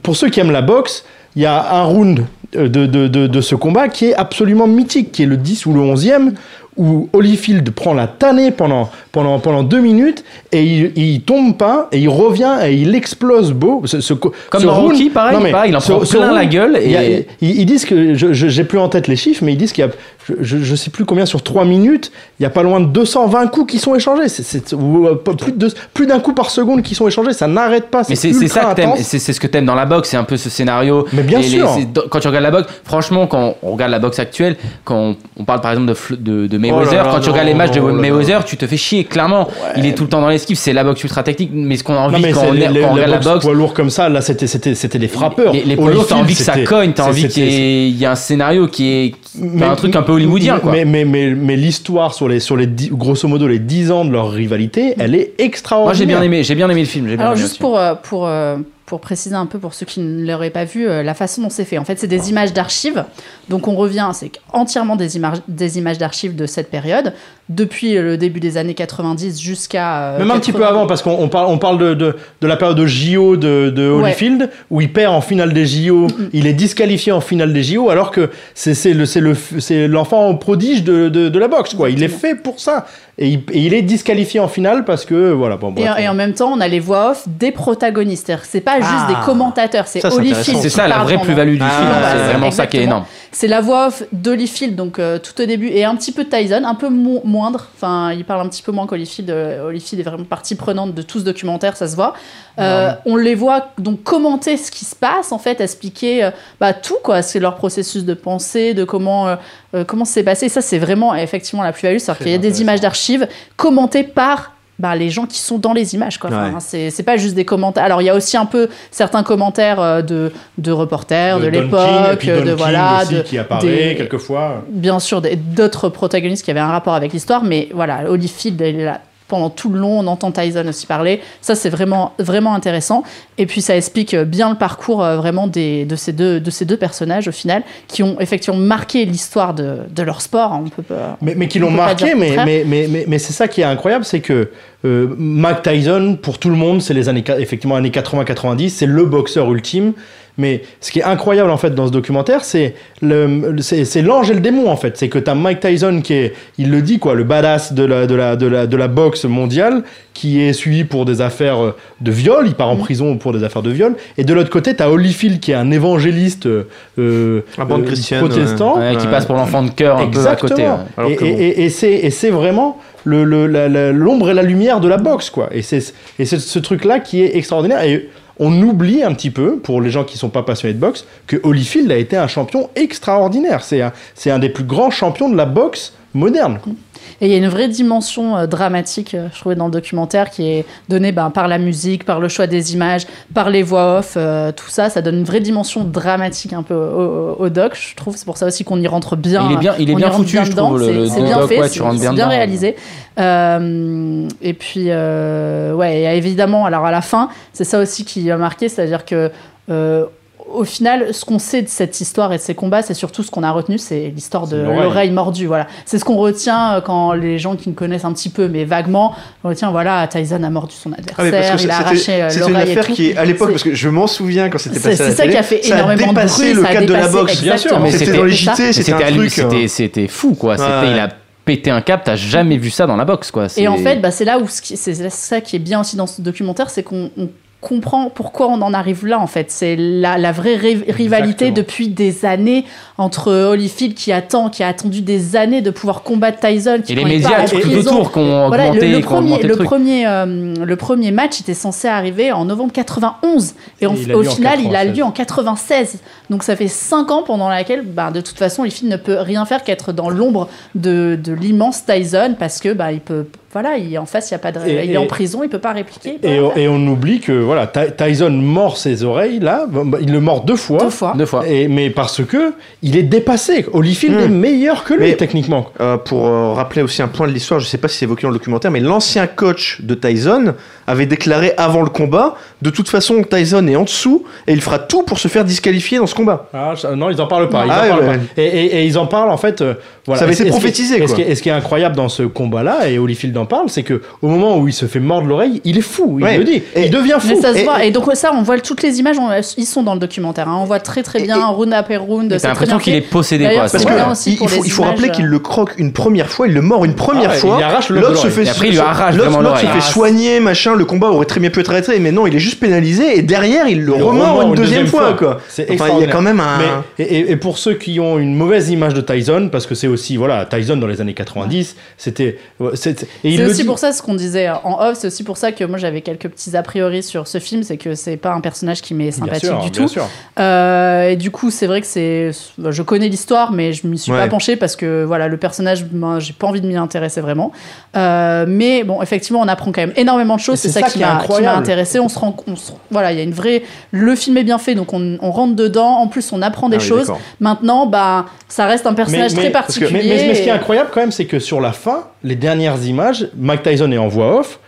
[SPEAKER 2] pour ceux qui aiment la boxe, il y a un round euh, de, de, de, de ce combat qui est absolument mythique, qui est le 10 ou le 11e, où Holyfield prend la tannée pendant, pendant, pendant deux minutes et il, il tombe pas et il revient et il explose Beau. Ce, ce co-
[SPEAKER 1] Comme
[SPEAKER 2] ce
[SPEAKER 1] dans
[SPEAKER 2] round-
[SPEAKER 1] Rocky, pareil,
[SPEAKER 2] Non, mais
[SPEAKER 1] pareil, il en prend plein la gueule
[SPEAKER 2] il y a-
[SPEAKER 1] et-
[SPEAKER 2] ils, ils disent que, je- je- j'ai plus en tête les chiffres, mais ils disent qu'il y a, je, je, je sais plus combien sur 3 minutes, il y a pas loin de 220 coups qui sont échangés, c'est, c'est- ou, euh, p- plus, de, plus d'un coup par seconde qui sont échangés, ça n'arrête pas.
[SPEAKER 1] Mais c'est c'est
[SPEAKER 2] ultra
[SPEAKER 1] ça que t'aimes,
[SPEAKER 2] intense.
[SPEAKER 1] c'est c'est ce que t'aimes dans la boxe, c'est un peu ce scénario.
[SPEAKER 2] Mais bien
[SPEAKER 1] Et les-
[SPEAKER 2] sûr.
[SPEAKER 1] c'est- dans- quand tu regardes la boxe, franchement, quand on regarde la boxe actuelle, quand on, on parle par exemple de, Fl- de, de Mayweather,
[SPEAKER 4] Oh là là,
[SPEAKER 1] quand tu
[SPEAKER 4] non,
[SPEAKER 1] regardes les matchs de
[SPEAKER 4] non, là là.
[SPEAKER 1] Mayweather, tu te fais chier, clairement. Il est tout le temps dans l'esquive, c'est la boxe ultra technique, mais ce qu'on a
[SPEAKER 2] Non,
[SPEAKER 1] envie
[SPEAKER 2] mais
[SPEAKER 1] quand
[SPEAKER 2] c'est
[SPEAKER 1] on, est-
[SPEAKER 2] les-
[SPEAKER 1] quand
[SPEAKER 2] les-
[SPEAKER 1] on regarde la
[SPEAKER 2] boxe
[SPEAKER 1] boxe,
[SPEAKER 2] poids lourd comme ça, là c'était, c'était, c'était des frappeurs.
[SPEAKER 1] les, les poids lourds, t'as
[SPEAKER 2] Holyfield,
[SPEAKER 1] envie que ça
[SPEAKER 2] c'était-
[SPEAKER 1] cogne, t'as envie
[SPEAKER 2] c'était-
[SPEAKER 1] qu'il y, ait- il y ait un scénario qui est qui-
[SPEAKER 2] Mais-
[SPEAKER 1] un truc un peu hollywoodien, quoi.
[SPEAKER 2] Mais, mais, mais, mais l'histoire sur les, sur les dix- grosso modo les 10 ans de leur rivalité, elle est
[SPEAKER 1] Moi,
[SPEAKER 2] extraordinaire.
[SPEAKER 1] j'ai bien aimé, j'ai bien aimé le film. j'ai bien
[SPEAKER 7] Alors
[SPEAKER 1] aimé
[SPEAKER 7] juste
[SPEAKER 1] le film.
[SPEAKER 7] pour, euh, pour, euh, pour préciser un peu pour ceux qui ne l'auraient pas vu, euh, la façon dont c'est fait. En fait, c'est des images d'archives. Donc on revient, c'est entièrement des, images des images d'archives de cette période, depuis le début des années 90 jusqu'à... euh,
[SPEAKER 2] Même un petit peu
[SPEAKER 7] 80.
[SPEAKER 2] avant, parce qu'on on parle, on parle de, de, de la période JO de, de
[SPEAKER 7] Ouais.
[SPEAKER 2] Holyfield, où il perd en finale des JO, il est disqualifié en finale des JO, alors que c'est c'est le- c'est le f- c'est l'enfant prodige de, de, de la boxe, quoi. Il est fait pour ça. Et il, et il est disqualifié en finale parce que, voilà, bon,
[SPEAKER 7] Et,
[SPEAKER 2] bref.
[SPEAKER 7] et en même temps, on a les voix off des protagonistes. C'est-à-dire que C'est pas juste des commentateurs, c'est
[SPEAKER 3] Ah. Ça, c'est
[SPEAKER 7] Holyfield.
[SPEAKER 3] intéressant.
[SPEAKER 1] C'est
[SPEAKER 7] qui
[SPEAKER 1] ça la
[SPEAKER 7] parle
[SPEAKER 1] vraie
[SPEAKER 7] pendant- Ah,
[SPEAKER 1] plus-value du film,
[SPEAKER 7] voilà,
[SPEAKER 1] c'est
[SPEAKER 7] c'est
[SPEAKER 1] vraiment ça qui est
[SPEAKER 7] exactement.
[SPEAKER 1] énorme.
[SPEAKER 7] C'est la voix off d'Holyfield, donc euh, tout au début, et un petit peu de Tyson, un peu mo- moindre. Enfin, il parle un petit peu moins qu'Holyfield. euh, Holyfield est vraiment partie prenante de tout ce documentaire, ça se voit. Euh, on les voit donc commenter ce qui se passe, en fait, expliquer euh, bah, tout, quoi. C'est leur processus de pensée, de comment euh, euh, comment c'est passé. Ça, c'est vraiment euh, effectivement la plus-value. C'est-à-dire qu'il y a des images d'archives commentées par. bah, les gens qui sont dans les images quoi Enfin, hein,
[SPEAKER 3] Ouais.
[SPEAKER 7] c'est c'est pas juste des commentaires alors il y a aussi un peu certains commentaires euh, de de reporters de,
[SPEAKER 2] Euh, Don King, et
[SPEAKER 7] l'époque euh,
[SPEAKER 2] puis Don
[SPEAKER 7] de
[SPEAKER 2] King
[SPEAKER 7] voilà
[SPEAKER 2] aussi,
[SPEAKER 7] de-
[SPEAKER 2] qui apparaît
[SPEAKER 7] des-
[SPEAKER 2] quelquefois.
[SPEAKER 7] bien sûr des- d'autres protagonistes qui avaient un rapport avec l'histoire, mais voilà, Holyfield, elle est là pendant tout le long, on entend Tyson aussi parler. Ça, c'est vraiment, vraiment intéressant. Et puis, ça explique euh, bien le parcours euh, vraiment des, de, ces deux, de ces deux personnages, au final, qui ont effectivement marqué l'histoire de, de leur sport. hein, On peut pas...
[SPEAKER 2] Mais, mais qui
[SPEAKER 7] On
[SPEAKER 2] l'ont
[SPEAKER 7] peut pas
[SPEAKER 2] marqué,
[SPEAKER 7] dire le
[SPEAKER 2] mais,
[SPEAKER 7] contraire.
[SPEAKER 2] mais, mais, mais, mais c'est ça qui est incroyable, c'est que euh, Mac Tyson, pour tout le monde, c'est les années, effectivement, années 80-90, c'est le boxeur ultime. Mais ce qui est incroyable, en fait, dans ce documentaire, c'est le, le- c'est c'est l'ange et le démon, en fait. C'est que t'as Mike Tyson qui est, il le dit, quoi, le badass de la, de la, de la, de la boxe mondiale, qui est suivi pour des affaires euh, de viol, il
[SPEAKER 7] Mm.
[SPEAKER 2] part en prison pour des affaires de viol. Et de l'autre côté, t'as Holyfield qui est un évangéliste euh, euh,
[SPEAKER 3] Un bon
[SPEAKER 2] euh,
[SPEAKER 3] chrétien,
[SPEAKER 2] protestant.
[SPEAKER 1] Ouais, Qui
[SPEAKER 3] Ouais.
[SPEAKER 1] passe pour l'enfant de cœur un peu à côté. hein, ouais.
[SPEAKER 2] Exactement.
[SPEAKER 4] Alors
[SPEAKER 2] Et-
[SPEAKER 4] que
[SPEAKER 2] et,
[SPEAKER 4] bon.
[SPEAKER 2] et- et c'est et c'est vraiment le- le- la- la- l'ombre et la lumière de la boxe, quoi. Et c'est et c'est ce truc-là qui est extraordinaire. Et on oublie un petit peu, pour les gens qui sont pas passionnés de boxe, que Holyfield a été un champion extraordinaire. C'est un, c'est un des plus grands champions de la boxe moderne.
[SPEAKER 7] Et il y a une vraie dimension euh, dramatique, euh, je trouvais, dans le documentaire, qui est donnée ben, par la musique, par le choix des images, par les voix off, euh, tout ça. Ça donne une vraie dimension dramatique un peu au, au- au doc, je trouve. C'est pour ça aussi qu'on y rentre bien. euh,
[SPEAKER 1] Il est bien- il est
[SPEAKER 7] on y
[SPEAKER 1] bien
[SPEAKER 7] rentre
[SPEAKER 1] foutu, je
[SPEAKER 7] dedans.
[SPEAKER 1] trouve, le-
[SPEAKER 7] C'est-
[SPEAKER 1] le
[SPEAKER 7] C'est bien
[SPEAKER 1] doc,
[SPEAKER 7] fait,
[SPEAKER 1] ouais, tu
[SPEAKER 7] c'est
[SPEAKER 1] rentres bien
[SPEAKER 7] c'est bien
[SPEAKER 1] dedans.
[SPEAKER 7] réalisé. Euh, et puis, euh, ouais, et évidemment, alors à la fin, c'est ça aussi qui a marqué, c'est-à-dire que. euh, au final, ce qu'on sait de cette histoire et de ces combats, c'est surtout ce qu'on a retenu, c'est l'histoire de
[SPEAKER 2] C'est l'oreille.
[SPEAKER 7] l'oreille mordue. Voilà, c'est ce qu'on retient euh, quand les gens qui ne connaissent un petit peu, mais vaguement, on retient voilà, Tyson a mordu son
[SPEAKER 3] Ah mais
[SPEAKER 7] adversaire,
[SPEAKER 3] parce que
[SPEAKER 7] il a
[SPEAKER 3] c'était-
[SPEAKER 7] arraché euh,
[SPEAKER 3] C'était une
[SPEAKER 7] l'oreille et
[SPEAKER 3] affaire
[SPEAKER 7] tout.
[SPEAKER 3] qui, est- à l'époque,
[SPEAKER 7] C'est-
[SPEAKER 3] parce que je m'en souviens quand c'était
[SPEAKER 7] C'est
[SPEAKER 3] passé à la
[SPEAKER 7] c'est ça
[SPEAKER 3] télé,
[SPEAKER 7] qui a fait
[SPEAKER 3] ça a
[SPEAKER 7] énormément de
[SPEAKER 3] dépassé
[SPEAKER 7] bruit,
[SPEAKER 3] le
[SPEAKER 7] ça a
[SPEAKER 3] cadre de la
[SPEAKER 7] dépassé,
[SPEAKER 3] boxe.
[SPEAKER 7] Bien sûr,
[SPEAKER 1] mais
[SPEAKER 3] C'était
[SPEAKER 1] c'était-
[SPEAKER 3] dans les
[SPEAKER 7] c'est ça.
[SPEAKER 3] JT,
[SPEAKER 1] Mais
[SPEAKER 3] c'était
[SPEAKER 1] C'était
[SPEAKER 3] un
[SPEAKER 1] hallu-
[SPEAKER 3] truc.
[SPEAKER 1] c'était-
[SPEAKER 3] euh,
[SPEAKER 1] c'était fou quoi. C'était-
[SPEAKER 3] ouais.
[SPEAKER 1] Il a pété un cap, t'as jamais vu ça dans la boxe quoi. C'est-
[SPEAKER 7] Et en fait, bah, c'est là où ce qui- c'est ça qui est bien aussi dans ce documentaire, c'est qu'on on comprend pourquoi on en arrive là en fait. C'est la, la vraie ri- rivalité
[SPEAKER 2] Exactement.
[SPEAKER 7] depuis des années entre Holyfield qui attend, qui a attendu des années de pouvoir combattre Tyson, qui
[SPEAKER 1] et les
[SPEAKER 7] quand il
[SPEAKER 1] médias
[SPEAKER 7] part en
[SPEAKER 1] tout
[SPEAKER 7] prison,
[SPEAKER 1] autour qui ont
[SPEAKER 7] Voilà,
[SPEAKER 1] augmenté,
[SPEAKER 7] le, le
[SPEAKER 1] qui ont
[SPEAKER 7] premier,
[SPEAKER 1] augmenté le
[SPEAKER 7] le,
[SPEAKER 1] truc.
[SPEAKER 7] premier, euh, le premier match était censé arriver en novembre 91 et, en-
[SPEAKER 2] il a
[SPEAKER 7] au
[SPEAKER 2] lieu en
[SPEAKER 7] final il a
[SPEAKER 2] 96.
[SPEAKER 7] lieu en 96 donc ça fait 5 ans pendant laquelle bah, de toute façon les films ne peut rien faire qu'être dans l'ombre de, de l'immense Tyson parce que bah, il peut voilà, il, en face, il y a pas de,
[SPEAKER 2] Et-
[SPEAKER 7] il est
[SPEAKER 2] et-
[SPEAKER 7] en prison, il peut pas répliquer.
[SPEAKER 2] Et, on- et on oublie que voilà, Ty- Tyson mord ses oreilles là, Bon, bah, il le mord deux fois.
[SPEAKER 7] Deux fois.
[SPEAKER 1] Deux fois.
[SPEAKER 2] Et, mais parce que il est dépassé. Holyfield
[SPEAKER 3] Hmm.
[SPEAKER 2] est meilleur que lui
[SPEAKER 3] Mais-
[SPEAKER 2] techniquement.
[SPEAKER 3] Euh, pour euh, rappeler aussi un point de l'histoire, je sais pas si c'est évoqué dans le documentaire, mais l'ancien coach de Tyson avait déclaré avant le combat, de toute façon Tyson est en dessous et il fera tout pour se faire disqualifier dans ce combat.
[SPEAKER 2] Ah, je- non, ils en parlent pas. ils en
[SPEAKER 3] Ah,
[SPEAKER 2] parlent
[SPEAKER 3] ouais.
[SPEAKER 2] pas. Et, et- et ils en parlent en fait. euh, voilà.
[SPEAKER 3] Ça avait
[SPEAKER 2] Et-
[SPEAKER 3] été
[SPEAKER 2] et ce qui-
[SPEAKER 3] prophétisé,
[SPEAKER 2] et
[SPEAKER 3] quoi.
[SPEAKER 2] ce, qui, est- et ce qui est incroyable dans ce combat-là, et Holyfield en parle, c'est que au moment où il se fait mordre l'oreille, il est fou. Il
[SPEAKER 3] Ouais.
[SPEAKER 2] le dit.
[SPEAKER 3] Et-
[SPEAKER 2] il devient
[SPEAKER 7] Mais
[SPEAKER 2] fou.
[SPEAKER 7] ça se
[SPEAKER 3] Et-
[SPEAKER 7] voit. Et donc ça, on voit toutes les images, on- ils sont dans le documentaire. hein. On voit très très
[SPEAKER 3] Et-
[SPEAKER 7] bien,
[SPEAKER 3] et-
[SPEAKER 7] round après round.
[SPEAKER 1] T'as
[SPEAKER 7] c'est très
[SPEAKER 1] l'impression
[SPEAKER 7] bien
[SPEAKER 1] qu'il
[SPEAKER 7] fait.
[SPEAKER 1] est possédé
[SPEAKER 7] D'ailleurs,
[SPEAKER 1] quoi. à ce
[SPEAKER 3] Parce que
[SPEAKER 1] moment-là.
[SPEAKER 7] Voilà aussi
[SPEAKER 3] il, il
[SPEAKER 7] pour
[SPEAKER 3] faut,
[SPEAKER 7] les
[SPEAKER 3] il faut rappeler
[SPEAKER 7] images.
[SPEAKER 3] qu'il le croque une première fois, il le mord une première
[SPEAKER 2] Ah ouais,
[SPEAKER 3] fois.
[SPEAKER 2] il arrache le
[SPEAKER 3] L'autre
[SPEAKER 2] bras
[SPEAKER 3] se
[SPEAKER 2] de
[SPEAKER 3] fait,
[SPEAKER 2] l'oreille.
[SPEAKER 1] Et après, il lui arrache
[SPEAKER 3] l'autre-
[SPEAKER 1] vraiment
[SPEAKER 3] l'autre se
[SPEAKER 1] l'oreille.
[SPEAKER 3] fait soigner, machin. Le combat aurait très bien pu être arrêté, mais non, il est juste pénalisé et derrière il le
[SPEAKER 2] Il le
[SPEAKER 3] remord une deuxième, fois. quoi.
[SPEAKER 2] C'est
[SPEAKER 3] Enfin, il y a
[SPEAKER 2] extraordinaire.
[SPEAKER 3] quand même un.
[SPEAKER 2] Mais- et, et- et pour ceux qui ont une mauvaise image de Tyson, parce que c'est aussi, voilà, Tyson dans les années 90, c'était. c'est- et il
[SPEAKER 7] C'est
[SPEAKER 2] le
[SPEAKER 7] aussi
[SPEAKER 2] dit.
[SPEAKER 7] pour ça ce qu'on disait en off, c'est aussi pour ça que moi j'avais quelques petits a priori sur ce film, c'est que c'est pas un personnage qui m'est
[SPEAKER 2] Bien
[SPEAKER 7] sympathique
[SPEAKER 2] sûr,
[SPEAKER 7] du
[SPEAKER 2] bien
[SPEAKER 7] tout.
[SPEAKER 2] sûr.
[SPEAKER 7] Euh, et du coup, c'est vrai que c'est, je connais l'histoire, mais je m'y suis
[SPEAKER 3] Ouais.
[SPEAKER 7] pas penchée parce que voilà, le personnage, moi, j'ai pas envie de m'y intéresser vraiment. Euh, mais bon, effectivement, on apprend quand même énormément de choses.
[SPEAKER 2] Et c'est
[SPEAKER 7] C'est ça,
[SPEAKER 2] ça
[SPEAKER 7] qui
[SPEAKER 2] qui est
[SPEAKER 7] m'a, qui m'a
[SPEAKER 2] incroyable.
[SPEAKER 7] intéressé. On se rend, on se- voilà, il y a une vraie. Le film est bien fait, donc on, on rentre dedans. En plus, on apprend des
[SPEAKER 3] Ah oui,
[SPEAKER 7] choses.
[SPEAKER 3] d'accord.
[SPEAKER 7] Maintenant, bah, ça reste un personnage très
[SPEAKER 2] parce que-
[SPEAKER 7] particulier.
[SPEAKER 2] mais- mais- mais ce qui est
[SPEAKER 7] et-
[SPEAKER 2] incroyable quand même, c'est que sur la fin, les dernières images, Mike Tyson est en voix off.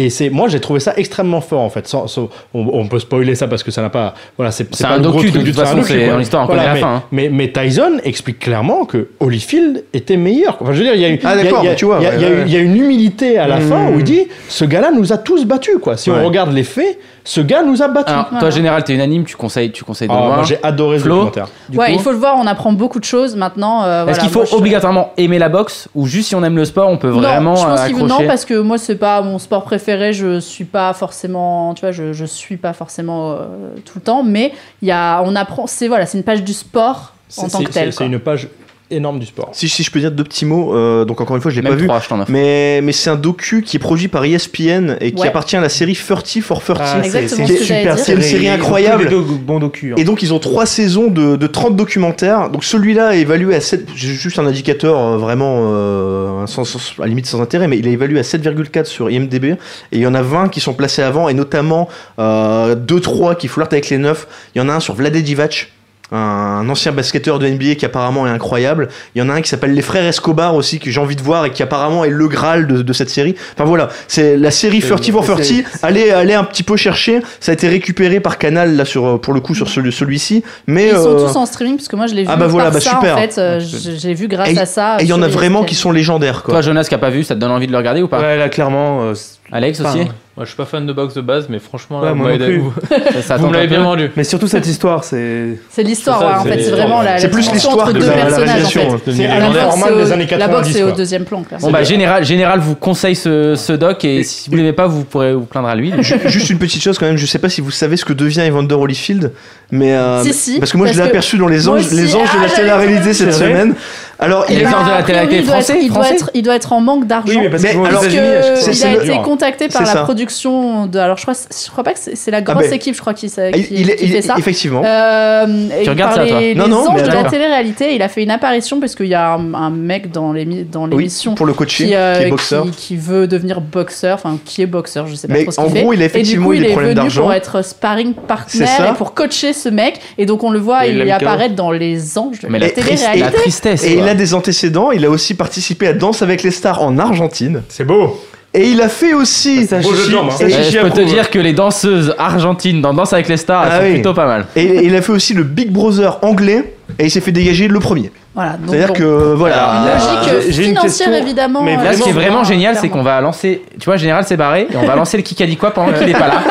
[SPEAKER 2] Et c'est moi j'ai trouvé ça extrêmement fort en fait. Sans, sans- on, on peut spoiler ça parce que ça n'a pas voilà c'est
[SPEAKER 1] C'est
[SPEAKER 2] pas
[SPEAKER 1] un
[SPEAKER 2] le gros
[SPEAKER 1] docu, de
[SPEAKER 2] truc
[SPEAKER 1] toute
[SPEAKER 2] du- un
[SPEAKER 1] façon,
[SPEAKER 2] docu,
[SPEAKER 1] c'est
[SPEAKER 2] quoi.
[SPEAKER 1] dans l'histoire, on
[SPEAKER 2] Voilà,
[SPEAKER 1] connaît la
[SPEAKER 2] mais,
[SPEAKER 1] fin, hein.
[SPEAKER 2] mais, mais Tyson explique clairement que Holyfield était meilleur. Enfin je veux dire il y a une
[SPEAKER 3] Ah,
[SPEAKER 2] il y a-
[SPEAKER 3] d'accord,
[SPEAKER 2] il y a-
[SPEAKER 3] tu vois,
[SPEAKER 2] il y a-
[SPEAKER 3] ouais,
[SPEAKER 2] il y a
[SPEAKER 3] ouais.
[SPEAKER 2] une- il y a une humilité à la
[SPEAKER 3] Hmm.
[SPEAKER 2] fin où il dit ce gars-là nous a tous battus quoi. Si
[SPEAKER 3] Ouais.
[SPEAKER 2] on regarde les faits, ce gars nous a battus.
[SPEAKER 1] Alors, toi, général, t'es unanime, tu conseilles, tu conseilles de
[SPEAKER 2] Ah,
[SPEAKER 1] le
[SPEAKER 2] moi
[SPEAKER 1] voir.
[SPEAKER 2] j'ai adoré ce
[SPEAKER 1] Flo
[SPEAKER 2] documentaire.
[SPEAKER 1] Du
[SPEAKER 7] ouais,
[SPEAKER 1] coup,
[SPEAKER 7] il faut le voir. On apprend beaucoup de choses maintenant. euh,
[SPEAKER 1] Est-ce
[SPEAKER 7] voilà,
[SPEAKER 1] qu'il
[SPEAKER 7] moi,
[SPEAKER 1] faut
[SPEAKER 7] je-
[SPEAKER 1] obligatoirement aimer la boxe ou juste si on aime le sport, on peut vraiment
[SPEAKER 7] non, je pense
[SPEAKER 1] euh,
[SPEAKER 7] qu'il-
[SPEAKER 1] accrocher
[SPEAKER 7] non, parce que moi c'est pas mon sport préféré je suis pas forcément tu vois je, je suis pas forcément euh, tout le temps mais il y a on apprend c'est voilà c'est une page du sport en
[SPEAKER 2] C'est-
[SPEAKER 7] tant que
[SPEAKER 2] c'est-
[SPEAKER 7] telle
[SPEAKER 2] C'est
[SPEAKER 7] quoi.
[SPEAKER 2] une page énorme du sport.
[SPEAKER 3] Si, si je peux dire deux petits mots, euh, donc encore une fois, je l'ai
[SPEAKER 1] Même
[SPEAKER 3] pas vu.
[SPEAKER 1] trois, je t'en offre.
[SPEAKER 3] Mais, mais c'est un docu qui est produit par E ESPN et qui
[SPEAKER 7] Ouais.
[SPEAKER 3] appartient à la série 30 for 30.
[SPEAKER 4] Ah, c'est-
[SPEAKER 7] exactement
[SPEAKER 4] c'est
[SPEAKER 7] ce que j'allais
[SPEAKER 4] super
[SPEAKER 7] dire.
[SPEAKER 3] C'est une série incroyable.
[SPEAKER 4] Tous les deux bons docu. hein.
[SPEAKER 3] Et donc ils ont trois saisons de, de 30 documentaires. Donc celui-là est évalué à 7... J'ai juste un indicateur euh, vraiment euh, sans, sans- à la limite sans intérêt, mais il est évalué à 7,4 sur IMDB. Et il y en a 20 qui sont placés avant, et notamment euh, 2-3 qui flirtent avec les 9. Il y en a un sur Vlade Divac. Un ancien basketteur de NBA qui apparemment est incroyable. Il y en a un qui s'appelle Les Frères Escobar aussi, que j'ai envie de voir et qui apparemment est le Graal de, de cette série. Enfin voilà, c'est la série 30 for 30. Allez, allez un petit peu chercher. Ça a été récupéré par Canal là sur, euh, pour le coup sur celui- celui-ci. mais
[SPEAKER 7] ils sont
[SPEAKER 3] euh,
[SPEAKER 7] tous en streaming parce que moi je l'ai vu
[SPEAKER 3] Ah bah voilà,
[SPEAKER 7] par
[SPEAKER 3] bah
[SPEAKER 7] ça,
[SPEAKER 3] super.
[SPEAKER 7] en fait euh, je- j'ai vu grâce à ça
[SPEAKER 3] et il y en
[SPEAKER 7] sur
[SPEAKER 3] a vraiment
[SPEAKER 7] ESPN.
[SPEAKER 3] qui sont légendaires quoi.
[SPEAKER 1] Toi, Jonas, qui a pas vu, ça te donne envie de le regarder ou pas
[SPEAKER 4] Ouais, là, clairement. euh, c'est-
[SPEAKER 1] Alex aussi
[SPEAKER 4] Enfin,
[SPEAKER 5] Moi, je suis pas fan de boxe de base, mais franchement,
[SPEAKER 4] Ouais,
[SPEAKER 5] là,
[SPEAKER 4] moi
[SPEAKER 5] vous
[SPEAKER 4] non
[SPEAKER 5] m'avez-
[SPEAKER 4] plus.
[SPEAKER 5] vous-
[SPEAKER 1] Ça- ça
[SPEAKER 5] vous
[SPEAKER 1] tente
[SPEAKER 5] me l'avez
[SPEAKER 1] un peu.
[SPEAKER 5] bien vendu.
[SPEAKER 4] Mais surtout cette histoire, c'est.
[SPEAKER 7] c'est l'histoire
[SPEAKER 5] C'est ça,
[SPEAKER 7] ouais, en
[SPEAKER 5] c'est-
[SPEAKER 7] fait c'est vraiment la, la
[SPEAKER 3] C'est plus
[SPEAKER 7] tension entre
[SPEAKER 3] l'histoire de
[SPEAKER 7] deux
[SPEAKER 3] la, la
[SPEAKER 7] personnages en fait
[SPEAKER 3] réalisation. hein.
[SPEAKER 2] C'est
[SPEAKER 7] La
[SPEAKER 2] à la
[SPEAKER 7] boxe,
[SPEAKER 2] normale
[SPEAKER 7] c'est au-
[SPEAKER 2] des années 90.
[SPEAKER 7] la boxe est au
[SPEAKER 2] quoi.
[SPEAKER 7] deuxième plan clairement.
[SPEAKER 1] Bon bah général, général vous conseille ce, ce doc et si vous l'aimez pas, vous pourrez vous plaindre à lui.
[SPEAKER 3] Ju- Juste une petite chose quand même, je sais pas si vous savez ce que devient Evander Holyfield, mais euh,
[SPEAKER 7] Si, si,
[SPEAKER 3] parce que moi
[SPEAKER 7] parce
[SPEAKER 3] je l'ai
[SPEAKER 7] que
[SPEAKER 3] aperçu dans les
[SPEAKER 7] moi
[SPEAKER 3] anges,
[SPEAKER 7] aussi-
[SPEAKER 3] les anges
[SPEAKER 7] Ah,
[SPEAKER 3] de la
[SPEAKER 7] j'avais
[SPEAKER 3] télé-réalité cette
[SPEAKER 4] C'est vrai
[SPEAKER 3] semaine. Alors
[SPEAKER 1] Et
[SPEAKER 3] il
[SPEAKER 1] les
[SPEAKER 3] est-
[SPEAKER 1] gens de la
[SPEAKER 7] Bah, A priori,
[SPEAKER 1] télé-réalité
[SPEAKER 7] il doit être-
[SPEAKER 1] français,
[SPEAKER 7] il doit
[SPEAKER 1] français
[SPEAKER 7] être- il doit être en manque d'argent
[SPEAKER 4] Oui, mais parce
[SPEAKER 3] Mais
[SPEAKER 4] qu'ils vont aux
[SPEAKER 3] alors
[SPEAKER 7] Parce
[SPEAKER 4] États-Unis, à
[SPEAKER 3] c'est-
[SPEAKER 4] chaque
[SPEAKER 7] que
[SPEAKER 4] fois.
[SPEAKER 7] il
[SPEAKER 3] c'est
[SPEAKER 7] a
[SPEAKER 3] le-
[SPEAKER 7] été contacté par
[SPEAKER 3] c'est
[SPEAKER 7] la
[SPEAKER 3] ça.
[SPEAKER 7] production de. Alors je crois, je crois pas que c'est c'est la
[SPEAKER 3] Ah
[SPEAKER 7] grosse
[SPEAKER 3] ben,
[SPEAKER 7] équipe, je crois, qui, sa- qui,
[SPEAKER 3] il- il est-
[SPEAKER 7] qui
[SPEAKER 3] il
[SPEAKER 7] fait
[SPEAKER 3] est-
[SPEAKER 7] ça.
[SPEAKER 3] effectivement.
[SPEAKER 7] Euh, et
[SPEAKER 1] Tu regardes
[SPEAKER 7] par
[SPEAKER 1] ça, toi
[SPEAKER 7] les,
[SPEAKER 3] Non,
[SPEAKER 7] les
[SPEAKER 3] non, mais
[SPEAKER 7] anges de la
[SPEAKER 3] attends.
[SPEAKER 7] télé-réalité, il a fait une apparition parce qu'il y a un, un mec dans l'émi- dans
[SPEAKER 3] oui,
[SPEAKER 7] l'émission
[SPEAKER 3] pour le coacher,
[SPEAKER 7] qui, euh,
[SPEAKER 3] qui est boxeur.
[SPEAKER 7] qui- qui veut devenir boxeur, enfin qui est boxeur, je sais pas
[SPEAKER 3] Mais
[SPEAKER 7] trop ce
[SPEAKER 3] en
[SPEAKER 7] qu'il fait.
[SPEAKER 3] gros, il a effectivement
[SPEAKER 7] et
[SPEAKER 3] eu
[SPEAKER 7] du coup,
[SPEAKER 3] des
[SPEAKER 7] il
[SPEAKER 3] problèmes
[SPEAKER 7] est venu
[SPEAKER 3] d'argent.
[SPEAKER 7] pour être sparring partner
[SPEAKER 3] C'est ça.
[SPEAKER 7] et pour coacher ce mec. Et donc on le voit,
[SPEAKER 5] Et il
[SPEAKER 7] il,
[SPEAKER 5] l'a mis
[SPEAKER 7] apparaît dans les anges de
[SPEAKER 1] Mais
[SPEAKER 7] la
[SPEAKER 1] la
[SPEAKER 7] télé-réalité.
[SPEAKER 1] La tristesse.
[SPEAKER 3] Et
[SPEAKER 1] quoi.
[SPEAKER 3] il a des antécédents, il a aussi participé à Danse avec les stars en Argentine.
[SPEAKER 2] C'est beau.
[SPEAKER 3] Et il a fait aussi.
[SPEAKER 4] Ça,
[SPEAKER 2] Beau jeu de
[SPEAKER 4] Chichi-
[SPEAKER 2] jambes, hein.
[SPEAKER 4] ça,
[SPEAKER 1] Eh,
[SPEAKER 4] Chichi
[SPEAKER 1] je peux te
[SPEAKER 4] approuve.
[SPEAKER 1] dire que les danseuses argentines dans Danse avec les stars, elles
[SPEAKER 3] Ah
[SPEAKER 1] sont
[SPEAKER 3] oui.
[SPEAKER 1] plutôt pas mal.
[SPEAKER 3] Et et il a fait aussi le Big Brother anglais. Et il s'est fait dégager le premier.
[SPEAKER 7] Voilà, donc
[SPEAKER 3] C'est-à-dire
[SPEAKER 7] bon.
[SPEAKER 3] que voilà.
[SPEAKER 7] Une logique
[SPEAKER 4] j'ai-
[SPEAKER 7] euh,
[SPEAKER 4] j'ai une
[SPEAKER 7] financière,
[SPEAKER 4] question,
[SPEAKER 7] évidemment.
[SPEAKER 4] mais
[SPEAKER 7] euh,
[SPEAKER 1] Là, ce qui est vraiment génial, c'est qu'on
[SPEAKER 7] clairement.
[SPEAKER 1] va lancer. Tu vois, Général s'est barré et on va lancer le Kikadi quoi pendant qu'il est pas là.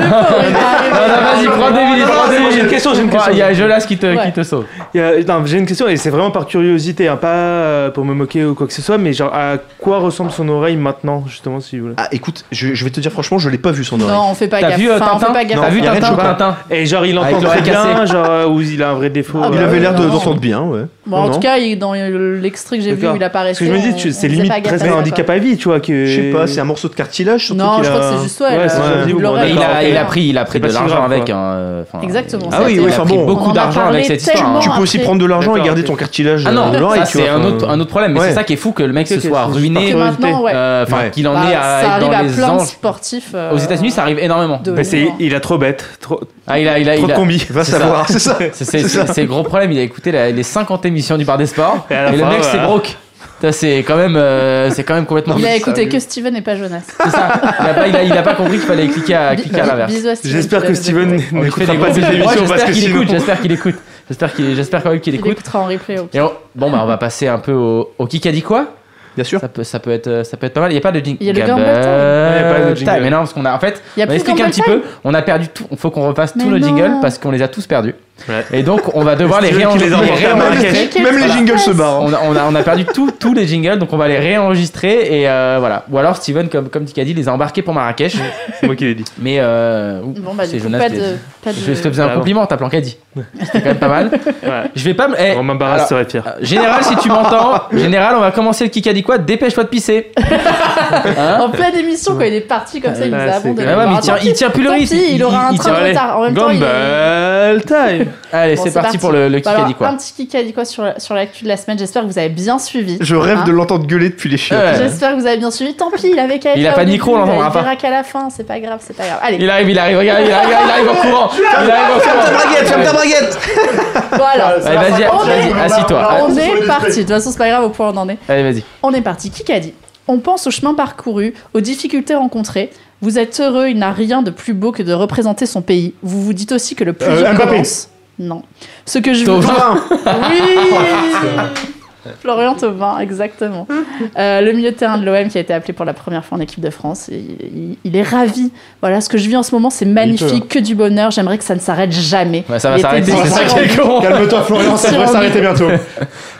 [SPEAKER 1] Non, non, vas-y, prends des minutes.
[SPEAKER 4] Non, non,
[SPEAKER 1] prends des
[SPEAKER 4] c'est bon, j'ai
[SPEAKER 1] minutes.
[SPEAKER 4] une question, j'ai une question.
[SPEAKER 1] Il y a Jolas qui te,
[SPEAKER 7] Ouais.
[SPEAKER 1] qui te sauve.
[SPEAKER 4] Il y a- non, J'ai une question et c'est vraiment par curiosité, hein, pas euh, pour me moquer ou quoi que ce soit, mais genre à quoi ressemble son oreille maintenant, justement, si vous voulez.
[SPEAKER 3] Ah écoute, je, je vais te dire franchement, je l'ai pas vu son oreille.
[SPEAKER 7] Non, on fait pas
[SPEAKER 1] T'as
[SPEAKER 7] gaffe.
[SPEAKER 1] vu euh,
[SPEAKER 7] Enfin, on
[SPEAKER 1] Tintin
[SPEAKER 7] fait pas gaffe.
[SPEAKER 1] T'as vu
[SPEAKER 3] Il y a rien de
[SPEAKER 1] Tintin
[SPEAKER 3] choquant.
[SPEAKER 1] Tintin
[SPEAKER 4] Et genre il
[SPEAKER 1] Avec
[SPEAKER 4] entend
[SPEAKER 1] l'oreille
[SPEAKER 4] très bien,
[SPEAKER 1] cassée.
[SPEAKER 4] genre euh, ou il a un vrai défaut.
[SPEAKER 7] Ah,
[SPEAKER 4] euh,
[SPEAKER 3] Il avait l'air de-
[SPEAKER 7] Non.
[SPEAKER 3] d'entendre bien, ouais.
[SPEAKER 7] Bon, en
[SPEAKER 4] Non,
[SPEAKER 7] tout
[SPEAKER 4] non.
[SPEAKER 7] cas, il- dans l'extrait que j'ai vu,
[SPEAKER 4] D'accord.
[SPEAKER 7] où il
[SPEAKER 4] Parce
[SPEAKER 7] apparaissait.
[SPEAKER 4] que je me dis,
[SPEAKER 7] on-
[SPEAKER 4] tu-
[SPEAKER 7] on
[SPEAKER 4] c'est
[SPEAKER 7] disait
[SPEAKER 4] limite
[SPEAKER 7] pas Agatha,
[SPEAKER 4] presque un
[SPEAKER 7] quoi.
[SPEAKER 4] handicap à vie, tu vois. Que...
[SPEAKER 3] Je sais pas, c'est un morceau de cartilage. surtout
[SPEAKER 7] Non,
[SPEAKER 3] qu'il
[SPEAKER 7] je
[SPEAKER 3] a-
[SPEAKER 7] crois que c'est juste elle.
[SPEAKER 4] Ouais, c'est
[SPEAKER 7] euh,
[SPEAKER 4] ça, je dis,
[SPEAKER 7] double
[SPEAKER 4] bon,
[SPEAKER 7] oreille.
[SPEAKER 1] Mais il a,
[SPEAKER 4] D'accord,
[SPEAKER 1] il a
[SPEAKER 4] ok.
[SPEAKER 1] pris, il a pris
[SPEAKER 4] C'est
[SPEAKER 1] de
[SPEAKER 4] pas si
[SPEAKER 1] l'argent
[SPEAKER 4] grave,
[SPEAKER 1] avec.
[SPEAKER 4] quoi.
[SPEAKER 1] hein, enfin,
[SPEAKER 7] Exactement,
[SPEAKER 1] Ah
[SPEAKER 7] ça,
[SPEAKER 1] oui,
[SPEAKER 7] c'est-
[SPEAKER 1] oui,
[SPEAKER 7] on
[SPEAKER 1] enfin
[SPEAKER 7] en
[SPEAKER 1] bon.
[SPEAKER 7] a
[SPEAKER 1] Beaucoup
[SPEAKER 7] parlé
[SPEAKER 1] d'argent avec cette histoire.
[SPEAKER 7] tellement.
[SPEAKER 1] hein.
[SPEAKER 3] Tu peux
[SPEAKER 7] après-
[SPEAKER 3] aussi prendre de l'argent et
[SPEAKER 4] D'accord,
[SPEAKER 3] garder
[SPEAKER 4] ok.
[SPEAKER 3] ton cartilage
[SPEAKER 1] Ah
[SPEAKER 3] euh,
[SPEAKER 1] non,
[SPEAKER 3] dans l'oreille.
[SPEAKER 1] ça
[SPEAKER 3] tu
[SPEAKER 1] c'est
[SPEAKER 3] vois,
[SPEAKER 1] un
[SPEAKER 3] enfin,
[SPEAKER 1] autre, un autre problème, mais
[SPEAKER 3] ouais.
[SPEAKER 1] c'est ça qui est fou que le mec
[SPEAKER 4] Ok,
[SPEAKER 1] se
[SPEAKER 4] ok,
[SPEAKER 1] soit
[SPEAKER 4] c'est juste
[SPEAKER 1] ruiné,
[SPEAKER 7] Que maintenant, ouais.
[SPEAKER 1] euh, enfin
[SPEAKER 3] Ouais.
[SPEAKER 1] qu'il en
[SPEAKER 7] Bah,
[SPEAKER 1] est à
[SPEAKER 7] ça
[SPEAKER 1] être
[SPEAKER 7] arrive
[SPEAKER 1] dans
[SPEAKER 7] à
[SPEAKER 1] les
[SPEAKER 7] plein de
[SPEAKER 1] anges.
[SPEAKER 7] sportifs. euh,
[SPEAKER 1] Aux États-Unis, ça arrive énormément.
[SPEAKER 7] de
[SPEAKER 4] Mais Bah, c'est-
[SPEAKER 7] mémoire.
[SPEAKER 4] il a trop bête, trop,
[SPEAKER 1] Ah, il a, il a,
[SPEAKER 4] trop
[SPEAKER 1] il
[SPEAKER 4] de
[SPEAKER 1] a-
[SPEAKER 4] combi.
[SPEAKER 3] Va
[SPEAKER 1] C'est
[SPEAKER 3] savoir, c'est ça.
[SPEAKER 1] c'est- C'est c'est- c'est le gros problème. Il a écouté la- les 50 émissions du bar des sports
[SPEAKER 4] Et à
[SPEAKER 1] et,
[SPEAKER 4] la
[SPEAKER 1] le
[SPEAKER 4] fin,
[SPEAKER 1] mec c'est
[SPEAKER 4] voilà.
[SPEAKER 1] broke. Ça, C'est quand même, euh, c'est quand même complètement.
[SPEAKER 7] Il a
[SPEAKER 1] bizarre.
[SPEAKER 7] écouté que Steven et pas Jonas.
[SPEAKER 1] C'est ça. Il a pas, il a- il a pas compris qu'il fallait cliquer à,
[SPEAKER 7] Bi-
[SPEAKER 1] cliquer à
[SPEAKER 7] bi-
[SPEAKER 1] l'inverse.
[SPEAKER 7] bisous à Steven,
[SPEAKER 4] J'espère
[SPEAKER 7] tu
[SPEAKER 4] que
[SPEAKER 7] vas nous
[SPEAKER 4] Steven
[SPEAKER 7] écouter.
[SPEAKER 1] On lui fait
[SPEAKER 4] n'écoutera
[SPEAKER 1] des
[SPEAKER 4] pas
[SPEAKER 1] gros
[SPEAKER 4] ces
[SPEAKER 1] bisous. Ouais,
[SPEAKER 4] émissions parce
[SPEAKER 1] J'espère
[SPEAKER 4] que
[SPEAKER 1] qu'il
[SPEAKER 4] sinon.
[SPEAKER 1] écoute. J'espère qu'il écoute. J'espère qu'il, j'espère quand même qu'il
[SPEAKER 7] Il
[SPEAKER 1] écoute.
[SPEAKER 7] écoutera en replay. au pire.
[SPEAKER 1] Et on- bon bah on va passer un peu au, au Kikadi quoi.
[SPEAKER 3] Bien sûr.
[SPEAKER 1] Ça peut, ça peut être, ça peut être pas mal. Il y a pas de jingle.
[SPEAKER 7] Il y a le Gamble
[SPEAKER 4] il
[SPEAKER 7] Time.
[SPEAKER 4] y a pas de jingle.
[SPEAKER 1] Mais non parce qu'on a, en fait,
[SPEAKER 7] Il y a
[SPEAKER 1] on
[SPEAKER 7] plus
[SPEAKER 1] explique un petit peu. On a perdu tout. Il faut qu'on refasse tous nos
[SPEAKER 7] Mais non.
[SPEAKER 1] jingles parce qu'on les a tous perdus.
[SPEAKER 4] Ouais.
[SPEAKER 1] Et donc on va devoir les
[SPEAKER 4] C'est Steven qui les a
[SPEAKER 1] réenregistrer.
[SPEAKER 4] emportés
[SPEAKER 1] les
[SPEAKER 4] à
[SPEAKER 1] réenregistrer.
[SPEAKER 4] Marrakech.
[SPEAKER 7] Marrakech.
[SPEAKER 3] Même les
[SPEAKER 7] Voilà.
[SPEAKER 3] jingles se barrent.
[SPEAKER 1] On a, on a- on a perdu tous tous les jingles, donc on va les réenregistrer et euh, voilà. Ou alors Steven, comme, comme Tika dit, les a embarqués pour Marrakech.
[SPEAKER 4] C'est moi qui l'ai dit.
[SPEAKER 1] Mais euh, ouh,
[SPEAKER 7] Bon, bah,
[SPEAKER 1] c'est
[SPEAKER 7] du coup,
[SPEAKER 1] Jonas
[SPEAKER 7] pas
[SPEAKER 1] qui l'a
[SPEAKER 7] de.
[SPEAKER 1] dit.
[SPEAKER 7] pas
[SPEAKER 1] Je te
[SPEAKER 7] de-
[SPEAKER 1] faisais un
[SPEAKER 4] Ah bon.
[SPEAKER 1] compliment, t'as planqué dit. C'était quand même pas mal.
[SPEAKER 4] Ouais.
[SPEAKER 1] Je vais pas me. eh,
[SPEAKER 4] Romain Barras
[SPEAKER 1] alors,
[SPEAKER 4] serait fier.
[SPEAKER 1] euh, Général, si tu m'entends, Général, on va commencer le Kikadi quoi Dépêche-toi de pisser. Hein
[SPEAKER 7] En pleine émission, quand il est parti comme ça, il nous
[SPEAKER 4] Ouais,
[SPEAKER 7] a
[SPEAKER 4] c'est
[SPEAKER 7] abandonné. Bah,
[SPEAKER 1] Ah ouais, mais il tient, il tient plus le
[SPEAKER 7] Tant
[SPEAKER 1] risque.
[SPEAKER 7] pis, il aura un
[SPEAKER 1] il
[SPEAKER 7] train
[SPEAKER 1] tient-
[SPEAKER 7] de retard. En même temps, il est.
[SPEAKER 4] Gumball time
[SPEAKER 1] Allez,
[SPEAKER 7] Bon,
[SPEAKER 1] c'est parti pour le, le
[SPEAKER 7] Bah, alors,
[SPEAKER 1] Kikadi quoi.
[SPEAKER 7] Un petit Kikadi quoi sur, la- sur l'actu de la semaine. J'espère que vous avez bien suivi.
[SPEAKER 3] Je rêve
[SPEAKER 7] Hein
[SPEAKER 3] de l'entendre gueuler depuis les chiottes.
[SPEAKER 1] Ouais.
[SPEAKER 7] J'espère que vous avez bien suivi. Tant pis, il avait qu'à être
[SPEAKER 1] Il a
[SPEAKER 7] là
[SPEAKER 1] pas
[SPEAKER 7] au
[SPEAKER 1] de micro,
[SPEAKER 7] début,
[SPEAKER 1] on l'entendra
[SPEAKER 7] Il
[SPEAKER 1] pas.
[SPEAKER 7] verra qu'à la fin, c'est pas grave, c'est pas grave. Allez,
[SPEAKER 1] Il arrive, il arrive, regarde, il arrive, il arrive en courant. Il arrive en courant.
[SPEAKER 3] braguette
[SPEAKER 7] voilà.
[SPEAKER 1] Allez, vas-y,
[SPEAKER 7] On
[SPEAKER 1] vas-y,
[SPEAKER 7] est-
[SPEAKER 1] assis-toi.
[SPEAKER 7] on est parti. De toute façon, c'est pas grave au point où on en est.
[SPEAKER 1] Allez, vas-y.
[SPEAKER 7] On est parti. Kikadi. On pense au chemin parcouru, aux difficultés rencontrées. Vous êtes heureux, il n'a rien de plus beau que de représenter son pays. Vous vous dites aussi que le plaisir
[SPEAKER 2] Mbappé.
[SPEAKER 7] commence. Non. Ce que je veux.
[SPEAKER 1] Thauvin.
[SPEAKER 7] Oui Florian Thauvin, exactement. Euh, le milieu de terrain de l'OM qui a été appelé pour la première fois en équipe de France. Il, il- il est ravi. Voilà, ce que je vis en ce moment, c'est magnifique, que du bonheur. J'aimerais que ça ne s'arrête jamais.
[SPEAKER 1] Ouais, ça va
[SPEAKER 7] Il était
[SPEAKER 1] s'arrêter,
[SPEAKER 7] dans
[SPEAKER 1] c'est ça
[SPEAKER 7] le
[SPEAKER 1] qui est con.
[SPEAKER 2] Calme-toi, Florian, ça devrait s'arrêter bientôt.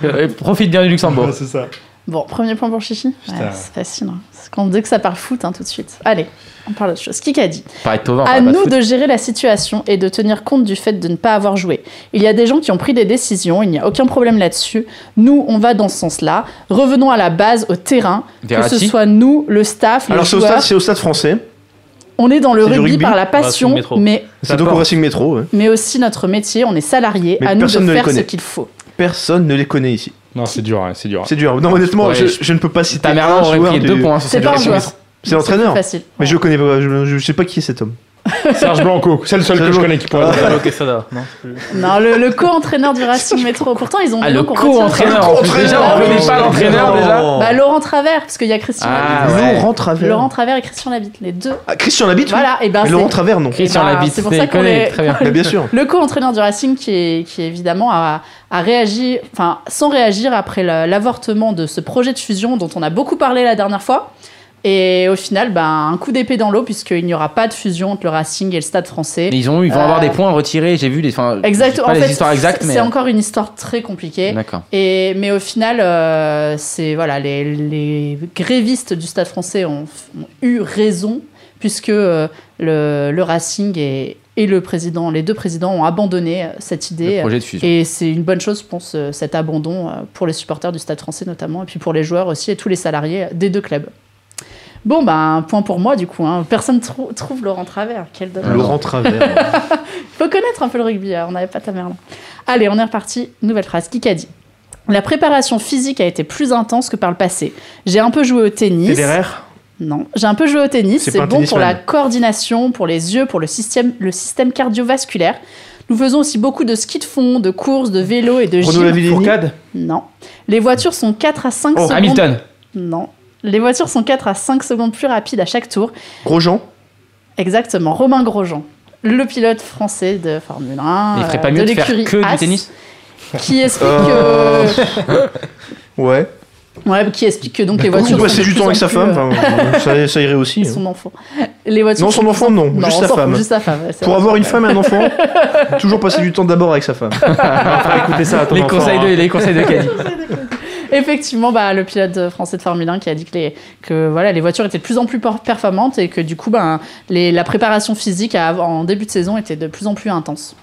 [SPEAKER 1] Euh, Profite bien du Luxembourg.
[SPEAKER 2] Ouais, c'est ça.
[SPEAKER 7] Bon, premier point pour Chichi. Ouais,
[SPEAKER 2] Putain.
[SPEAKER 7] c'est facile. hein. C'est Quand, dès que ça parle foot, hein, tout de suite. Allez, on parle d'autre chose. Qui qu'a dit
[SPEAKER 1] Pareil, Tovin.
[SPEAKER 7] À nous de gérer la situation et de tenir compte du fait de ne pas avoir joué. Il y a des gens qui ont pris des décisions, il n'y a aucun problème là-dessus. Nous, on va dans ce sens-là. Revenons à la base, au terrain, que ce
[SPEAKER 1] Verratti.
[SPEAKER 7] soit nous, le staff,
[SPEAKER 3] Alors
[SPEAKER 7] les
[SPEAKER 3] c'est au,
[SPEAKER 7] joueurs.
[SPEAKER 3] stade, c'est au stade français,
[SPEAKER 7] on est dans le
[SPEAKER 3] c'est du
[SPEAKER 7] rugby,
[SPEAKER 3] rugby.
[SPEAKER 7] par la passion,
[SPEAKER 5] Racing Métro.
[SPEAKER 7] mais,
[SPEAKER 3] c'est donc au Racing Métro. hein. ouais.
[SPEAKER 7] mais aussi notre métier. On est salarié.
[SPEAKER 3] Mais
[SPEAKER 7] À nous de
[SPEAKER 3] personne ne les
[SPEAKER 7] faire ce
[SPEAKER 3] connaît.
[SPEAKER 7] qu'il faut.
[SPEAKER 3] Personne ne les connaît ici.
[SPEAKER 2] Non, c'est dur, hein, c'est dur.
[SPEAKER 3] C'est dur. Non honnêtement,
[SPEAKER 1] Ouais,
[SPEAKER 3] je,
[SPEAKER 1] je-
[SPEAKER 3] je ne peux pas citer.
[SPEAKER 1] Ta
[SPEAKER 3] un
[SPEAKER 1] Merlin aurait
[SPEAKER 3] joueur
[SPEAKER 1] pris
[SPEAKER 3] du-
[SPEAKER 1] deux points sur
[SPEAKER 7] C'est
[SPEAKER 1] cette
[SPEAKER 7] pas un
[SPEAKER 1] émission.
[SPEAKER 7] joueur.
[SPEAKER 3] C'est l'entraîneur.
[SPEAKER 7] Facile.
[SPEAKER 3] Mais je le connais pas, je, je sais pas qui est cet homme.
[SPEAKER 2] Serge Blanco, c'est le seul que je connais qui pourrait.
[SPEAKER 5] Pablo Quesada, non c'est plus-
[SPEAKER 7] Non, le, le co-entraîneur du Racing Métro. Pourtant, ils ont
[SPEAKER 1] Ah,
[SPEAKER 7] des
[SPEAKER 1] le
[SPEAKER 7] noms qu'on retient.
[SPEAKER 1] co-entraîneur. en plus. Déjà, on
[SPEAKER 7] Entraîneur.
[SPEAKER 1] connaît pas l'entraîneur déjà.
[SPEAKER 7] Bah, Laurent Travers, parce qu'il y a Christian
[SPEAKER 1] Oh. Ah,
[SPEAKER 7] Labitte.
[SPEAKER 1] ouais.
[SPEAKER 3] Laurent Travers.
[SPEAKER 7] Laurent Travers et Christian Labitte, les deux.
[SPEAKER 3] Ah, Christian Labitte. oui.
[SPEAKER 7] Voilà, et ben
[SPEAKER 3] Mais
[SPEAKER 7] c'est
[SPEAKER 3] Laurent Travers non.
[SPEAKER 1] Christian
[SPEAKER 7] Eh ben,
[SPEAKER 1] Labitte,
[SPEAKER 7] c'est pour
[SPEAKER 1] c'est-
[SPEAKER 7] ça qu'on
[SPEAKER 1] connaît,
[SPEAKER 7] les-
[SPEAKER 1] très bien.
[SPEAKER 3] Mais bien sûr.
[SPEAKER 7] le co-entraîneur du Racing qui, est, qui évidemment a, a réagi, enfin sans réagir après la- l'avortement de ce projet de fusion dont on a beaucoup parlé la dernière fois. Et au final, ben, un coup d'épée dans l'eau puisqu'il n'y aura pas de fusion entre le Racing et le Stade français.
[SPEAKER 1] Mais ils ont eu, ils vont
[SPEAKER 7] Euh,
[SPEAKER 1] avoir des points retirés. J'ai vu les, enfin, j'ai
[SPEAKER 7] Exact,
[SPEAKER 1] pas
[SPEAKER 7] en
[SPEAKER 1] les
[SPEAKER 7] fait,
[SPEAKER 1] histoires exactes,
[SPEAKER 7] c'est
[SPEAKER 1] mais euh,
[SPEAKER 7] c'est encore une histoire très compliquée.
[SPEAKER 1] d'accord.
[SPEAKER 7] Et, mais au final, euh, c'est voilà, les, les grévistes du Stade français ont, ont eu raison puisque euh, le, le Racing et, et le président, les deux présidents ont abandonné euh, cette idée.
[SPEAKER 1] Le projet de fusion.
[SPEAKER 7] Et c'est une bonne chose, je pense, euh, cet abandon euh, pour les supporters du Stade français notamment, et puis pour les joueurs aussi, et tous les salariés des deux clubs. Bon, ben, point pour moi du coup. hein. Personne trou- trouve Laurent Travers. Quel dommage.
[SPEAKER 1] Laurent
[SPEAKER 3] Laurent Travers.
[SPEAKER 7] Faut connaître un peu le rugby, hein, on n'avait pas ta mère là. Allez, on est reparti. Nouvelle phrase. Qui qu'a dit La préparation physique a été plus intense que par le passé. J'ai un peu joué au tennis.
[SPEAKER 4] Federer
[SPEAKER 7] Non, j'ai un peu joué au tennis.
[SPEAKER 4] C'est
[SPEAKER 7] C'est
[SPEAKER 4] pas un
[SPEAKER 7] bon pour la
[SPEAKER 4] tennisman.
[SPEAKER 7] coordination, pour les yeux, pour le système, le système cardiovasculaire. Nous faisons aussi beaucoup de ski de fond, de course, de vélo et de
[SPEAKER 3] Renaud
[SPEAKER 7] gym.
[SPEAKER 3] Lavillenie.
[SPEAKER 4] Fourcade
[SPEAKER 7] Non. Les voitures sont 4 à 5
[SPEAKER 3] Oh,
[SPEAKER 7] secondes.
[SPEAKER 1] Hamilton.
[SPEAKER 7] Non. Les voitures sont 4 à 5 secondes plus rapides à chaque tour.
[SPEAKER 3] Grosjean.
[SPEAKER 7] Exactement, Romain Grosjean, le pilote français de Formule 1,
[SPEAKER 1] Il ferait
[SPEAKER 7] euh,
[SPEAKER 1] pas mieux de faire
[SPEAKER 7] l'écurie
[SPEAKER 1] que du
[SPEAKER 7] Haas,
[SPEAKER 1] tennis.
[SPEAKER 7] qui explique
[SPEAKER 3] Euh,
[SPEAKER 7] que,
[SPEAKER 3] Ouais.
[SPEAKER 7] ouais, qui explique que donc les
[SPEAKER 3] Ou
[SPEAKER 7] voitures
[SPEAKER 3] passer
[SPEAKER 7] sont de
[SPEAKER 3] du
[SPEAKER 7] plus
[SPEAKER 3] temps
[SPEAKER 7] en
[SPEAKER 3] avec sa
[SPEAKER 7] plus,
[SPEAKER 3] femme.
[SPEAKER 7] euh,
[SPEAKER 3] enfin, ça, ça irait aussi. hein.
[SPEAKER 7] et son enfant. Les voitures
[SPEAKER 3] Non,
[SPEAKER 7] sont-
[SPEAKER 3] son enfant, non. juste
[SPEAKER 7] non, Bah, on
[SPEAKER 3] sa
[SPEAKER 7] s'en fout,
[SPEAKER 3] femme.
[SPEAKER 7] juste sa femme, ouais, c'est
[SPEAKER 3] Pour
[SPEAKER 7] vrai.
[SPEAKER 3] avoir une femme et un enfant, toujours passer du temps d'abord avec sa femme.
[SPEAKER 4] Enfin, écoutez ça à ton
[SPEAKER 1] Les
[SPEAKER 4] enfant,
[SPEAKER 1] conseils de,
[SPEAKER 4] hein.
[SPEAKER 1] les conseils de Caddy.
[SPEAKER 7] Effectivement, bah, le pilote français de Formule 1 qui a dit que les, que, voilà, les voitures étaient de plus en plus por- performantes et que du coup, ben, les- la préparation physique à- en début de saison était de plus en plus intense.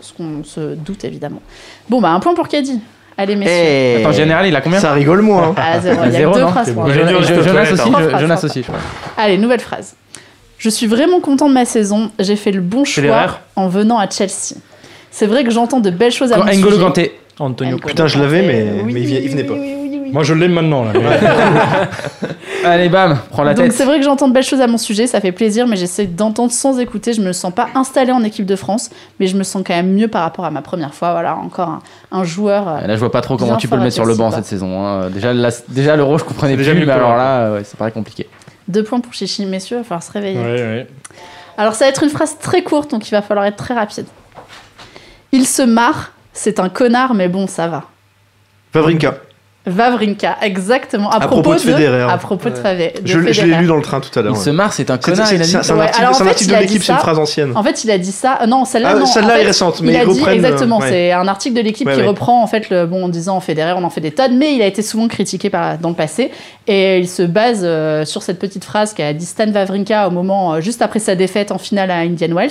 [SPEAKER 7] Ce qu'on se doute évidemment. Bon, bah, un point pour Caddy. Allez, messieurs.
[SPEAKER 3] Eh,
[SPEAKER 1] Attends, général, il a combien
[SPEAKER 3] ça rigole moins. hein.
[SPEAKER 7] Ah, zéro.
[SPEAKER 1] À
[SPEAKER 7] Il y a
[SPEAKER 1] zéro,
[SPEAKER 7] deux
[SPEAKER 1] non
[SPEAKER 7] phrases pour
[SPEAKER 1] Je-
[SPEAKER 7] moi.
[SPEAKER 1] je-
[SPEAKER 4] Jonas,
[SPEAKER 1] je- Jonas
[SPEAKER 4] Jonas,
[SPEAKER 1] aussi,
[SPEAKER 7] trois
[SPEAKER 1] je-
[SPEAKER 7] phrases,
[SPEAKER 1] Jonas
[SPEAKER 7] trois
[SPEAKER 1] aussi, je crois.
[SPEAKER 7] Allez, nouvelle phrase. Je suis vraiment content de ma saison. J'ai fait le bon
[SPEAKER 4] Federer.
[SPEAKER 7] choix en venant à Chelsea. C'est vrai que j'entends de belles choses à mon
[SPEAKER 1] N'Golo
[SPEAKER 7] sujet.
[SPEAKER 1] Kanté.
[SPEAKER 5] Antonio.
[SPEAKER 7] N'Golo
[SPEAKER 3] Putain, je l'avais,
[SPEAKER 7] Kanté,
[SPEAKER 3] mais-
[SPEAKER 7] oui,
[SPEAKER 3] mais il vi- il venait
[SPEAKER 7] oui,
[SPEAKER 3] pas.
[SPEAKER 7] oui, oui, oui, oui.
[SPEAKER 2] Moi, je l'aime maintenant. Là, mais-
[SPEAKER 1] Allez, bam, prends la
[SPEAKER 7] Donc
[SPEAKER 1] tête.
[SPEAKER 7] c'est vrai que j'entends de belles choses à mon sujet, ça fait plaisir, mais j'essaie d'entendre sans écouter. Je me sens pas installée en équipe de France, mais je me sens quand même mieux par rapport à ma première fois. Voilà, encore un, un joueur. euh,
[SPEAKER 1] Là, je vois pas trop comment
[SPEAKER 7] Bien
[SPEAKER 1] tu peux le
[SPEAKER 7] fort,
[SPEAKER 1] mettre sur le
[SPEAKER 7] Chelsea,
[SPEAKER 1] banc
[SPEAKER 7] quoi.
[SPEAKER 1] cette saison. hein. Déjà, la- déjà l'euro, je comprenais
[SPEAKER 4] C'est déjà
[SPEAKER 1] plus,
[SPEAKER 4] mieux
[SPEAKER 1] mais
[SPEAKER 4] que
[SPEAKER 1] alors
[SPEAKER 4] l'Euro.
[SPEAKER 1] là, ouais, ça paraît compliqué.
[SPEAKER 7] Deux points pour Chichi, messieurs, il va falloir se réveiller.
[SPEAKER 2] Ouais, ouais.
[SPEAKER 7] Alors ça va être une phrase très courte, donc il va falloir être très rapide. Il se marre, c'est un connard, mais bon, ça va.
[SPEAKER 3] Vavrinka.
[SPEAKER 7] Vavrinka, exactement. À,
[SPEAKER 3] À propos de Federer. hein.
[SPEAKER 7] À propos de, Fave- de
[SPEAKER 3] Je, l'ai- je l'ai
[SPEAKER 7] Federer.
[SPEAKER 3] lu dans le train tout à l'heure.
[SPEAKER 1] Il se
[SPEAKER 3] ouais.
[SPEAKER 1] marre, Bah, c'est un
[SPEAKER 3] C'est
[SPEAKER 1] connard,
[SPEAKER 3] c'est-
[SPEAKER 1] il a dit.
[SPEAKER 3] c'est un c'est un
[SPEAKER 7] Ouais,
[SPEAKER 3] article
[SPEAKER 7] alors en
[SPEAKER 3] c'est un
[SPEAKER 7] fait,
[SPEAKER 3] article
[SPEAKER 7] il
[SPEAKER 3] de
[SPEAKER 7] a dit
[SPEAKER 3] l'équipe, c'est une
[SPEAKER 7] ça.
[SPEAKER 3] phrase ancienne.
[SPEAKER 7] En fait, il a dit ça. euh, Non, celle-là,
[SPEAKER 3] Ah,
[SPEAKER 7] non.
[SPEAKER 3] celle-là
[SPEAKER 7] en fait,
[SPEAKER 3] est récente, mais
[SPEAKER 7] il a
[SPEAKER 3] ils
[SPEAKER 7] dit
[SPEAKER 3] reprennent,
[SPEAKER 7] exactement.
[SPEAKER 3] euh, ouais.
[SPEAKER 7] C'est un article de l'équipe
[SPEAKER 3] Ouais,
[SPEAKER 7] qui
[SPEAKER 3] ouais.
[SPEAKER 7] reprend en fait le bon en disant Federer, on en fait des tonnes, mais il a été souvent critiqué par, dans le passé et il se base euh, sur cette petite phrase qu'a dit Stan Wawrinka au moment euh, juste après sa défaite en finale à Indian Wells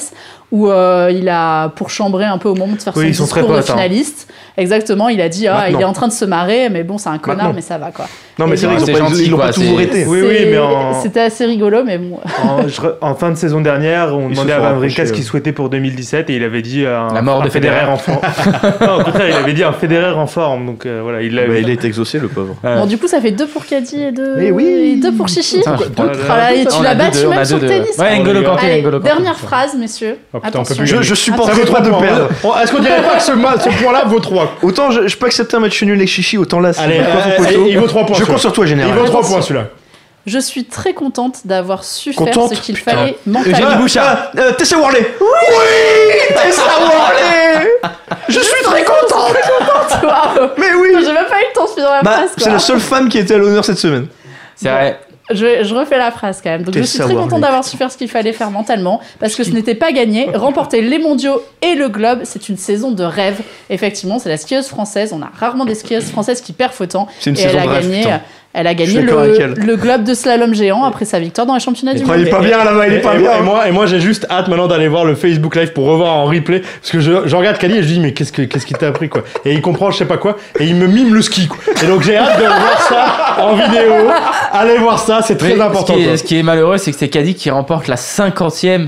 [SPEAKER 7] où euh, il a pour chambrer un peu au moment de faire
[SPEAKER 4] Oui, ils
[SPEAKER 7] son
[SPEAKER 4] sont très
[SPEAKER 7] discours de
[SPEAKER 4] potes, hein.
[SPEAKER 7] finaliste. Exactement, il a dit ah
[SPEAKER 3] Maintenant.
[SPEAKER 7] il est en train de se marrer, mais bon c'est un connard,
[SPEAKER 3] Maintenant.
[SPEAKER 7] mais ça va quoi.
[SPEAKER 3] Non, mais c'est vrai
[SPEAKER 1] c'est
[SPEAKER 3] qu'ils ont pas-
[SPEAKER 1] gentil,
[SPEAKER 3] ils l'ont
[SPEAKER 1] quoi,
[SPEAKER 3] pas toujours
[SPEAKER 1] c'est-
[SPEAKER 3] été.
[SPEAKER 4] Oui, oui,
[SPEAKER 7] C'est-
[SPEAKER 4] mais en-
[SPEAKER 7] c'était assez rigolo, mais bon.
[SPEAKER 4] En, je re- en fin de saison dernière, on
[SPEAKER 3] Ils se
[SPEAKER 4] demandait à
[SPEAKER 3] sont
[SPEAKER 4] Vavrinka
[SPEAKER 1] euh.
[SPEAKER 3] rapprochés,
[SPEAKER 4] ce qu'il
[SPEAKER 3] ouais.
[SPEAKER 4] souhaitait pour 2017 et il avait dit euh, un,
[SPEAKER 1] La mort
[SPEAKER 4] un
[SPEAKER 1] de Federer.
[SPEAKER 4] en forme. non, au contraire, il avait dit un Federer en forme. Donc euh, voilà, il l'a
[SPEAKER 3] Bah, Il est exaucé, le pauvre.
[SPEAKER 7] Bon, du coup, ça fait deux pour Caddy et deux,
[SPEAKER 3] Mais oui.
[SPEAKER 7] et deux pour Chichi.
[SPEAKER 1] Putain, je prends la-
[SPEAKER 7] Oh là, et tu
[SPEAKER 1] Ah, On a
[SPEAKER 7] l'as
[SPEAKER 1] deux,
[SPEAKER 7] battu
[SPEAKER 1] deux, on
[SPEAKER 7] même
[SPEAKER 1] a
[SPEAKER 7] sur
[SPEAKER 1] deux,
[SPEAKER 7] le
[SPEAKER 1] deux.
[SPEAKER 7] tennis.
[SPEAKER 1] Ouais, N'Golo Kanté,
[SPEAKER 7] Allez,
[SPEAKER 1] N'Golo Kanté.
[SPEAKER 7] dernière phrase, messieurs.
[SPEAKER 2] Oh putain, on peut
[SPEAKER 7] Attention.
[SPEAKER 2] plus
[SPEAKER 3] Je,
[SPEAKER 2] gagner.
[SPEAKER 3] je supporte
[SPEAKER 7] Attention.
[SPEAKER 3] pas trop de
[SPEAKER 2] Bon,
[SPEAKER 3] perdre.
[SPEAKER 2] hein. on- Est-ce qu'on dirait pas que ce, ma- ce point-là vaut 3
[SPEAKER 3] Autant je, je peux accepter un match nul avec Chichi, autant là, c'est
[SPEAKER 2] Allez,
[SPEAKER 3] une coiffe au
[SPEAKER 2] euh,
[SPEAKER 3] poteau.
[SPEAKER 2] il vaut trois points,
[SPEAKER 3] Je
[SPEAKER 2] celui-là.
[SPEAKER 3] compte sur toi,
[SPEAKER 2] Il
[SPEAKER 3] général.
[SPEAKER 2] vaut 3 points celui-là.
[SPEAKER 7] Je suis très contente d'avoir su faire
[SPEAKER 3] Contente,
[SPEAKER 7] ce qu'il
[SPEAKER 3] putain.
[SPEAKER 7] fallait
[SPEAKER 3] Ah,
[SPEAKER 7] mentalement.
[SPEAKER 3] ah, euh, Tessa Worley. Oui, Tessa Worley. Je suis très contente.
[SPEAKER 7] Waouh.
[SPEAKER 3] Mais oui.
[SPEAKER 7] J'ai même pas eu le temps de finir la
[SPEAKER 3] Bah,
[SPEAKER 7] phrase. quoi.
[SPEAKER 3] c'est la seule femme qui était à l'honneur cette semaine.
[SPEAKER 1] C'est vrai.
[SPEAKER 7] Je, je refais la phrase quand même. Donc, je suis
[SPEAKER 3] Tessa
[SPEAKER 7] très contente
[SPEAKER 3] Worley.
[SPEAKER 7] d'avoir su faire ce qu'il fallait faire mentalement parce que ce n'était pas gagné. Remporter les mondiaux et le globe, c'est une saison de rêve. Effectivement, c'est la skieuse française. On a rarement des skieuses françaises qui perdent autant.
[SPEAKER 3] C'est une
[SPEAKER 7] Et elle
[SPEAKER 3] saison
[SPEAKER 7] a
[SPEAKER 3] de rêve,
[SPEAKER 7] gagné. euh,
[SPEAKER 3] putain.
[SPEAKER 7] Elle a
[SPEAKER 3] Je
[SPEAKER 7] gagné
[SPEAKER 3] suis d'accord avec
[SPEAKER 7] le,
[SPEAKER 3] elle.
[SPEAKER 7] le globe de slalom géant après sa victoire dans les championnats du monde.
[SPEAKER 3] Il est pas bien là-bas, il
[SPEAKER 2] Et,
[SPEAKER 3] est pas
[SPEAKER 2] et- et
[SPEAKER 3] bien.
[SPEAKER 2] moi, et moi j'ai juste hâte maintenant d'aller voir le Facebook Live pour revoir en replay. Parce que je, je regarde Kali et je dis, mais qu'est-ce que- qu'est-ce qu'il t'a appris quoi Et il comprend je sais pas quoi. Et il me mime le ski. Quoi. Et donc j'ai hâte de voir ça en vidéo. Allez voir ça, c'est très
[SPEAKER 1] Mais
[SPEAKER 2] important.
[SPEAKER 1] Ce qui,
[SPEAKER 2] quoi.
[SPEAKER 1] est, ce qui est malheureux, c'est que c'est Caddy qui remporte la 50e.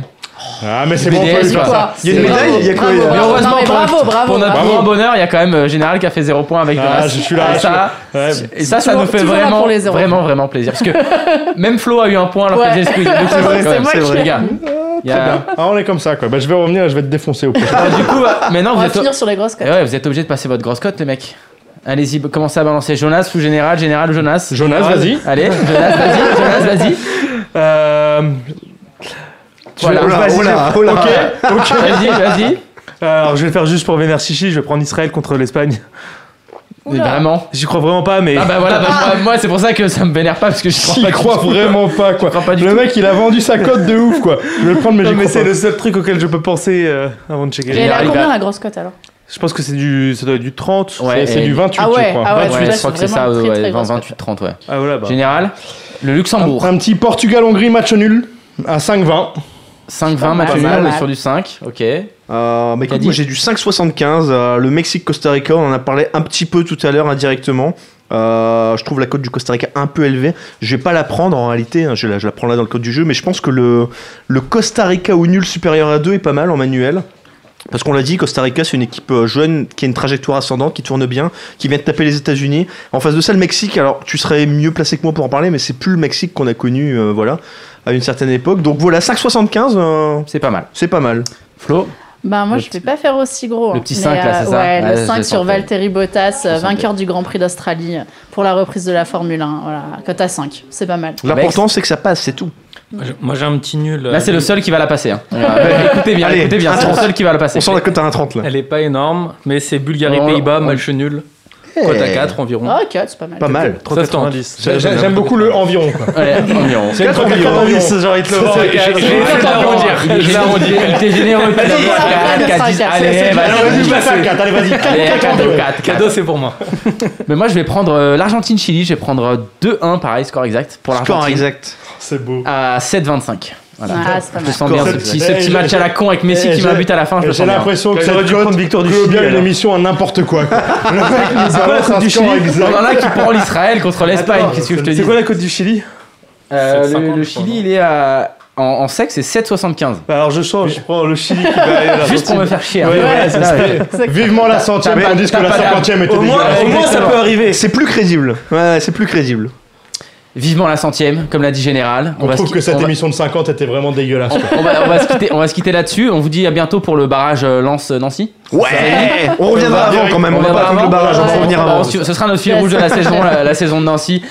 [SPEAKER 2] Ah, mais c'est bon,
[SPEAKER 1] BDS,
[SPEAKER 2] faut lui faire
[SPEAKER 1] quoi.
[SPEAKER 2] ça.
[SPEAKER 3] Il y a une
[SPEAKER 1] C'est-
[SPEAKER 3] médaille, il y a quoi
[SPEAKER 7] Bravo.
[SPEAKER 3] il y a-
[SPEAKER 1] Mais heureusement,
[SPEAKER 7] Non, mais
[SPEAKER 1] pour,
[SPEAKER 7] bravo, bravo,
[SPEAKER 1] pour notre
[SPEAKER 7] bravo.
[SPEAKER 1] plus grand bonheur, il y a quand même euh, Général qui a fait 0 points avec
[SPEAKER 2] Ah,
[SPEAKER 1] Jonas.
[SPEAKER 2] je suis là,
[SPEAKER 1] Et
[SPEAKER 2] je suis
[SPEAKER 1] ça,
[SPEAKER 2] Ouais,
[SPEAKER 1] et ça, ça
[SPEAKER 7] Toujours-
[SPEAKER 1] nous fait
[SPEAKER 7] toujours là
[SPEAKER 1] vraiment,
[SPEAKER 7] pour les zéros.
[SPEAKER 1] vraiment, vraiment plaisir. Parce que même Flo a eu un point alors
[SPEAKER 7] Ouais.
[SPEAKER 1] que j'ai esprit.
[SPEAKER 7] C'est
[SPEAKER 3] vrai, c'est moi qui-
[SPEAKER 1] les gars. Il y a-
[SPEAKER 2] Ah, on est comme ça quoi. Bah, je vais revenir et je vais te défoncer au prochain.
[SPEAKER 1] Ah, du coup, bah, maintenant,
[SPEAKER 7] On
[SPEAKER 1] vous
[SPEAKER 7] va
[SPEAKER 1] êtes,
[SPEAKER 7] finir sur les grosses
[SPEAKER 1] Eh
[SPEAKER 7] cotes.
[SPEAKER 1] ouais, vous êtes obligé de passer votre grosse cote, les mecs. Allez-y, b- commencez à balancer Jonas ou Général, Général ou Jonas.
[SPEAKER 2] Jonas, vas-y.
[SPEAKER 1] Allez, Jonas, vas-y, Jonas, vas-y.
[SPEAKER 4] Euh,
[SPEAKER 1] Voilà.
[SPEAKER 3] Oh là,
[SPEAKER 4] Vas-y,
[SPEAKER 3] oh là,
[SPEAKER 4] Jeff.
[SPEAKER 3] oh là.
[SPEAKER 1] Vas-y, vas-y.
[SPEAKER 4] alors je vais le faire juste pour vénère Chichi, je vais prendre Israël contre l'Espagne.
[SPEAKER 1] Mais Vraiment.
[SPEAKER 4] J'y crois vraiment pas, mais
[SPEAKER 1] Ah bah voilà, bah, moi- moi c'est pour ça que ça me vénère pas parce que je crois
[SPEAKER 2] J'y
[SPEAKER 1] pas
[SPEAKER 2] crois
[SPEAKER 1] du tout.
[SPEAKER 2] vraiment pas quoi.
[SPEAKER 1] crois pas du
[SPEAKER 2] le
[SPEAKER 1] tout.
[SPEAKER 2] mec il a vendu sa cote de ouf quoi. Je vais le prendre mais
[SPEAKER 4] Non,
[SPEAKER 2] j'y
[SPEAKER 4] mais
[SPEAKER 2] crois
[SPEAKER 4] c'est
[SPEAKER 2] pas.
[SPEAKER 4] le seul truc auquel je peux penser euh, avant de checker.
[SPEAKER 7] Et elle a
[SPEAKER 1] Général, il
[SPEAKER 7] combien
[SPEAKER 1] va-
[SPEAKER 7] la grosse cote alors
[SPEAKER 4] Je pense que c'est du, ça doit être du 30.
[SPEAKER 1] Ouais,
[SPEAKER 2] C'est
[SPEAKER 1] et-
[SPEAKER 2] du 28
[SPEAKER 7] Ah
[SPEAKER 2] je
[SPEAKER 7] ouais,
[SPEAKER 2] crois.
[SPEAKER 7] ah ouais,
[SPEAKER 1] Ouais,
[SPEAKER 7] celui-là,
[SPEAKER 1] je crois que c'est
[SPEAKER 7] vraiment
[SPEAKER 1] ça,
[SPEAKER 7] très, très
[SPEAKER 1] ouais,
[SPEAKER 7] grosse cote.
[SPEAKER 1] 28-30, ouais.
[SPEAKER 4] Ah voilà, bah.
[SPEAKER 1] Général, le Luxembourg,
[SPEAKER 2] Un petit Portugal-Hongrie match nul à 5-20.
[SPEAKER 1] 5-20
[SPEAKER 7] Pas
[SPEAKER 1] match
[SPEAKER 7] mal,
[SPEAKER 1] nul,
[SPEAKER 7] pas
[SPEAKER 1] on est
[SPEAKER 7] mal.
[SPEAKER 1] sur du 5, ok.
[SPEAKER 3] Euh, bah, écoute,
[SPEAKER 1] Caddy.
[SPEAKER 3] moi j'ai du 5,75. euh, le Mexique-Costa Rica, on en a parlé un petit peu tout à l'heure indirectement. Euh, je trouve la cote du Costa Rica un peu élevée. Je vais pas la prendre en réalité. hein, Je la, je la prends là dans le code du jeu, mais je pense que le, le Costa Rica au nul supérieur à 2 est pas mal en manuel. Parce qu'on l'a dit, Costa Rica c'est une équipe euh, jeune qui a une trajectoire ascendante, qui tourne bien, qui vient de taper les États-Unis. En face de ça, le Mexique. Alors tu serais mieux placé que moi pour en parler, mais c'est plus le Mexique qu'on a connu, euh, voilà, à une certaine époque. Donc voilà, 5,75, euh,
[SPEAKER 1] C'est pas mal.
[SPEAKER 3] c'est pas mal.
[SPEAKER 1] Flo,
[SPEAKER 7] Bah moi
[SPEAKER 1] Le
[SPEAKER 7] je
[SPEAKER 1] petit-
[SPEAKER 7] vais pas faire aussi gros.
[SPEAKER 1] le
[SPEAKER 7] hein.
[SPEAKER 1] petit
[SPEAKER 7] Mais,
[SPEAKER 1] cinq, là,
[SPEAKER 7] euh,
[SPEAKER 1] c'est ça
[SPEAKER 7] Ouais,
[SPEAKER 1] Ouais,
[SPEAKER 7] le
[SPEAKER 1] je
[SPEAKER 7] 5
[SPEAKER 1] le
[SPEAKER 7] sur
[SPEAKER 1] sentais.
[SPEAKER 7] Valtteri Bottas, euh,
[SPEAKER 1] le
[SPEAKER 7] vainqueur du Grand Prix d'Australie euh, pour la reprise de la Formule 1. Voilà, cote à 5, c'est pas
[SPEAKER 1] Mmh.
[SPEAKER 7] mal.
[SPEAKER 3] L'important c'est que ça passe, c'est tout.
[SPEAKER 5] Moi, j'ai- Moi j'ai un petit nul. euh,
[SPEAKER 1] là c'est le seul qui va la passer. hein. Euh, écoutez bien,
[SPEAKER 3] Allez,
[SPEAKER 1] écoutez bien, c'est le
[SPEAKER 3] attends.
[SPEAKER 1] seul qui va la passer.
[SPEAKER 3] On sent la cote à 1,30 là.
[SPEAKER 5] Elle est pas énorme, mais c'est
[SPEAKER 1] On-
[SPEAKER 5] Bulgarie-Pays-Bas,
[SPEAKER 1] on-
[SPEAKER 5] match nul.
[SPEAKER 1] Eh.
[SPEAKER 5] Cote à 4 environ.
[SPEAKER 7] Ah, ok, c'est pas mal.
[SPEAKER 3] Pas mal.
[SPEAKER 5] Ça se tente.
[SPEAKER 2] J'ai- J'aime j'aime beaucoup le environ quoi.
[SPEAKER 1] Allez, environ.
[SPEAKER 2] C'est une cote à 4 environ.
[SPEAKER 1] Il est généreux, il était généreux.
[SPEAKER 7] Allez,
[SPEAKER 1] Quatre,
[SPEAKER 7] allez,
[SPEAKER 1] quatre, dix,
[SPEAKER 7] allez,
[SPEAKER 1] Allez,
[SPEAKER 2] Allez, vas-y,
[SPEAKER 1] vas-y.
[SPEAKER 2] passe à 4, allez, vas-y, 4,
[SPEAKER 1] Allez,
[SPEAKER 2] 4,
[SPEAKER 1] quatre,
[SPEAKER 2] environ.
[SPEAKER 1] quatre, quatre.
[SPEAKER 5] Cadeau c'est pour moi.
[SPEAKER 1] Mais moi je vais prendre euh, l'Argentine-Chili, je vais prendre euh, 2-1 pareil, score exact pour
[SPEAKER 3] Score
[SPEAKER 1] l'Argentine
[SPEAKER 3] exact.
[SPEAKER 2] C'est beau.
[SPEAKER 1] à 7-25. Voilà.
[SPEAKER 7] Ah, c'est pas
[SPEAKER 1] Je
[SPEAKER 7] mal.
[SPEAKER 1] sens bien ce petit, ce petit match à la con avec Messi
[SPEAKER 2] Eh,
[SPEAKER 1] qui met un but à la fin. Je le
[SPEAKER 2] J'ai
[SPEAKER 1] sens bien.
[SPEAKER 2] l'impression que
[SPEAKER 4] J'aurais
[SPEAKER 2] cette
[SPEAKER 4] dû prendre
[SPEAKER 2] cote
[SPEAKER 4] victoire du
[SPEAKER 2] globe
[SPEAKER 4] Chili,
[SPEAKER 2] bien une
[SPEAKER 4] alors.
[SPEAKER 2] émission à n'importe quoi. quoi. Le mec, il nous balance un score
[SPEAKER 1] On
[SPEAKER 2] exact.
[SPEAKER 1] en a qui prend l'Israël contre l'Espagne. Qu'est-ce que je te dis
[SPEAKER 4] C'est quoi la cote du Chili
[SPEAKER 1] Euh, le- le,
[SPEAKER 5] 7,50, je
[SPEAKER 1] Chili, il est à. En, en sec, c'est 7,75.
[SPEAKER 4] Bah, Alors je change, je prends le Chili qui va aller à
[SPEAKER 1] Juste pour me faire chier. hein.
[SPEAKER 4] Ouais,
[SPEAKER 1] Ouais, c'est ça, ouais.
[SPEAKER 2] Vivement la centième,
[SPEAKER 1] T'as pas-
[SPEAKER 2] tandis que
[SPEAKER 1] t'as
[SPEAKER 2] la
[SPEAKER 1] pas d'âme.
[SPEAKER 2] cinquantième était
[SPEAKER 3] Au moins,
[SPEAKER 2] dégueulasse.
[SPEAKER 3] au moins, ça
[SPEAKER 1] Exactement.
[SPEAKER 3] peut arriver. C'est plus crédible. Ouais, c'est plus crédible.
[SPEAKER 1] Vivement la centième, comme l'a dit Général.
[SPEAKER 2] On trouve
[SPEAKER 1] se-
[SPEAKER 2] que cette
[SPEAKER 1] on va-
[SPEAKER 2] émission de 50 était vraiment dégueulasse. quoi.
[SPEAKER 1] on va- on va se quitter, on va se quitter là-dessus. On vous dit à bientôt pour le barrage euh, Lens-Nancy.
[SPEAKER 3] Ouais On reviendra
[SPEAKER 2] On va
[SPEAKER 3] avant quand même. On va
[SPEAKER 1] reviendra
[SPEAKER 3] pas attendre
[SPEAKER 1] avant.
[SPEAKER 3] le barrage, on va
[SPEAKER 7] Ouais.
[SPEAKER 3] revenir
[SPEAKER 1] On-
[SPEAKER 3] avant.
[SPEAKER 1] on- Ce sera notre fil
[SPEAKER 7] Yes.
[SPEAKER 1] rouge de la saison, la, la saison de Nancy.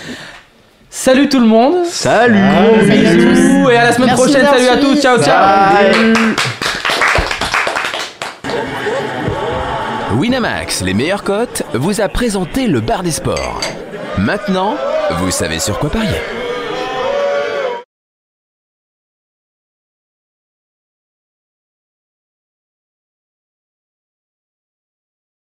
[SPEAKER 1] Salut tout le monde.
[SPEAKER 3] Salut
[SPEAKER 7] Salut à tous.
[SPEAKER 1] Et à la semaine
[SPEAKER 7] Merci
[SPEAKER 1] prochaine.
[SPEAKER 7] d'avoir
[SPEAKER 1] Salut à
[SPEAKER 7] suivi.
[SPEAKER 1] tous. Ciao, ciao.
[SPEAKER 8] Winamax, les meilleures cotes, vous a présenté le bar des sports. Maintenant, vous savez sur quoi parier.